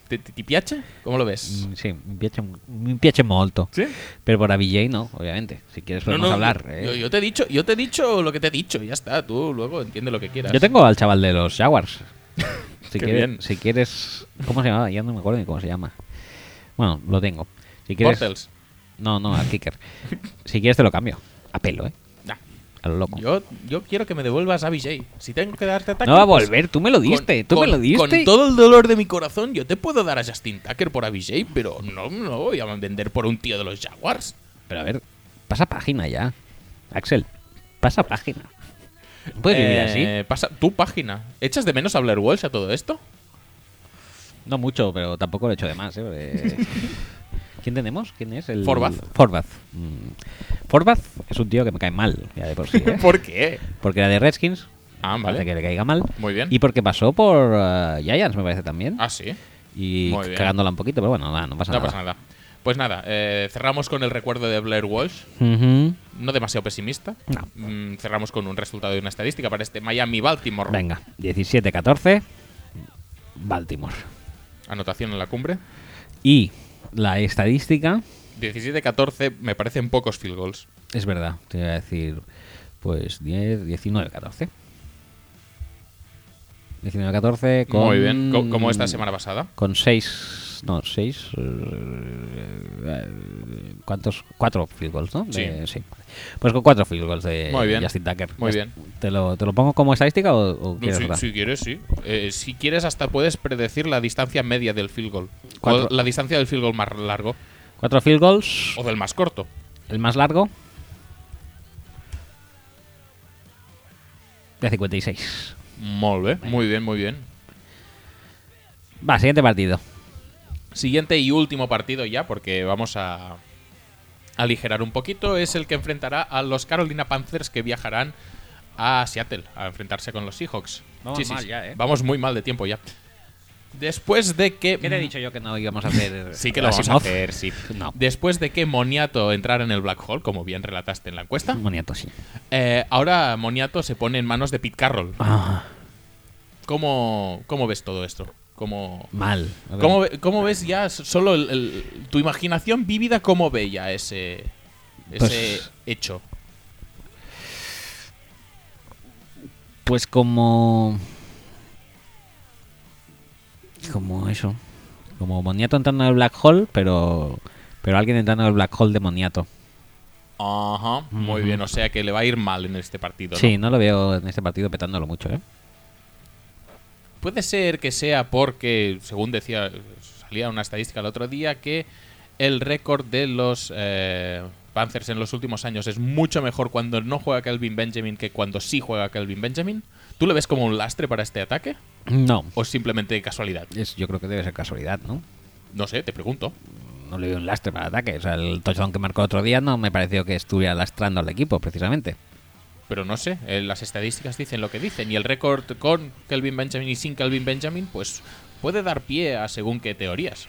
Speaker 2: ¿Te, te, te piace? ¿Cómo lo ves?
Speaker 1: mm, sí, mi piace, mi piace molto.
Speaker 2: ¿Sí?
Speaker 1: Pero por ABJ no, obviamente. Si quieres podemos hablar. eh.
Speaker 2: Yo,
Speaker 1: Yo,
Speaker 2: yo te he dicho, yo te he dicho lo que te he dicho, ya está. Tú luego entiende lo que quieras.
Speaker 1: tengo al chaval de los
Speaker 2: [laughs]
Speaker 1: Jaguars. Si,
Speaker 2: Qué
Speaker 1: quieres,
Speaker 2: bien.
Speaker 1: si quieres... ¿Cómo se llamaba? Ya no me acuerdo ni cómo se llama. Bueno, lo tengo. Si quieres...
Speaker 2: Portals.
Speaker 1: No, no, al kicker.
Speaker 2: [laughs]
Speaker 1: si quieres te lo cambio. A pelo, ¿eh?
Speaker 2: Nah.
Speaker 1: A lo loco.
Speaker 2: Yo, yo quiero que me devuelvas a BJ. Si tengo que darte ataque.
Speaker 1: No va a
Speaker 2: pues,
Speaker 1: volver, tú me lo diste, tú me lo diste.
Speaker 2: Con todo el dolor de mi corazón, yo te puedo dar a Justin Tucker por ABJ, pero no, no voy a vender por un tío de los Jaguars.
Speaker 1: Pero a ver, pasa página ya. Axel, pasa página. No puedes vivir así.
Speaker 2: Eh, Pasa tu página. ¿Echas de menos a Blair Walsh a todo esto?
Speaker 1: No mucho, pero tampoco lo he hecho de más, ¿eh? Porque- ¿Quién tenemos? ¿Quién es? El...
Speaker 2: Forbath.
Speaker 1: Forbath. Mm. Forbath es un tío que me cae mal, ya de por sí,
Speaker 2: [laughs]
Speaker 1: ¿eh?
Speaker 2: ¿Por qué?
Speaker 1: Porque era de Redskins,
Speaker 2: Ah,
Speaker 1: parece que
Speaker 2: vale.
Speaker 1: le caiga mal.
Speaker 2: Muy bien.
Speaker 1: Y porque pasó por eh, Giants, me parece también.
Speaker 2: Ah, sí.
Speaker 1: y
Speaker 2: muy bien.
Speaker 1: cagándola un poquito, pero bueno, nada, no pasa
Speaker 2: No
Speaker 1: nada.
Speaker 2: pasa nada. Pues nada, eh, cerramos con el recuerdo de Blair Walsh.
Speaker 1: Ujú.
Speaker 2: No demasiado pesimista.
Speaker 1: No.
Speaker 2: Mm, cerramos con un resultado y una estadística para este Miami-Baltimore.
Speaker 1: Venga, 17-14, Baltimore.
Speaker 2: Anotación en la cumbre.
Speaker 1: Y la estadística
Speaker 2: 17-14 me parecen pocos field goals.
Speaker 1: Es verdad, te iba a decir, pues 10, 19, 14. 19, 14 con...
Speaker 2: Muy bien, co- como esta semana pasada.
Speaker 1: Con 6, no, 6... ¿Cuántos? 4 field goals, ¿no?
Speaker 2: Sí.
Speaker 1: De- vale. Pues con 4 field goals de
Speaker 2: Muy bien,
Speaker 1: Justin Tucker.
Speaker 2: muy
Speaker 1: Ya
Speaker 2: bien.
Speaker 1: está. ¿Te lo, ¿Te lo pongo como estadística o, o
Speaker 2: No,
Speaker 1: quieres
Speaker 2: si,
Speaker 1: otra?
Speaker 2: si quieres, sí. Eh, si quieres, hasta puedes predecir la distancia media del field goal.
Speaker 1: Cuatro.
Speaker 2: O la distancia del field goal más largo.
Speaker 1: 4 field goals,
Speaker 2: O del más corto.
Speaker 1: el más largo... De 56.
Speaker 2: Muy bien, muy bien, muy bien.
Speaker 1: Va, siguiente partido.
Speaker 2: Siguiente y último partido ya, porque vamos a aligerar un poquito, es el que enfrentará a los Carolina Panthers que viajarán a Seattle a enfrentarse con los Seahawks.
Speaker 1: Vamos mal ya, ¿eh?
Speaker 2: Vamos muy mal de tiempo ya. Después de que...
Speaker 1: ¿Qué te he dicho yo que no íbamos a hacer?
Speaker 2: [laughs] Sí que lo vamos a
Speaker 1: Asimov?
Speaker 2: hacer, sí.
Speaker 1: No.
Speaker 2: Después de que Moniato entrara en el Black Hole, como bien relataste en la encuesta,
Speaker 1: Moniato, sí.
Speaker 2: eh, ahora Moniato se pone en manos de Pete Carroll.
Speaker 1: Ah,
Speaker 2: ¿Cómo, cómo ves todo esto? ¿Cómo,
Speaker 1: mal. A ver.
Speaker 2: cómo, ve- cómo ves ya s- solo el- el- tu imaginación vívida, cómo ve ya ese, ese
Speaker 1: Pues-
Speaker 2: hecho?
Speaker 1: Pues como. Como eso. Como Moniato entrando al Black Hole, pero. Pero alguien entrando al Black Hole de Moniato.
Speaker 2: Ajá, muy bien, o sea que le va a ir mal en este partido. ¿no?
Speaker 1: Sí, no lo veo en este partido petándolo mucho, ¿eh?
Speaker 2: Puede ser que sea porque, según decía, salía una estadística el otro día, que el récord de los eh, Panthers en los últimos años es mucho mejor cuando no juega Kelvin Benjamin que cuando sí juega Kelvin Benjamin. ¿Tú le ves como un lastre para este ataque?
Speaker 1: No.
Speaker 2: ¿O es simplemente casualidad?
Speaker 1: Es- yo creo que debe ser casualidad, ¿no?
Speaker 2: No sé, te pregunto.
Speaker 1: No le veo un lastre para el ataque. O sea, el touchdown que marcó el otro día no me pareció que estuviera lastrando al equipo, precisamente.
Speaker 2: Pero no sé, eh, las estadísticas dicen lo que dicen. Y el récord con Kelvin Benjamin y sin Kelvin Benjamin, pues puede dar pie a según qué teorías.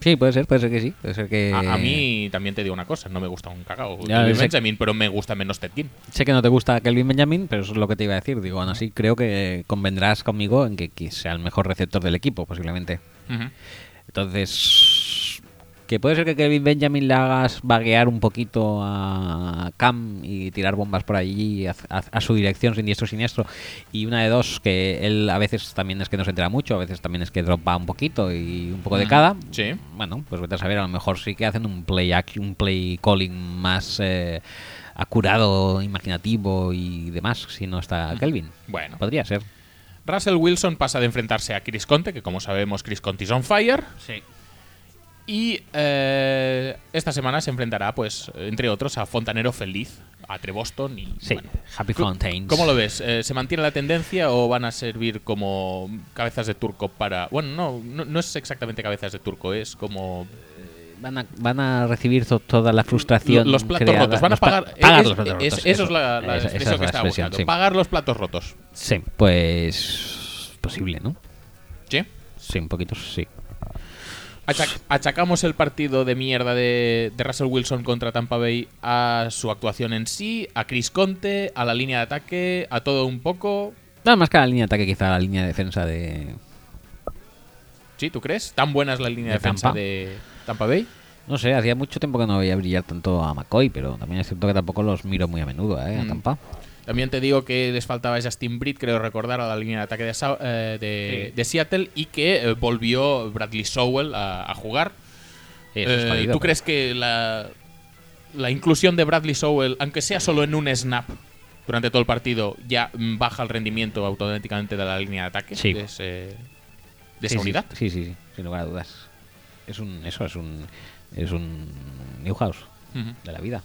Speaker 1: Sí, puede ser, puede ser que sí. Puede ser que.
Speaker 2: A, a mí también te digo una cosa, no me gusta un cagao
Speaker 1: Eh. Ya,
Speaker 2: Kelvin
Speaker 1: sé-
Speaker 2: Benjamin, pero me gusta menos Ted Ginn.
Speaker 1: Sé que no te gusta Kelvin Benjamin, pero eso es lo que te iba a decir. Digo, aún así creo que convendrás conmigo en que que sea el mejor receptor del equipo, posiblemente.
Speaker 2: Ujú.
Speaker 1: Entonces, que puede ser que Kelvin Benjamin le hagas vaguear un poquito a Cam y tirar bombas por allí a, a- a su dirección sin diestro siniestro. Y una de dos, que él a veces también es que no se entera mucho, a veces también es que dropa un poquito y un poco de
Speaker 2: Mm,
Speaker 1: cada.
Speaker 2: sí.
Speaker 1: Bueno, pues vete a saber, a lo mejor sí que hacen un play act- un play calling más eh, acurado, imaginativo y demás, si no está Kelvin.
Speaker 2: Bueno.
Speaker 1: Podría ser.
Speaker 2: Russell Wilson pasa de enfrentarse a Chris Conte, que como sabemos Chris Conte is on fire.
Speaker 1: Sí.
Speaker 2: Y eh, esta semana se enfrentará, pues, entre otros, a Fontanero Feliz, a Treboston y.
Speaker 1: Sí,
Speaker 2: bueno,
Speaker 1: Happy
Speaker 2: ¿cómo-
Speaker 1: Fountains.
Speaker 2: ¿Cómo lo ves? Eh, ¿Se mantiene la tendencia o van a servir como cabezas de turco para.? Bueno, no, no, no es exactamente cabezas de turco, es como.
Speaker 1: Van a, van a recibir to- toda la frustración.
Speaker 2: los platos
Speaker 1: creada-
Speaker 2: rotos. Van a
Speaker 1: los pa-
Speaker 2: pagar.
Speaker 1: pagar
Speaker 2: es-
Speaker 1: los platos
Speaker 2: es-
Speaker 1: rotos.
Speaker 2: Eso es la, la
Speaker 1: esa- esa es
Speaker 2: expresión que
Speaker 1: la
Speaker 2: estaba
Speaker 1: expresión,
Speaker 2: buscando.
Speaker 1: sí.
Speaker 2: Pagar los platos rotos.
Speaker 1: Sí, pues. Posible, ¿no?
Speaker 2: ¿Sí?
Speaker 1: Sí, un poquito, sí.
Speaker 2: Achac- achacamos el partido de mierda de, de Russell Wilson contra Tampa Bay a su actuación en sí, a Chris Conte, a la línea de ataque, a todo un poco.
Speaker 1: Nada más que la línea de ataque, quizá la línea de defensa de.
Speaker 2: ¿Sí, tú crees? ¿Tan buena es la línea de
Speaker 1: De
Speaker 2: defensa
Speaker 1: Tampa.
Speaker 2: de Tampa Bay?
Speaker 1: No sé, hacía mucho tiempo que no veía brillar tanto a McCoy, pero también es cierto que tampoco los miro muy a menudo, ¿eh? A
Speaker 2: Mm.
Speaker 1: Tampa.
Speaker 2: También te digo que les faltaba a Justin Britt, creo recordar, a la línea de ataque de, Sa- eh, de- de Seattle y que eh, volvió Bradley Sowell a, a jugar.
Speaker 1: Eso es
Speaker 2: Eh,
Speaker 1: válido, pero-
Speaker 2: ¿Tú crees que la, la inclusión de Bradley Sowell, aunque sea solo en un snap durante todo el partido, ya mm, baja el rendimiento automáticamente de la línea de ataque
Speaker 1: Sí.
Speaker 2: de, ese- de
Speaker 1: Sí,
Speaker 2: esa
Speaker 1: sí,
Speaker 2: unidad?
Speaker 1: Sí, sí, sí, sin lugar a dudas. Es un. Eso es un. Es un. Newhouse
Speaker 2: Ujú.
Speaker 1: de la vida.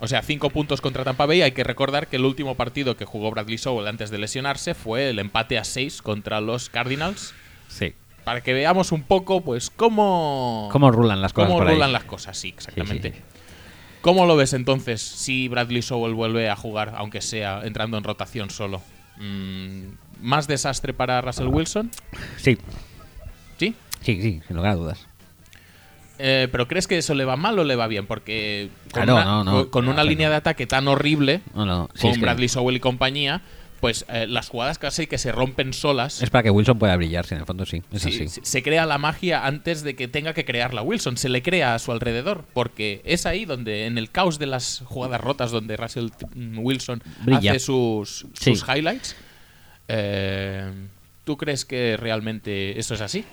Speaker 2: O sea, cinco puntos contra Tampa Bay. Hay que recordar que el último partido que jugó Bradley Sowell antes de lesionarse fue el empate a seis contra los Cardinals.
Speaker 1: Sí.
Speaker 2: para que veamos un poco, pues, cómo.
Speaker 1: ¿Cómo rulan las cosas?
Speaker 2: cómo
Speaker 1: por ahí?
Speaker 2: rulan las cosas, sí, exactamente.
Speaker 1: Sí, sí,
Speaker 2: ¿Cómo lo ves entonces si Bradley Sowell vuelve a jugar, aunque sea entrando en rotación solo? Mm, ¿Más desastre para Russell Wilson?
Speaker 1: Sí,
Speaker 2: Sí.
Speaker 1: sí, sí, sin lugar a dudas.
Speaker 2: Eh, ¿Pero crees que eso le va mal o le va bien? Porque con
Speaker 1: Claro,
Speaker 2: una,
Speaker 1: Ah, no, no.
Speaker 2: con una
Speaker 1: Claro.
Speaker 2: línea de ataque tan horrible,
Speaker 1: No, no, sí,
Speaker 2: con
Speaker 1: es que-
Speaker 2: Bradley Sowell y compañía, pues eh, las jugadas casi que se rompen solas.
Speaker 1: Es para que Wilson pueda brillar, sí, en el fondo sí. Es
Speaker 2: Sí,
Speaker 1: así.
Speaker 2: se- Se crea la magia antes de que tenga que crearla Wilson, se le crea a su alrededor, porque es ahí donde, en el caos de las jugadas rotas, donde Russell mm, Wilson
Speaker 1: Brilla.
Speaker 2: hace sus,
Speaker 1: Sí.
Speaker 2: sus highlights, eh, ¿tú crees que realmente eso es así?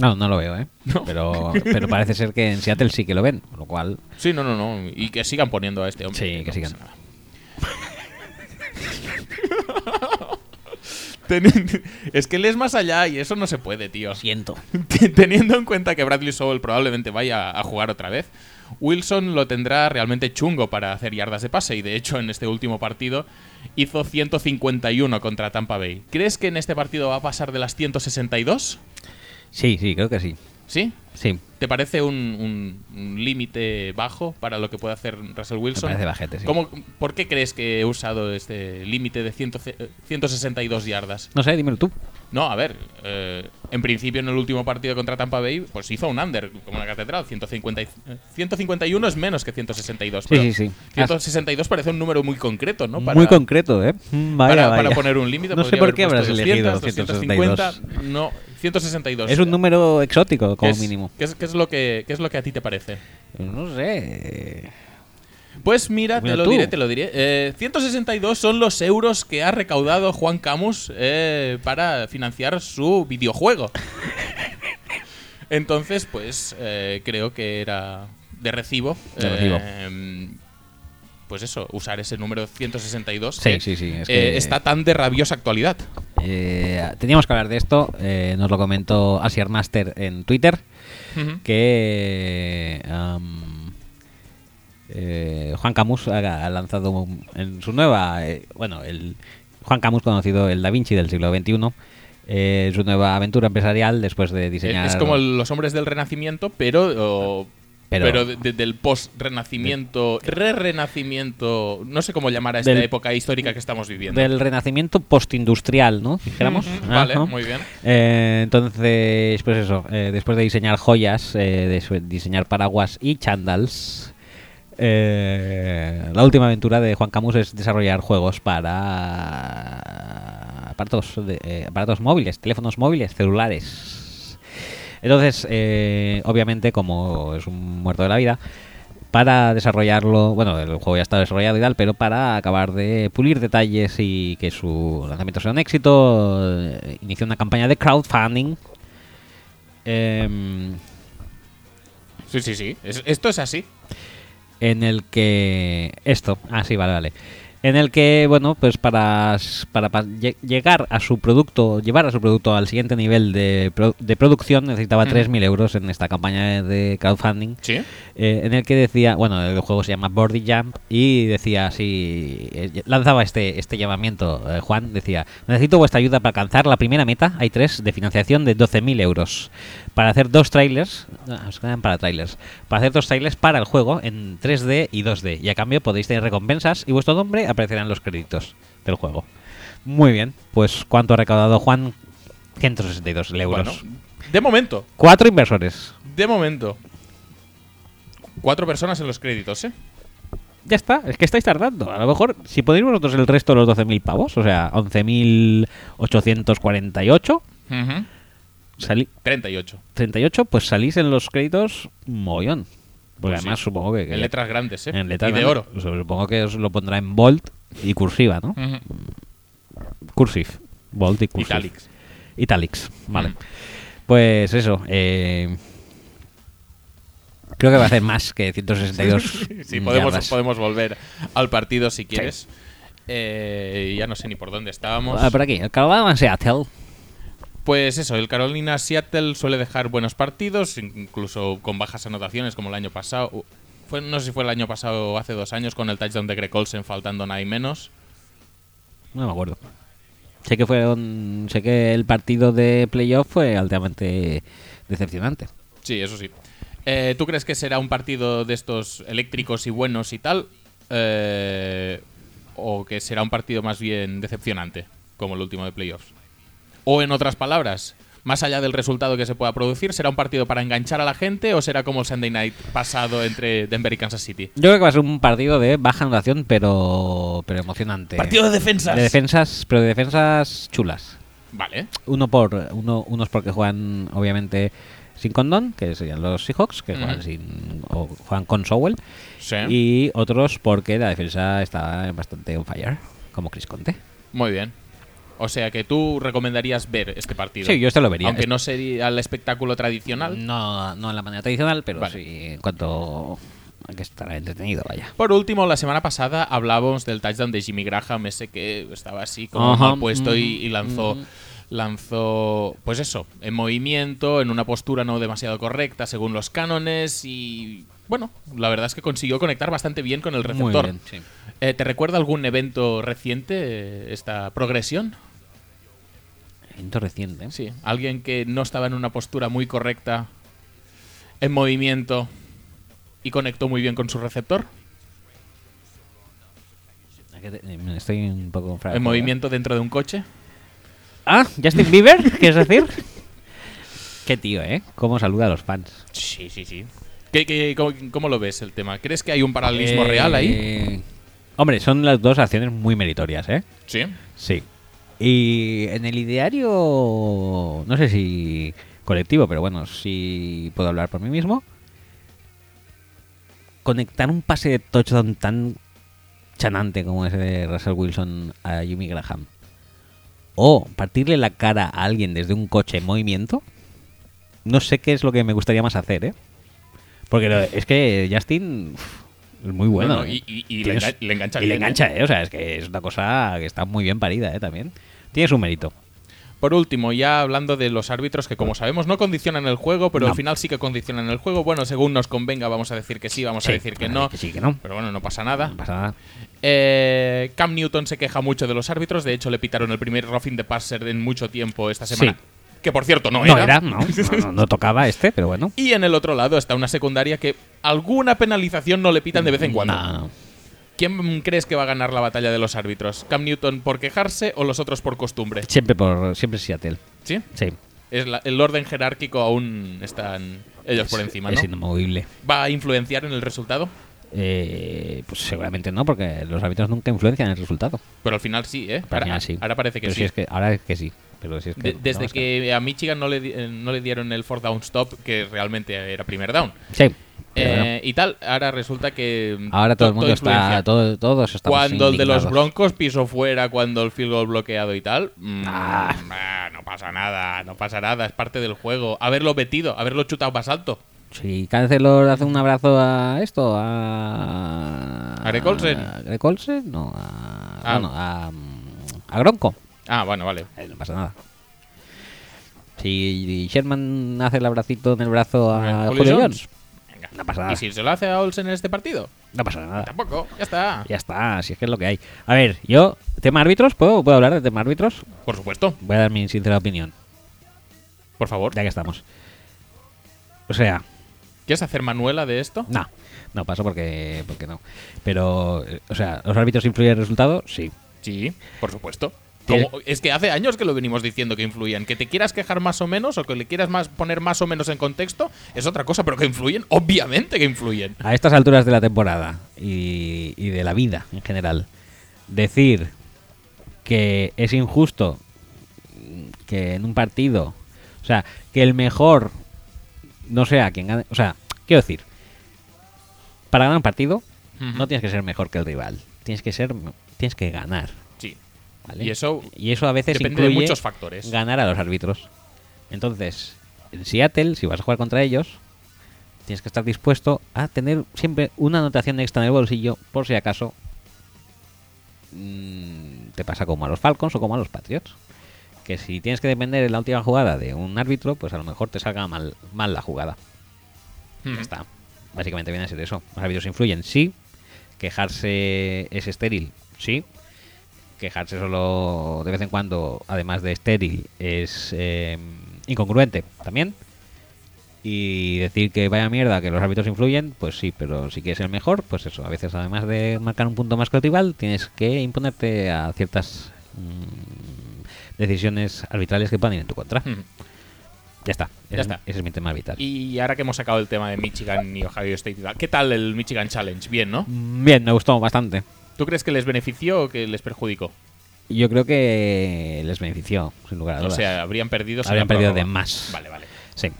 Speaker 1: No, no lo veo,
Speaker 2: [laughs]
Speaker 1: ¿eh? Pero, pero parece ser que en Seattle sí que lo ven, con lo cual.
Speaker 2: Sí, no, no, no, y que sigan poniendo a este hombre.
Speaker 1: Sí, que
Speaker 2: no
Speaker 1: sigan.
Speaker 2: pasa nada. [laughs] Teni- es que lees más allá y eso no se puede, tío.
Speaker 1: Siento.
Speaker 2: [laughs] Teniendo en cuenta que Bradley Sowell probablemente vaya a jugar otra vez, Wilson lo tendrá realmente chungo para hacer yardas de pase y de hecho en este último partido hizo 151 contra Tampa Bay. ¿Crees que en este partido va a pasar de las 162?
Speaker 1: Sí, sí, creo que sí.
Speaker 2: ¿Sí?
Speaker 1: Sí,
Speaker 2: ¿Te parece un, un- un límite bajo para lo que puede hacer Russell Wilson?
Speaker 1: parece bajete, sí.
Speaker 2: ¿Cómo- ¿Por qué crees que he usado este límite de 100 eh, 162 yardas?
Speaker 1: no sé, dímelo tú.
Speaker 2: No, a ver, eh, en principio en el último partido contra Tampa Bay, pues hizo un under, como una catedral. 150 y- eh, 151 es menos que 162.
Speaker 1: Sí,
Speaker 2: pero
Speaker 1: sí, sí.
Speaker 2: 162 parece un número muy concreto, ¿no? Para-
Speaker 1: Muy concreto, ¿eh? Mm, Vaya,
Speaker 2: para, para
Speaker 1: vaya.
Speaker 2: poner un límite.
Speaker 1: No sé
Speaker 2: podría
Speaker 1: por
Speaker 2: haber
Speaker 1: qué habrás
Speaker 2: puesto
Speaker 1: elegido
Speaker 2: 250, no, 162.
Speaker 1: Es un número exótico,
Speaker 2: ¿Qué
Speaker 1: como
Speaker 2: es-
Speaker 1: mínimo.
Speaker 2: ¿qué es, qué, es lo que, ¿Qué es lo que a ti te parece?
Speaker 1: No sé. eh,
Speaker 2: Pues mira, te
Speaker 1: Mira
Speaker 2: lo
Speaker 1: tú.
Speaker 2: diré, te lo diré. Eh, 162 son los euros que ha recaudado Juan Camus eh, para financiar su videojuego. Entonces, pues eh, creo que era de recibo.
Speaker 1: De recibo.
Speaker 2: eh, pues eso, usar ese número 162
Speaker 1: Sí,
Speaker 2: que,
Speaker 1: sí, sí, es
Speaker 2: eh,
Speaker 1: que-
Speaker 2: está tan de rabiosa actualidad.
Speaker 1: Eh, teníamos que hablar de esto. eh, nos lo comentó Asier Master en Twitter. que am, eh, Juan Camus ha, ha lanzado un- en su nueva eh, bueno el Juan Camus conocido el Da Vinci del siglo XXI eh, su nueva aventura empresarial después de diseñar
Speaker 2: Eh, Es como el- los hombres del Renacimiento, pero... o-
Speaker 1: Pero-
Speaker 2: pero, de- de- del post-renacimiento, re-renacimiento, no sé cómo llamar a esta
Speaker 1: Del-
Speaker 2: época histórica que estamos viviendo.
Speaker 1: del renacimiento postindustrial no dijéramos
Speaker 2: Ujú, Vale,
Speaker 1: Ajá.
Speaker 2: muy bien.
Speaker 1: Eh, entonces, pues eso, eh, después de diseñar joyas, eh, de su- diseñar paraguas y chandals, eh, la última aventura de Juan Camus es desarrollar juegos para aparatos, de- eh, aparatos móviles, teléfonos móviles, celulares. Entonces, eh, obviamente, como es un muerto de la vida, para desarrollarlo, bueno, el juego ya está desarrollado y tal, pero para acabar de pulir detalles y que su lanzamiento sea un éxito, eh, inició una campaña de crowdfunding. em,
Speaker 2: Sí, sí, sí. Es- esto es así.
Speaker 1: en el que esto, ah sí, vale, vale, en el que, bueno, pues para, s- para, pa- lle- llegar a su producto, llevar a su producto al siguiente nivel de, pro- de producción, necesitaba 3.000 euros en esta campaña de crowdfunding.
Speaker 2: Sí.
Speaker 1: eh, en el que decía, bueno, el juego se llama Bordy Jump y decía así, eh, lanzaba este, este llamamiento, eh, Juan, decía, necesito vuestra ayuda para alcanzar la primera meta, hay tres, de financiación de 12.000 euros, para hacer dos trailers, ah, os quedan para trailers, para hacer dos trailers para el juego en 3D y 2D, y a cambio podéis tener recompensas y vuestro nombre aparecerá en los créditos del juego. Muy bien, pues ¿cuánto ha recaudado Juan? 162 euros.
Speaker 2: Bueno, de momento,
Speaker 1: Cuatro inversores.
Speaker 2: de momento. Cuatro personas en los créditos, ¿eh?
Speaker 1: Ya está, es que estáis tardando. A lo mejor, si podéis vosotros el resto de los 12.000 pavos, o sea, 11.848,
Speaker 2: Ujú.
Speaker 1: salí
Speaker 2: 38.
Speaker 1: 38, pues salís en los créditos mollón. Porque
Speaker 2: Pues sí.
Speaker 1: además supongo que... que-
Speaker 2: En letras grandes, ¿eh?
Speaker 1: en letras
Speaker 2: y de
Speaker 1: grandes.
Speaker 2: oro.
Speaker 1: Supongo que os lo pondrá en bold y cursiva, ¿no?
Speaker 2: Ujú.
Speaker 1: Cursive. Bold y cursive.
Speaker 2: Italics.
Speaker 1: Italics, vale.
Speaker 2: Mm.
Speaker 1: Pues eso, eh, Creo que va a hacer más que 162.
Speaker 2: [laughs] Sí, podemos,
Speaker 1: yardas.
Speaker 2: podemos volver al partido si quieres. Eh, ya no sé ni por dónde estábamos.
Speaker 1: Ah, por aquí, el Carolina Seattle.
Speaker 2: Pues eso, el Carolina Seattle suele dejar buenos partidos, incluso con bajas anotaciones, como el año pasado. U- Fue, no sé si fue el año pasado o hace dos años, con el touchdown de Greg Olsen faltando nada y menos.
Speaker 1: No me acuerdo. Sé que fueron, sé que el partido de playoff fue altamente decepcionante.
Speaker 2: Sí, eso sí. Eh, ¿Tú crees que será un partido de estos eléctricos y buenos y tal? Eh, ¿O que será un partido más bien decepcionante, como el último de playoffs? O en otras palabras, más allá del resultado que se pueda producir, ¿será un partido para enganchar a la gente o será como el Sunday Night pasado entre Denver y Kansas City?
Speaker 1: Yo creo que va a ser un partido de baja anotación, pero pero emocionante.
Speaker 2: Partido de defensas.
Speaker 1: de defensas, pero de defensas chulas.
Speaker 2: Vale.
Speaker 1: Uno por uno, unos porque juegan obviamente sin condón, que serían los Seahawks, que juegan
Speaker 2: Ujú.
Speaker 1: sin o juegan con Sowell,
Speaker 2: Sí.
Speaker 1: y otros porque la defensa está bastante on fire, como Chris Conte.
Speaker 2: Muy bien. O sea que tú recomendarías ver este partido.
Speaker 1: Sí, yo este lo vería.
Speaker 2: Aunque no sería el espectáculo tradicional.
Speaker 1: No, no en la manera tradicional, pero
Speaker 2: Vale.
Speaker 1: sí en cuanto a que estará entretenido, vaya.
Speaker 2: Por último, la semana pasada hablábamos del touchdown de Jimmy Graham, ese que estaba así como
Speaker 1: Ajá,
Speaker 2: mal puesto y,
Speaker 1: mm,
Speaker 2: y lanzó, lanzó, pues eso, en movimiento, en una postura no demasiado correcta según los cánones y bueno, la verdad es que consiguió conectar bastante bien con el
Speaker 1: Muy
Speaker 2: receptor.
Speaker 1: bien, sí.
Speaker 2: Eh, ¿Te recuerda algún evento reciente eh, esta progresión?
Speaker 1: Evento reciente. ¿eh?
Speaker 2: Sí, alguien que no estaba en una postura muy correcta, en movimiento y conectó muy bien con su receptor.
Speaker 1: ¿A qué te- eh, Estoy un poco fuera de
Speaker 2: En
Speaker 1: juego, ¿eh?
Speaker 2: movimiento dentro de un coche.
Speaker 1: Ah, Justin Bieber, ¿quieres decir? Qué tío, ¿eh? Cómo saluda a los fans.
Speaker 2: Sí, sí, sí. ¿Qué, qué- cómo, cómo lo ves el tema? ¿Crees que hay un paralelismo real ahí?
Speaker 1: Eh, Hombre, son las dos acciones muy meritorias, ¿eh?
Speaker 2: Sí.
Speaker 1: Sí. Y en el ideario, no sé si colectivo, pero bueno, si puedo hablar por mí mismo, conectar un pase de touchdown tan chanante como ese de Russell Wilson a Jimmy Graham, o partirle la cara a alguien desde un coche en movimiento, no sé qué es lo que me gustaría más hacer, ¿eh? Porque lo- es que Justin uf, es muy bueno.
Speaker 2: No, no,
Speaker 1: ¿eh?
Speaker 2: y- y- y le
Speaker 1: Tienes-
Speaker 2: engan- le engancha
Speaker 1: Y le
Speaker 2: bien, ¿eh?
Speaker 1: engancha, ¿eh? O sea, es que es una cosa que está muy bien parida, ¿eh? También. Tiene su mérito.
Speaker 2: Por último, ya hablando de los árbitros que, como sabemos, no condicionan el juego, pero
Speaker 1: No.
Speaker 2: al final sí que condicionan el juego. Bueno, según nos convenga, vamos a decir que sí, vamos
Speaker 1: Sí,
Speaker 2: a decir que
Speaker 1: vale,
Speaker 2: no.
Speaker 1: que sí, que no.
Speaker 2: Pero bueno, no pasa nada.
Speaker 1: No pasa nada.
Speaker 2: Eh, Cam Newton se queja mucho de los árbitros. De hecho, le pitaron el primer roughing de passer en mucho tiempo esta semana.
Speaker 1: Sí.
Speaker 2: Que por cierto, no,
Speaker 1: No era, no, no, no, no tocaba este, pero bueno.
Speaker 2: Y en el otro lado está una secundaria que alguna penalización no le pitan de vez en [laughs] cuando.
Speaker 1: No, no.
Speaker 2: ¿Quién crees que va a ganar la batalla de los árbitros? ¿Cam Newton por quejarse o los otros por costumbre?
Speaker 1: Siempre por siempre Seattle.
Speaker 2: ¿Sí?
Speaker 1: Sí.
Speaker 2: Es la- el orden jerárquico aún están ellos por
Speaker 1: Es-
Speaker 2: encima,
Speaker 1: Es
Speaker 2: ¿no?
Speaker 1: inamovible.
Speaker 2: ¿Va a influenciar en el resultado?
Speaker 1: Eh, pues seguramente no, porque los árbitros nunca influencian el resultado.
Speaker 2: Pero al final sí, ¿eh?
Speaker 1: Pero al
Speaker 2: ahora,
Speaker 1: final sí.
Speaker 2: ahora parece que
Speaker 1: Pero
Speaker 2: sí.
Speaker 1: Si es que ahora es que sí. Pero si es que
Speaker 2: De- desde
Speaker 1: no, es
Speaker 2: que, a Michigan no le, di- eh, no le dieron el fourth down stop, que realmente era primer down.
Speaker 1: Sí. pero
Speaker 2: Eh,
Speaker 1: bueno.
Speaker 2: y tal, ahora resulta que. mm,
Speaker 1: ahora todo el
Speaker 2: to-
Speaker 1: mundo está.
Speaker 2: influencia.
Speaker 1: Todo, todos estamos
Speaker 2: Cuando el de los
Speaker 1: indignados.
Speaker 2: Broncos pisó fuera, cuando el field goal bloqueado y tal. mm, ah, no pasa nada, no pasa nada, es parte del juego. Haberlo metido, haberlo chutado más alto.
Speaker 1: Si Cancelo hace un abrazo a esto, a.
Speaker 2: ¿A Greg Olsen?
Speaker 1: a Greg Olsen, no, a.
Speaker 2: Ah.
Speaker 1: Ah, no, a, mm, a Gronco.
Speaker 2: Ah, bueno, vale.
Speaker 1: Eh, no pasa nada. Si Sherman hace el abracito en el brazo a
Speaker 2: Eh,
Speaker 1: Ah, Julio, Jones,
Speaker 2: Venga.
Speaker 1: no pasa nada.
Speaker 2: ¿Y si se lo hace a Olsen en este partido?
Speaker 1: no pasa nada.
Speaker 2: Tampoco, ya está.
Speaker 1: Ya está, si es que es lo que hay. A ver, yo, tema árbitros, ¿puedo, ¿puedo hablar de tema árbitros?
Speaker 2: Por supuesto,
Speaker 1: Voy a dar mi sincera opinión,
Speaker 2: por favor.
Speaker 1: ya que estamos. O sea,
Speaker 2: ¿Quieres hacer Manuela de esto?
Speaker 1: no, no paso porque, porque no. Pero, eh, o sea, ¿los árbitros influyen en el resultado? Sí.
Speaker 2: Sí, por supuesto.
Speaker 1: Tiene-
Speaker 2: Como- es que hace años que lo venimos diciendo que influían. Que te quieras quejar más o menos o que le quieras más poner más o menos en contexto es otra cosa, pero que influyen, obviamente que influyen.
Speaker 1: a estas alturas de la temporada y, y de la vida en general, decir que es injusto mm, que en un partido, o sea, que el mejor no sea quien gane, o sea, quiero decir, para ganar un partido
Speaker 2: Ujú.
Speaker 1: no tienes que ser mejor que el rival, tienes que ser, tienes que ganar,
Speaker 2: Sí.
Speaker 1: ¿vale?
Speaker 2: Y eso
Speaker 1: Y eso a veces
Speaker 2: depende de
Speaker 1: incluye
Speaker 2: muchos factores.
Speaker 1: ganar a los árbitros. Entonces, en Seattle, si vas a jugar contra ellos, tienes que estar dispuesto a tener siempre una anotación extra en el bolsillo por si acaso mm, te pasa como a los Falcons o como a los Patriots. Que si tienes que depender en la última jugada de un árbitro, pues a lo mejor te salga mal, mal la jugada.
Speaker 2: Ujú.
Speaker 1: Ya está. Básicamente viene a ser eso. Los árbitros influyen, sí. Quejarse es estéril, sí. Quejarse solo de vez en cuando, además de estéril, es eh, incongruente también. Y decir que vaya mierda, que los árbitros influyen, pues sí, pero si quieres el mejor, pues eso. A veces, además de marcar un punto más que el rival, tienes que imponerte a ciertas mm, decisiones arbitrales que puedan ir en tu contra.
Speaker 2: Ujú.
Speaker 1: Ya está.
Speaker 2: Ya
Speaker 1: Ese es-
Speaker 2: está.
Speaker 1: Ese es mi tema arbitral.
Speaker 2: Y ahora que hemos sacado el tema de Michigan y Ohio State y tal, ¿qué tal el Michigan Challenge? Bien, ¿no?
Speaker 1: Mm, Bien, me gustó bastante.
Speaker 2: ¿Tú crees que les benefició o que les perjudicó?
Speaker 1: Yo creo que les benefició, sin lugar a
Speaker 2: O
Speaker 1: dudas.
Speaker 2: sea, habrían perdido. sin
Speaker 1: Habrían
Speaker 2: la
Speaker 1: perdido
Speaker 2: prórroga.
Speaker 1: de más.
Speaker 2: Vale, vale.
Speaker 1: sí.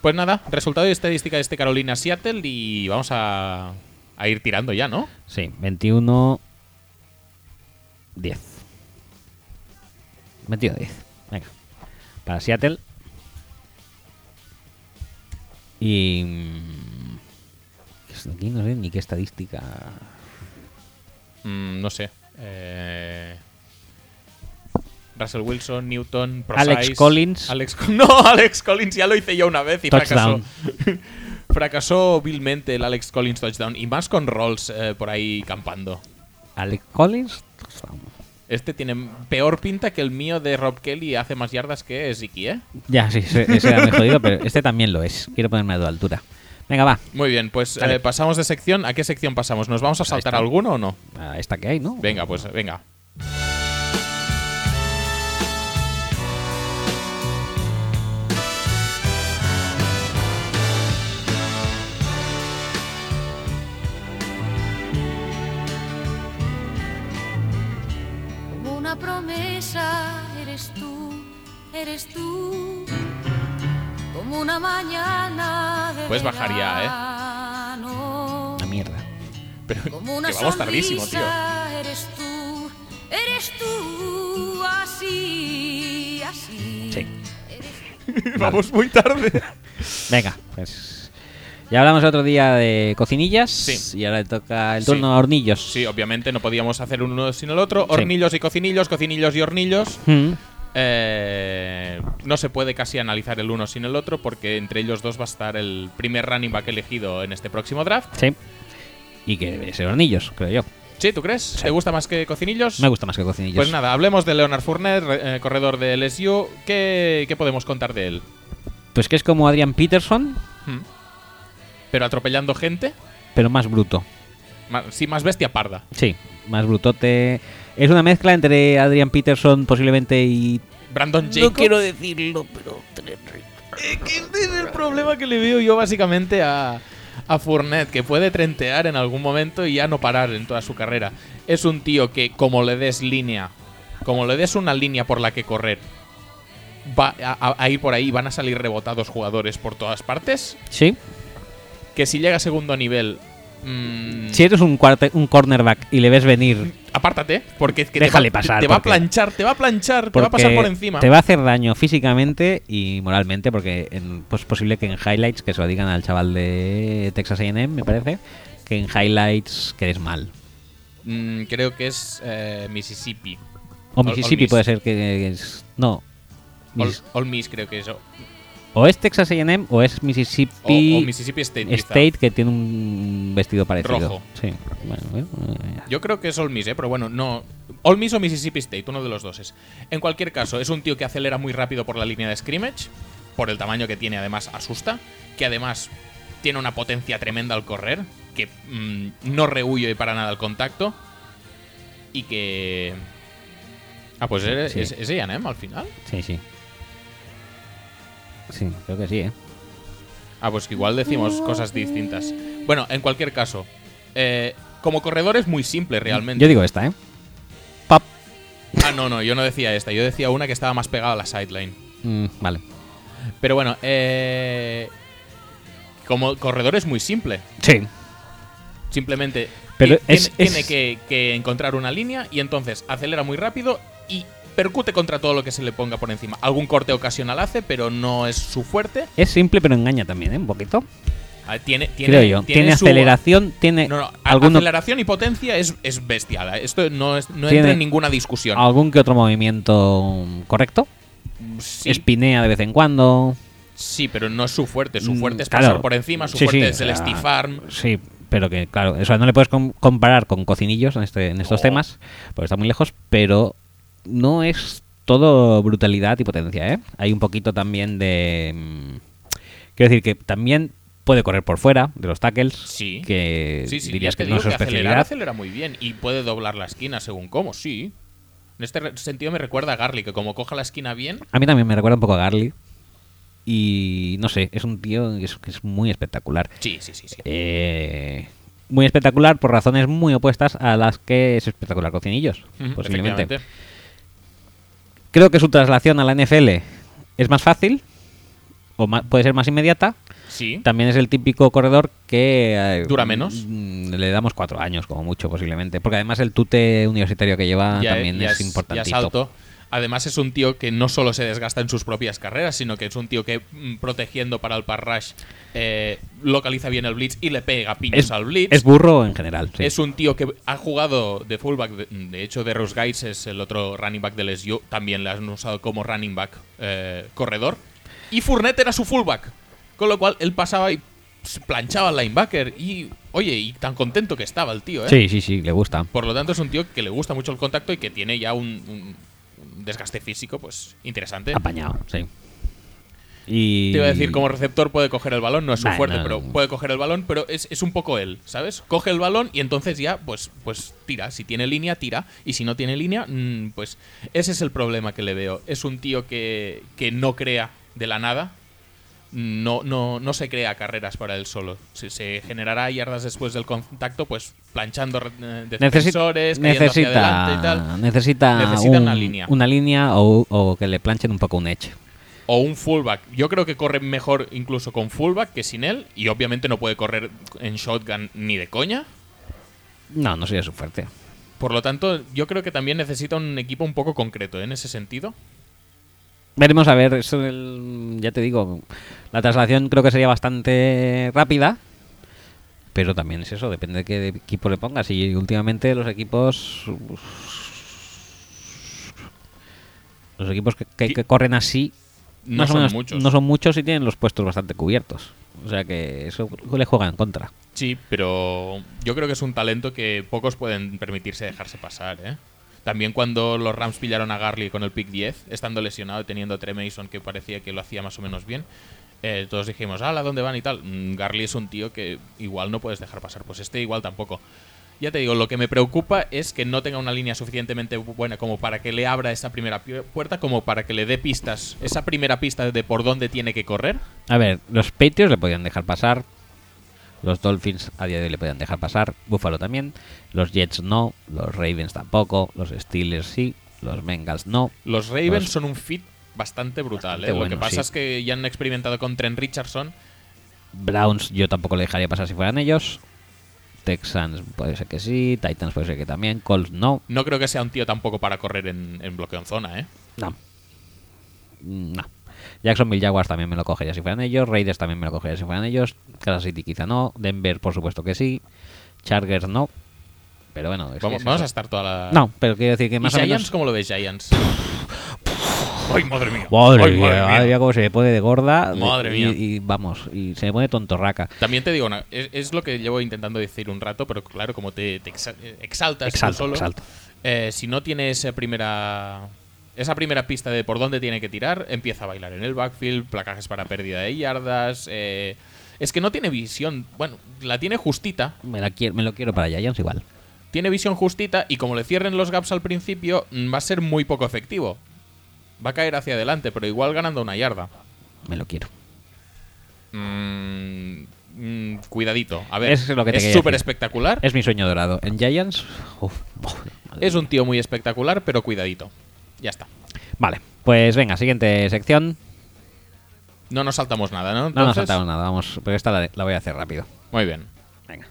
Speaker 2: Pues nada, resultado y estadística de este Carolina Seattle y vamos a, a ir tirando ya, ¿no?
Speaker 1: Sí, 21 10. 21 10. Venga. Para Seattle. Y mm, es- aquí no sé ni qué estadística.
Speaker 2: Mm, no sé. Eh, Russell Wilson, Newton,
Speaker 1: Alex
Speaker 2: Procise,
Speaker 1: Collins.
Speaker 2: Alex Co- [laughs] no, Alex Collins ya lo hice yo una vez y
Speaker 1: Touchdown.
Speaker 2: fracasó. [laughs] fracasó vilmente el Alex Collins touchdown y más con rolls eh, por ahí campando.
Speaker 1: Alex Collins.
Speaker 2: Este tiene peor pinta que el mío de Rob Kelly hace más yardas que Ziki, ¿eh?
Speaker 1: Ya, sí, ese, ese era muy jodido, pero este también lo es. Quiero ponerme a tu altura. Venga, va.
Speaker 2: Muy bien, pues
Speaker 1: Dale.
Speaker 2: eh, pasamos de sección. ¿A qué sección pasamos? ¿Nos vamos a
Speaker 1: ahí
Speaker 2: saltar
Speaker 1: está.
Speaker 2: alguno o no?
Speaker 1: A esta que hay, ¿no?
Speaker 2: Venga, pues
Speaker 1: [laughs]
Speaker 2: venga.
Speaker 7: Como una promesa eres tú, eres tú. Como una mañana de
Speaker 2: Puedes bajar ya, ¿eh? [laughs]
Speaker 7: verano.
Speaker 1: Una mierda.
Speaker 2: Pero
Speaker 7: Como una
Speaker 2: que vamos tardísimo, tío.
Speaker 7: sonrisa Eres tú, eres tú, así, así.
Speaker 1: Sí.
Speaker 2: vamos muy tarde.
Speaker 1: Venga, pues. Ya hablamos el otro día de cocinillas.
Speaker 2: Sí.
Speaker 1: Y ahora le toca el
Speaker 2: Sí.
Speaker 1: turno a hornillos.
Speaker 2: Sí, obviamente no podíamos hacer uno sin el otro. Hornillos y cocinillos, cocinillos y hornillos.
Speaker 1: Mm.
Speaker 2: Eh, no se puede casi analizar el uno sin el otro porque entre ellos dos va a estar el primer running back elegido en este próximo draft.
Speaker 1: Sí. Y que debe ser hornillos, creo yo.
Speaker 2: Sí, ¿tú crees? ¿Te gusta más que cocinillos?
Speaker 1: Me gusta más que cocinillos.
Speaker 2: Pues nada, hablemos de Leonard Fournette, re- eh, corredor de LSU. ¿Qué, qué podemos contar de él?
Speaker 1: Pues que es como Adrian Peterson,
Speaker 2: Hmm. ¿Pero atropellando gente?
Speaker 1: pero más bruto.
Speaker 2: Ma- Sí, más bestia parda.
Speaker 1: Sí, más brutote. Es una mezcla entre Adrian Peterson posiblemente y.
Speaker 2: Brandon Jacobs.
Speaker 1: No quiero decirlo, pero.
Speaker 2: Eh, que Este [laughs] es el problema que le veo yo básicamente a, a Fournette, que puede trentear en algún momento y ya no parar en toda su carrera. Es un tío que, como le des línea, como le des una línea por la que correr, va a, a- a ir por ahí, van a salir rebotados jugadores por todas partes.
Speaker 1: Sí.
Speaker 2: Que si llega a segundo nivel, mm,
Speaker 1: Si eres un, cuarte- un cornerback y le ves venir.
Speaker 2: apártate, porque es que
Speaker 1: Déjale
Speaker 2: te va,
Speaker 1: pasar,
Speaker 2: te va a
Speaker 1: porque-
Speaker 2: planchar, te va a planchar, te va a
Speaker 1: porque
Speaker 2: pasar por encima.
Speaker 1: Te va a hacer daño físicamente y moralmente, porque en- pues posible que en highlights, que se lo digan al chaval de Texas AM, me parece, que en highlights quedes mal.
Speaker 2: Mm, creo que es eh, Mississippi.
Speaker 1: O
Speaker 2: All- all
Speaker 1: Mississippi
Speaker 2: Miss.
Speaker 1: puede ser que es. No.
Speaker 2: All,
Speaker 1: Miss-
Speaker 2: All Miss creo que es. O,
Speaker 1: O es Texas AM o es Mississippi,
Speaker 2: o- o Mississippi State. quizá.
Speaker 1: State que tiene un vestido parecido.
Speaker 2: Rojo.
Speaker 1: Sí. Bueno, bueno, bueno,
Speaker 2: Yo creo que es All Miss, eh, pero bueno, no. All Miss o Mississippi State, uno de los dos es. En cualquier caso, es un tío que acelera muy rápido por la línea de scrimmage, por el tamaño que tiene, además asusta, que además tiene una potencia tremenda al correr, que mm, no rehuye para nada al contacto, y que. Ah, pues es,
Speaker 1: Sí.
Speaker 2: es, es A&M al final.
Speaker 1: sí, sí. Sí, creo que sí, ¿eh?
Speaker 2: Ah, pues que igual decimos cosas distintas. Bueno, en cualquier caso, eh, como corredor es muy simple realmente.
Speaker 1: Yo digo esta, ¿eh? Pap.
Speaker 2: Ah, no, no, yo no decía esta, yo decía una que estaba más pegada a la sideline.
Speaker 1: Mm, vale.
Speaker 2: Pero bueno, eh, como corredor es muy simple.
Speaker 1: Sí.
Speaker 2: Simplemente
Speaker 1: Pero
Speaker 2: ti- tiene,
Speaker 1: es-
Speaker 2: tiene
Speaker 1: es-
Speaker 2: que, que encontrar una línea y entonces acelera muy rápido y percute contra todo lo que se le ponga por encima. Algún corte ocasional hace, pero no es su fuerte.
Speaker 1: Es simple, pero engaña también, ¿eh? Un poquito.
Speaker 2: Ah, Tiene, tiene,
Speaker 1: Creo yo. Tiene,
Speaker 2: su-
Speaker 1: aceleración, tiene
Speaker 2: No, no, a-
Speaker 1: alguno-
Speaker 2: aceleración y potencia es, es bestial. ¿eh? Esto no, es,
Speaker 1: Tiene-
Speaker 2: no
Speaker 1: Ah,
Speaker 2: entra en ninguna discusión.
Speaker 1: algún que otro movimiento correcto.
Speaker 2: Sí,
Speaker 1: Espinea de vez en cuando.
Speaker 2: sí, pero no es su fuerte. Su
Speaker 1: Mm,
Speaker 2: fuerte es
Speaker 1: claro.
Speaker 2: pasar por encima, su
Speaker 1: Sí, Ah.
Speaker 2: fuerte
Speaker 1: sí,
Speaker 2: es el
Speaker 1: o sea,
Speaker 2: stiff arm.
Speaker 1: Sí, pero que, claro, o sea, no le puedes com- comparar con cocinillos en, este, en estos
Speaker 2: No.
Speaker 1: temas, porque está muy lejos, pero no es todo brutalidad y potencia, ¿eh? Hay un poquito también de... mm, Quiero decir que también puede correr por fuera de los tackles,
Speaker 2: Sí.
Speaker 1: que
Speaker 2: Sí, sí,
Speaker 1: dirías
Speaker 2: ya te
Speaker 1: que no es
Speaker 2: digo
Speaker 1: su
Speaker 2: que acelerar,
Speaker 1: especialidad.
Speaker 2: acelera muy bien y puede doblar la esquina según cómo, sí. En este re- sentido me recuerda a Garly, que como coja la esquina bien,
Speaker 1: A mí también me recuerda un poco a Garly. Y no sé, es un tío que es, que es muy espectacular.
Speaker 2: sí, sí, sí, sí.
Speaker 1: Eh, muy espectacular por razones muy opuestas a las que es espectacular Cocinillos,
Speaker 2: Ujú,
Speaker 1: posiblemente.
Speaker 2: efectivamente.
Speaker 1: Creo que su traslación a la NFL es más fácil o ma- puede ser más inmediata.
Speaker 2: Sí.
Speaker 1: También es el típico corredor que... eh,
Speaker 2: Dura menos.
Speaker 1: mm, Le damos cuatro años como mucho posiblemente. Porque además el tute universitario que lleva
Speaker 2: ya-
Speaker 1: también
Speaker 2: ya
Speaker 1: es,
Speaker 2: Ya
Speaker 1: importantito.
Speaker 2: es alto. Además es un tío que no solo se desgasta en sus propias carreras, sino que es un tío que mm, protegiendo para el pass rush eh, localiza bien el blitz y le pega piños
Speaker 1: Es-
Speaker 2: al blitz.
Speaker 1: es burro en general. sí.
Speaker 2: Es un tío que ha jugado de fullback. De, de hecho, de Rose Guys es el otro running back del SU. También le han usado como running back eh, corredor. Y Fournette era su fullback. Con lo cual, él pasaba y s- planchaba al linebacker. Y, oye, y tan contento que estaba el tío, ¿eh?
Speaker 1: Sí, sí, sí, le gusta.
Speaker 2: Por lo tanto, es un tío que le gusta mucho el contacto y que tiene ya un, un- un desgaste físico, pues, interesante.
Speaker 1: Apañado, sí. Y...
Speaker 2: Te iba a decir, como receptor puede coger el balón, no es su
Speaker 1: Nah,
Speaker 2: fuerte,
Speaker 1: no.
Speaker 2: pero puede coger el balón, pero es, es un poco él, ¿sabes? Coge el balón y entonces ya, pues, pues tira. Si tiene línea, tira. Y si no tiene línea, mm, pues ese es el problema que le veo. Es un tío que, que no crea de la nada. No, no, no se crea carreras para él solo. Se, se generará yardas después del contacto, pues planchando eh,
Speaker 1: Necesi-
Speaker 2: defensores, cayendo hacia adelante
Speaker 1: necesita,
Speaker 2: y tal.
Speaker 1: necesita,
Speaker 2: Necesita
Speaker 1: un-
Speaker 2: una línea.
Speaker 1: una línea o, o que le planchen un poco un edge.
Speaker 2: O un fullback. Yo creo que corre mejor incluso con fullback que sin él. Y obviamente no puede correr en shotgun ni de coña.
Speaker 1: No, no sería su fuerte.
Speaker 2: Por lo tanto, yo creo que también necesita un equipo un poco concreto ¿eh? en ese sentido.
Speaker 1: Veremos a ver, eso el- ya te digo, la traslación creo que sería bastante rápida, pero también es eso, depende de qué equipo le pongas. Y últimamente los equipos... Los equipos que, que- que corren así
Speaker 2: No
Speaker 1: más o
Speaker 2: son
Speaker 1: menos,
Speaker 2: muchos.
Speaker 1: No son muchos y tienen los puestos bastante cubiertos. O sea que eso le juega en contra.
Speaker 2: Sí, pero yo creo que es un talento que pocos pueden permitirse dejarse pasar. ¿eh? También cuando los Rams pillaron a Garly con el pick 10, estando lesionado y teniendo a Trey Mason que parecía que lo hacía más o menos bien, eh, todos dijimos, ala, ¿dónde van y tal? Mm, Garly es un tío que igual no puedes dejar pasar, pues este igual tampoco. Ya te digo, lo que me preocupa es que no tenga una línea suficientemente buena como para que le abra esa primera pi- puerta, como para que le dé pistas, esa primera pista de por dónde tiene que correr.
Speaker 1: A ver, los Patriots le podían dejar pasar. Los Dolphins a día de hoy le podían dejar pasar. Buffalo también. Los Jets no. Los Ravens tampoco. Los Steelers sí. Los Bengals no.
Speaker 2: Los Ravens
Speaker 1: Pues-
Speaker 2: son un fit bastante brutal.
Speaker 1: Bastante
Speaker 2: ¿eh? Lo
Speaker 1: bueno,
Speaker 2: que pasa
Speaker 1: sí.
Speaker 2: es que ya han experimentado con Trent Richardson.
Speaker 1: Browns yo tampoco le dejaría pasar si fueran ellos. Texans puede ser que sí. Titans puede ser que también. Colts no.
Speaker 2: No creo que sea un tío tampoco para correr en, en bloqueo en zona, ¿eh?
Speaker 1: No. No. Jacksonville Jaguars también me lo cogería si fueran ellos. Raiders también me lo cogería si fueran ellos. Kansas City quizá no. Denver por supuesto que sí. Chargers no. Pero bueno, es
Speaker 2: Vamos,
Speaker 1: que-
Speaker 2: vamos a estar toda la.
Speaker 1: No, pero quiero decir que
Speaker 2: ¿Y
Speaker 1: más o
Speaker 2: Giants?
Speaker 1: menos.
Speaker 2: ¿Cómo lo ves, Giants? ¡Ay, madre mía!
Speaker 1: Madre,
Speaker 2: Ay,
Speaker 1: mía, madre mía, cómo se me pone de gorda.
Speaker 2: Madre
Speaker 1: y,
Speaker 2: mía.
Speaker 1: y vamos, y se me pone tontorraca.
Speaker 2: También te digo, una- es, es lo que llevo intentando decir un rato, pero claro, como te, te exa- eh, exaltas tú
Speaker 1: Exalto,
Speaker 2: solo,
Speaker 1: exalto.
Speaker 2: eh, si no tienes esa primera, esa primera pista de por dónde tiene que tirar, empieza a bailar en el backfield, placajes para pérdida de yardas. eh, es que no tiene visión, bueno, la tiene justita,
Speaker 1: Me, la quiero, me lo quiero para Giants igual.
Speaker 2: tiene visión justita y como le cierren los gaps al principio, mm, va a ser muy poco efectivo. Va a caer hacia adelante, pero igual ganando una yarda.
Speaker 1: Me lo quiero.
Speaker 2: Mm, mm, cuidadito. A ver, es
Speaker 1: Eso es lo que te quería
Speaker 2: súper
Speaker 1: decir.
Speaker 2: espectacular.
Speaker 1: Es mi sueño dorado. En Giants. uf, uf, madre
Speaker 2: Es un tío muy espectacular, pero cuidadito. Ya está.
Speaker 1: mía. Vale, pues venga, siguiente sección.
Speaker 2: No nos saltamos nada, ¿no?
Speaker 1: No nos
Speaker 2: Entonces,
Speaker 1: saltamos nada, vamos. Pero esta la, la voy a hacer rápido.
Speaker 2: Muy bien.
Speaker 1: Venga.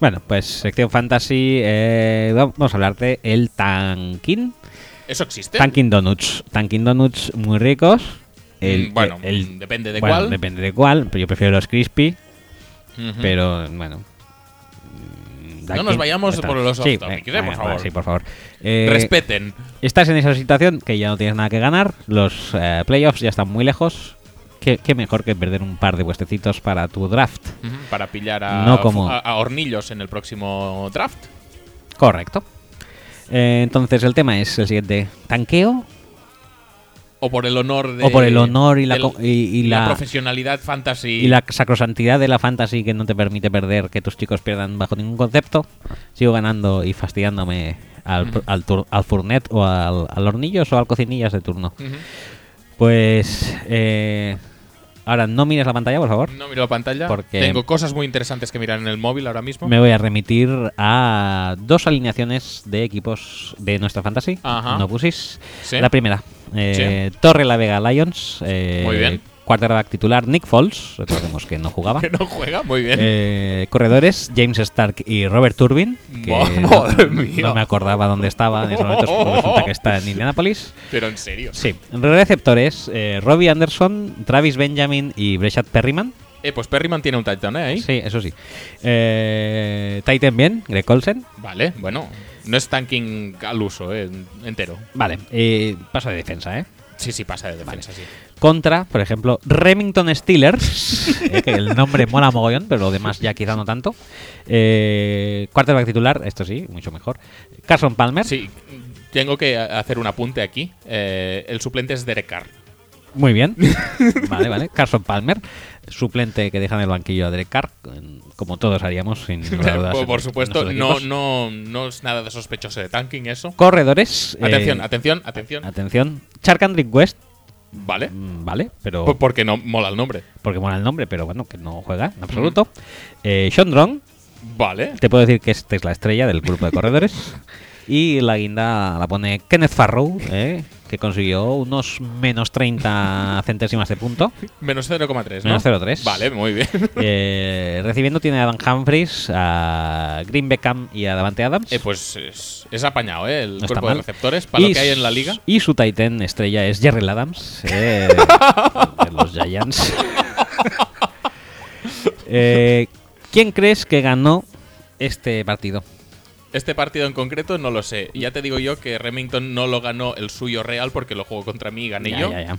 Speaker 1: Bueno, pues sección fantasy. eh, vamos a hablar de el tanquín.
Speaker 2: ¿Eso existe?
Speaker 1: Tankin Donuts. Tankin Donuts muy ricos. El,
Speaker 2: Mm, bueno,
Speaker 1: el-
Speaker 2: mm, depende de
Speaker 1: bueno,
Speaker 2: cuál.
Speaker 1: Depende de cuál. Pero yo prefiero los crispy.
Speaker 2: Ujú.
Speaker 1: Pero bueno. Mm, Dunkin',
Speaker 2: nos vayamos
Speaker 1: ya está.
Speaker 2: por los
Speaker 1: sí,
Speaker 2: off-topic,
Speaker 1: eh,
Speaker 2: ¿eh? Por
Speaker 1: venga,
Speaker 2: favor.
Speaker 1: Sí, por favor. Eh,
Speaker 2: Respeten.
Speaker 1: estás en esa situación que ya no tienes nada que ganar. Los eh, playoffs ya están muy lejos. Qué, qué mejor que perder un par de puestecitos para tu draft.
Speaker 2: Ujú. Para pillar a,
Speaker 1: No como-
Speaker 2: a- a hornillos en el próximo draft.
Speaker 1: Correcto. Eh, entonces el tema es el siguiente. Tanqueo
Speaker 2: O por el honor de.
Speaker 1: O por el honor y la
Speaker 2: del-
Speaker 1: co- y- y la-
Speaker 2: profesionalidad fantasy.
Speaker 1: y la sacrosantidad de la fantasy que no te permite perder, que tus chicos pierdan bajo ningún concepto, sigo ganando y fastidiándome al, pr- al, tur- al furnet o al, al hornillos o al cocinillas de turno.
Speaker 2: Ujú.
Speaker 1: Pues eh, ahora no mires la pantalla, por favor.
Speaker 2: No miro la pantalla.
Speaker 1: Porque-
Speaker 2: Tengo cosas muy interesantes que mirar en el móvil ahora mismo.
Speaker 1: Me voy a remitir a dos alineaciones de equipos de nuestra fantasy.
Speaker 2: Ajá.
Speaker 1: No pusis.
Speaker 2: Sí.
Speaker 1: La primera, eh, Torre la Vega Lions. Eh,
Speaker 2: Muy bien.
Speaker 1: Quarterback titular Nick Foles. Recordemos que no jugaba.
Speaker 2: [laughs] Que no juega muy bien.
Speaker 1: Eh, corredores, James Stark y Robert Turbin. Que
Speaker 2: Madre
Speaker 1: no,
Speaker 2: mía.
Speaker 1: no me acordaba dónde estaba en esos momentos, pero resulta que está en Indianapolis.
Speaker 2: Pero en serio.
Speaker 1: Sí. Receptores, eh, Robbie Anderson, Travis Benjamin y Brechat Perryman.
Speaker 2: Eh, pues Perryman tiene un touchdown, ¿eh? Ahí.
Speaker 1: Sí, eso sí. Eh, Titan bien, Greg Olsen.
Speaker 2: Vale, bueno. No es tanking al uso, eh, entero.
Speaker 1: Vale, eh, paso de defensa, ¿eh?
Speaker 2: Sí, sí, pasa de defensa, sí.
Speaker 1: Contra, por ejemplo, Remington Steelers. [laughs] eh, que el nombre mola mogollón, pero lo demás ya quizá no tanto. Eh, quarterback titular, esto sí, mucho mejor. Carson Palmer.
Speaker 2: Sí, tengo que a- hacer un apunte aquí. Eh, el suplente es Derek Carr.
Speaker 1: Muy bien. [laughs] vale, vale. Carson Palmer, suplente que deja en el banquillo a Derek Carr, en- como todos haríamos,
Speaker 2: [laughs]
Speaker 1: sin lugar a dudas,
Speaker 2: por, por
Speaker 1: en
Speaker 2: supuesto,
Speaker 1: nuestros
Speaker 2: no,
Speaker 1: equipos.
Speaker 2: no, no es nada de sospechoso de tanking eso.
Speaker 1: Corredores. eh,
Speaker 2: Atención, atención, atención.
Speaker 1: atención. Charkandrick West,
Speaker 2: Vale.
Speaker 1: mm, vale, pero
Speaker 2: P- Porque no mola el nombre.
Speaker 1: porque mola el nombre, pero bueno, que no juega
Speaker 2: Mm.
Speaker 1: en absoluto. Eh, Sean Drong,
Speaker 2: Vale.
Speaker 1: te puedo decir que este es la estrella del grupo de
Speaker 2: [laughs]
Speaker 1: corredores. Y la guinda la pone Kenneth Farrow, eh, que consiguió unos menos 30 centésimas de punto.
Speaker 2: Menos 0,3, ¿no?
Speaker 1: Menos 0,3.
Speaker 2: Vale, muy bien. [laughs]
Speaker 1: Eh, recibiendo tiene a Dan Humphries, a Green Beckham y a Davante Adams.
Speaker 2: Eh, pues es, es apañado, ¿eh? El
Speaker 1: No está
Speaker 2: cuerpo de
Speaker 1: mal.
Speaker 2: receptores para
Speaker 1: Y
Speaker 2: lo que hay en la liga.
Speaker 1: s- Y su Titan estrella es Jerry Adams,
Speaker 2: [laughs]
Speaker 1: eh, de los Giants. [laughs] Eh, ¿Quién crees que ganó este partido?
Speaker 2: Este partido en concreto no lo sé. Ya te digo yo que Remington no lo ganó el suyo real porque lo jugó contra mí y gané
Speaker 1: Ya,
Speaker 2: yo.
Speaker 1: ya, ya.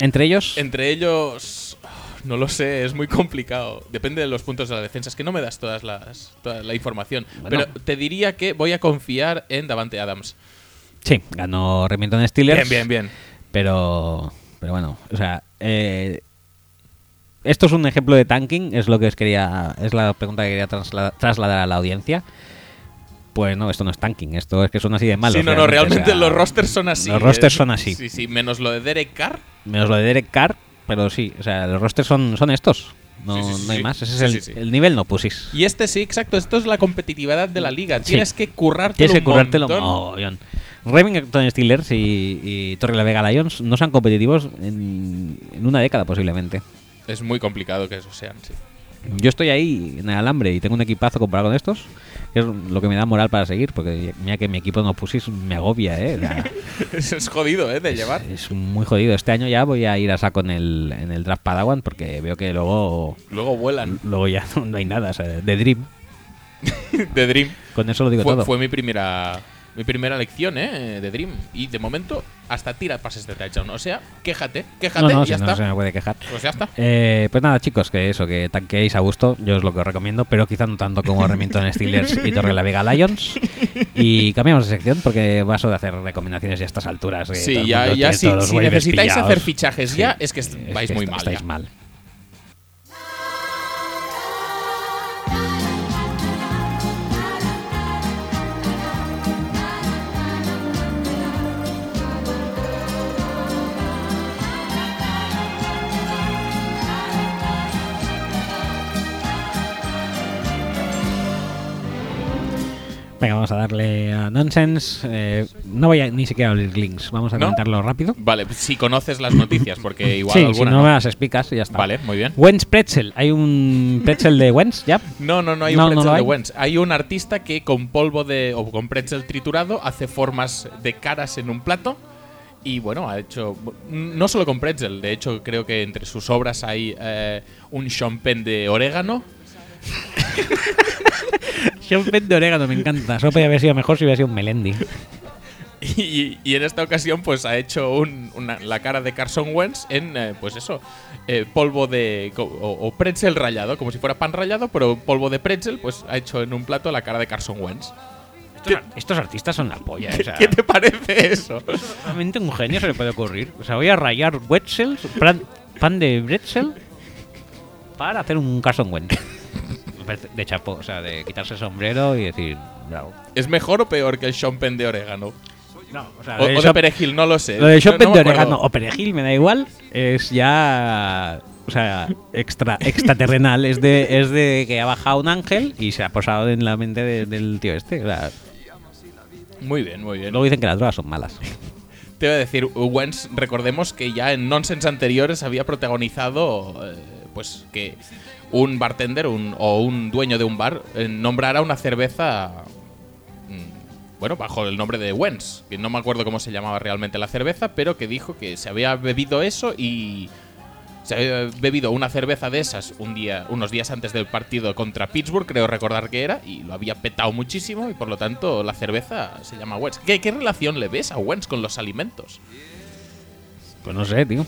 Speaker 1: Entre ellos,
Speaker 2: Entre ellos, no lo sé, es muy complicado. Depende de los puntos de la defensa. Es que no me das todas las, toda la información.
Speaker 1: Bueno.
Speaker 2: Pero te diría que voy a confiar en Davante Adams.
Speaker 1: sí, ganó Remington Steelers.
Speaker 2: Bien, bien, bien.
Speaker 1: Pero, pero bueno, o sea, eh, esto es un ejemplo de tanking, es lo que os quería, es la pregunta que quería trasla- trasladar a la audiencia. Pues no, esto no es tanking, esto es que son así de malos.
Speaker 2: sí, no, no, realmente
Speaker 1: o sea,
Speaker 2: los rosters son así.
Speaker 1: Los rosters
Speaker 2: eh.
Speaker 1: son así.
Speaker 2: Sí, sí, menos lo de Derek Carr.
Speaker 1: Menos lo de Derek Carr, pero sí, o sea, los rosters son, son estos. No,
Speaker 2: Sí, sí, sí,
Speaker 1: no hay
Speaker 2: sí.
Speaker 1: más, ese es
Speaker 2: Sí,
Speaker 1: el,
Speaker 2: sí, sí.
Speaker 1: el nivel no pusis.
Speaker 2: Y este sí, exacto. Esto es la competitividad de la liga.
Speaker 1: Sí.
Speaker 2: Tienes que currártelo
Speaker 1: Tienes que
Speaker 2: un
Speaker 1: currártelo
Speaker 2: montón.
Speaker 1: mogollón. Remington Steelers y, y Torre la Vega Lions no sean competitivos en, en una década posiblemente.
Speaker 2: Es muy complicado que eso sean, sí. [laughs]
Speaker 1: Yo estoy ahí en el alambre y tengo un equipazo comparado con estos. que Es lo que me da moral para seguir, porque mira que mi equipo no pusis me agobia, ¿eh? O sea,
Speaker 2: Eso es jodido, ¿eh? De llevar.
Speaker 1: es muy jodido. Este año ya voy a ir a saco en el, en el draft Padawan porque veo que luego,
Speaker 2: Luego vuelan.
Speaker 1: luego ya [laughs] no, hay nada. O sea, de Dream.
Speaker 2: [laughs] De Dream.
Speaker 1: Con eso lo digo
Speaker 2: Fue,
Speaker 1: todo.
Speaker 2: fue mi primera mi primera lección, ¿eh? De Dream. Y de momento, hasta tira pases de touchdown. O sea, quéjate, quéjate
Speaker 1: no, no,
Speaker 2: y ya
Speaker 1: si no
Speaker 2: está.
Speaker 1: se me puede quejar.
Speaker 2: Pues ya está.
Speaker 1: Eh, pues nada, chicos, que eso, que tanqueéis a gusto, yo es lo que os recomiendo, pero quizá no tanto como Remington Steelers y Torre la Vega Lions. Y cambiamos de sección porque vaso de hacer recomendaciones Pues ya a estas alturas. que todo
Speaker 2: Sí,
Speaker 1: el
Speaker 2: ya,
Speaker 1: mundo
Speaker 2: ya
Speaker 1: tiene
Speaker 2: si,
Speaker 1: todos los
Speaker 2: si
Speaker 1: waivers
Speaker 2: necesitáis
Speaker 1: pillados.
Speaker 2: hacer fichajes ya,
Speaker 1: Sí,
Speaker 2: es que est-
Speaker 1: es
Speaker 2: vais
Speaker 1: que
Speaker 2: muy
Speaker 1: est-
Speaker 2: mal.
Speaker 1: Estáis
Speaker 2: ya.
Speaker 1: mal. Venga, vamos a darle a Nonsense. Eh, no voy a ni siquiera abrir links, vamos a
Speaker 2: ¿No?
Speaker 1: comentarlo rápido.
Speaker 2: Vale, si conoces las noticias, porque igual
Speaker 1: sí, si
Speaker 2: alguna.
Speaker 1: no,
Speaker 2: no.
Speaker 1: me las explicas y ya está.
Speaker 2: Vale, muy bien.
Speaker 1: Wenz Pretzel, hay un pretzel de Wenz, [laughs] ya.
Speaker 2: No, no, no hay
Speaker 1: No,
Speaker 2: un
Speaker 1: no
Speaker 2: pretzel
Speaker 1: lo
Speaker 2: de
Speaker 1: hay.
Speaker 2: Wenz. Hay un artista que con polvo de. o con pretzel triturado hace formas de caras en un plato. Y bueno, ha hecho. No solo con pretzel, de hecho, creo que entre sus obras hay eh, un champagne de orégano. [laughs]
Speaker 1: Sean Penn de orégano, me encanta. Eso podría haber sido mejor si hubiera sido un Melendi.
Speaker 2: Y, y en esta ocasión, pues ha hecho un- una- la cara de Carson Wentz en, eh, pues eso, eh, polvo de. co- O, o pretzel rallado, como si fuera pan rallado, pero polvo de pretzel, pues ha hecho en un plato la cara de Carson Wentz.
Speaker 1: Estos, estos artistas son la polla. O sea,
Speaker 2: ¿Qué te parece eso?
Speaker 1: solamente un genio se le puede ocurrir. O sea, voy a rayar Wetzel, plan- pan de Bretzel, para hacer un Carson
Speaker 2: [laughs]
Speaker 1: Wentz. Me parece De chapo, o sea, de quitarse el sombrero y decir, bravo.
Speaker 2: ¿Es mejor o peor que el champagne de orégano?
Speaker 1: No, o sea,
Speaker 2: O,
Speaker 1: lo del
Speaker 2: o de
Speaker 1: shop-
Speaker 2: perejil, no lo sé.
Speaker 1: Lo de
Speaker 2: Eh, No-
Speaker 1: Chopin
Speaker 2: no
Speaker 1: de oh.
Speaker 2: me acuerdo.
Speaker 1: orégano o perejil, me da igual, es ya. O sea, extra, extraterrenal. es, de, es de que ha bajado un ángel y se ha posado en la mente de- del tío este. O sea,
Speaker 2: Muy bien, muy bien.
Speaker 1: luego dicen que las drogas son malas.
Speaker 2: Te voy a decir, Wentz, recordemos que ya en Nonsense anteriores había protagonizado, eh, pues, que un bartender un- o un dueño de un bar eh, nombrara una cerveza, mm, bueno, bajo el nombre de Wentz, que no me acuerdo cómo se llamaba realmente la cerveza, pero que dijo que se había bebido eso y se había bebido una cerveza de esas un día, unos días antes del partido contra Pittsburgh, creo recordar que era, y lo había petado muchísimo, y por lo tanto la cerveza se llama Wentz. ¿Qué, qué relación le ves a Wentz con los alimentos?
Speaker 1: Pues no sé, tío.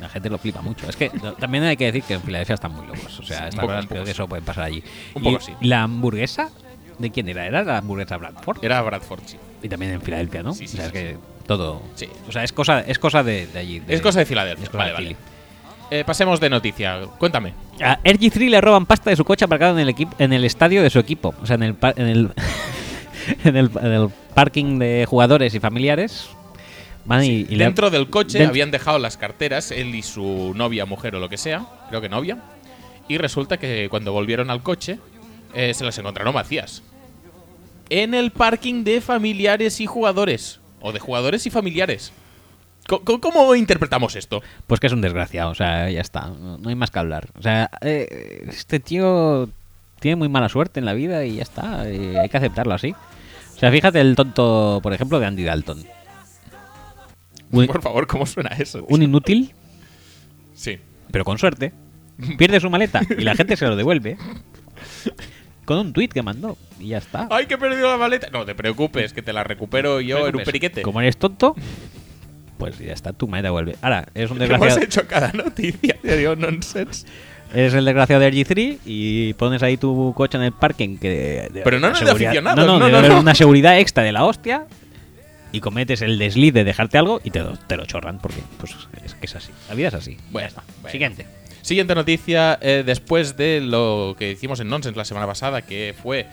Speaker 1: La gente lo flipa mucho. Es que t- también hay que decir que en Filadelfia están muy locos. O sea,
Speaker 2: un
Speaker 1: estas
Speaker 2: poco,
Speaker 1: cosas
Speaker 2: un
Speaker 1: creo
Speaker 2: poco
Speaker 1: que
Speaker 2: sí.
Speaker 1: eso puede pasar allí.
Speaker 2: Un
Speaker 1: Y
Speaker 2: poco sí.
Speaker 1: La hamburguesa, ¿de quién era? Era la hamburguesa Bradford.
Speaker 2: Era Bradford, sí.
Speaker 1: Y también en Filadelfia, ¿no?
Speaker 2: Sí, sí,
Speaker 1: o sea,
Speaker 2: sí,
Speaker 1: es que todo.
Speaker 2: Sí.
Speaker 1: O sea, es cosa, es cosa de, de allí.
Speaker 2: Es cosa de Filadelfia.
Speaker 1: Eh, es cosa
Speaker 2: vale,
Speaker 1: de
Speaker 2: vale.
Speaker 1: Philly.
Speaker 2: Eh, pasemos de noticia. Cuéntame.
Speaker 1: A RG3 le roban pasta de su coche aparcado en el equipo, en el estadio de su equipo. O sea, en el, par- en el, [laughs] en el, en el parking de jugadores y familiares. Van y, y le-
Speaker 2: Dentro del coche
Speaker 1: Dent-
Speaker 2: habían dejado las carteras, él y su novia, mujer o lo que sea, creo que novia, y resulta que cuando volvieron al coche eh, se las encontraron vacías. En el parking de familiares y jugadores, o de jugadores y familiares. Co- co- ¿Cómo, interpretamos esto?
Speaker 1: Pues que es un desgraciado, o sea, ya está, no no hay más que hablar. O sea, eh, este tío tiene muy mala suerte en la vida y ya está, y hay que aceptarlo así. O sea, fíjate el tonto, por ejemplo, de Andy Dalton. Un,
Speaker 2: Por favor, ¿cómo suena eso? tío?
Speaker 1: un inútil,
Speaker 2: Sí.
Speaker 1: pero con suerte, pierde su maleta y la gente se lo devuelve con un tuit que mandó y ya está.
Speaker 2: ¡Ay, que he perdido la maleta! No te preocupes, que te la recupero yo en un
Speaker 1: Preocupes.
Speaker 2: periquete.
Speaker 1: Como eres tonto, pues ya está, tu maleta vuelve. Ahora, eres un
Speaker 2: Hemos
Speaker 1: desgraciado.
Speaker 2: hecho cada noticia, [laughs] te digo, nonsense.
Speaker 1: Eres el desgraciado de RG3 y pones ahí tu coche en el parking que... de-
Speaker 2: Pero no
Speaker 1: la
Speaker 2: nos de
Speaker 1: seguridad-
Speaker 2: aficionados,
Speaker 1: No, no,
Speaker 2: no,
Speaker 1: debe
Speaker 2: no,
Speaker 1: haber
Speaker 2: no.
Speaker 1: una seguridad extra de la hostia y cometes el desliz de dejarte algo y te lo, te lo chorran porque pues es que es así. La vida es así.
Speaker 2: Bueno,
Speaker 1: Ya está.
Speaker 2: bueno.
Speaker 1: Siguiente.
Speaker 2: Siguiente noticia, eh, después de lo que hicimos en Nonsense la semana pasada, que fue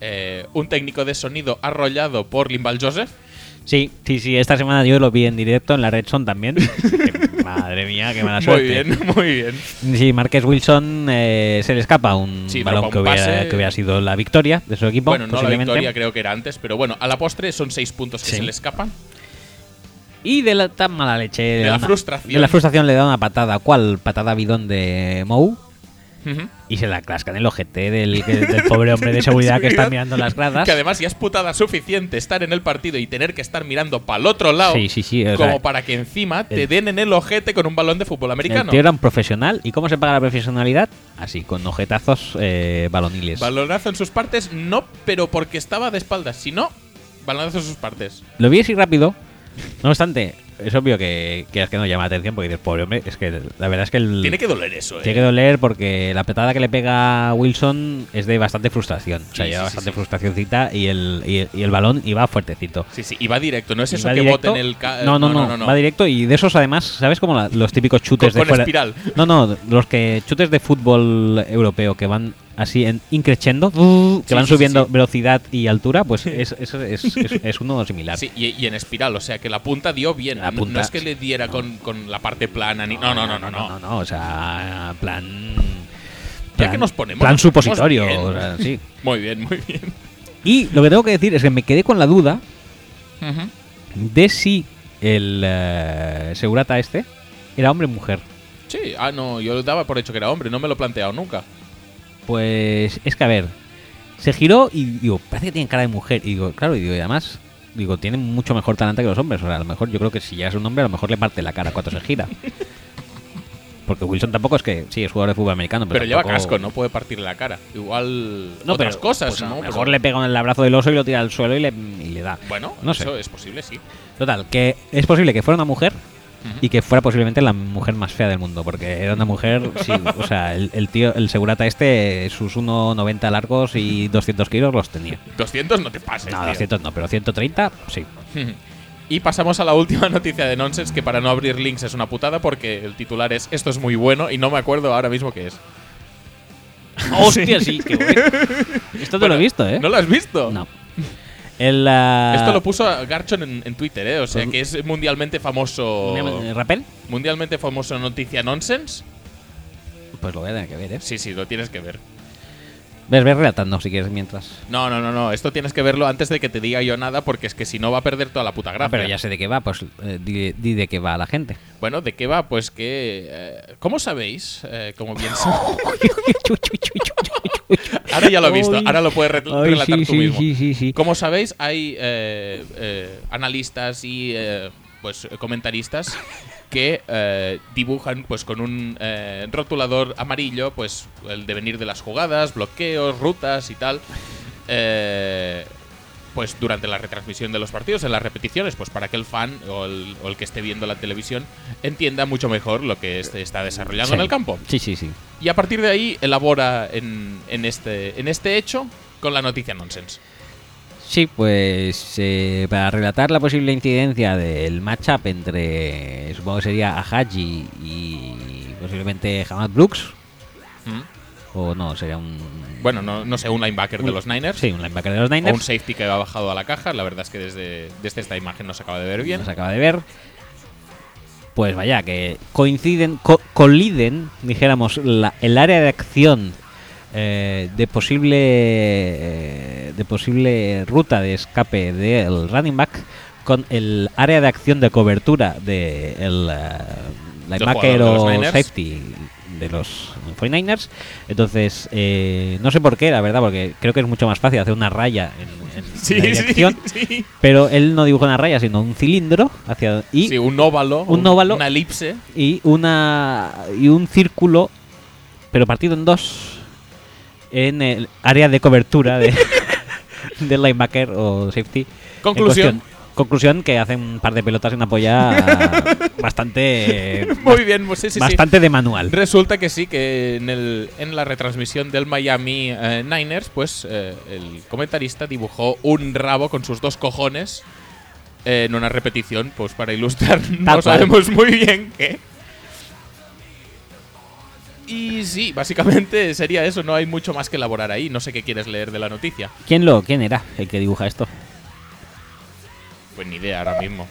Speaker 2: eh, un técnico de sonido arrollado por Limbal Joseph.
Speaker 1: Sí, sí, sí, esta semana yo lo vi en directo en la Red Son también.
Speaker 2: [laughs]
Speaker 1: Que, madre mía, qué mala suerte.
Speaker 2: Muy bien, [laughs] muy bien.
Speaker 1: Sí, Márquez Wilson eh, se le escapa un
Speaker 2: Sí,
Speaker 1: balón que
Speaker 2: dropa un pase.
Speaker 1: hubiera, que hubiera sido la victoria de su equipo.
Speaker 2: bueno, no la
Speaker 1: posiblemente.
Speaker 2: victoria creo que era antes, pero bueno, a la postre son seis puntos que
Speaker 1: Sí.
Speaker 2: se le escapan.
Speaker 1: Y de la tan mala leche. De
Speaker 2: la
Speaker 1: una-
Speaker 2: frustración.
Speaker 1: De la frustración le da una patada. ¿Cuál? Patada bidón de Mou.
Speaker 2: Ujú.
Speaker 1: Y se la clasca en el ojete del, del pobre hombre de seguridad
Speaker 2: [laughs]
Speaker 1: que está mirando las gradas.
Speaker 2: Que además ya es putada suficiente estar en el partido y tener que estar mirando para el otro lado.
Speaker 1: Sí, sí, sí, o
Speaker 2: como
Speaker 1: sea,
Speaker 2: para que encima
Speaker 1: el-
Speaker 2: te den en el ojete con un balón de fútbol
Speaker 1: El
Speaker 2: americano.
Speaker 1: tío era un profesional. ¿Y cómo se paga la profesionalidad? Así, con ojetazos eh, baloniles.
Speaker 2: Balonazo en sus partes, no, pero porque estaba de espaldas. Si no, balonazo en sus partes.
Speaker 1: Lo vi así rápido. No obstante, es obvio que, que es que no llama la atención porque dices, pobre hombre, es que la verdad es que el.
Speaker 2: Tiene que doler eso, eh.
Speaker 1: Tiene que doler porque la petada que le pega a Wilson es de bastante frustración. O sea,
Speaker 2: Sí,
Speaker 1: lleva
Speaker 2: sí,
Speaker 1: bastante
Speaker 2: sí, sí.
Speaker 1: frustracioncita y el, y, el- y el balón iba fuertecito.
Speaker 2: Sí, sí, y va directo, no es
Speaker 1: Y
Speaker 2: eso
Speaker 1: va
Speaker 2: que
Speaker 1: directo.
Speaker 2: boten el. ca-
Speaker 1: no, no, no, Va directo y de esos además, ¿sabes como la- los típicos chutes de
Speaker 2: Con- con
Speaker 1: fuera?
Speaker 2: espiral.
Speaker 1: No, no, los que chutes de fútbol europeo que van así en increchendo, que
Speaker 2: Sí,
Speaker 1: van
Speaker 2: sí, sí,
Speaker 1: subiendo
Speaker 2: sí.
Speaker 1: velocidad y altura, pues es, es- es- es- es uno similar.
Speaker 2: Sí, y, y en espiral, o sea que la punta dio bien.
Speaker 1: La
Speaker 2: No-
Speaker 1: punta,
Speaker 2: no es que le diera con, con la parte plana ni. No, no, no, no. no,
Speaker 1: no, no, o sea, plan
Speaker 2: Ya que nos ponemos.
Speaker 1: plan
Speaker 2: nos ponemos
Speaker 1: supositorio,
Speaker 2: bien.
Speaker 1: o sea, sí.
Speaker 2: Muy bien, muy bien.
Speaker 1: Y lo que tengo que decir es que me quedé con la duda de si el eh, segurata este era hombre o mujer.
Speaker 2: Sí, ah, no, yo daba por hecho que era hombre, no me lo he planteado nunca.
Speaker 1: Pues es que a ver, se giró y digo, parece que tiene cara de mujer. Y digo, claro, y digo, y además, digo, tiene mucho mejor talante que los hombres. O sea, a lo mejor yo creo que si ya es un hombre, a lo mejor le parte la cara cuando se
Speaker 2: [laughs]
Speaker 1: gira. Porque Wilson tampoco es que, sí, es jugador de fútbol americano, pero,
Speaker 2: Pero, lleva
Speaker 1: tampoco-
Speaker 2: casco, no puede partirle la cara. Igual
Speaker 1: No,
Speaker 2: otras
Speaker 1: pero,
Speaker 2: cosas,
Speaker 1: pues, a
Speaker 2: ¿no?
Speaker 1: lo
Speaker 2: Pero-
Speaker 1: mejor le pega en el abrazo del oso y lo tira al suelo y le, y le da.
Speaker 2: Bueno,
Speaker 1: no sé.
Speaker 2: eso es posible, sí.
Speaker 1: Total, que es posible que fuera una mujer y que fuera posiblemente la mujer más fea del mundo, porque era una mujer,
Speaker 2: [laughs]
Speaker 1: sí, o sea, el, el tío, el segurata este, sus 1,90 largos y 200 kilos los tenía.
Speaker 2: 200 no te pases,
Speaker 1: No,
Speaker 2: tío.
Speaker 1: 200 no, pero 130, sí.
Speaker 2: Y pasamos a la última [laughs] noticia de Nonsense, que para no abrir links es una putada porque el titular es Esto es muy bueno y no me acuerdo ahora mismo qué es.
Speaker 1: [laughs] Hostia, sí, qué bueno. Esto te
Speaker 2: Bueno,
Speaker 1: lo he visto, ¿eh?
Speaker 2: ¿No lo has visto?
Speaker 1: No. El, ah,
Speaker 2: Esto lo puso Garchon en, en Twitter, ¿eh? O sea,
Speaker 1: Pues-
Speaker 2: que es mundialmente famoso.
Speaker 1: ¿el ¿Rapel?
Speaker 2: Mundialmente famoso noticia Nonsense.
Speaker 1: Pues lo voy a tener que ver, ¿eh?
Speaker 2: Sí, sí, lo tienes que ver.
Speaker 1: Ves, ves relatando si quieres mientras.
Speaker 2: No, no, no, no. Esto tienes que verlo antes de que te diga yo nada, porque es que si no va a perder toda la puta gracia.
Speaker 1: Ah, pero ya sé de qué va, pues eh, di, di de qué va a la gente.
Speaker 2: Bueno, ¿de qué va? Pues que. eh, ¿Cómo sabéis? Eh,
Speaker 1: [laughs]
Speaker 2: como bien sab- Ahora ya lo he visto,
Speaker 1: Ay.
Speaker 2: ahora lo puedes re-
Speaker 1: Ay,
Speaker 2: relatar
Speaker 1: sí,
Speaker 2: tú
Speaker 1: sí,
Speaker 2: mismo.
Speaker 1: sí, sí, sí.
Speaker 2: Como sabéis, hay eh, eh, analistas y eh, pues comentaristas que eh, dibujan pues con un eh, rotulador amarillo pues el devenir de las jugadas, bloqueos, rutas y tal. eh, pues durante la retransmisión de los partidos, en las repeticiones, pues para que el fan o el, o el que esté viendo la televisión entienda mucho mejor lo que se está desarrollando
Speaker 1: Sí.
Speaker 2: en el campo.
Speaker 1: Sí, sí, sí.
Speaker 2: Y a partir de ahí elabora en, en este, en este hecho con la noticia nonsense.
Speaker 1: Sí, pues eh, para relatar la posible incidencia del matchup entre, supongo que sería Ahaji y posiblemente Hamad Brooks,
Speaker 2: ¿Mm?
Speaker 1: o no, sería un...
Speaker 2: Bueno, no, no sé, un linebacker de los Niners.
Speaker 1: Sí, un linebacker de los
Speaker 2: O un
Speaker 1: Niners,
Speaker 2: safety que ha bajado a la caja. La verdad es que desde, desde esta imagen no se acaba de ver bien. [laughs]
Speaker 1: nos acaba de ver. Pues vaya, que coinciden, co- coliden, dijéramos, la- el área de acción eh, de posible eh, de posible ruta de escape del running back con el área de acción de cobertura de el eh, linebacker
Speaker 2: jugador de los
Speaker 1: o
Speaker 2: Niners.
Speaker 1: safety de los 49ers. Entonces, eh, no sé por qué, la verdad, porque creo que es mucho más fácil hacer una raya en,
Speaker 2: [laughs]
Speaker 1: en la dirección.
Speaker 2: sí.
Speaker 1: Pero él no dibujó una raya, sino un cilindro hacia y,
Speaker 2: Sí, un óvalo.
Speaker 1: Un óvalo.
Speaker 2: Una elipse.
Speaker 1: y una y un círculo, pero partido en dos en el área de cobertura
Speaker 2: [laughs]
Speaker 1: de del linebacker o safety. en
Speaker 2: Conclusión.
Speaker 1: cuestión. Conclusión que hace un par de pelotas en una
Speaker 2: [laughs]
Speaker 1: polla bastante
Speaker 2: Muy bien, pues sí, sí, sí.
Speaker 1: bastante de manual.
Speaker 2: Resulta que sí, que en, el, en la retransmisión del Miami eh, Niners, pues eh, el comentarista dibujó un rabo con sus dos cojones eh, en una repetición, pues para ilustrar, [laughs]
Speaker 1: Tal
Speaker 2: no
Speaker 1: cual.
Speaker 2: sabemos muy bien qué. Y sí, básicamente sería eso, no hay mucho más que elaborar ahí, no sé qué quieres leer de la noticia.
Speaker 1: ¿Quién lo quién era el que dibuja esto?
Speaker 2: Pues ni idea ahora mismo.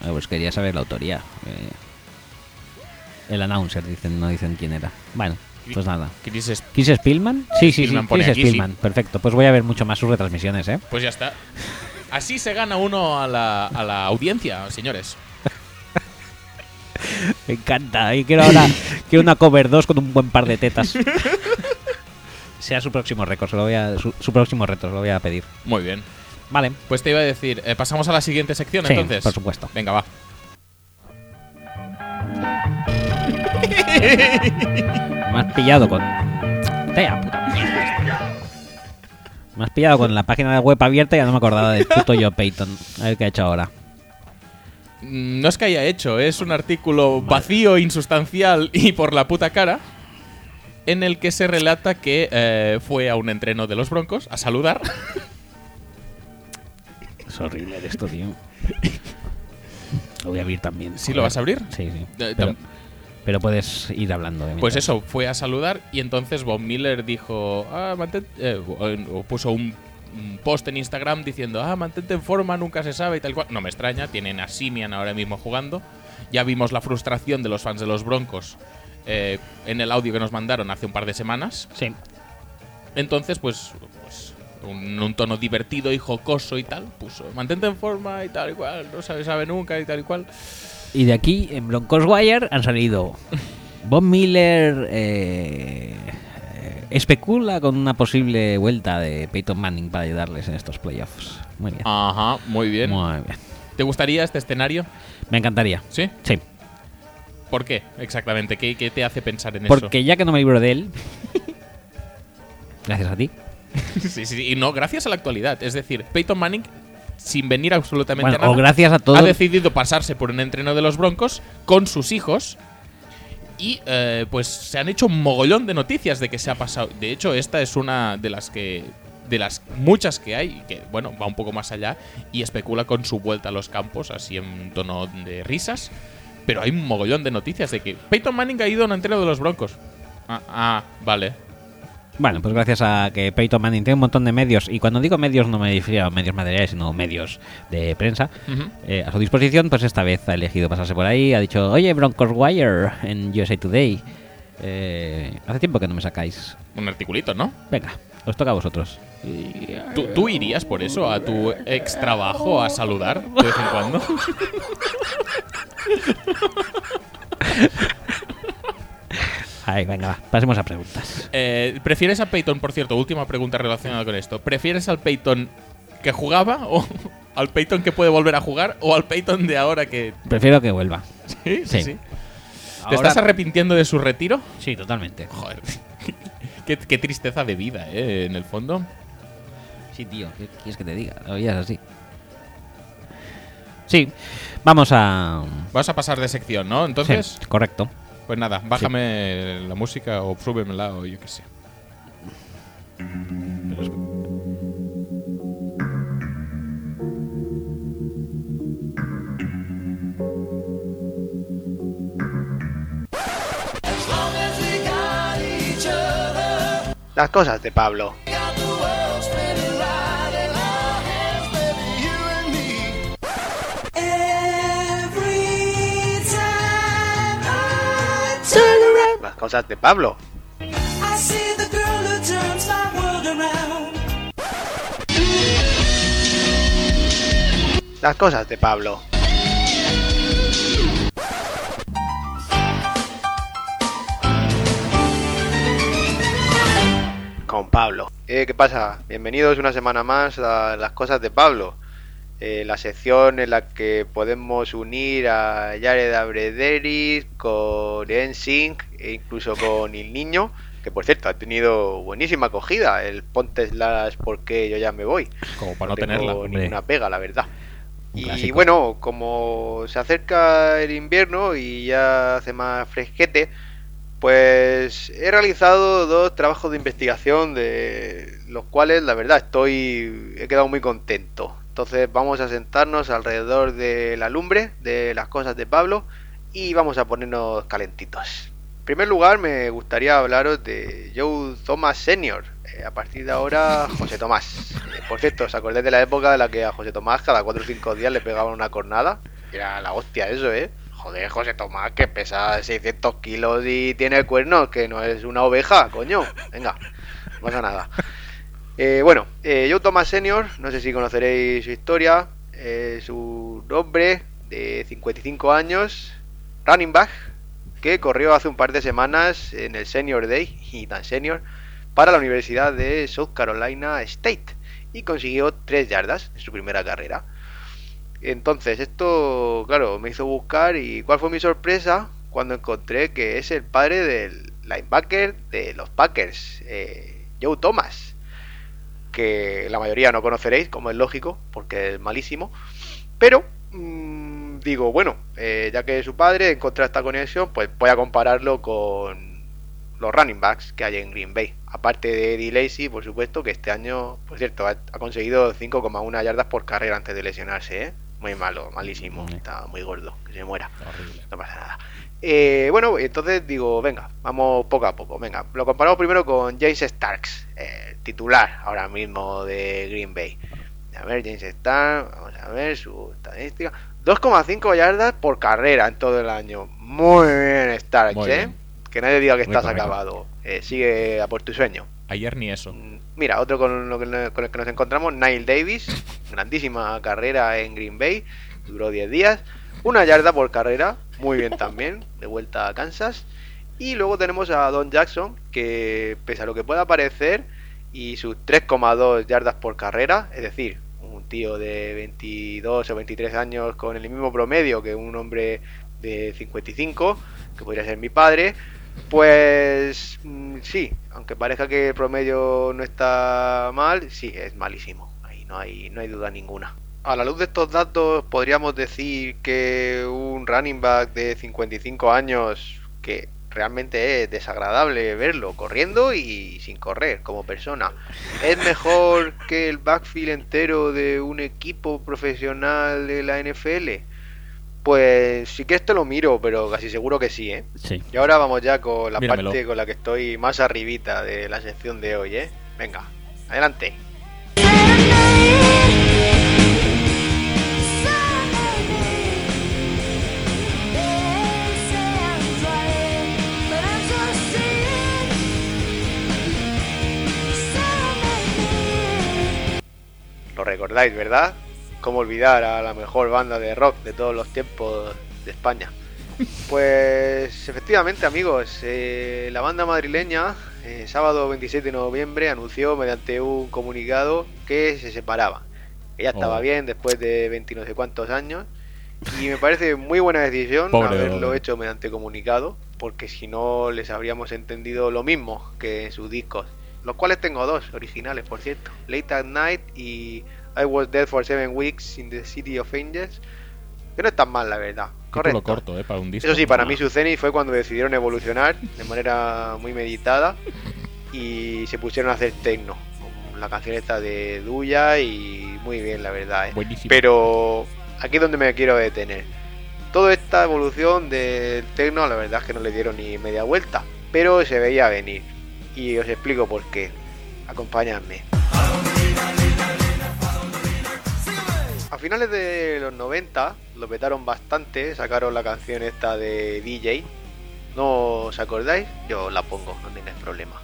Speaker 1: Ah, Pues quería saber la autoría. eh. el announcer dicen, no dicen quién era. Bueno, pues nada.
Speaker 2: Chris Sp-
Speaker 1: ¿Kiss Spillman? Sí, sí, sí,
Speaker 2: Spillman pone
Speaker 1: Chris
Speaker 2: aquí, sí.
Speaker 1: Spillman. Perfecto. Pues voy a ver mucho más sus retransmisiones, ¿eh?
Speaker 2: Pues ya está. Así se gana uno a la, a la audiencia, señores.
Speaker 1: Me encanta. Y quiero
Speaker 2: [laughs]
Speaker 1: ahora quiero una cover 2 con un buen par de tetas. Sea su próximo récord, se lo voy a, su, su próximo reto, se lo voy a pedir.
Speaker 2: Muy bien.
Speaker 1: Vale.
Speaker 2: Pues te iba a decir, eh, pasamos a la siguiente sección
Speaker 1: Sí,
Speaker 2: entonces.
Speaker 1: por supuesto.
Speaker 2: Venga, va.
Speaker 1: Me has pillado con. Vete a puta mierda. Me has pillado con la página de web abierta y ya no me acordaba del puto yo Payton. A ver qué ha hecho ahora.
Speaker 2: Mm, No es que haya hecho, es un artículo vacío, insustancial [laughs] y por la puta cara, en el que se relata que eh, fue a un entreno de los Broncos a saludar
Speaker 1: Es horrible esto, tío. Lo voy a abrir también.
Speaker 2: ¿Sí lo vas a abrir?
Speaker 1: Sí, sí.
Speaker 2: Eh,
Speaker 1: Pero,
Speaker 2: tam-
Speaker 1: pero puedes ir hablando. de
Speaker 2: Pues
Speaker 1: mientras.
Speaker 2: eso, fue a saludar y entonces Bob Miller dijo, ah, mantén- eh, o- en- o puso un, un post en Instagram diciendo, ah, mantente en forma, nunca se sabe y tal cual. No me extraña, tienen a Simian ahora mismo jugando. Ya vimos la frustración de los fans de los Broncos eh, en el audio que nos mandaron hace un par de semanas.
Speaker 1: Sí.
Speaker 2: Entonces, pues, pues, un, un tono divertido y jocoso y tal, puso, mantente en forma y tal y cual, no se sabe nunca y tal y cual.
Speaker 1: Y de aquí, en Broncos Wire, han salido Bob Miller eh, eh, especula con una posible vuelta de Peyton Manning para ayudarles en estos playoffs. Muy bien.
Speaker 2: Ajá, muy Ah, bien.
Speaker 1: Muy bien.
Speaker 2: ¿Te gustaría este escenario?
Speaker 1: Me encantaría.
Speaker 2: ¿Sí?
Speaker 1: Sí.
Speaker 2: ¿Por qué? Exactamente, ¿qué, qué te hace pensar en
Speaker 1: Porque ya que no me libro de él, [laughs] gracias a ti,
Speaker 2: eso? [laughs] Sí, sí, sí, y no, gracias a la actualidad. Es decir, Peyton Manning, sin venir absolutamente
Speaker 1: bueno,
Speaker 2: a nada,
Speaker 1: o gracias a todos.
Speaker 2: ha decidido pasarse por un entreno de los Broncos con sus hijos. Y eh, pues se han hecho un mogollón de noticias de que se ha pasado. De hecho, esta es una de las que. de las muchas que hay, y que bueno, va un poco más allá y especula con su vuelta a los campos, así en un tono de risas. Pero hay un mogollón de noticias de que Peyton Manning ha ido a un entreno de los Broncos. Ah, ah, vale.
Speaker 1: Bueno, pues gracias a que Peyton Manning tiene un montón de medios, y cuando digo medios no me refiero a medios materiales, sino medios de prensa,
Speaker 2: Ujú.
Speaker 1: eh, a su disposición, pues esta vez ha elegido pasarse por ahí, ha dicho, oye, Broncos Wire en USA Today, eh, hace tiempo que no me sacáis,
Speaker 2: Un articulito, ¿no?
Speaker 1: venga, os toca a vosotros.
Speaker 2: ¿Tú, tú irías por eso a tu ex trabajo a saludar de vez en
Speaker 1: [laughs]
Speaker 2: cuando?
Speaker 1: Ahí, venga, va, pasemos a preguntas.
Speaker 2: Eh, ¿Prefieres al Peyton, por cierto, última pregunta relacionada con esto? ¿Prefieres al Peyton que jugaba o [laughs] al Peyton que puede volver a jugar o al Peyton de ahora que... [laughs]
Speaker 1: Prefiero que vuelva.
Speaker 2: Sí,
Speaker 1: Sí.
Speaker 2: sí. sí. ¿Te estás arrepintiendo de su retiro? [laughs]
Speaker 1: Sí, totalmente.
Speaker 2: Joder. Qué, qué tristeza de vida, ¿eh? En el fondo.
Speaker 1: Sí, tío, ¿qué quieres que te diga? La vida es así. Sí, vamos a...
Speaker 2: Vas a pasar de sección, ¿no? Entonces,
Speaker 1: Sí, correcto.
Speaker 2: pues nada, bájame la música o súbemela o yo qué sé.
Speaker 8: Las cosas de Pablo. Las cosas de Pablo. Las cosas de Pablo. Con Pablo. Eh, ¿Qué pasa? Bienvenidos una semana más a Las cosas de Pablo. Eh, la sección en la que podemos unir a Jared Abrederis con NSYNC e incluso con El Niño, que por cierto ha tenido buenísima acogida el Pontes Las porque yo ya me voy
Speaker 2: Como para no
Speaker 8: tengo
Speaker 2: tenerla.
Speaker 1: hombre.
Speaker 8: ninguna pega, la verdad.
Speaker 1: Un
Speaker 8: Y
Speaker 1: clásico.
Speaker 8: bueno, como se acerca el invierno y ya hace más fresquete, pues he realizado dos trabajos de investigación de los cuales la verdad estoy he quedado muy contento. Entonces vamos a sentarnos alrededor de la lumbre de las cosas de Pablo y vamos a ponernos calentitos. En primer lugar me gustaría hablaros de Joe Thomas Senior. Eh, a partir de ahora José Tomás. Eh, por cierto, ¿os acordáis de la época en la que a José Tomás cada 4 o 5 días le pegaban una cornada? Era la hostia eso, ¿eh? Joder, José Tomás, que pesa 600 kilos y tiene cuernos, que no es una oveja, coño. Venga, no pasa nada. Eh, bueno, eh, Joe Thomas Senior, no sé si conoceréis su historia, eh, su nombre de 55 años, running back, que corrió hace un par de semanas en el Senior Day y tan senior para la Universidad de South Carolina State y consiguió 3 yardas en su primera carrera. Entonces, esto, claro, me hizo buscar y cuál fue mi sorpresa cuando encontré que es el padre del linebacker de los Packers, eh, Joe Thomas, que la mayoría no conoceréis, como es lógico, porque es malísimo. Pero, mm, digo, bueno, eh, ya que su padre encontró esta conexión, pues voy a compararlo con los running backs que hay en Green Bay. Aparte de Eddie Lacey, por supuesto, que este año, por cierto, ha, ha conseguido 5,1 yardas por carrera antes de lesionarse, ¿eh? Muy malo, malísimo, está muy gordo, que se muera. No pasa nada. Eh, bueno, entonces digo, venga, vamos poco a poco. Venga, lo comparamos primero con James Starks, eh, titular ahora mismo de Green Bay. A ver, James Starks, vamos a ver su estadística. 2,5 yardas por carrera en todo el año. Muy bien, Starks,
Speaker 2: Muy
Speaker 8: ¿eh?
Speaker 2: bien.
Speaker 8: Que nadie diga que
Speaker 2: Muy
Speaker 8: estás
Speaker 2: correcto.
Speaker 8: acabado. Eh, sigue a por tu sueño.
Speaker 2: Ayer ni eso.
Speaker 8: Mm, Mira, otro con, lo que- con el que nos encontramos, Nile Davis, [laughs] grandísima carrera en Green Bay, duró 10 días, una yarda por carrera, muy bien también, de vuelta a Kansas. Y luego tenemos a Don Jackson, que pese a lo que pueda parecer, y sus 3,2 yardas por carrera, es decir, un tío de 22 o 23 años con el mismo promedio que un hombre de 55, que podría ser mi padre, pues mm, sí, aunque parezca que el promedio no está mal, sí, es malísimo. Ahí no hay, no hay duda ninguna. A la luz de estos datos, podríamos decir que un running back de 55 años, que realmente es desagradable verlo corriendo y sin correr como persona, es mejor [laughs] que el backfield entero de un equipo profesional de la NFL. Pues sí que esto lo miro, pero casi seguro que sí, ¿eh?
Speaker 1: Sí.
Speaker 8: Y ahora vamos ya con la
Speaker 2: Míramelo.
Speaker 8: parte con la que estoy más arribita de la sección de hoy, ¿eh? Venga, adelante. Lo recordáis, ¿verdad? ¿Cómo olvidar a la mejor banda de rock de todos los tiempos de España? Pues efectivamente amigos, eh, la banda madrileña eh, sábado 26 de noviembre anunció mediante un comunicado que se separaba. Ella estaba
Speaker 2: Oh.
Speaker 8: bien después de 20 no sé cuántos años y me parece muy buena decisión
Speaker 2: Pobre
Speaker 8: haberlo
Speaker 2: Lola.
Speaker 8: hecho mediante comunicado porque si no les habríamos entendido lo mismo que en sus discos, los cuales tengo dos originales por cierto, Late at Night y I Was Dead for Seven Weeks in the City of Angels, que no es tan mal la verdad.
Speaker 2: Correcto.
Speaker 8: Correcto.
Speaker 2: Lo corto, ¿eh? Para un disco.
Speaker 8: Eso sí, para mí su cenit fue cuando decidieron evolucionar de manera muy meditada y se pusieron a hacer techno. con La canción esta de Duya y muy bien, la verdad. ¿eh?
Speaker 2: Buenísimo.
Speaker 8: Pero aquí es donde me quiero detener. Toda esta evolución del techno, la verdad es que no le dieron ni media vuelta, pero se veía venir. Y os explico por qué. Acompañadme. A finales de los 90 lo petaron bastante, sacaron la canción esta de DJ. ¿No os acordáis? Yo la pongo, no tenéis problema.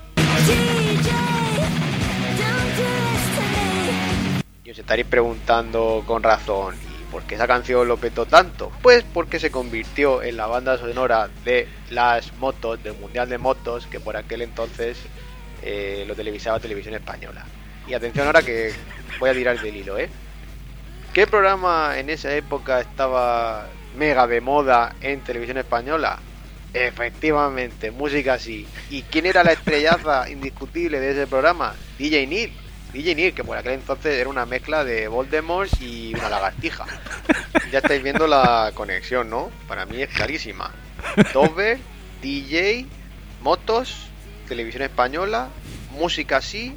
Speaker 8: Y os estaréis preguntando con razón, ¿y por qué esa canción lo petó tanto? Pues porque se convirtió en la banda sonora de las motos, del Mundial de Motos, que por aquel entonces eh, lo televisaba Televisión Española. Y atención ahora que voy a tirar del hilo, ¿eh? ¿Qué programa en esa época estaba mega de moda en televisión española? Efectivamente, música así. ¿Y quién era la estrellaza indiscutible de ese programa? DJ Neil. DJ Neil, que por aquel entonces era una mezcla de Voldemort y una lagartija. Ya estáis viendo la conexión, ¿no? Para mí es clarísima. Dover, DJ, motos, televisión española, música así,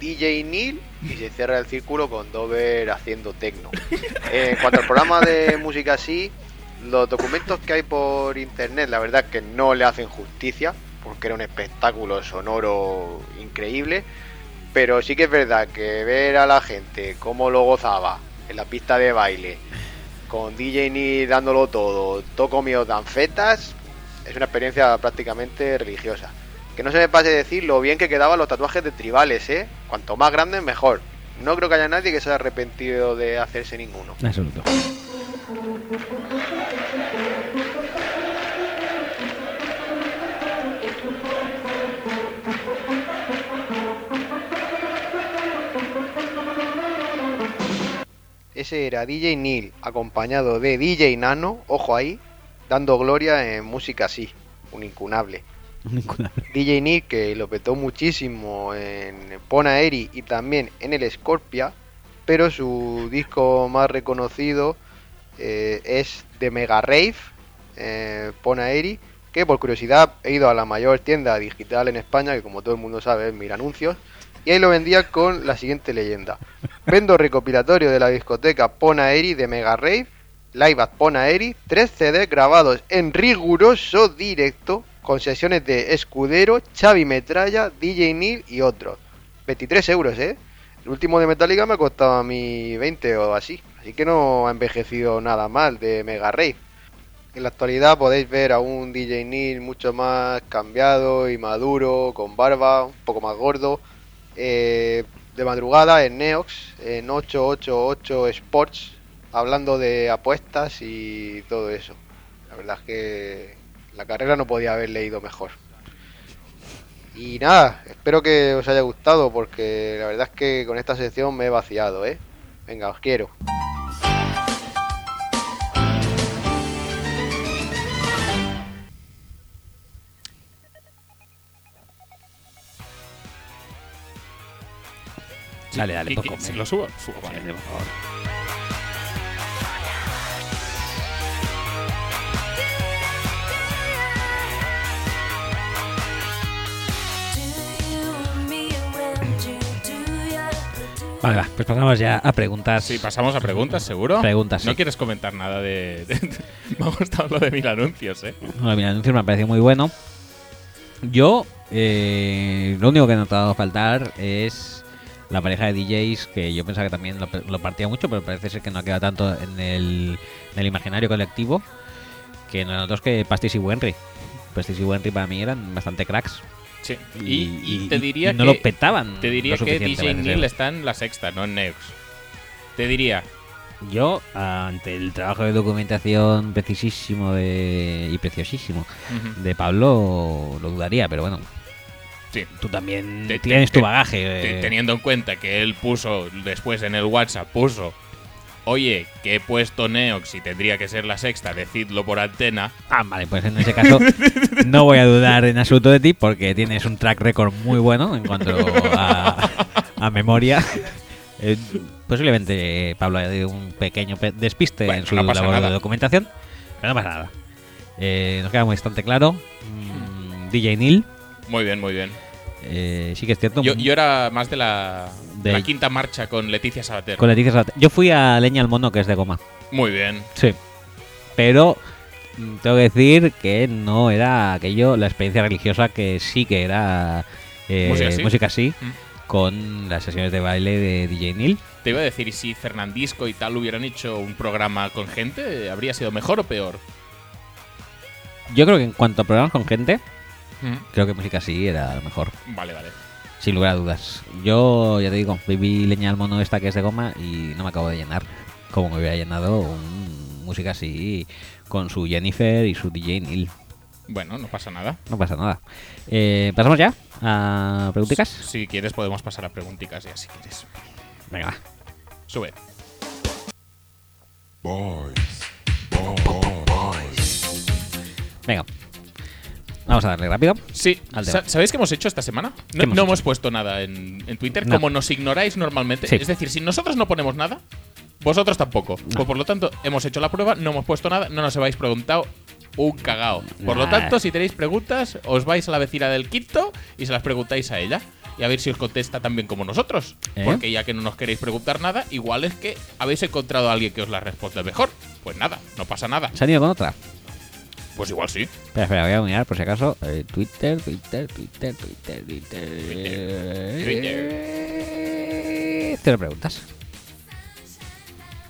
Speaker 8: DJ Neil y se cierra el círculo con Dover haciendo techno. Eh, en cuanto al programa de música así, los documentos que hay por internet, la verdad que no le hacen justicia, porque era un espectáculo sonoro increíble. Pero sí que es verdad que ver a la gente cómo lo gozaba en la pista de baile, con DJ Ni dándolo todo, toco mío danfetas, es una experiencia prácticamente religiosa. Que no se me pase decir lo bien que quedaban los tatuajes de tribales, ¿eh? Cuanto más grandes, mejor. No creo que haya nadie que se haya arrepentido de hacerse ninguno.
Speaker 1: En absoluto. [laughs]
Speaker 8: Ese era DJ Neil, acompañado de DJ Nano, ojo ahí, dando gloria en música así, un incunable.
Speaker 1: Ninguna.
Speaker 8: DJ Neil que lo petó muchísimo en Pona Eri y también en el Scorpia, pero su disco más reconocido eh, es The Mega Rave, eh, Pona Eri, que por curiosidad he ido a la mayor tienda digital en España, que como todo el mundo sabe es Miranuncios, y ahí lo vendía con la siguiente leyenda. Vendo recopilatorio de la discoteca Pona Eri de Mega Rave, Live at Pona Eri, 3 CDs grabados en riguroso directo con sesiones de Escudero, Xavi Metralla, DJ Neil y otros. 23 euros, ¿eh? El último de Metallica me ha costado a mí 20 o así, así que no ha envejecido nada mal de Mega Rave. En la actualidad podéis ver a un DJ Neil mucho más cambiado y maduro, con barba, un poco más gordo. Eh, de madrugada en Neox, en 888 Sports, hablando de apuestas y todo eso. La verdad es que la carrera no podía haber leído mejor. Y nada, espero que os haya gustado porque la verdad es que con esta sección me he vaciado, ¿eh? Venga, os quiero.
Speaker 1: Dale, dale,
Speaker 2: Y-
Speaker 1: poco.
Speaker 2: y- si lo subo, subo, vale.
Speaker 1: Sí, por favor. Vale, va, pues pasamos ya a preguntas.
Speaker 2: Sí, pasamos a preguntas, seguro.
Speaker 1: Preguntas,
Speaker 2: No
Speaker 1: sí.
Speaker 2: quieres comentar nada de. de- [laughs] me ha gustado lo de mil anuncios, ¿eh?
Speaker 1: Bueno, mira, el anuncio me ha parecido muy bueno. Yo, eh, lo único que he notado faltar es la pareja de DJs, que yo pensaba que también lo, lo partía mucho, pero parece ser que no ha quedado tanto en el, en el imaginario colectivo, que nosotros que Pastis y Wenry. Pastis y Wenry para mí eran bastante cracks.
Speaker 2: Sí. Y, y te diría
Speaker 1: y no
Speaker 2: que.
Speaker 1: lo petaban.
Speaker 2: te diría
Speaker 1: lo
Speaker 2: que
Speaker 1: suficiente,
Speaker 2: DJ
Speaker 1: parece
Speaker 2: Neil
Speaker 1: ser.
Speaker 2: está en la sexta, no en Neox. Te diría.
Speaker 1: Yo, ante el trabajo de documentación precisísimo de, y preciosísimo
Speaker 2: Ujú.
Speaker 1: de Pablo, lo dudaría, pero bueno,
Speaker 2: Sí.
Speaker 1: tú también
Speaker 2: Te- te-
Speaker 1: tienes
Speaker 2: te-
Speaker 1: tu bagaje.
Speaker 2: Te-
Speaker 1: eh,
Speaker 2: Teniendo en cuenta que él puso, después en el WhatsApp, puso. Oye, que he puesto Neox y tendría que ser la sexta, decidlo por antena.
Speaker 1: Ah, vale, pues en ese caso no voy a dudar en absoluto de ti porque tienes un track record muy bueno en cuanto a, a memoria. Eh, posiblemente eh, Pablo haya tenido un pequeño pe- despiste
Speaker 2: Bueno,
Speaker 1: en su
Speaker 2: no pasa
Speaker 1: labor
Speaker 2: nada.
Speaker 1: de documentación, pero no pasa nada. Eh, nos queda bastante claro.
Speaker 2: Hmm.
Speaker 1: Mm, DJ Neil,
Speaker 2: Muy bien, muy bien.
Speaker 1: eh, sí que es cierto.
Speaker 2: Yo, yo era más de la,
Speaker 1: Del-
Speaker 2: la quinta marcha con Leticia Sabater.
Speaker 1: con Leticia Sabater. Yo fui a Leña al Mono, que es de goma.
Speaker 2: Muy bien.
Speaker 1: Sí. Pero mm, tengo que decir que no era aquello, la experiencia religiosa que sí que era eh,
Speaker 2: Música sí.
Speaker 1: música así,
Speaker 2: Mm.
Speaker 1: con las sesiones de baile de DJ Neil.
Speaker 2: Te iba a decir, ¿y si Fernandisco y tal hubieran hecho un programa con gente? ¿Habría sido mejor o peor?
Speaker 1: Yo creo que en cuanto a programas con gente, creo que música así era lo mejor,
Speaker 2: Vale, vale.
Speaker 1: sin lugar a dudas. Yo, ya te digo, viví leña al mono esta que es de goma y no me acabo de llenar, como me hubiera llenado un música así con su Jennifer y su DJ Neil.
Speaker 2: Bueno, no pasa nada.
Speaker 1: No pasa nada. Eh, ¿Pasamos ya a preguntas?
Speaker 2: Si quieres podemos pasar a preguntitas ya, si quieres.
Speaker 1: Venga, va.
Speaker 2: Sube.
Speaker 1: Venga. Vamos a darle rápido.
Speaker 2: Sí,
Speaker 1: Al
Speaker 2: sa-
Speaker 1: debate.
Speaker 2: ¿sabéis qué hemos hecho esta semana? No,
Speaker 1: ¿Qué hemos
Speaker 2: no
Speaker 1: hecho?
Speaker 2: hemos puesto nada en, en Twitter,
Speaker 1: No.
Speaker 2: como nos ignoráis normalmente.
Speaker 1: Sí.
Speaker 2: Es decir, si nosotros no ponemos nada, vosotros tampoco. Pues por lo tanto, hemos hecho la prueba, no hemos puesto nada, no nos habéis preguntado un cagao. Por lo
Speaker 1: Nah.
Speaker 2: tanto, si tenéis preguntas, os vais a la vecina del Quito y se las preguntáis a ella. Y a ver si os contesta también como nosotros.
Speaker 1: ¿Eh?
Speaker 2: Porque ya que no nos queréis preguntar nada, igual es que habéis encontrado a alguien que os la responde mejor. Pues nada, no pasa nada.
Speaker 1: ¿Se han ido con otra?
Speaker 2: Pues igual sí.
Speaker 1: Espera, espera, voy a mirar por si acaso. Eh, Twitter, Twitter, Twitter, Twitter, Twitter.
Speaker 2: Twitter.
Speaker 1: Eh, Cero preguntas.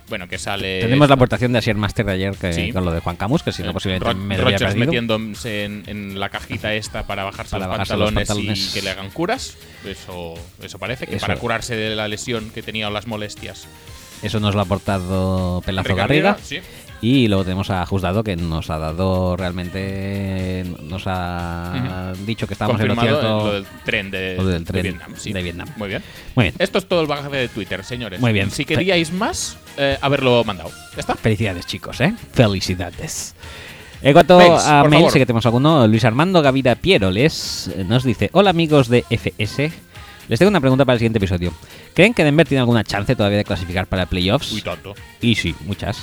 Speaker 2: Bueno, que sale.
Speaker 1: Tenemos la aportación de Asier Master de ayer que,
Speaker 2: Sí.
Speaker 1: con lo de Juan Camus, que si no
Speaker 2: eh,
Speaker 1: posiblemente
Speaker 2: Ro-
Speaker 1: me lo había
Speaker 2: Rogers
Speaker 1: perdido.
Speaker 2: metiéndose en, en la cajita esta para bajarse,
Speaker 1: Para
Speaker 2: los,
Speaker 1: bajarse los
Speaker 2: pantalones
Speaker 1: pantalones.
Speaker 2: y que le hagan curas. Eso, eso parece, que
Speaker 1: Eso.
Speaker 2: para curarse de la lesión que tenía o las molestias.
Speaker 1: Eso nos lo ha aportado Pelazo
Speaker 2: Recarriega,
Speaker 1: Garriga.
Speaker 2: sí.
Speaker 1: Y luego tenemos a Juzgado que nos ha dado realmente. Nos ha dicho que estábamos en lo
Speaker 2: Confirmado
Speaker 1: cierto.
Speaker 2: lo del tren de,
Speaker 1: lo del
Speaker 2: de
Speaker 1: tren
Speaker 2: Vietnam, sí.
Speaker 1: de Vietnam.
Speaker 2: Muy bien.
Speaker 1: Muy bien.
Speaker 2: Esto es todo el bagaje de Twitter, señores.
Speaker 1: Muy bien.
Speaker 2: Si queríais más, eh, haberlo mandado. ¿Ya está?
Speaker 1: Felicidades, chicos, ¿eh? Felicidades. En cuanto
Speaker 2: Mails,
Speaker 1: a
Speaker 2: por
Speaker 1: mail,
Speaker 2: favor.
Speaker 1: sí que tenemos alguno. Luis Armando Gavira Pieroles eh, nos dice: Hola, amigos de FS. Les tengo una pregunta para el siguiente episodio. ¿Creen que Denver tiene alguna chance todavía de clasificar para playoffs?
Speaker 2: Uy, tonto.
Speaker 1: Y sí, muchas.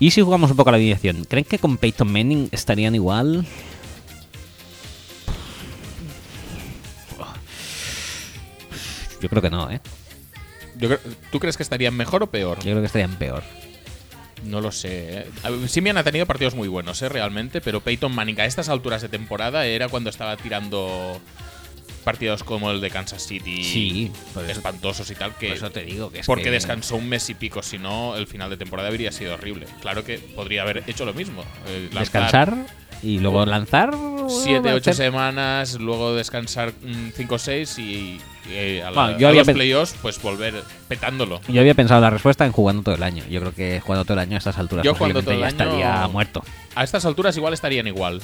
Speaker 1: ¿Y si jugamos un poco a la alineación? ¿Creen que con Peyton Manning estarían igual? Yo creo que no, ¿eh?
Speaker 2: Yo creo- ¿Tú crees que estarían mejor o peor?
Speaker 1: Yo creo que estarían peor.
Speaker 2: No lo sé. eh. A ver, Simian ha tenido partidos muy buenos, eh, realmente, pero Peyton Manning a estas alturas de temporada era cuando estaba tirando partidos como el de Kansas City,
Speaker 1: Sí, por eso-
Speaker 2: espantosos y tal, que
Speaker 1: por eso te digo que es
Speaker 2: porque
Speaker 1: que-
Speaker 2: descansó un mes y pico, si no el final de temporada habría sido horrible. Claro que podría haber hecho lo mismo. eh, lanzar
Speaker 1: Descansar y luego lanzar.
Speaker 2: 7, 8
Speaker 1: hacer-
Speaker 2: semanas, luego descansar 5 o 6 y, y a, la-
Speaker 1: Bueno, yo
Speaker 2: a
Speaker 1: había
Speaker 2: los
Speaker 1: pen-
Speaker 2: playoffs pues volver petándolo.
Speaker 1: Yo había pensado la respuesta en jugando todo el año. Yo creo que jugando todo el año a estas alturas
Speaker 2: Yo jugando
Speaker 1: posiblemente
Speaker 2: todo el
Speaker 1: ya
Speaker 2: año-
Speaker 1: estaría muerto.
Speaker 2: A estas alturas igual estarían igual,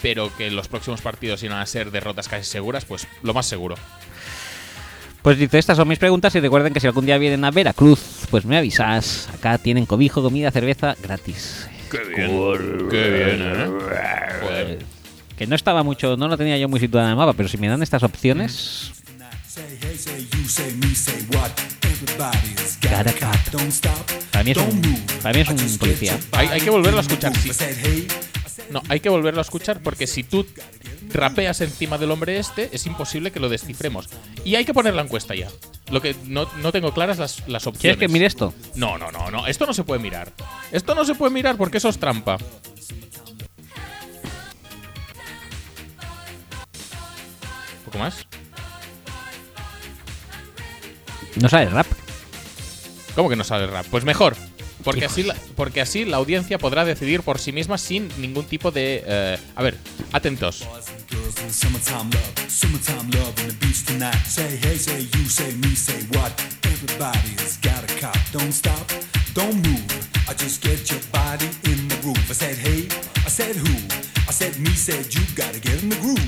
Speaker 2: pero que los próximos partidos iban a ser derrotas casi seguras, pues lo más seguro.
Speaker 1: Pues dice, estas son mis preguntas y recuerden que si algún día vienen a Veracruz, pues me avisas. Acá tienen cobijo, comida, cerveza gratis.
Speaker 2: Qué bien, ¿eh? Joder.
Speaker 1: Que no estaba mucho, no lo tenía yo muy situado en el mapa, pero si me dan estas opciones,
Speaker 2: Mm.
Speaker 9: Say hey, say you, say me, say what. Everybody's got
Speaker 1: Gotta
Speaker 9: a
Speaker 1: cop.
Speaker 9: cop. Don't stop.
Speaker 1: Para mí es
Speaker 9: don't
Speaker 1: un-
Speaker 9: move.
Speaker 1: para mí es
Speaker 9: I
Speaker 1: un
Speaker 9: just
Speaker 1: policía.
Speaker 9: get your
Speaker 2: Hay- hay que volverlo a
Speaker 9: body
Speaker 2: escuchar,
Speaker 9: move.
Speaker 2: sí.
Speaker 9: I said, hey, I said,
Speaker 2: No, hay que volverlo a escuchar porque si tú rapeas encima del hombre este, es imposible que lo descifremos. Y hay que poner la encuesta ya. Lo que no, no tengo claras las, las
Speaker 1: ¿quieres
Speaker 2: opciones.
Speaker 1: que mire esto?
Speaker 2: No, no, no, no. Esto no se puede mirar. Esto no se puede mirar porque eso es trampa. ¿Un poco más?
Speaker 1: No sabes rap.
Speaker 2: ¿Cómo que no sale rap? Pues mejor. Porque así, la, porque así la audiencia podrá decidir por sí misma sin ningún tipo de... eh, a ver, atentos. [laughs]
Speaker 9: Boys and girls in the summertime love, summertime love on the beach tonight. Say hey, say you, say me, say what. Everybody's got a cop. Don't stop, don't move. I just get your body in the groove. I said hey, I said who, I said me, said you. Gotta get in the groove.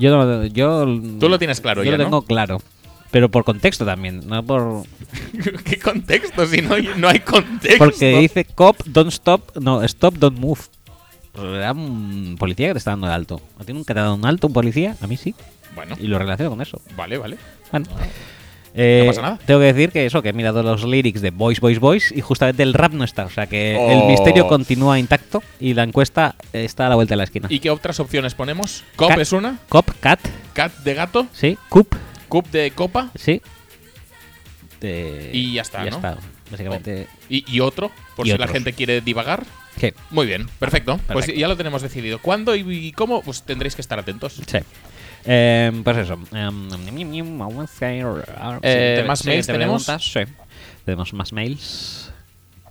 Speaker 1: Yo, no- yo,
Speaker 2: Tú lo tienes claro
Speaker 1: yo
Speaker 2: ya,
Speaker 1: lo
Speaker 2: ¿no?
Speaker 1: tengo claro. Pero por contexto también, no por...
Speaker 2: ¿Qué contexto? Si no, hay- no hay contexto.
Speaker 1: Porque dice cop, don't stop, no, stop, don't move. Pero Era un policía que te está dando el alto. ¿A ti nunca te ha dado un alto un policía? A mí sí.
Speaker 2: Bueno,
Speaker 1: Y lo relaciono con eso.
Speaker 2: vale, vale.
Speaker 1: Bueno. Eh,
Speaker 2: pasa nada.
Speaker 1: Tengo que decir que eso, que he mirado los lyrics de Voice, Voice, Voice y justamente el rap no está. O sea que el
Speaker 2: Oh.
Speaker 1: misterio continúa intacto y la encuesta está a la vuelta de la esquina.
Speaker 2: ¿Y qué otras opciones ponemos? ¿Cop
Speaker 1: Ca-
Speaker 2: es una?
Speaker 1: Cop, cat,
Speaker 2: ¿Cat de gato?
Speaker 1: sí. Cup,
Speaker 2: ¿Cup de copa?
Speaker 1: sí. Eh,
Speaker 2: Y ya está, ¿no?
Speaker 1: Básicamente.
Speaker 2: ¿Y, y otro? Por
Speaker 1: Y
Speaker 2: si la
Speaker 1: otros.
Speaker 2: gente quiere divagar.
Speaker 1: Sí.
Speaker 2: Muy bien, perfecto. Pues
Speaker 1: Perfecto.
Speaker 2: ya lo tenemos decidido. ¿Cuándo y- y cómo? Pues tendréis que estar atentos.
Speaker 1: Sí. Em, pues eso. Em, vamos a ir a-
Speaker 2: Eh, ¿más
Speaker 1: siguiente
Speaker 2: mails tenemos?
Speaker 1: pregunta. Sí. Tenemos más mails.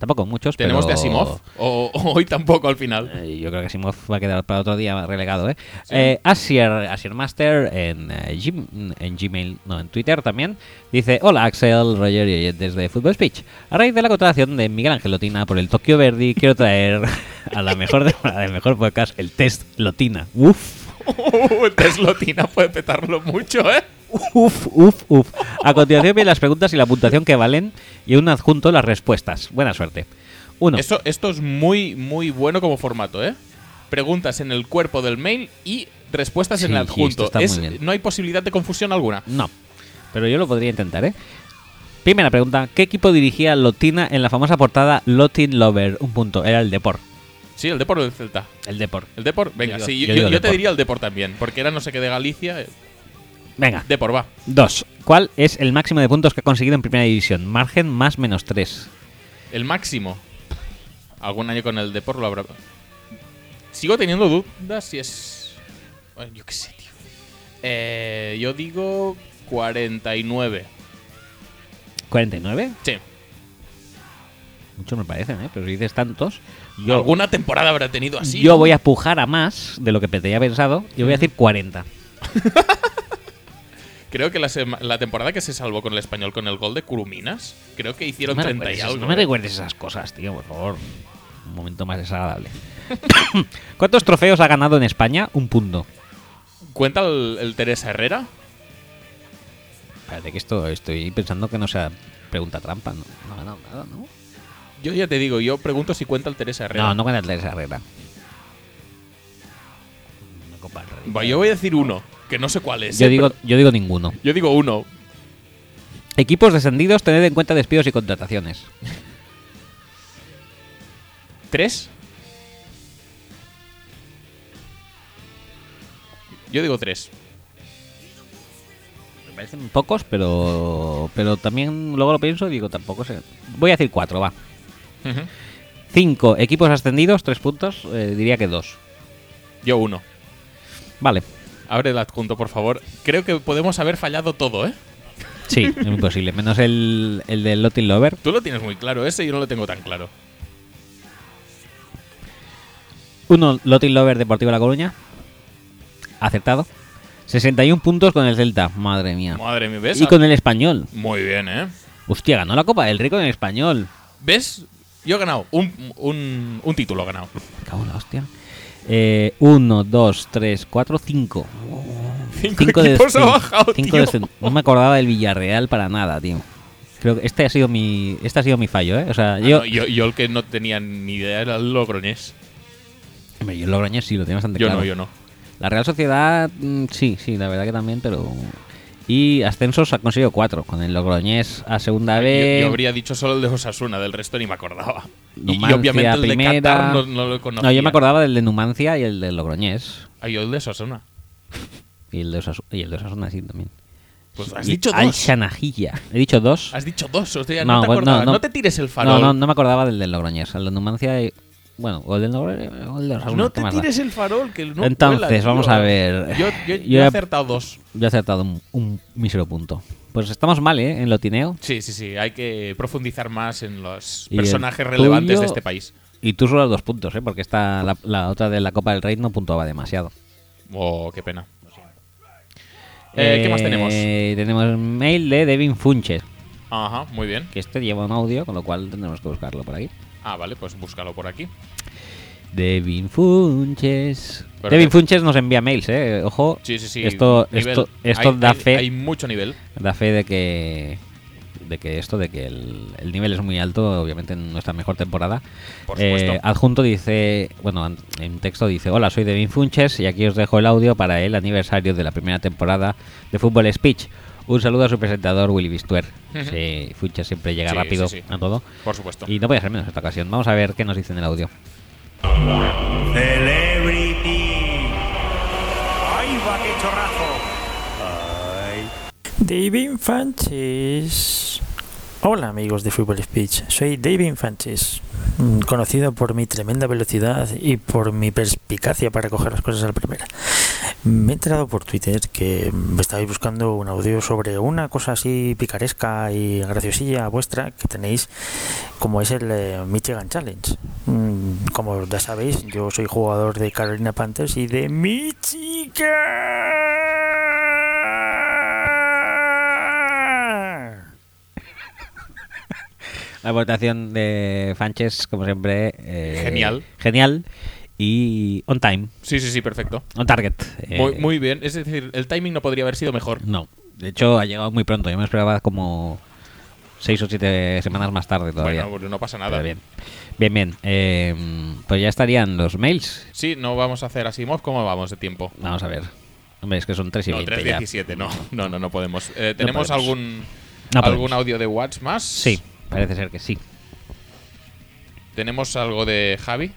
Speaker 1: Tampoco muchos,
Speaker 2: ¿Tenemos de
Speaker 1: pero-
Speaker 2: Asimov? ¿O, o hoy tampoco al final? [laughs]
Speaker 1: Eh, Yo creo que Simov va a quedar para otro día relegado, ¿eh? Eh, Asier, Asier Master en, eh, Gim- en Gmail, no, en Twitter también, dice Hola Axel, Roger y Oyet desde Football Speech. A raíz de la contratación de Miguel Ángel Lotina por el Tokio Verdi, quiero traer [laughs] a la mejor temporada del mejor podcast el test Lotina. Uf,
Speaker 2: Teslotina puede petarlo mucho, ¿eh?
Speaker 1: uf, uf, uf. A continuación vienen las preguntas y la puntuación que valen y un adjunto las respuestas. Buena suerte. Uno.
Speaker 2: Eso- esto es muy, muy bueno como formato, ¿eh? Preguntas en el cuerpo del mail y respuestas en el
Speaker 1: Sí, sí, esto
Speaker 2: adjunto.
Speaker 1: está
Speaker 2: Es-
Speaker 1: muy bien.
Speaker 2: no hay posibilidad de confusión alguna.
Speaker 1: No, pero yo lo podría intentar, ¿eh? Primera pregunta, ¿qué equipo dirigía Lotina en la famosa portada Lotin Lover? Un punto, era el Depor.
Speaker 2: Sí, el Depor o el Celta.
Speaker 1: El Depor.
Speaker 2: El Depor, venga,
Speaker 1: digo-
Speaker 2: sí,
Speaker 1: yo
Speaker 2: yo,
Speaker 1: digo
Speaker 2: yo te
Speaker 1: Depor.
Speaker 2: diría el Depor también, porque era no sé qué de Galicia. eh,
Speaker 1: Venga.
Speaker 2: Depor, va.
Speaker 1: Dos, ¿cuál es el máximo de puntos que ha conseguido en primera división? Margen más menos tres.
Speaker 2: El máximo. Algún año con el Depor lo habrá. Sigo teniendo dudas si es. Bueno, yo qué sé, tío. Eh, yo digo 49.
Speaker 1: ¿49?
Speaker 2: Sí.
Speaker 1: Muchos me parecen, ¿eh? Pero si dices tantos, yo,
Speaker 2: ¿Alguna temporada habrá tenido así?
Speaker 1: yo voy a pujar a más de lo que tenía pensado y voy a decir 40.
Speaker 2: Creo que la, sema- la temporada que se salvó con el español con el gol de Curuminas, creo que hicieron
Speaker 1: No me
Speaker 2: 30 y
Speaker 1: recuerdes-
Speaker 2: algo.
Speaker 1: no me
Speaker 2: ¿eh?
Speaker 1: recuerdes esas cosas, tío, por favor. Un momento más desagradable. [coughs] ¿Cuántos trofeos ha ganado en España? Un punto.
Speaker 2: ¿Cuenta el, el Teresa Herrera?
Speaker 1: Espérate que esto estoy pensando que no sea pregunta trampa. No, no ha ganado nada, ¿no?
Speaker 2: Yo ya te digo, yo pregunto si cuenta el Teresa Herrera.
Speaker 1: No, no cuenta esa regla. Una copa del rey.
Speaker 2: Va, yo voy a decir uno, que no sé cuál es.
Speaker 1: Yo
Speaker 2: ¿eh?
Speaker 1: digo,
Speaker 2: Pero-
Speaker 1: yo digo ninguno.
Speaker 2: yo digo uno.
Speaker 1: Equipos descendidos, tened en cuenta despidos y contrataciones.
Speaker 2: ¿Tres? Yo digo tres.
Speaker 1: Me parecen pocos, pero pero también luego lo pienso y digo tampoco sé. Voy a decir cuatro, va. Cinco equipos ascendidos, tres puntos, eh, diría que dos.
Speaker 2: Yo uno.
Speaker 1: Vale.
Speaker 2: Abre el adjunto, por favor. Creo que podemos haber fallado todo, ¿eh?
Speaker 1: Sí, es imposible. Menos el, el del Lotting Lover.
Speaker 2: Tú lo tienes muy claro, ese yo no lo tengo tan claro.
Speaker 1: Uno, Lotting Lover Deportivo La Coruña. Acertado. 61 puntos con el Celta. Madre mía.
Speaker 2: Madre mía, ¿ves?
Speaker 1: Y con el español.
Speaker 2: Muy bien, ¿eh?
Speaker 1: Hostia, ganó la Copa del Rey con el español.
Speaker 2: ¿Ves? Yo he ganado. Un, un, un título he ganado.
Speaker 1: Me cago en la hostia. Eh, uno, dos, tres, cuatro, cinco.
Speaker 2: Cinco, equipos ha
Speaker 1: descen-
Speaker 2: bajado,
Speaker 1: cinco
Speaker 2: tío.
Speaker 1: descen- No me acordaba del Villarreal para nada, tío. Creo que este ha sido mi, este ha sido mi fallo, ¿eh? O sea,
Speaker 2: Ah,
Speaker 1: yo,
Speaker 2: no, yo, yo el que no tenía ni idea era el Logroñés.
Speaker 1: Hombre, yo el Logroñés sí lo tenía bastante
Speaker 2: Yo
Speaker 1: claro.
Speaker 2: no, yo no.
Speaker 1: La Real Sociedad, mm, sí, sí, la verdad que también, pero... Y ascensos ha conseguido cuatro, con el Logroñés a segunda
Speaker 2: Yo,
Speaker 1: vez.
Speaker 2: yo habría dicho solo el de Osasuna, del resto ni me acordaba. Y, y
Speaker 1: Numancia,
Speaker 2: obviamente el
Speaker 1: primera.
Speaker 2: de Qatar no, no lo conocía.
Speaker 1: No, yo me acordaba del de Numancia y el de Logroñés.
Speaker 2: Ah, yo el de Osasuna.
Speaker 1: Y el de Osasu- y el de Osasuna sí también.
Speaker 2: Pues has
Speaker 1: Y
Speaker 2: dicho
Speaker 1: Al
Speaker 2: dos.
Speaker 1: Shanahilla. He dicho dos.
Speaker 2: Has dicho dos, hostia, no, te
Speaker 1: bueno,
Speaker 2: acordabas. No, te tires el farol.
Speaker 1: No, no, no me acordaba del del Logroñés. El de Numancia. y- bueno, o el del Logroñés. o el de Osasuna,
Speaker 2: No
Speaker 1: ¿qué
Speaker 2: te
Speaker 1: más da?
Speaker 2: tires el farol, que no
Speaker 1: Entonces,
Speaker 2: cuela, tío.
Speaker 1: vamos a ver.
Speaker 2: Yo, yo-
Speaker 1: Yo
Speaker 2: yo he
Speaker 1: ya-
Speaker 2: acertado dos.
Speaker 1: Yo he acertado un, un mísero punto. Pues estamos mal, ¿eh? En lotineo.
Speaker 2: Sí, sí, sí. Hay que profundizar más en los
Speaker 1: Y el
Speaker 2: personajes relevantes
Speaker 1: tuyo-
Speaker 2: de este país.
Speaker 1: Y tú solo dos puntos, ¿eh? Porque esta, la, la otra de la Copa del Rey no puntuaba demasiado.
Speaker 2: Oh, qué pena. Eh, ¿Qué más tenemos?
Speaker 1: Eh, Tenemos mail de Devin Funches.
Speaker 2: Ajá, muy bien.
Speaker 1: Que este lleva un audio, con lo cual tendremos que buscarlo por aquí.
Speaker 2: Ah, vale, pues búscalo por aquí.
Speaker 1: Devin Funches.
Speaker 2: Pero
Speaker 1: Devin
Speaker 2: que-
Speaker 1: Funches nos envía mails, ¿eh? Ojo.
Speaker 2: Sí, sí, sí.
Speaker 1: Esto,
Speaker 2: nivel.
Speaker 1: esto, esto
Speaker 2: Hay-
Speaker 1: da,
Speaker 2: hay-
Speaker 1: fe,
Speaker 2: Hay mucho nivel.
Speaker 1: da fe de que de que esto, de que el, el nivel es muy alto, obviamente en nuestra mejor temporada. Eh,
Speaker 2: Por supuesto.
Speaker 1: adjunto dice, bueno, an- en texto dice, hola, soy Devin Funches y aquí os dejo el audio para el aniversario de la primera temporada de Fútbol Speech. Un saludo a su presentador Willy Bistuer.
Speaker 2: Ujú.
Speaker 1: Sí, Funches siempre llega
Speaker 2: Sí,
Speaker 1: rápido
Speaker 2: sí, sí.
Speaker 1: a todo.
Speaker 2: Por supuesto.
Speaker 1: Y no voy a ser menos esta ocasión. Vamos a ver qué nos dice en el audio.
Speaker 10: Celebrity. ¡Ay, va, qué chorrazo!
Speaker 11: David Infantes. Hola amigos de Football Speech, soy David Infantes, mm, conocido por mi tremenda velocidad y por mi perspicacia para coger las cosas a la primera. Me he enterado por Twitter que me estabais buscando un audio sobre una cosa así picaresca y graciosilla vuestra que tenéis, como es el eh, Michigan Challenge. Mm, Como ya sabéis, yo soy jugador de Carolina Panthers y de Michigan.
Speaker 1: La votación de Fanches, como siempre. eh,
Speaker 2: Genial.
Speaker 1: Genial. Y on time,
Speaker 2: Sí, sí, sí, perfecto.
Speaker 1: on target. eh,
Speaker 2: Muy, muy bien. Es decir, el timing no podría haber sido mejor.
Speaker 1: No. De hecho, ha llegado muy pronto. Yo me esperaba como seis o siete semanas más tarde todavía.
Speaker 2: Bueno, pues no pasa
Speaker 1: Pero
Speaker 2: nada.
Speaker 1: bien. Bien, bien. Eh, pues ya estarían los mails.
Speaker 2: Sí, no vamos a hacer Asimov. ¿Cómo vamos de tiempo?
Speaker 1: Vamos a ver. Hombre, es que son tres y
Speaker 2: no,
Speaker 1: 20 ya.
Speaker 2: 3.17, no. No, no, no podemos. Eh, ¿Tenemos
Speaker 1: podemos.
Speaker 2: algún
Speaker 1: No
Speaker 2: algún
Speaker 1: podemos.
Speaker 2: audio de Watch más?
Speaker 1: Sí, parece ser que sí.
Speaker 2: ¿Tenemos algo de Javi?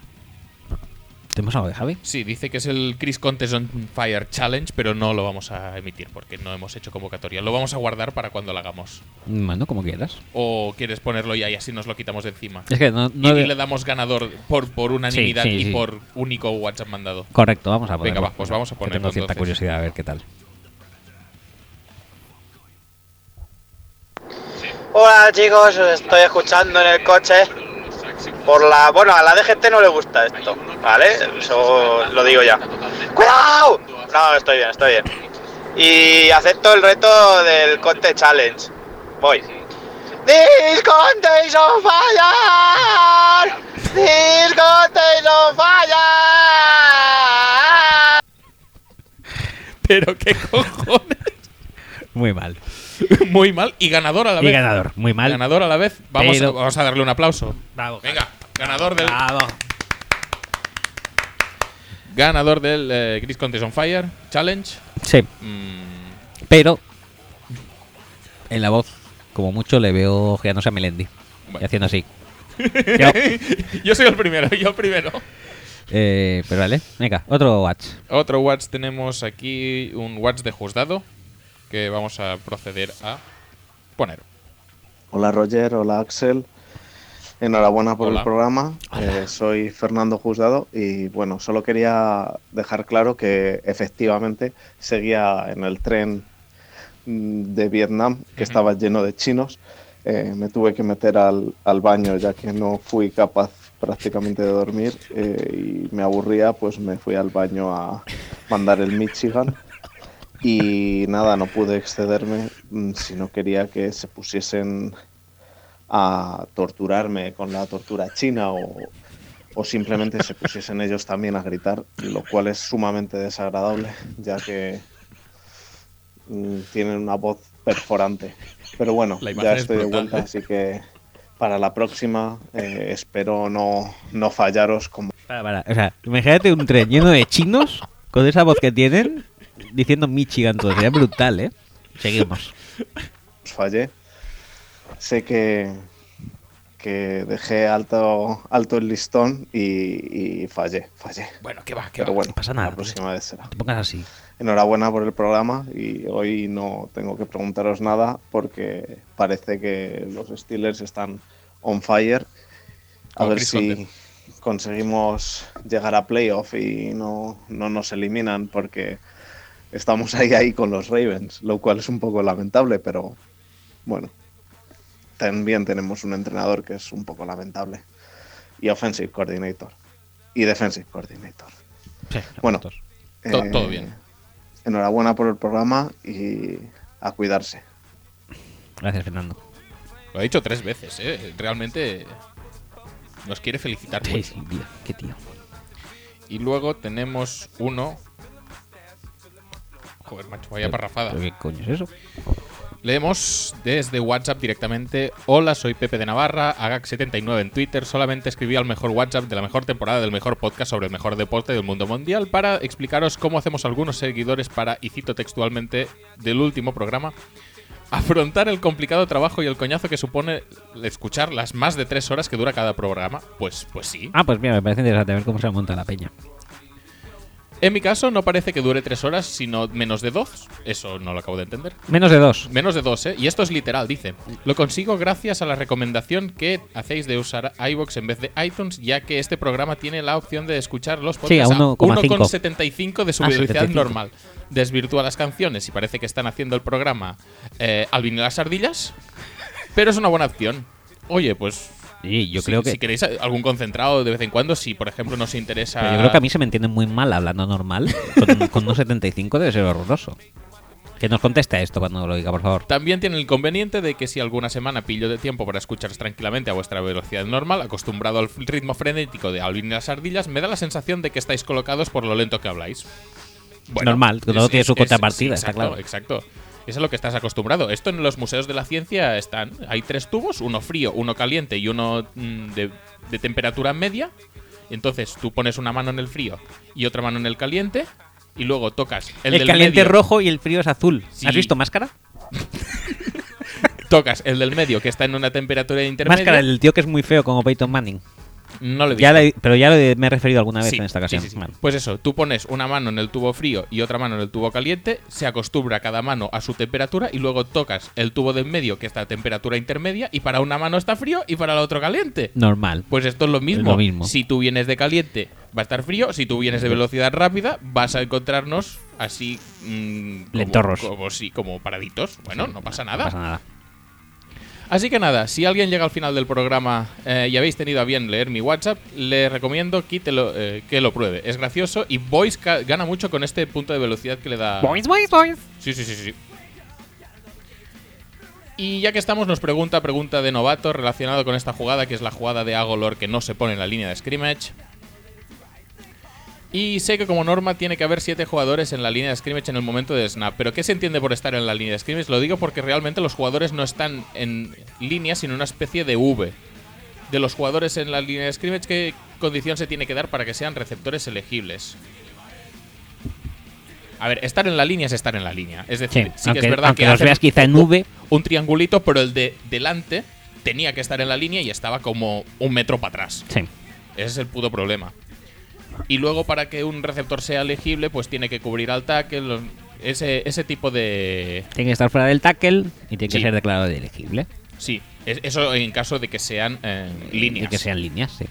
Speaker 1: ¿Tenemos algo de Javi?
Speaker 2: Sí, dice que es el Chris Contest on Fire Challenge, pero no lo vamos a emitir porque no hemos hecho convocatoria. Lo vamos a guardar para cuando lo hagamos.
Speaker 1: Bueno, como quieras.
Speaker 2: ¿O quieres ponerlo ya y así nos lo quitamos de encima?
Speaker 1: Es que no...
Speaker 2: Y
Speaker 1: no
Speaker 2: ni le damos ganador por, por unanimidad
Speaker 1: sí,
Speaker 2: y
Speaker 1: sí.
Speaker 2: por único WhatsApp mandado. [laughs]
Speaker 1: Correcto, vamos a
Speaker 2: Venga,
Speaker 1: ponerlo.
Speaker 2: va, pues vamos a
Speaker 1: Que
Speaker 2: ponerlo,
Speaker 1: Tengo cierta
Speaker 2: entonces.
Speaker 1: curiosidad a ver qué tal.
Speaker 8: Hola chicos, os estoy escuchando en el coche
Speaker 12: Por la, bueno, a la DGT no le gusta esto, ¿vale? Eso lo digo ya. ¡Cuidado! No, estoy bien, estoy bien. Y acepto el reto del Conte Challenge. Voy. This Conte is on fire! This Conte is on fire!
Speaker 2: Pero qué cojones. [laughs]
Speaker 1: Muy mal.
Speaker 2: Muy mal y ganador a la
Speaker 1: Y
Speaker 2: vez.
Speaker 1: ganador, muy mal.
Speaker 2: Ganador a la vez. Vamos,
Speaker 1: Pero- Ah.
Speaker 2: vamos a darle un aplauso. Venga, ganador del. Ganador del eh, Gris Contest on Fire Challenge.
Speaker 1: Sí.
Speaker 2: Mm, [laughs]
Speaker 1: Pero en la voz, como mucho, le veo girándose a Melendi. Y haciendo así. Yo.
Speaker 2: yo soy el primero, yo primero.
Speaker 1: Eh, pero vale, venga, otro watch.
Speaker 2: Otro watch tenemos aquí, un watch de juzgado que vamos a proceder a poner.
Speaker 13: Hola Roger, hola Axel. Enhorabuena por
Speaker 2: Hola.
Speaker 13: el programa. Eh, soy Fernando Juzgado y bueno, solo quería dejar claro que efectivamente seguía en el tren mm, de Vietnam que estaba lleno de chinos. Eh, me tuve que meter al, al baño ya que no fui capaz prácticamente de dormir eh, y me aburría, pues me fui al baño a mandar el Michigan. Y nada, no pude excederme mm, si no quería que se pusiesen a torturarme con la tortura china o, o simplemente se pusiesen ellos también a gritar, lo cual es sumamente desagradable, ya que mm, tienen una voz perforante. Pero bueno,
Speaker 2: La imagen
Speaker 13: ya
Speaker 2: es
Speaker 13: estoy de
Speaker 2: brutal.
Speaker 13: vuelta, así que para la próxima eh, espero no, no fallaros como...
Speaker 1: Para, para, o sea, imagínate un tren lleno de chinos con esa voz que tienen diciendo Michigan todo. Sería brutal, ¿eh? Seguimos.
Speaker 13: os fallé. Sé que, que dejé alto, alto el listón y, y fallé, fallé.
Speaker 2: Bueno, que va, que
Speaker 13: Pero
Speaker 2: va.
Speaker 13: bueno,
Speaker 2: No pasa nada,
Speaker 13: La próxima vez será.
Speaker 1: ¿eh? Te pongas así.
Speaker 13: Enhorabuena por el programa y hoy no tengo que preguntaros nada porque parece que los Steelers están on fire. A
Speaker 2: Como
Speaker 13: ver
Speaker 2: Chris
Speaker 13: si conseguimos llegar a playoff y no, no nos eliminan porque estamos ahí ahí con los Ravens, lo cual es un poco lamentable, pero bueno, también tenemos un entrenador que es un poco lamentable. Y offensive coordinator. Y defensive coordinator. bueno,
Speaker 2: To- todo bien.
Speaker 13: Eh, Enhorabuena por el programa y a cuidarse.
Speaker 1: Gracias, Fernando.
Speaker 2: Lo ha dicho tres veces, ¿eh? Realmente nos quiere felicitar.
Speaker 1: Sí,
Speaker 2: mucho.
Speaker 1: sí, tío, qué tío.
Speaker 2: Y luego tenemos uno. Joder, macho, vaya
Speaker 1: Pero-
Speaker 2: parrafada.
Speaker 1: pero ¿Qué coño es eso?
Speaker 2: Leemos desde WhatsApp directamente. Hola, soy Pepe de Navarra, Agac79 en Twitter. Solamente escribí al mejor WhatsApp de la mejor temporada del mejor podcast sobre el mejor deporte del mundo mundial para explicaros cómo hacemos algunos seguidores para, y cito textualmente del último programa, afrontar el complicado trabajo y el coñazo que supone escuchar las más de tres horas que dura cada programa. Pues, pues sí.
Speaker 1: Ah, pues mira, me parece interesante ver cómo se monta la peña.
Speaker 2: En mi caso no parece que dure tres horas, sino menos de dos. Eso no lo acabo de entender.
Speaker 1: Menos de dos.
Speaker 2: Menos de dos, ¿eh? Y esto es literal, dice. Lo consigo gracias a la recomendación que hacéis de usar iVoox en vez de iTunes, ya que este programa tiene la opción de escuchar los podcasts
Speaker 1: a 1,5.
Speaker 2: 1,75 de su
Speaker 1: Ah,
Speaker 2: velocidad
Speaker 1: 75.
Speaker 2: normal. Desvirtúa las canciones y parece que están haciendo el programa eh, al vinil a las ardillas, pero es una buena opción. Oye, pues...
Speaker 1: Sí, yo
Speaker 2: si-
Speaker 1: creo que-
Speaker 2: Si queréis algún concentrado de vez en cuando, si por ejemplo nos interesa...
Speaker 1: Pero yo creo que a mí se me entiende muy mal hablando normal.
Speaker 2: [laughs]
Speaker 1: Con, con unos 75 debe ser horroroso. Que nos conteste esto cuando lo diga, por favor.
Speaker 2: También tiene el inconveniente de que si alguna semana pillo de tiempo para escucharos tranquilamente a vuestra velocidad normal, acostumbrado al ritmo frenético de Alvin y las ardillas, me da la sensación de que estáis colocados por lo lento que habláis.
Speaker 1: Normal, que todo tiene su contrapartida, está
Speaker 2: exacto,
Speaker 1: claro.
Speaker 2: Exacto. Eso es lo que estás acostumbrado. Esto en los museos de la ciencia están. Hay tres tubos, uno frío, uno caliente y uno mm, de, de temperatura media. Entonces tú pones una mano en el frío y otra mano en el caliente y luego tocas el,
Speaker 1: El,
Speaker 2: del
Speaker 1: caliente es
Speaker 2: medio.
Speaker 1: rojo y el frío es azul.
Speaker 2: Sí.
Speaker 1: ¿Has visto máscara?
Speaker 2: Tocas el del medio que está en una temperatura intermedia.
Speaker 1: Máscara, el tío que es muy feo como Peyton Manning.
Speaker 2: No lo he
Speaker 1: Ya
Speaker 2: visto.
Speaker 1: le- pero ya lo he- me he referido alguna vez
Speaker 2: Sí,
Speaker 1: en esta ocasión.
Speaker 2: sí, sí, sí.
Speaker 1: Vale.
Speaker 2: Pues eso, tú pones una mano en el tubo frío y otra mano en el tubo caliente, se acostumbra cada mano a su temperatura y luego tocas el tubo de en medio que está a temperatura intermedia y para una mano está frío y para la otra caliente.
Speaker 1: Normal.
Speaker 2: Pues esto es lo mismo.
Speaker 1: Lo mismo.
Speaker 2: Si tú vienes de caliente, va a estar frío. Si tú vienes de velocidad rápida, vas a encontrarnos así. mm, como-
Speaker 1: Lentorros.
Speaker 2: Ah, Como, sí, como paraditos. Bueno, no pasa nada.
Speaker 1: No pasa nada.
Speaker 2: Así que nada, si alguien llega al final del programa eh, y habéis tenido a bien leer mi WhatsApp, le recomiendo quítelo, eh, que lo pruebe. Es gracioso y Boys ca- gana mucho con este punto de velocidad que le da.
Speaker 1: Boys, boys, boys.
Speaker 2: Sí, sí, sí, sí. Y ya que estamos, nos pregunta pregunta de novato relacionado con esta jugada, que es la jugada de Agolor que no se pone en la línea de scrimmage. Y sé que como norma tiene que haber 7 jugadores en la línea de scrimmage en el momento de snap, pero ¿qué se entiende por estar en la línea de scrimmage? Lo digo porque realmente los jugadores no están en línea, sino en una especie de V. De los jugadores en la línea de scrimmage, ¿qué condición se tiene que dar para que sean receptores elegibles? A ver, estar en la línea es estar en la línea. Es decir, sí, que
Speaker 1: aunque-
Speaker 2: es verdad
Speaker 1: aunque
Speaker 2: que
Speaker 1: los
Speaker 2: hacen
Speaker 1: veas quizá en
Speaker 2: un-
Speaker 1: V.
Speaker 2: Un triangulito, pero el de delante tenía que estar en la línea y estaba como un metro para atrás.
Speaker 1: Sí.
Speaker 2: Ese es el puto problema. Y luego para que un receptor sea elegible, pues tiene que cubrir al tackle, los- ese, ese tipo de...
Speaker 1: Tiene que estar fuera del tackle y tiene que
Speaker 2: Sí.
Speaker 1: ser declarado de elegible.
Speaker 2: Sí, es- eso en caso de que sean eh, líneas.
Speaker 1: Y que sean líneas, sí.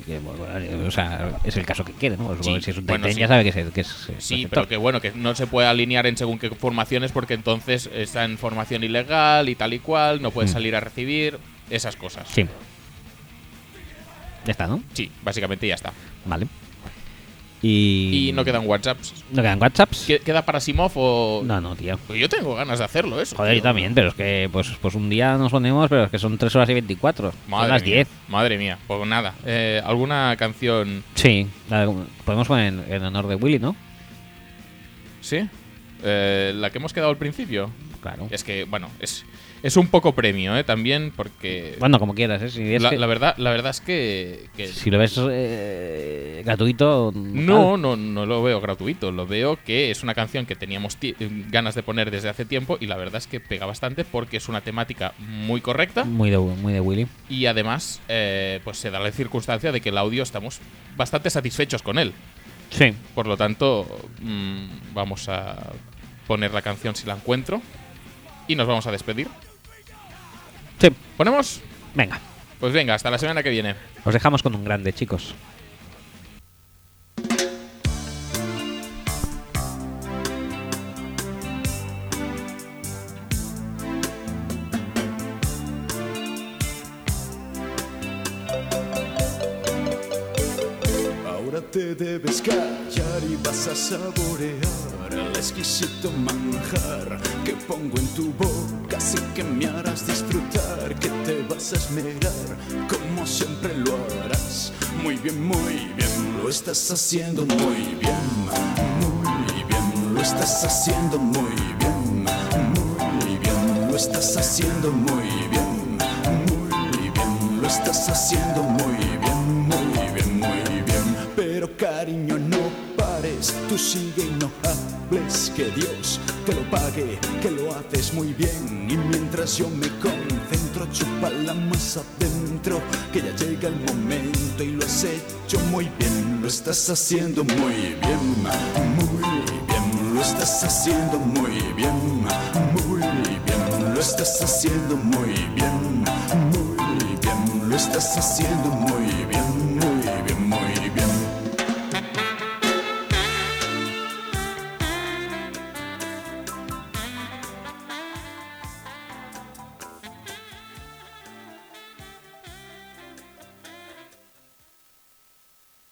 Speaker 1: Y que, bueno, eh, o sea, es el caso que quiere, ¿no? Supongo
Speaker 2: Sí,
Speaker 1: que Si es un
Speaker 2: bueno,
Speaker 1: Titan
Speaker 2: sí.
Speaker 1: ya sabe que es, que es eh,
Speaker 2: Sí,
Speaker 1: receptor.
Speaker 2: pero que bueno, que no se puede alinear en según qué formaciones porque entonces está en formación ilegal y tal y cual, no puede
Speaker 1: Mm.
Speaker 2: salir a recibir, esas cosas.
Speaker 1: Sí. Ya está, ¿no?
Speaker 2: Sí, básicamente ya está.
Speaker 1: Vale. Y...
Speaker 2: Y no quedan WhatsApps.
Speaker 1: ¿No quedan WhatsApps?
Speaker 2: ¿Qué- ¿Queda para Simov o...?
Speaker 1: No, no, tío.
Speaker 2: Pues yo tengo ganas de hacerlo, eso.
Speaker 1: Joder, yo también, pero es que pues, pues un día nos ponemos, pero es que son 3 horas y 24.
Speaker 2: Madre
Speaker 1: son las
Speaker 2: mía,
Speaker 1: 10.
Speaker 2: Madre mía, pues nada. eh, ¿Alguna canción
Speaker 1: Sí, la- podemos poner en, en honor de Willy, ¿no?
Speaker 2: ¿Sí? Eh, la que hemos quedado al principio.
Speaker 1: Claro.
Speaker 2: Es que, bueno, es, es un poco premio, ¿eh? También porque...
Speaker 1: Bueno, como quieras, ¿eh? Si, es
Speaker 2: la,
Speaker 1: que-
Speaker 2: la verdad, la verdad es que... que
Speaker 1: si lo ves eh, gratuito. ah,
Speaker 2: no,
Speaker 1: tal.
Speaker 2: no, no lo veo gratuito. Lo veo que es una canción que teníamos ti- ganas de poner desde hace tiempo y la verdad es que pega bastante porque es una temática muy correcta
Speaker 1: Muy de, muy de Willy.
Speaker 2: y además eh, pues se da la circunstancia de que el audio estamos bastante satisfechos con él.
Speaker 1: Sí.
Speaker 2: Por lo tanto, mm, vamos a poner la canción si la encuentro. Y nos vamos a despedir.
Speaker 1: Sí.
Speaker 2: ¿Ponemos?
Speaker 1: Venga.
Speaker 2: Pues venga, hasta la semana que viene.
Speaker 1: Os dejamos con un grande, chicos.
Speaker 9: Ahora te debes callar y vas a saborear el exquisito manjar que pongo en tu boca, así que me harás disfrutar, que te vas a esmerar como siempre lo harás. Muy bien, muy bien, lo estás haciendo muy bien, muy bien, lo estás haciendo muy bien, muy bien, lo estás haciendo muy bien, muy bien, lo estás haciendo muy bien, muy bien, muy bien. Pero cariño, no pares, tú sigue y no hables, que Dios te lo pague, que lo haces muy bien. Y mientras yo me concentro, chupa la más adentro, que ya llega el momento y lo has hecho muy bien, lo estás haciendo muy bien, muy bien, lo estás haciendo muy bien, muy bien, lo estás haciendo muy bien, muy bien, lo estás haciendo muy bien.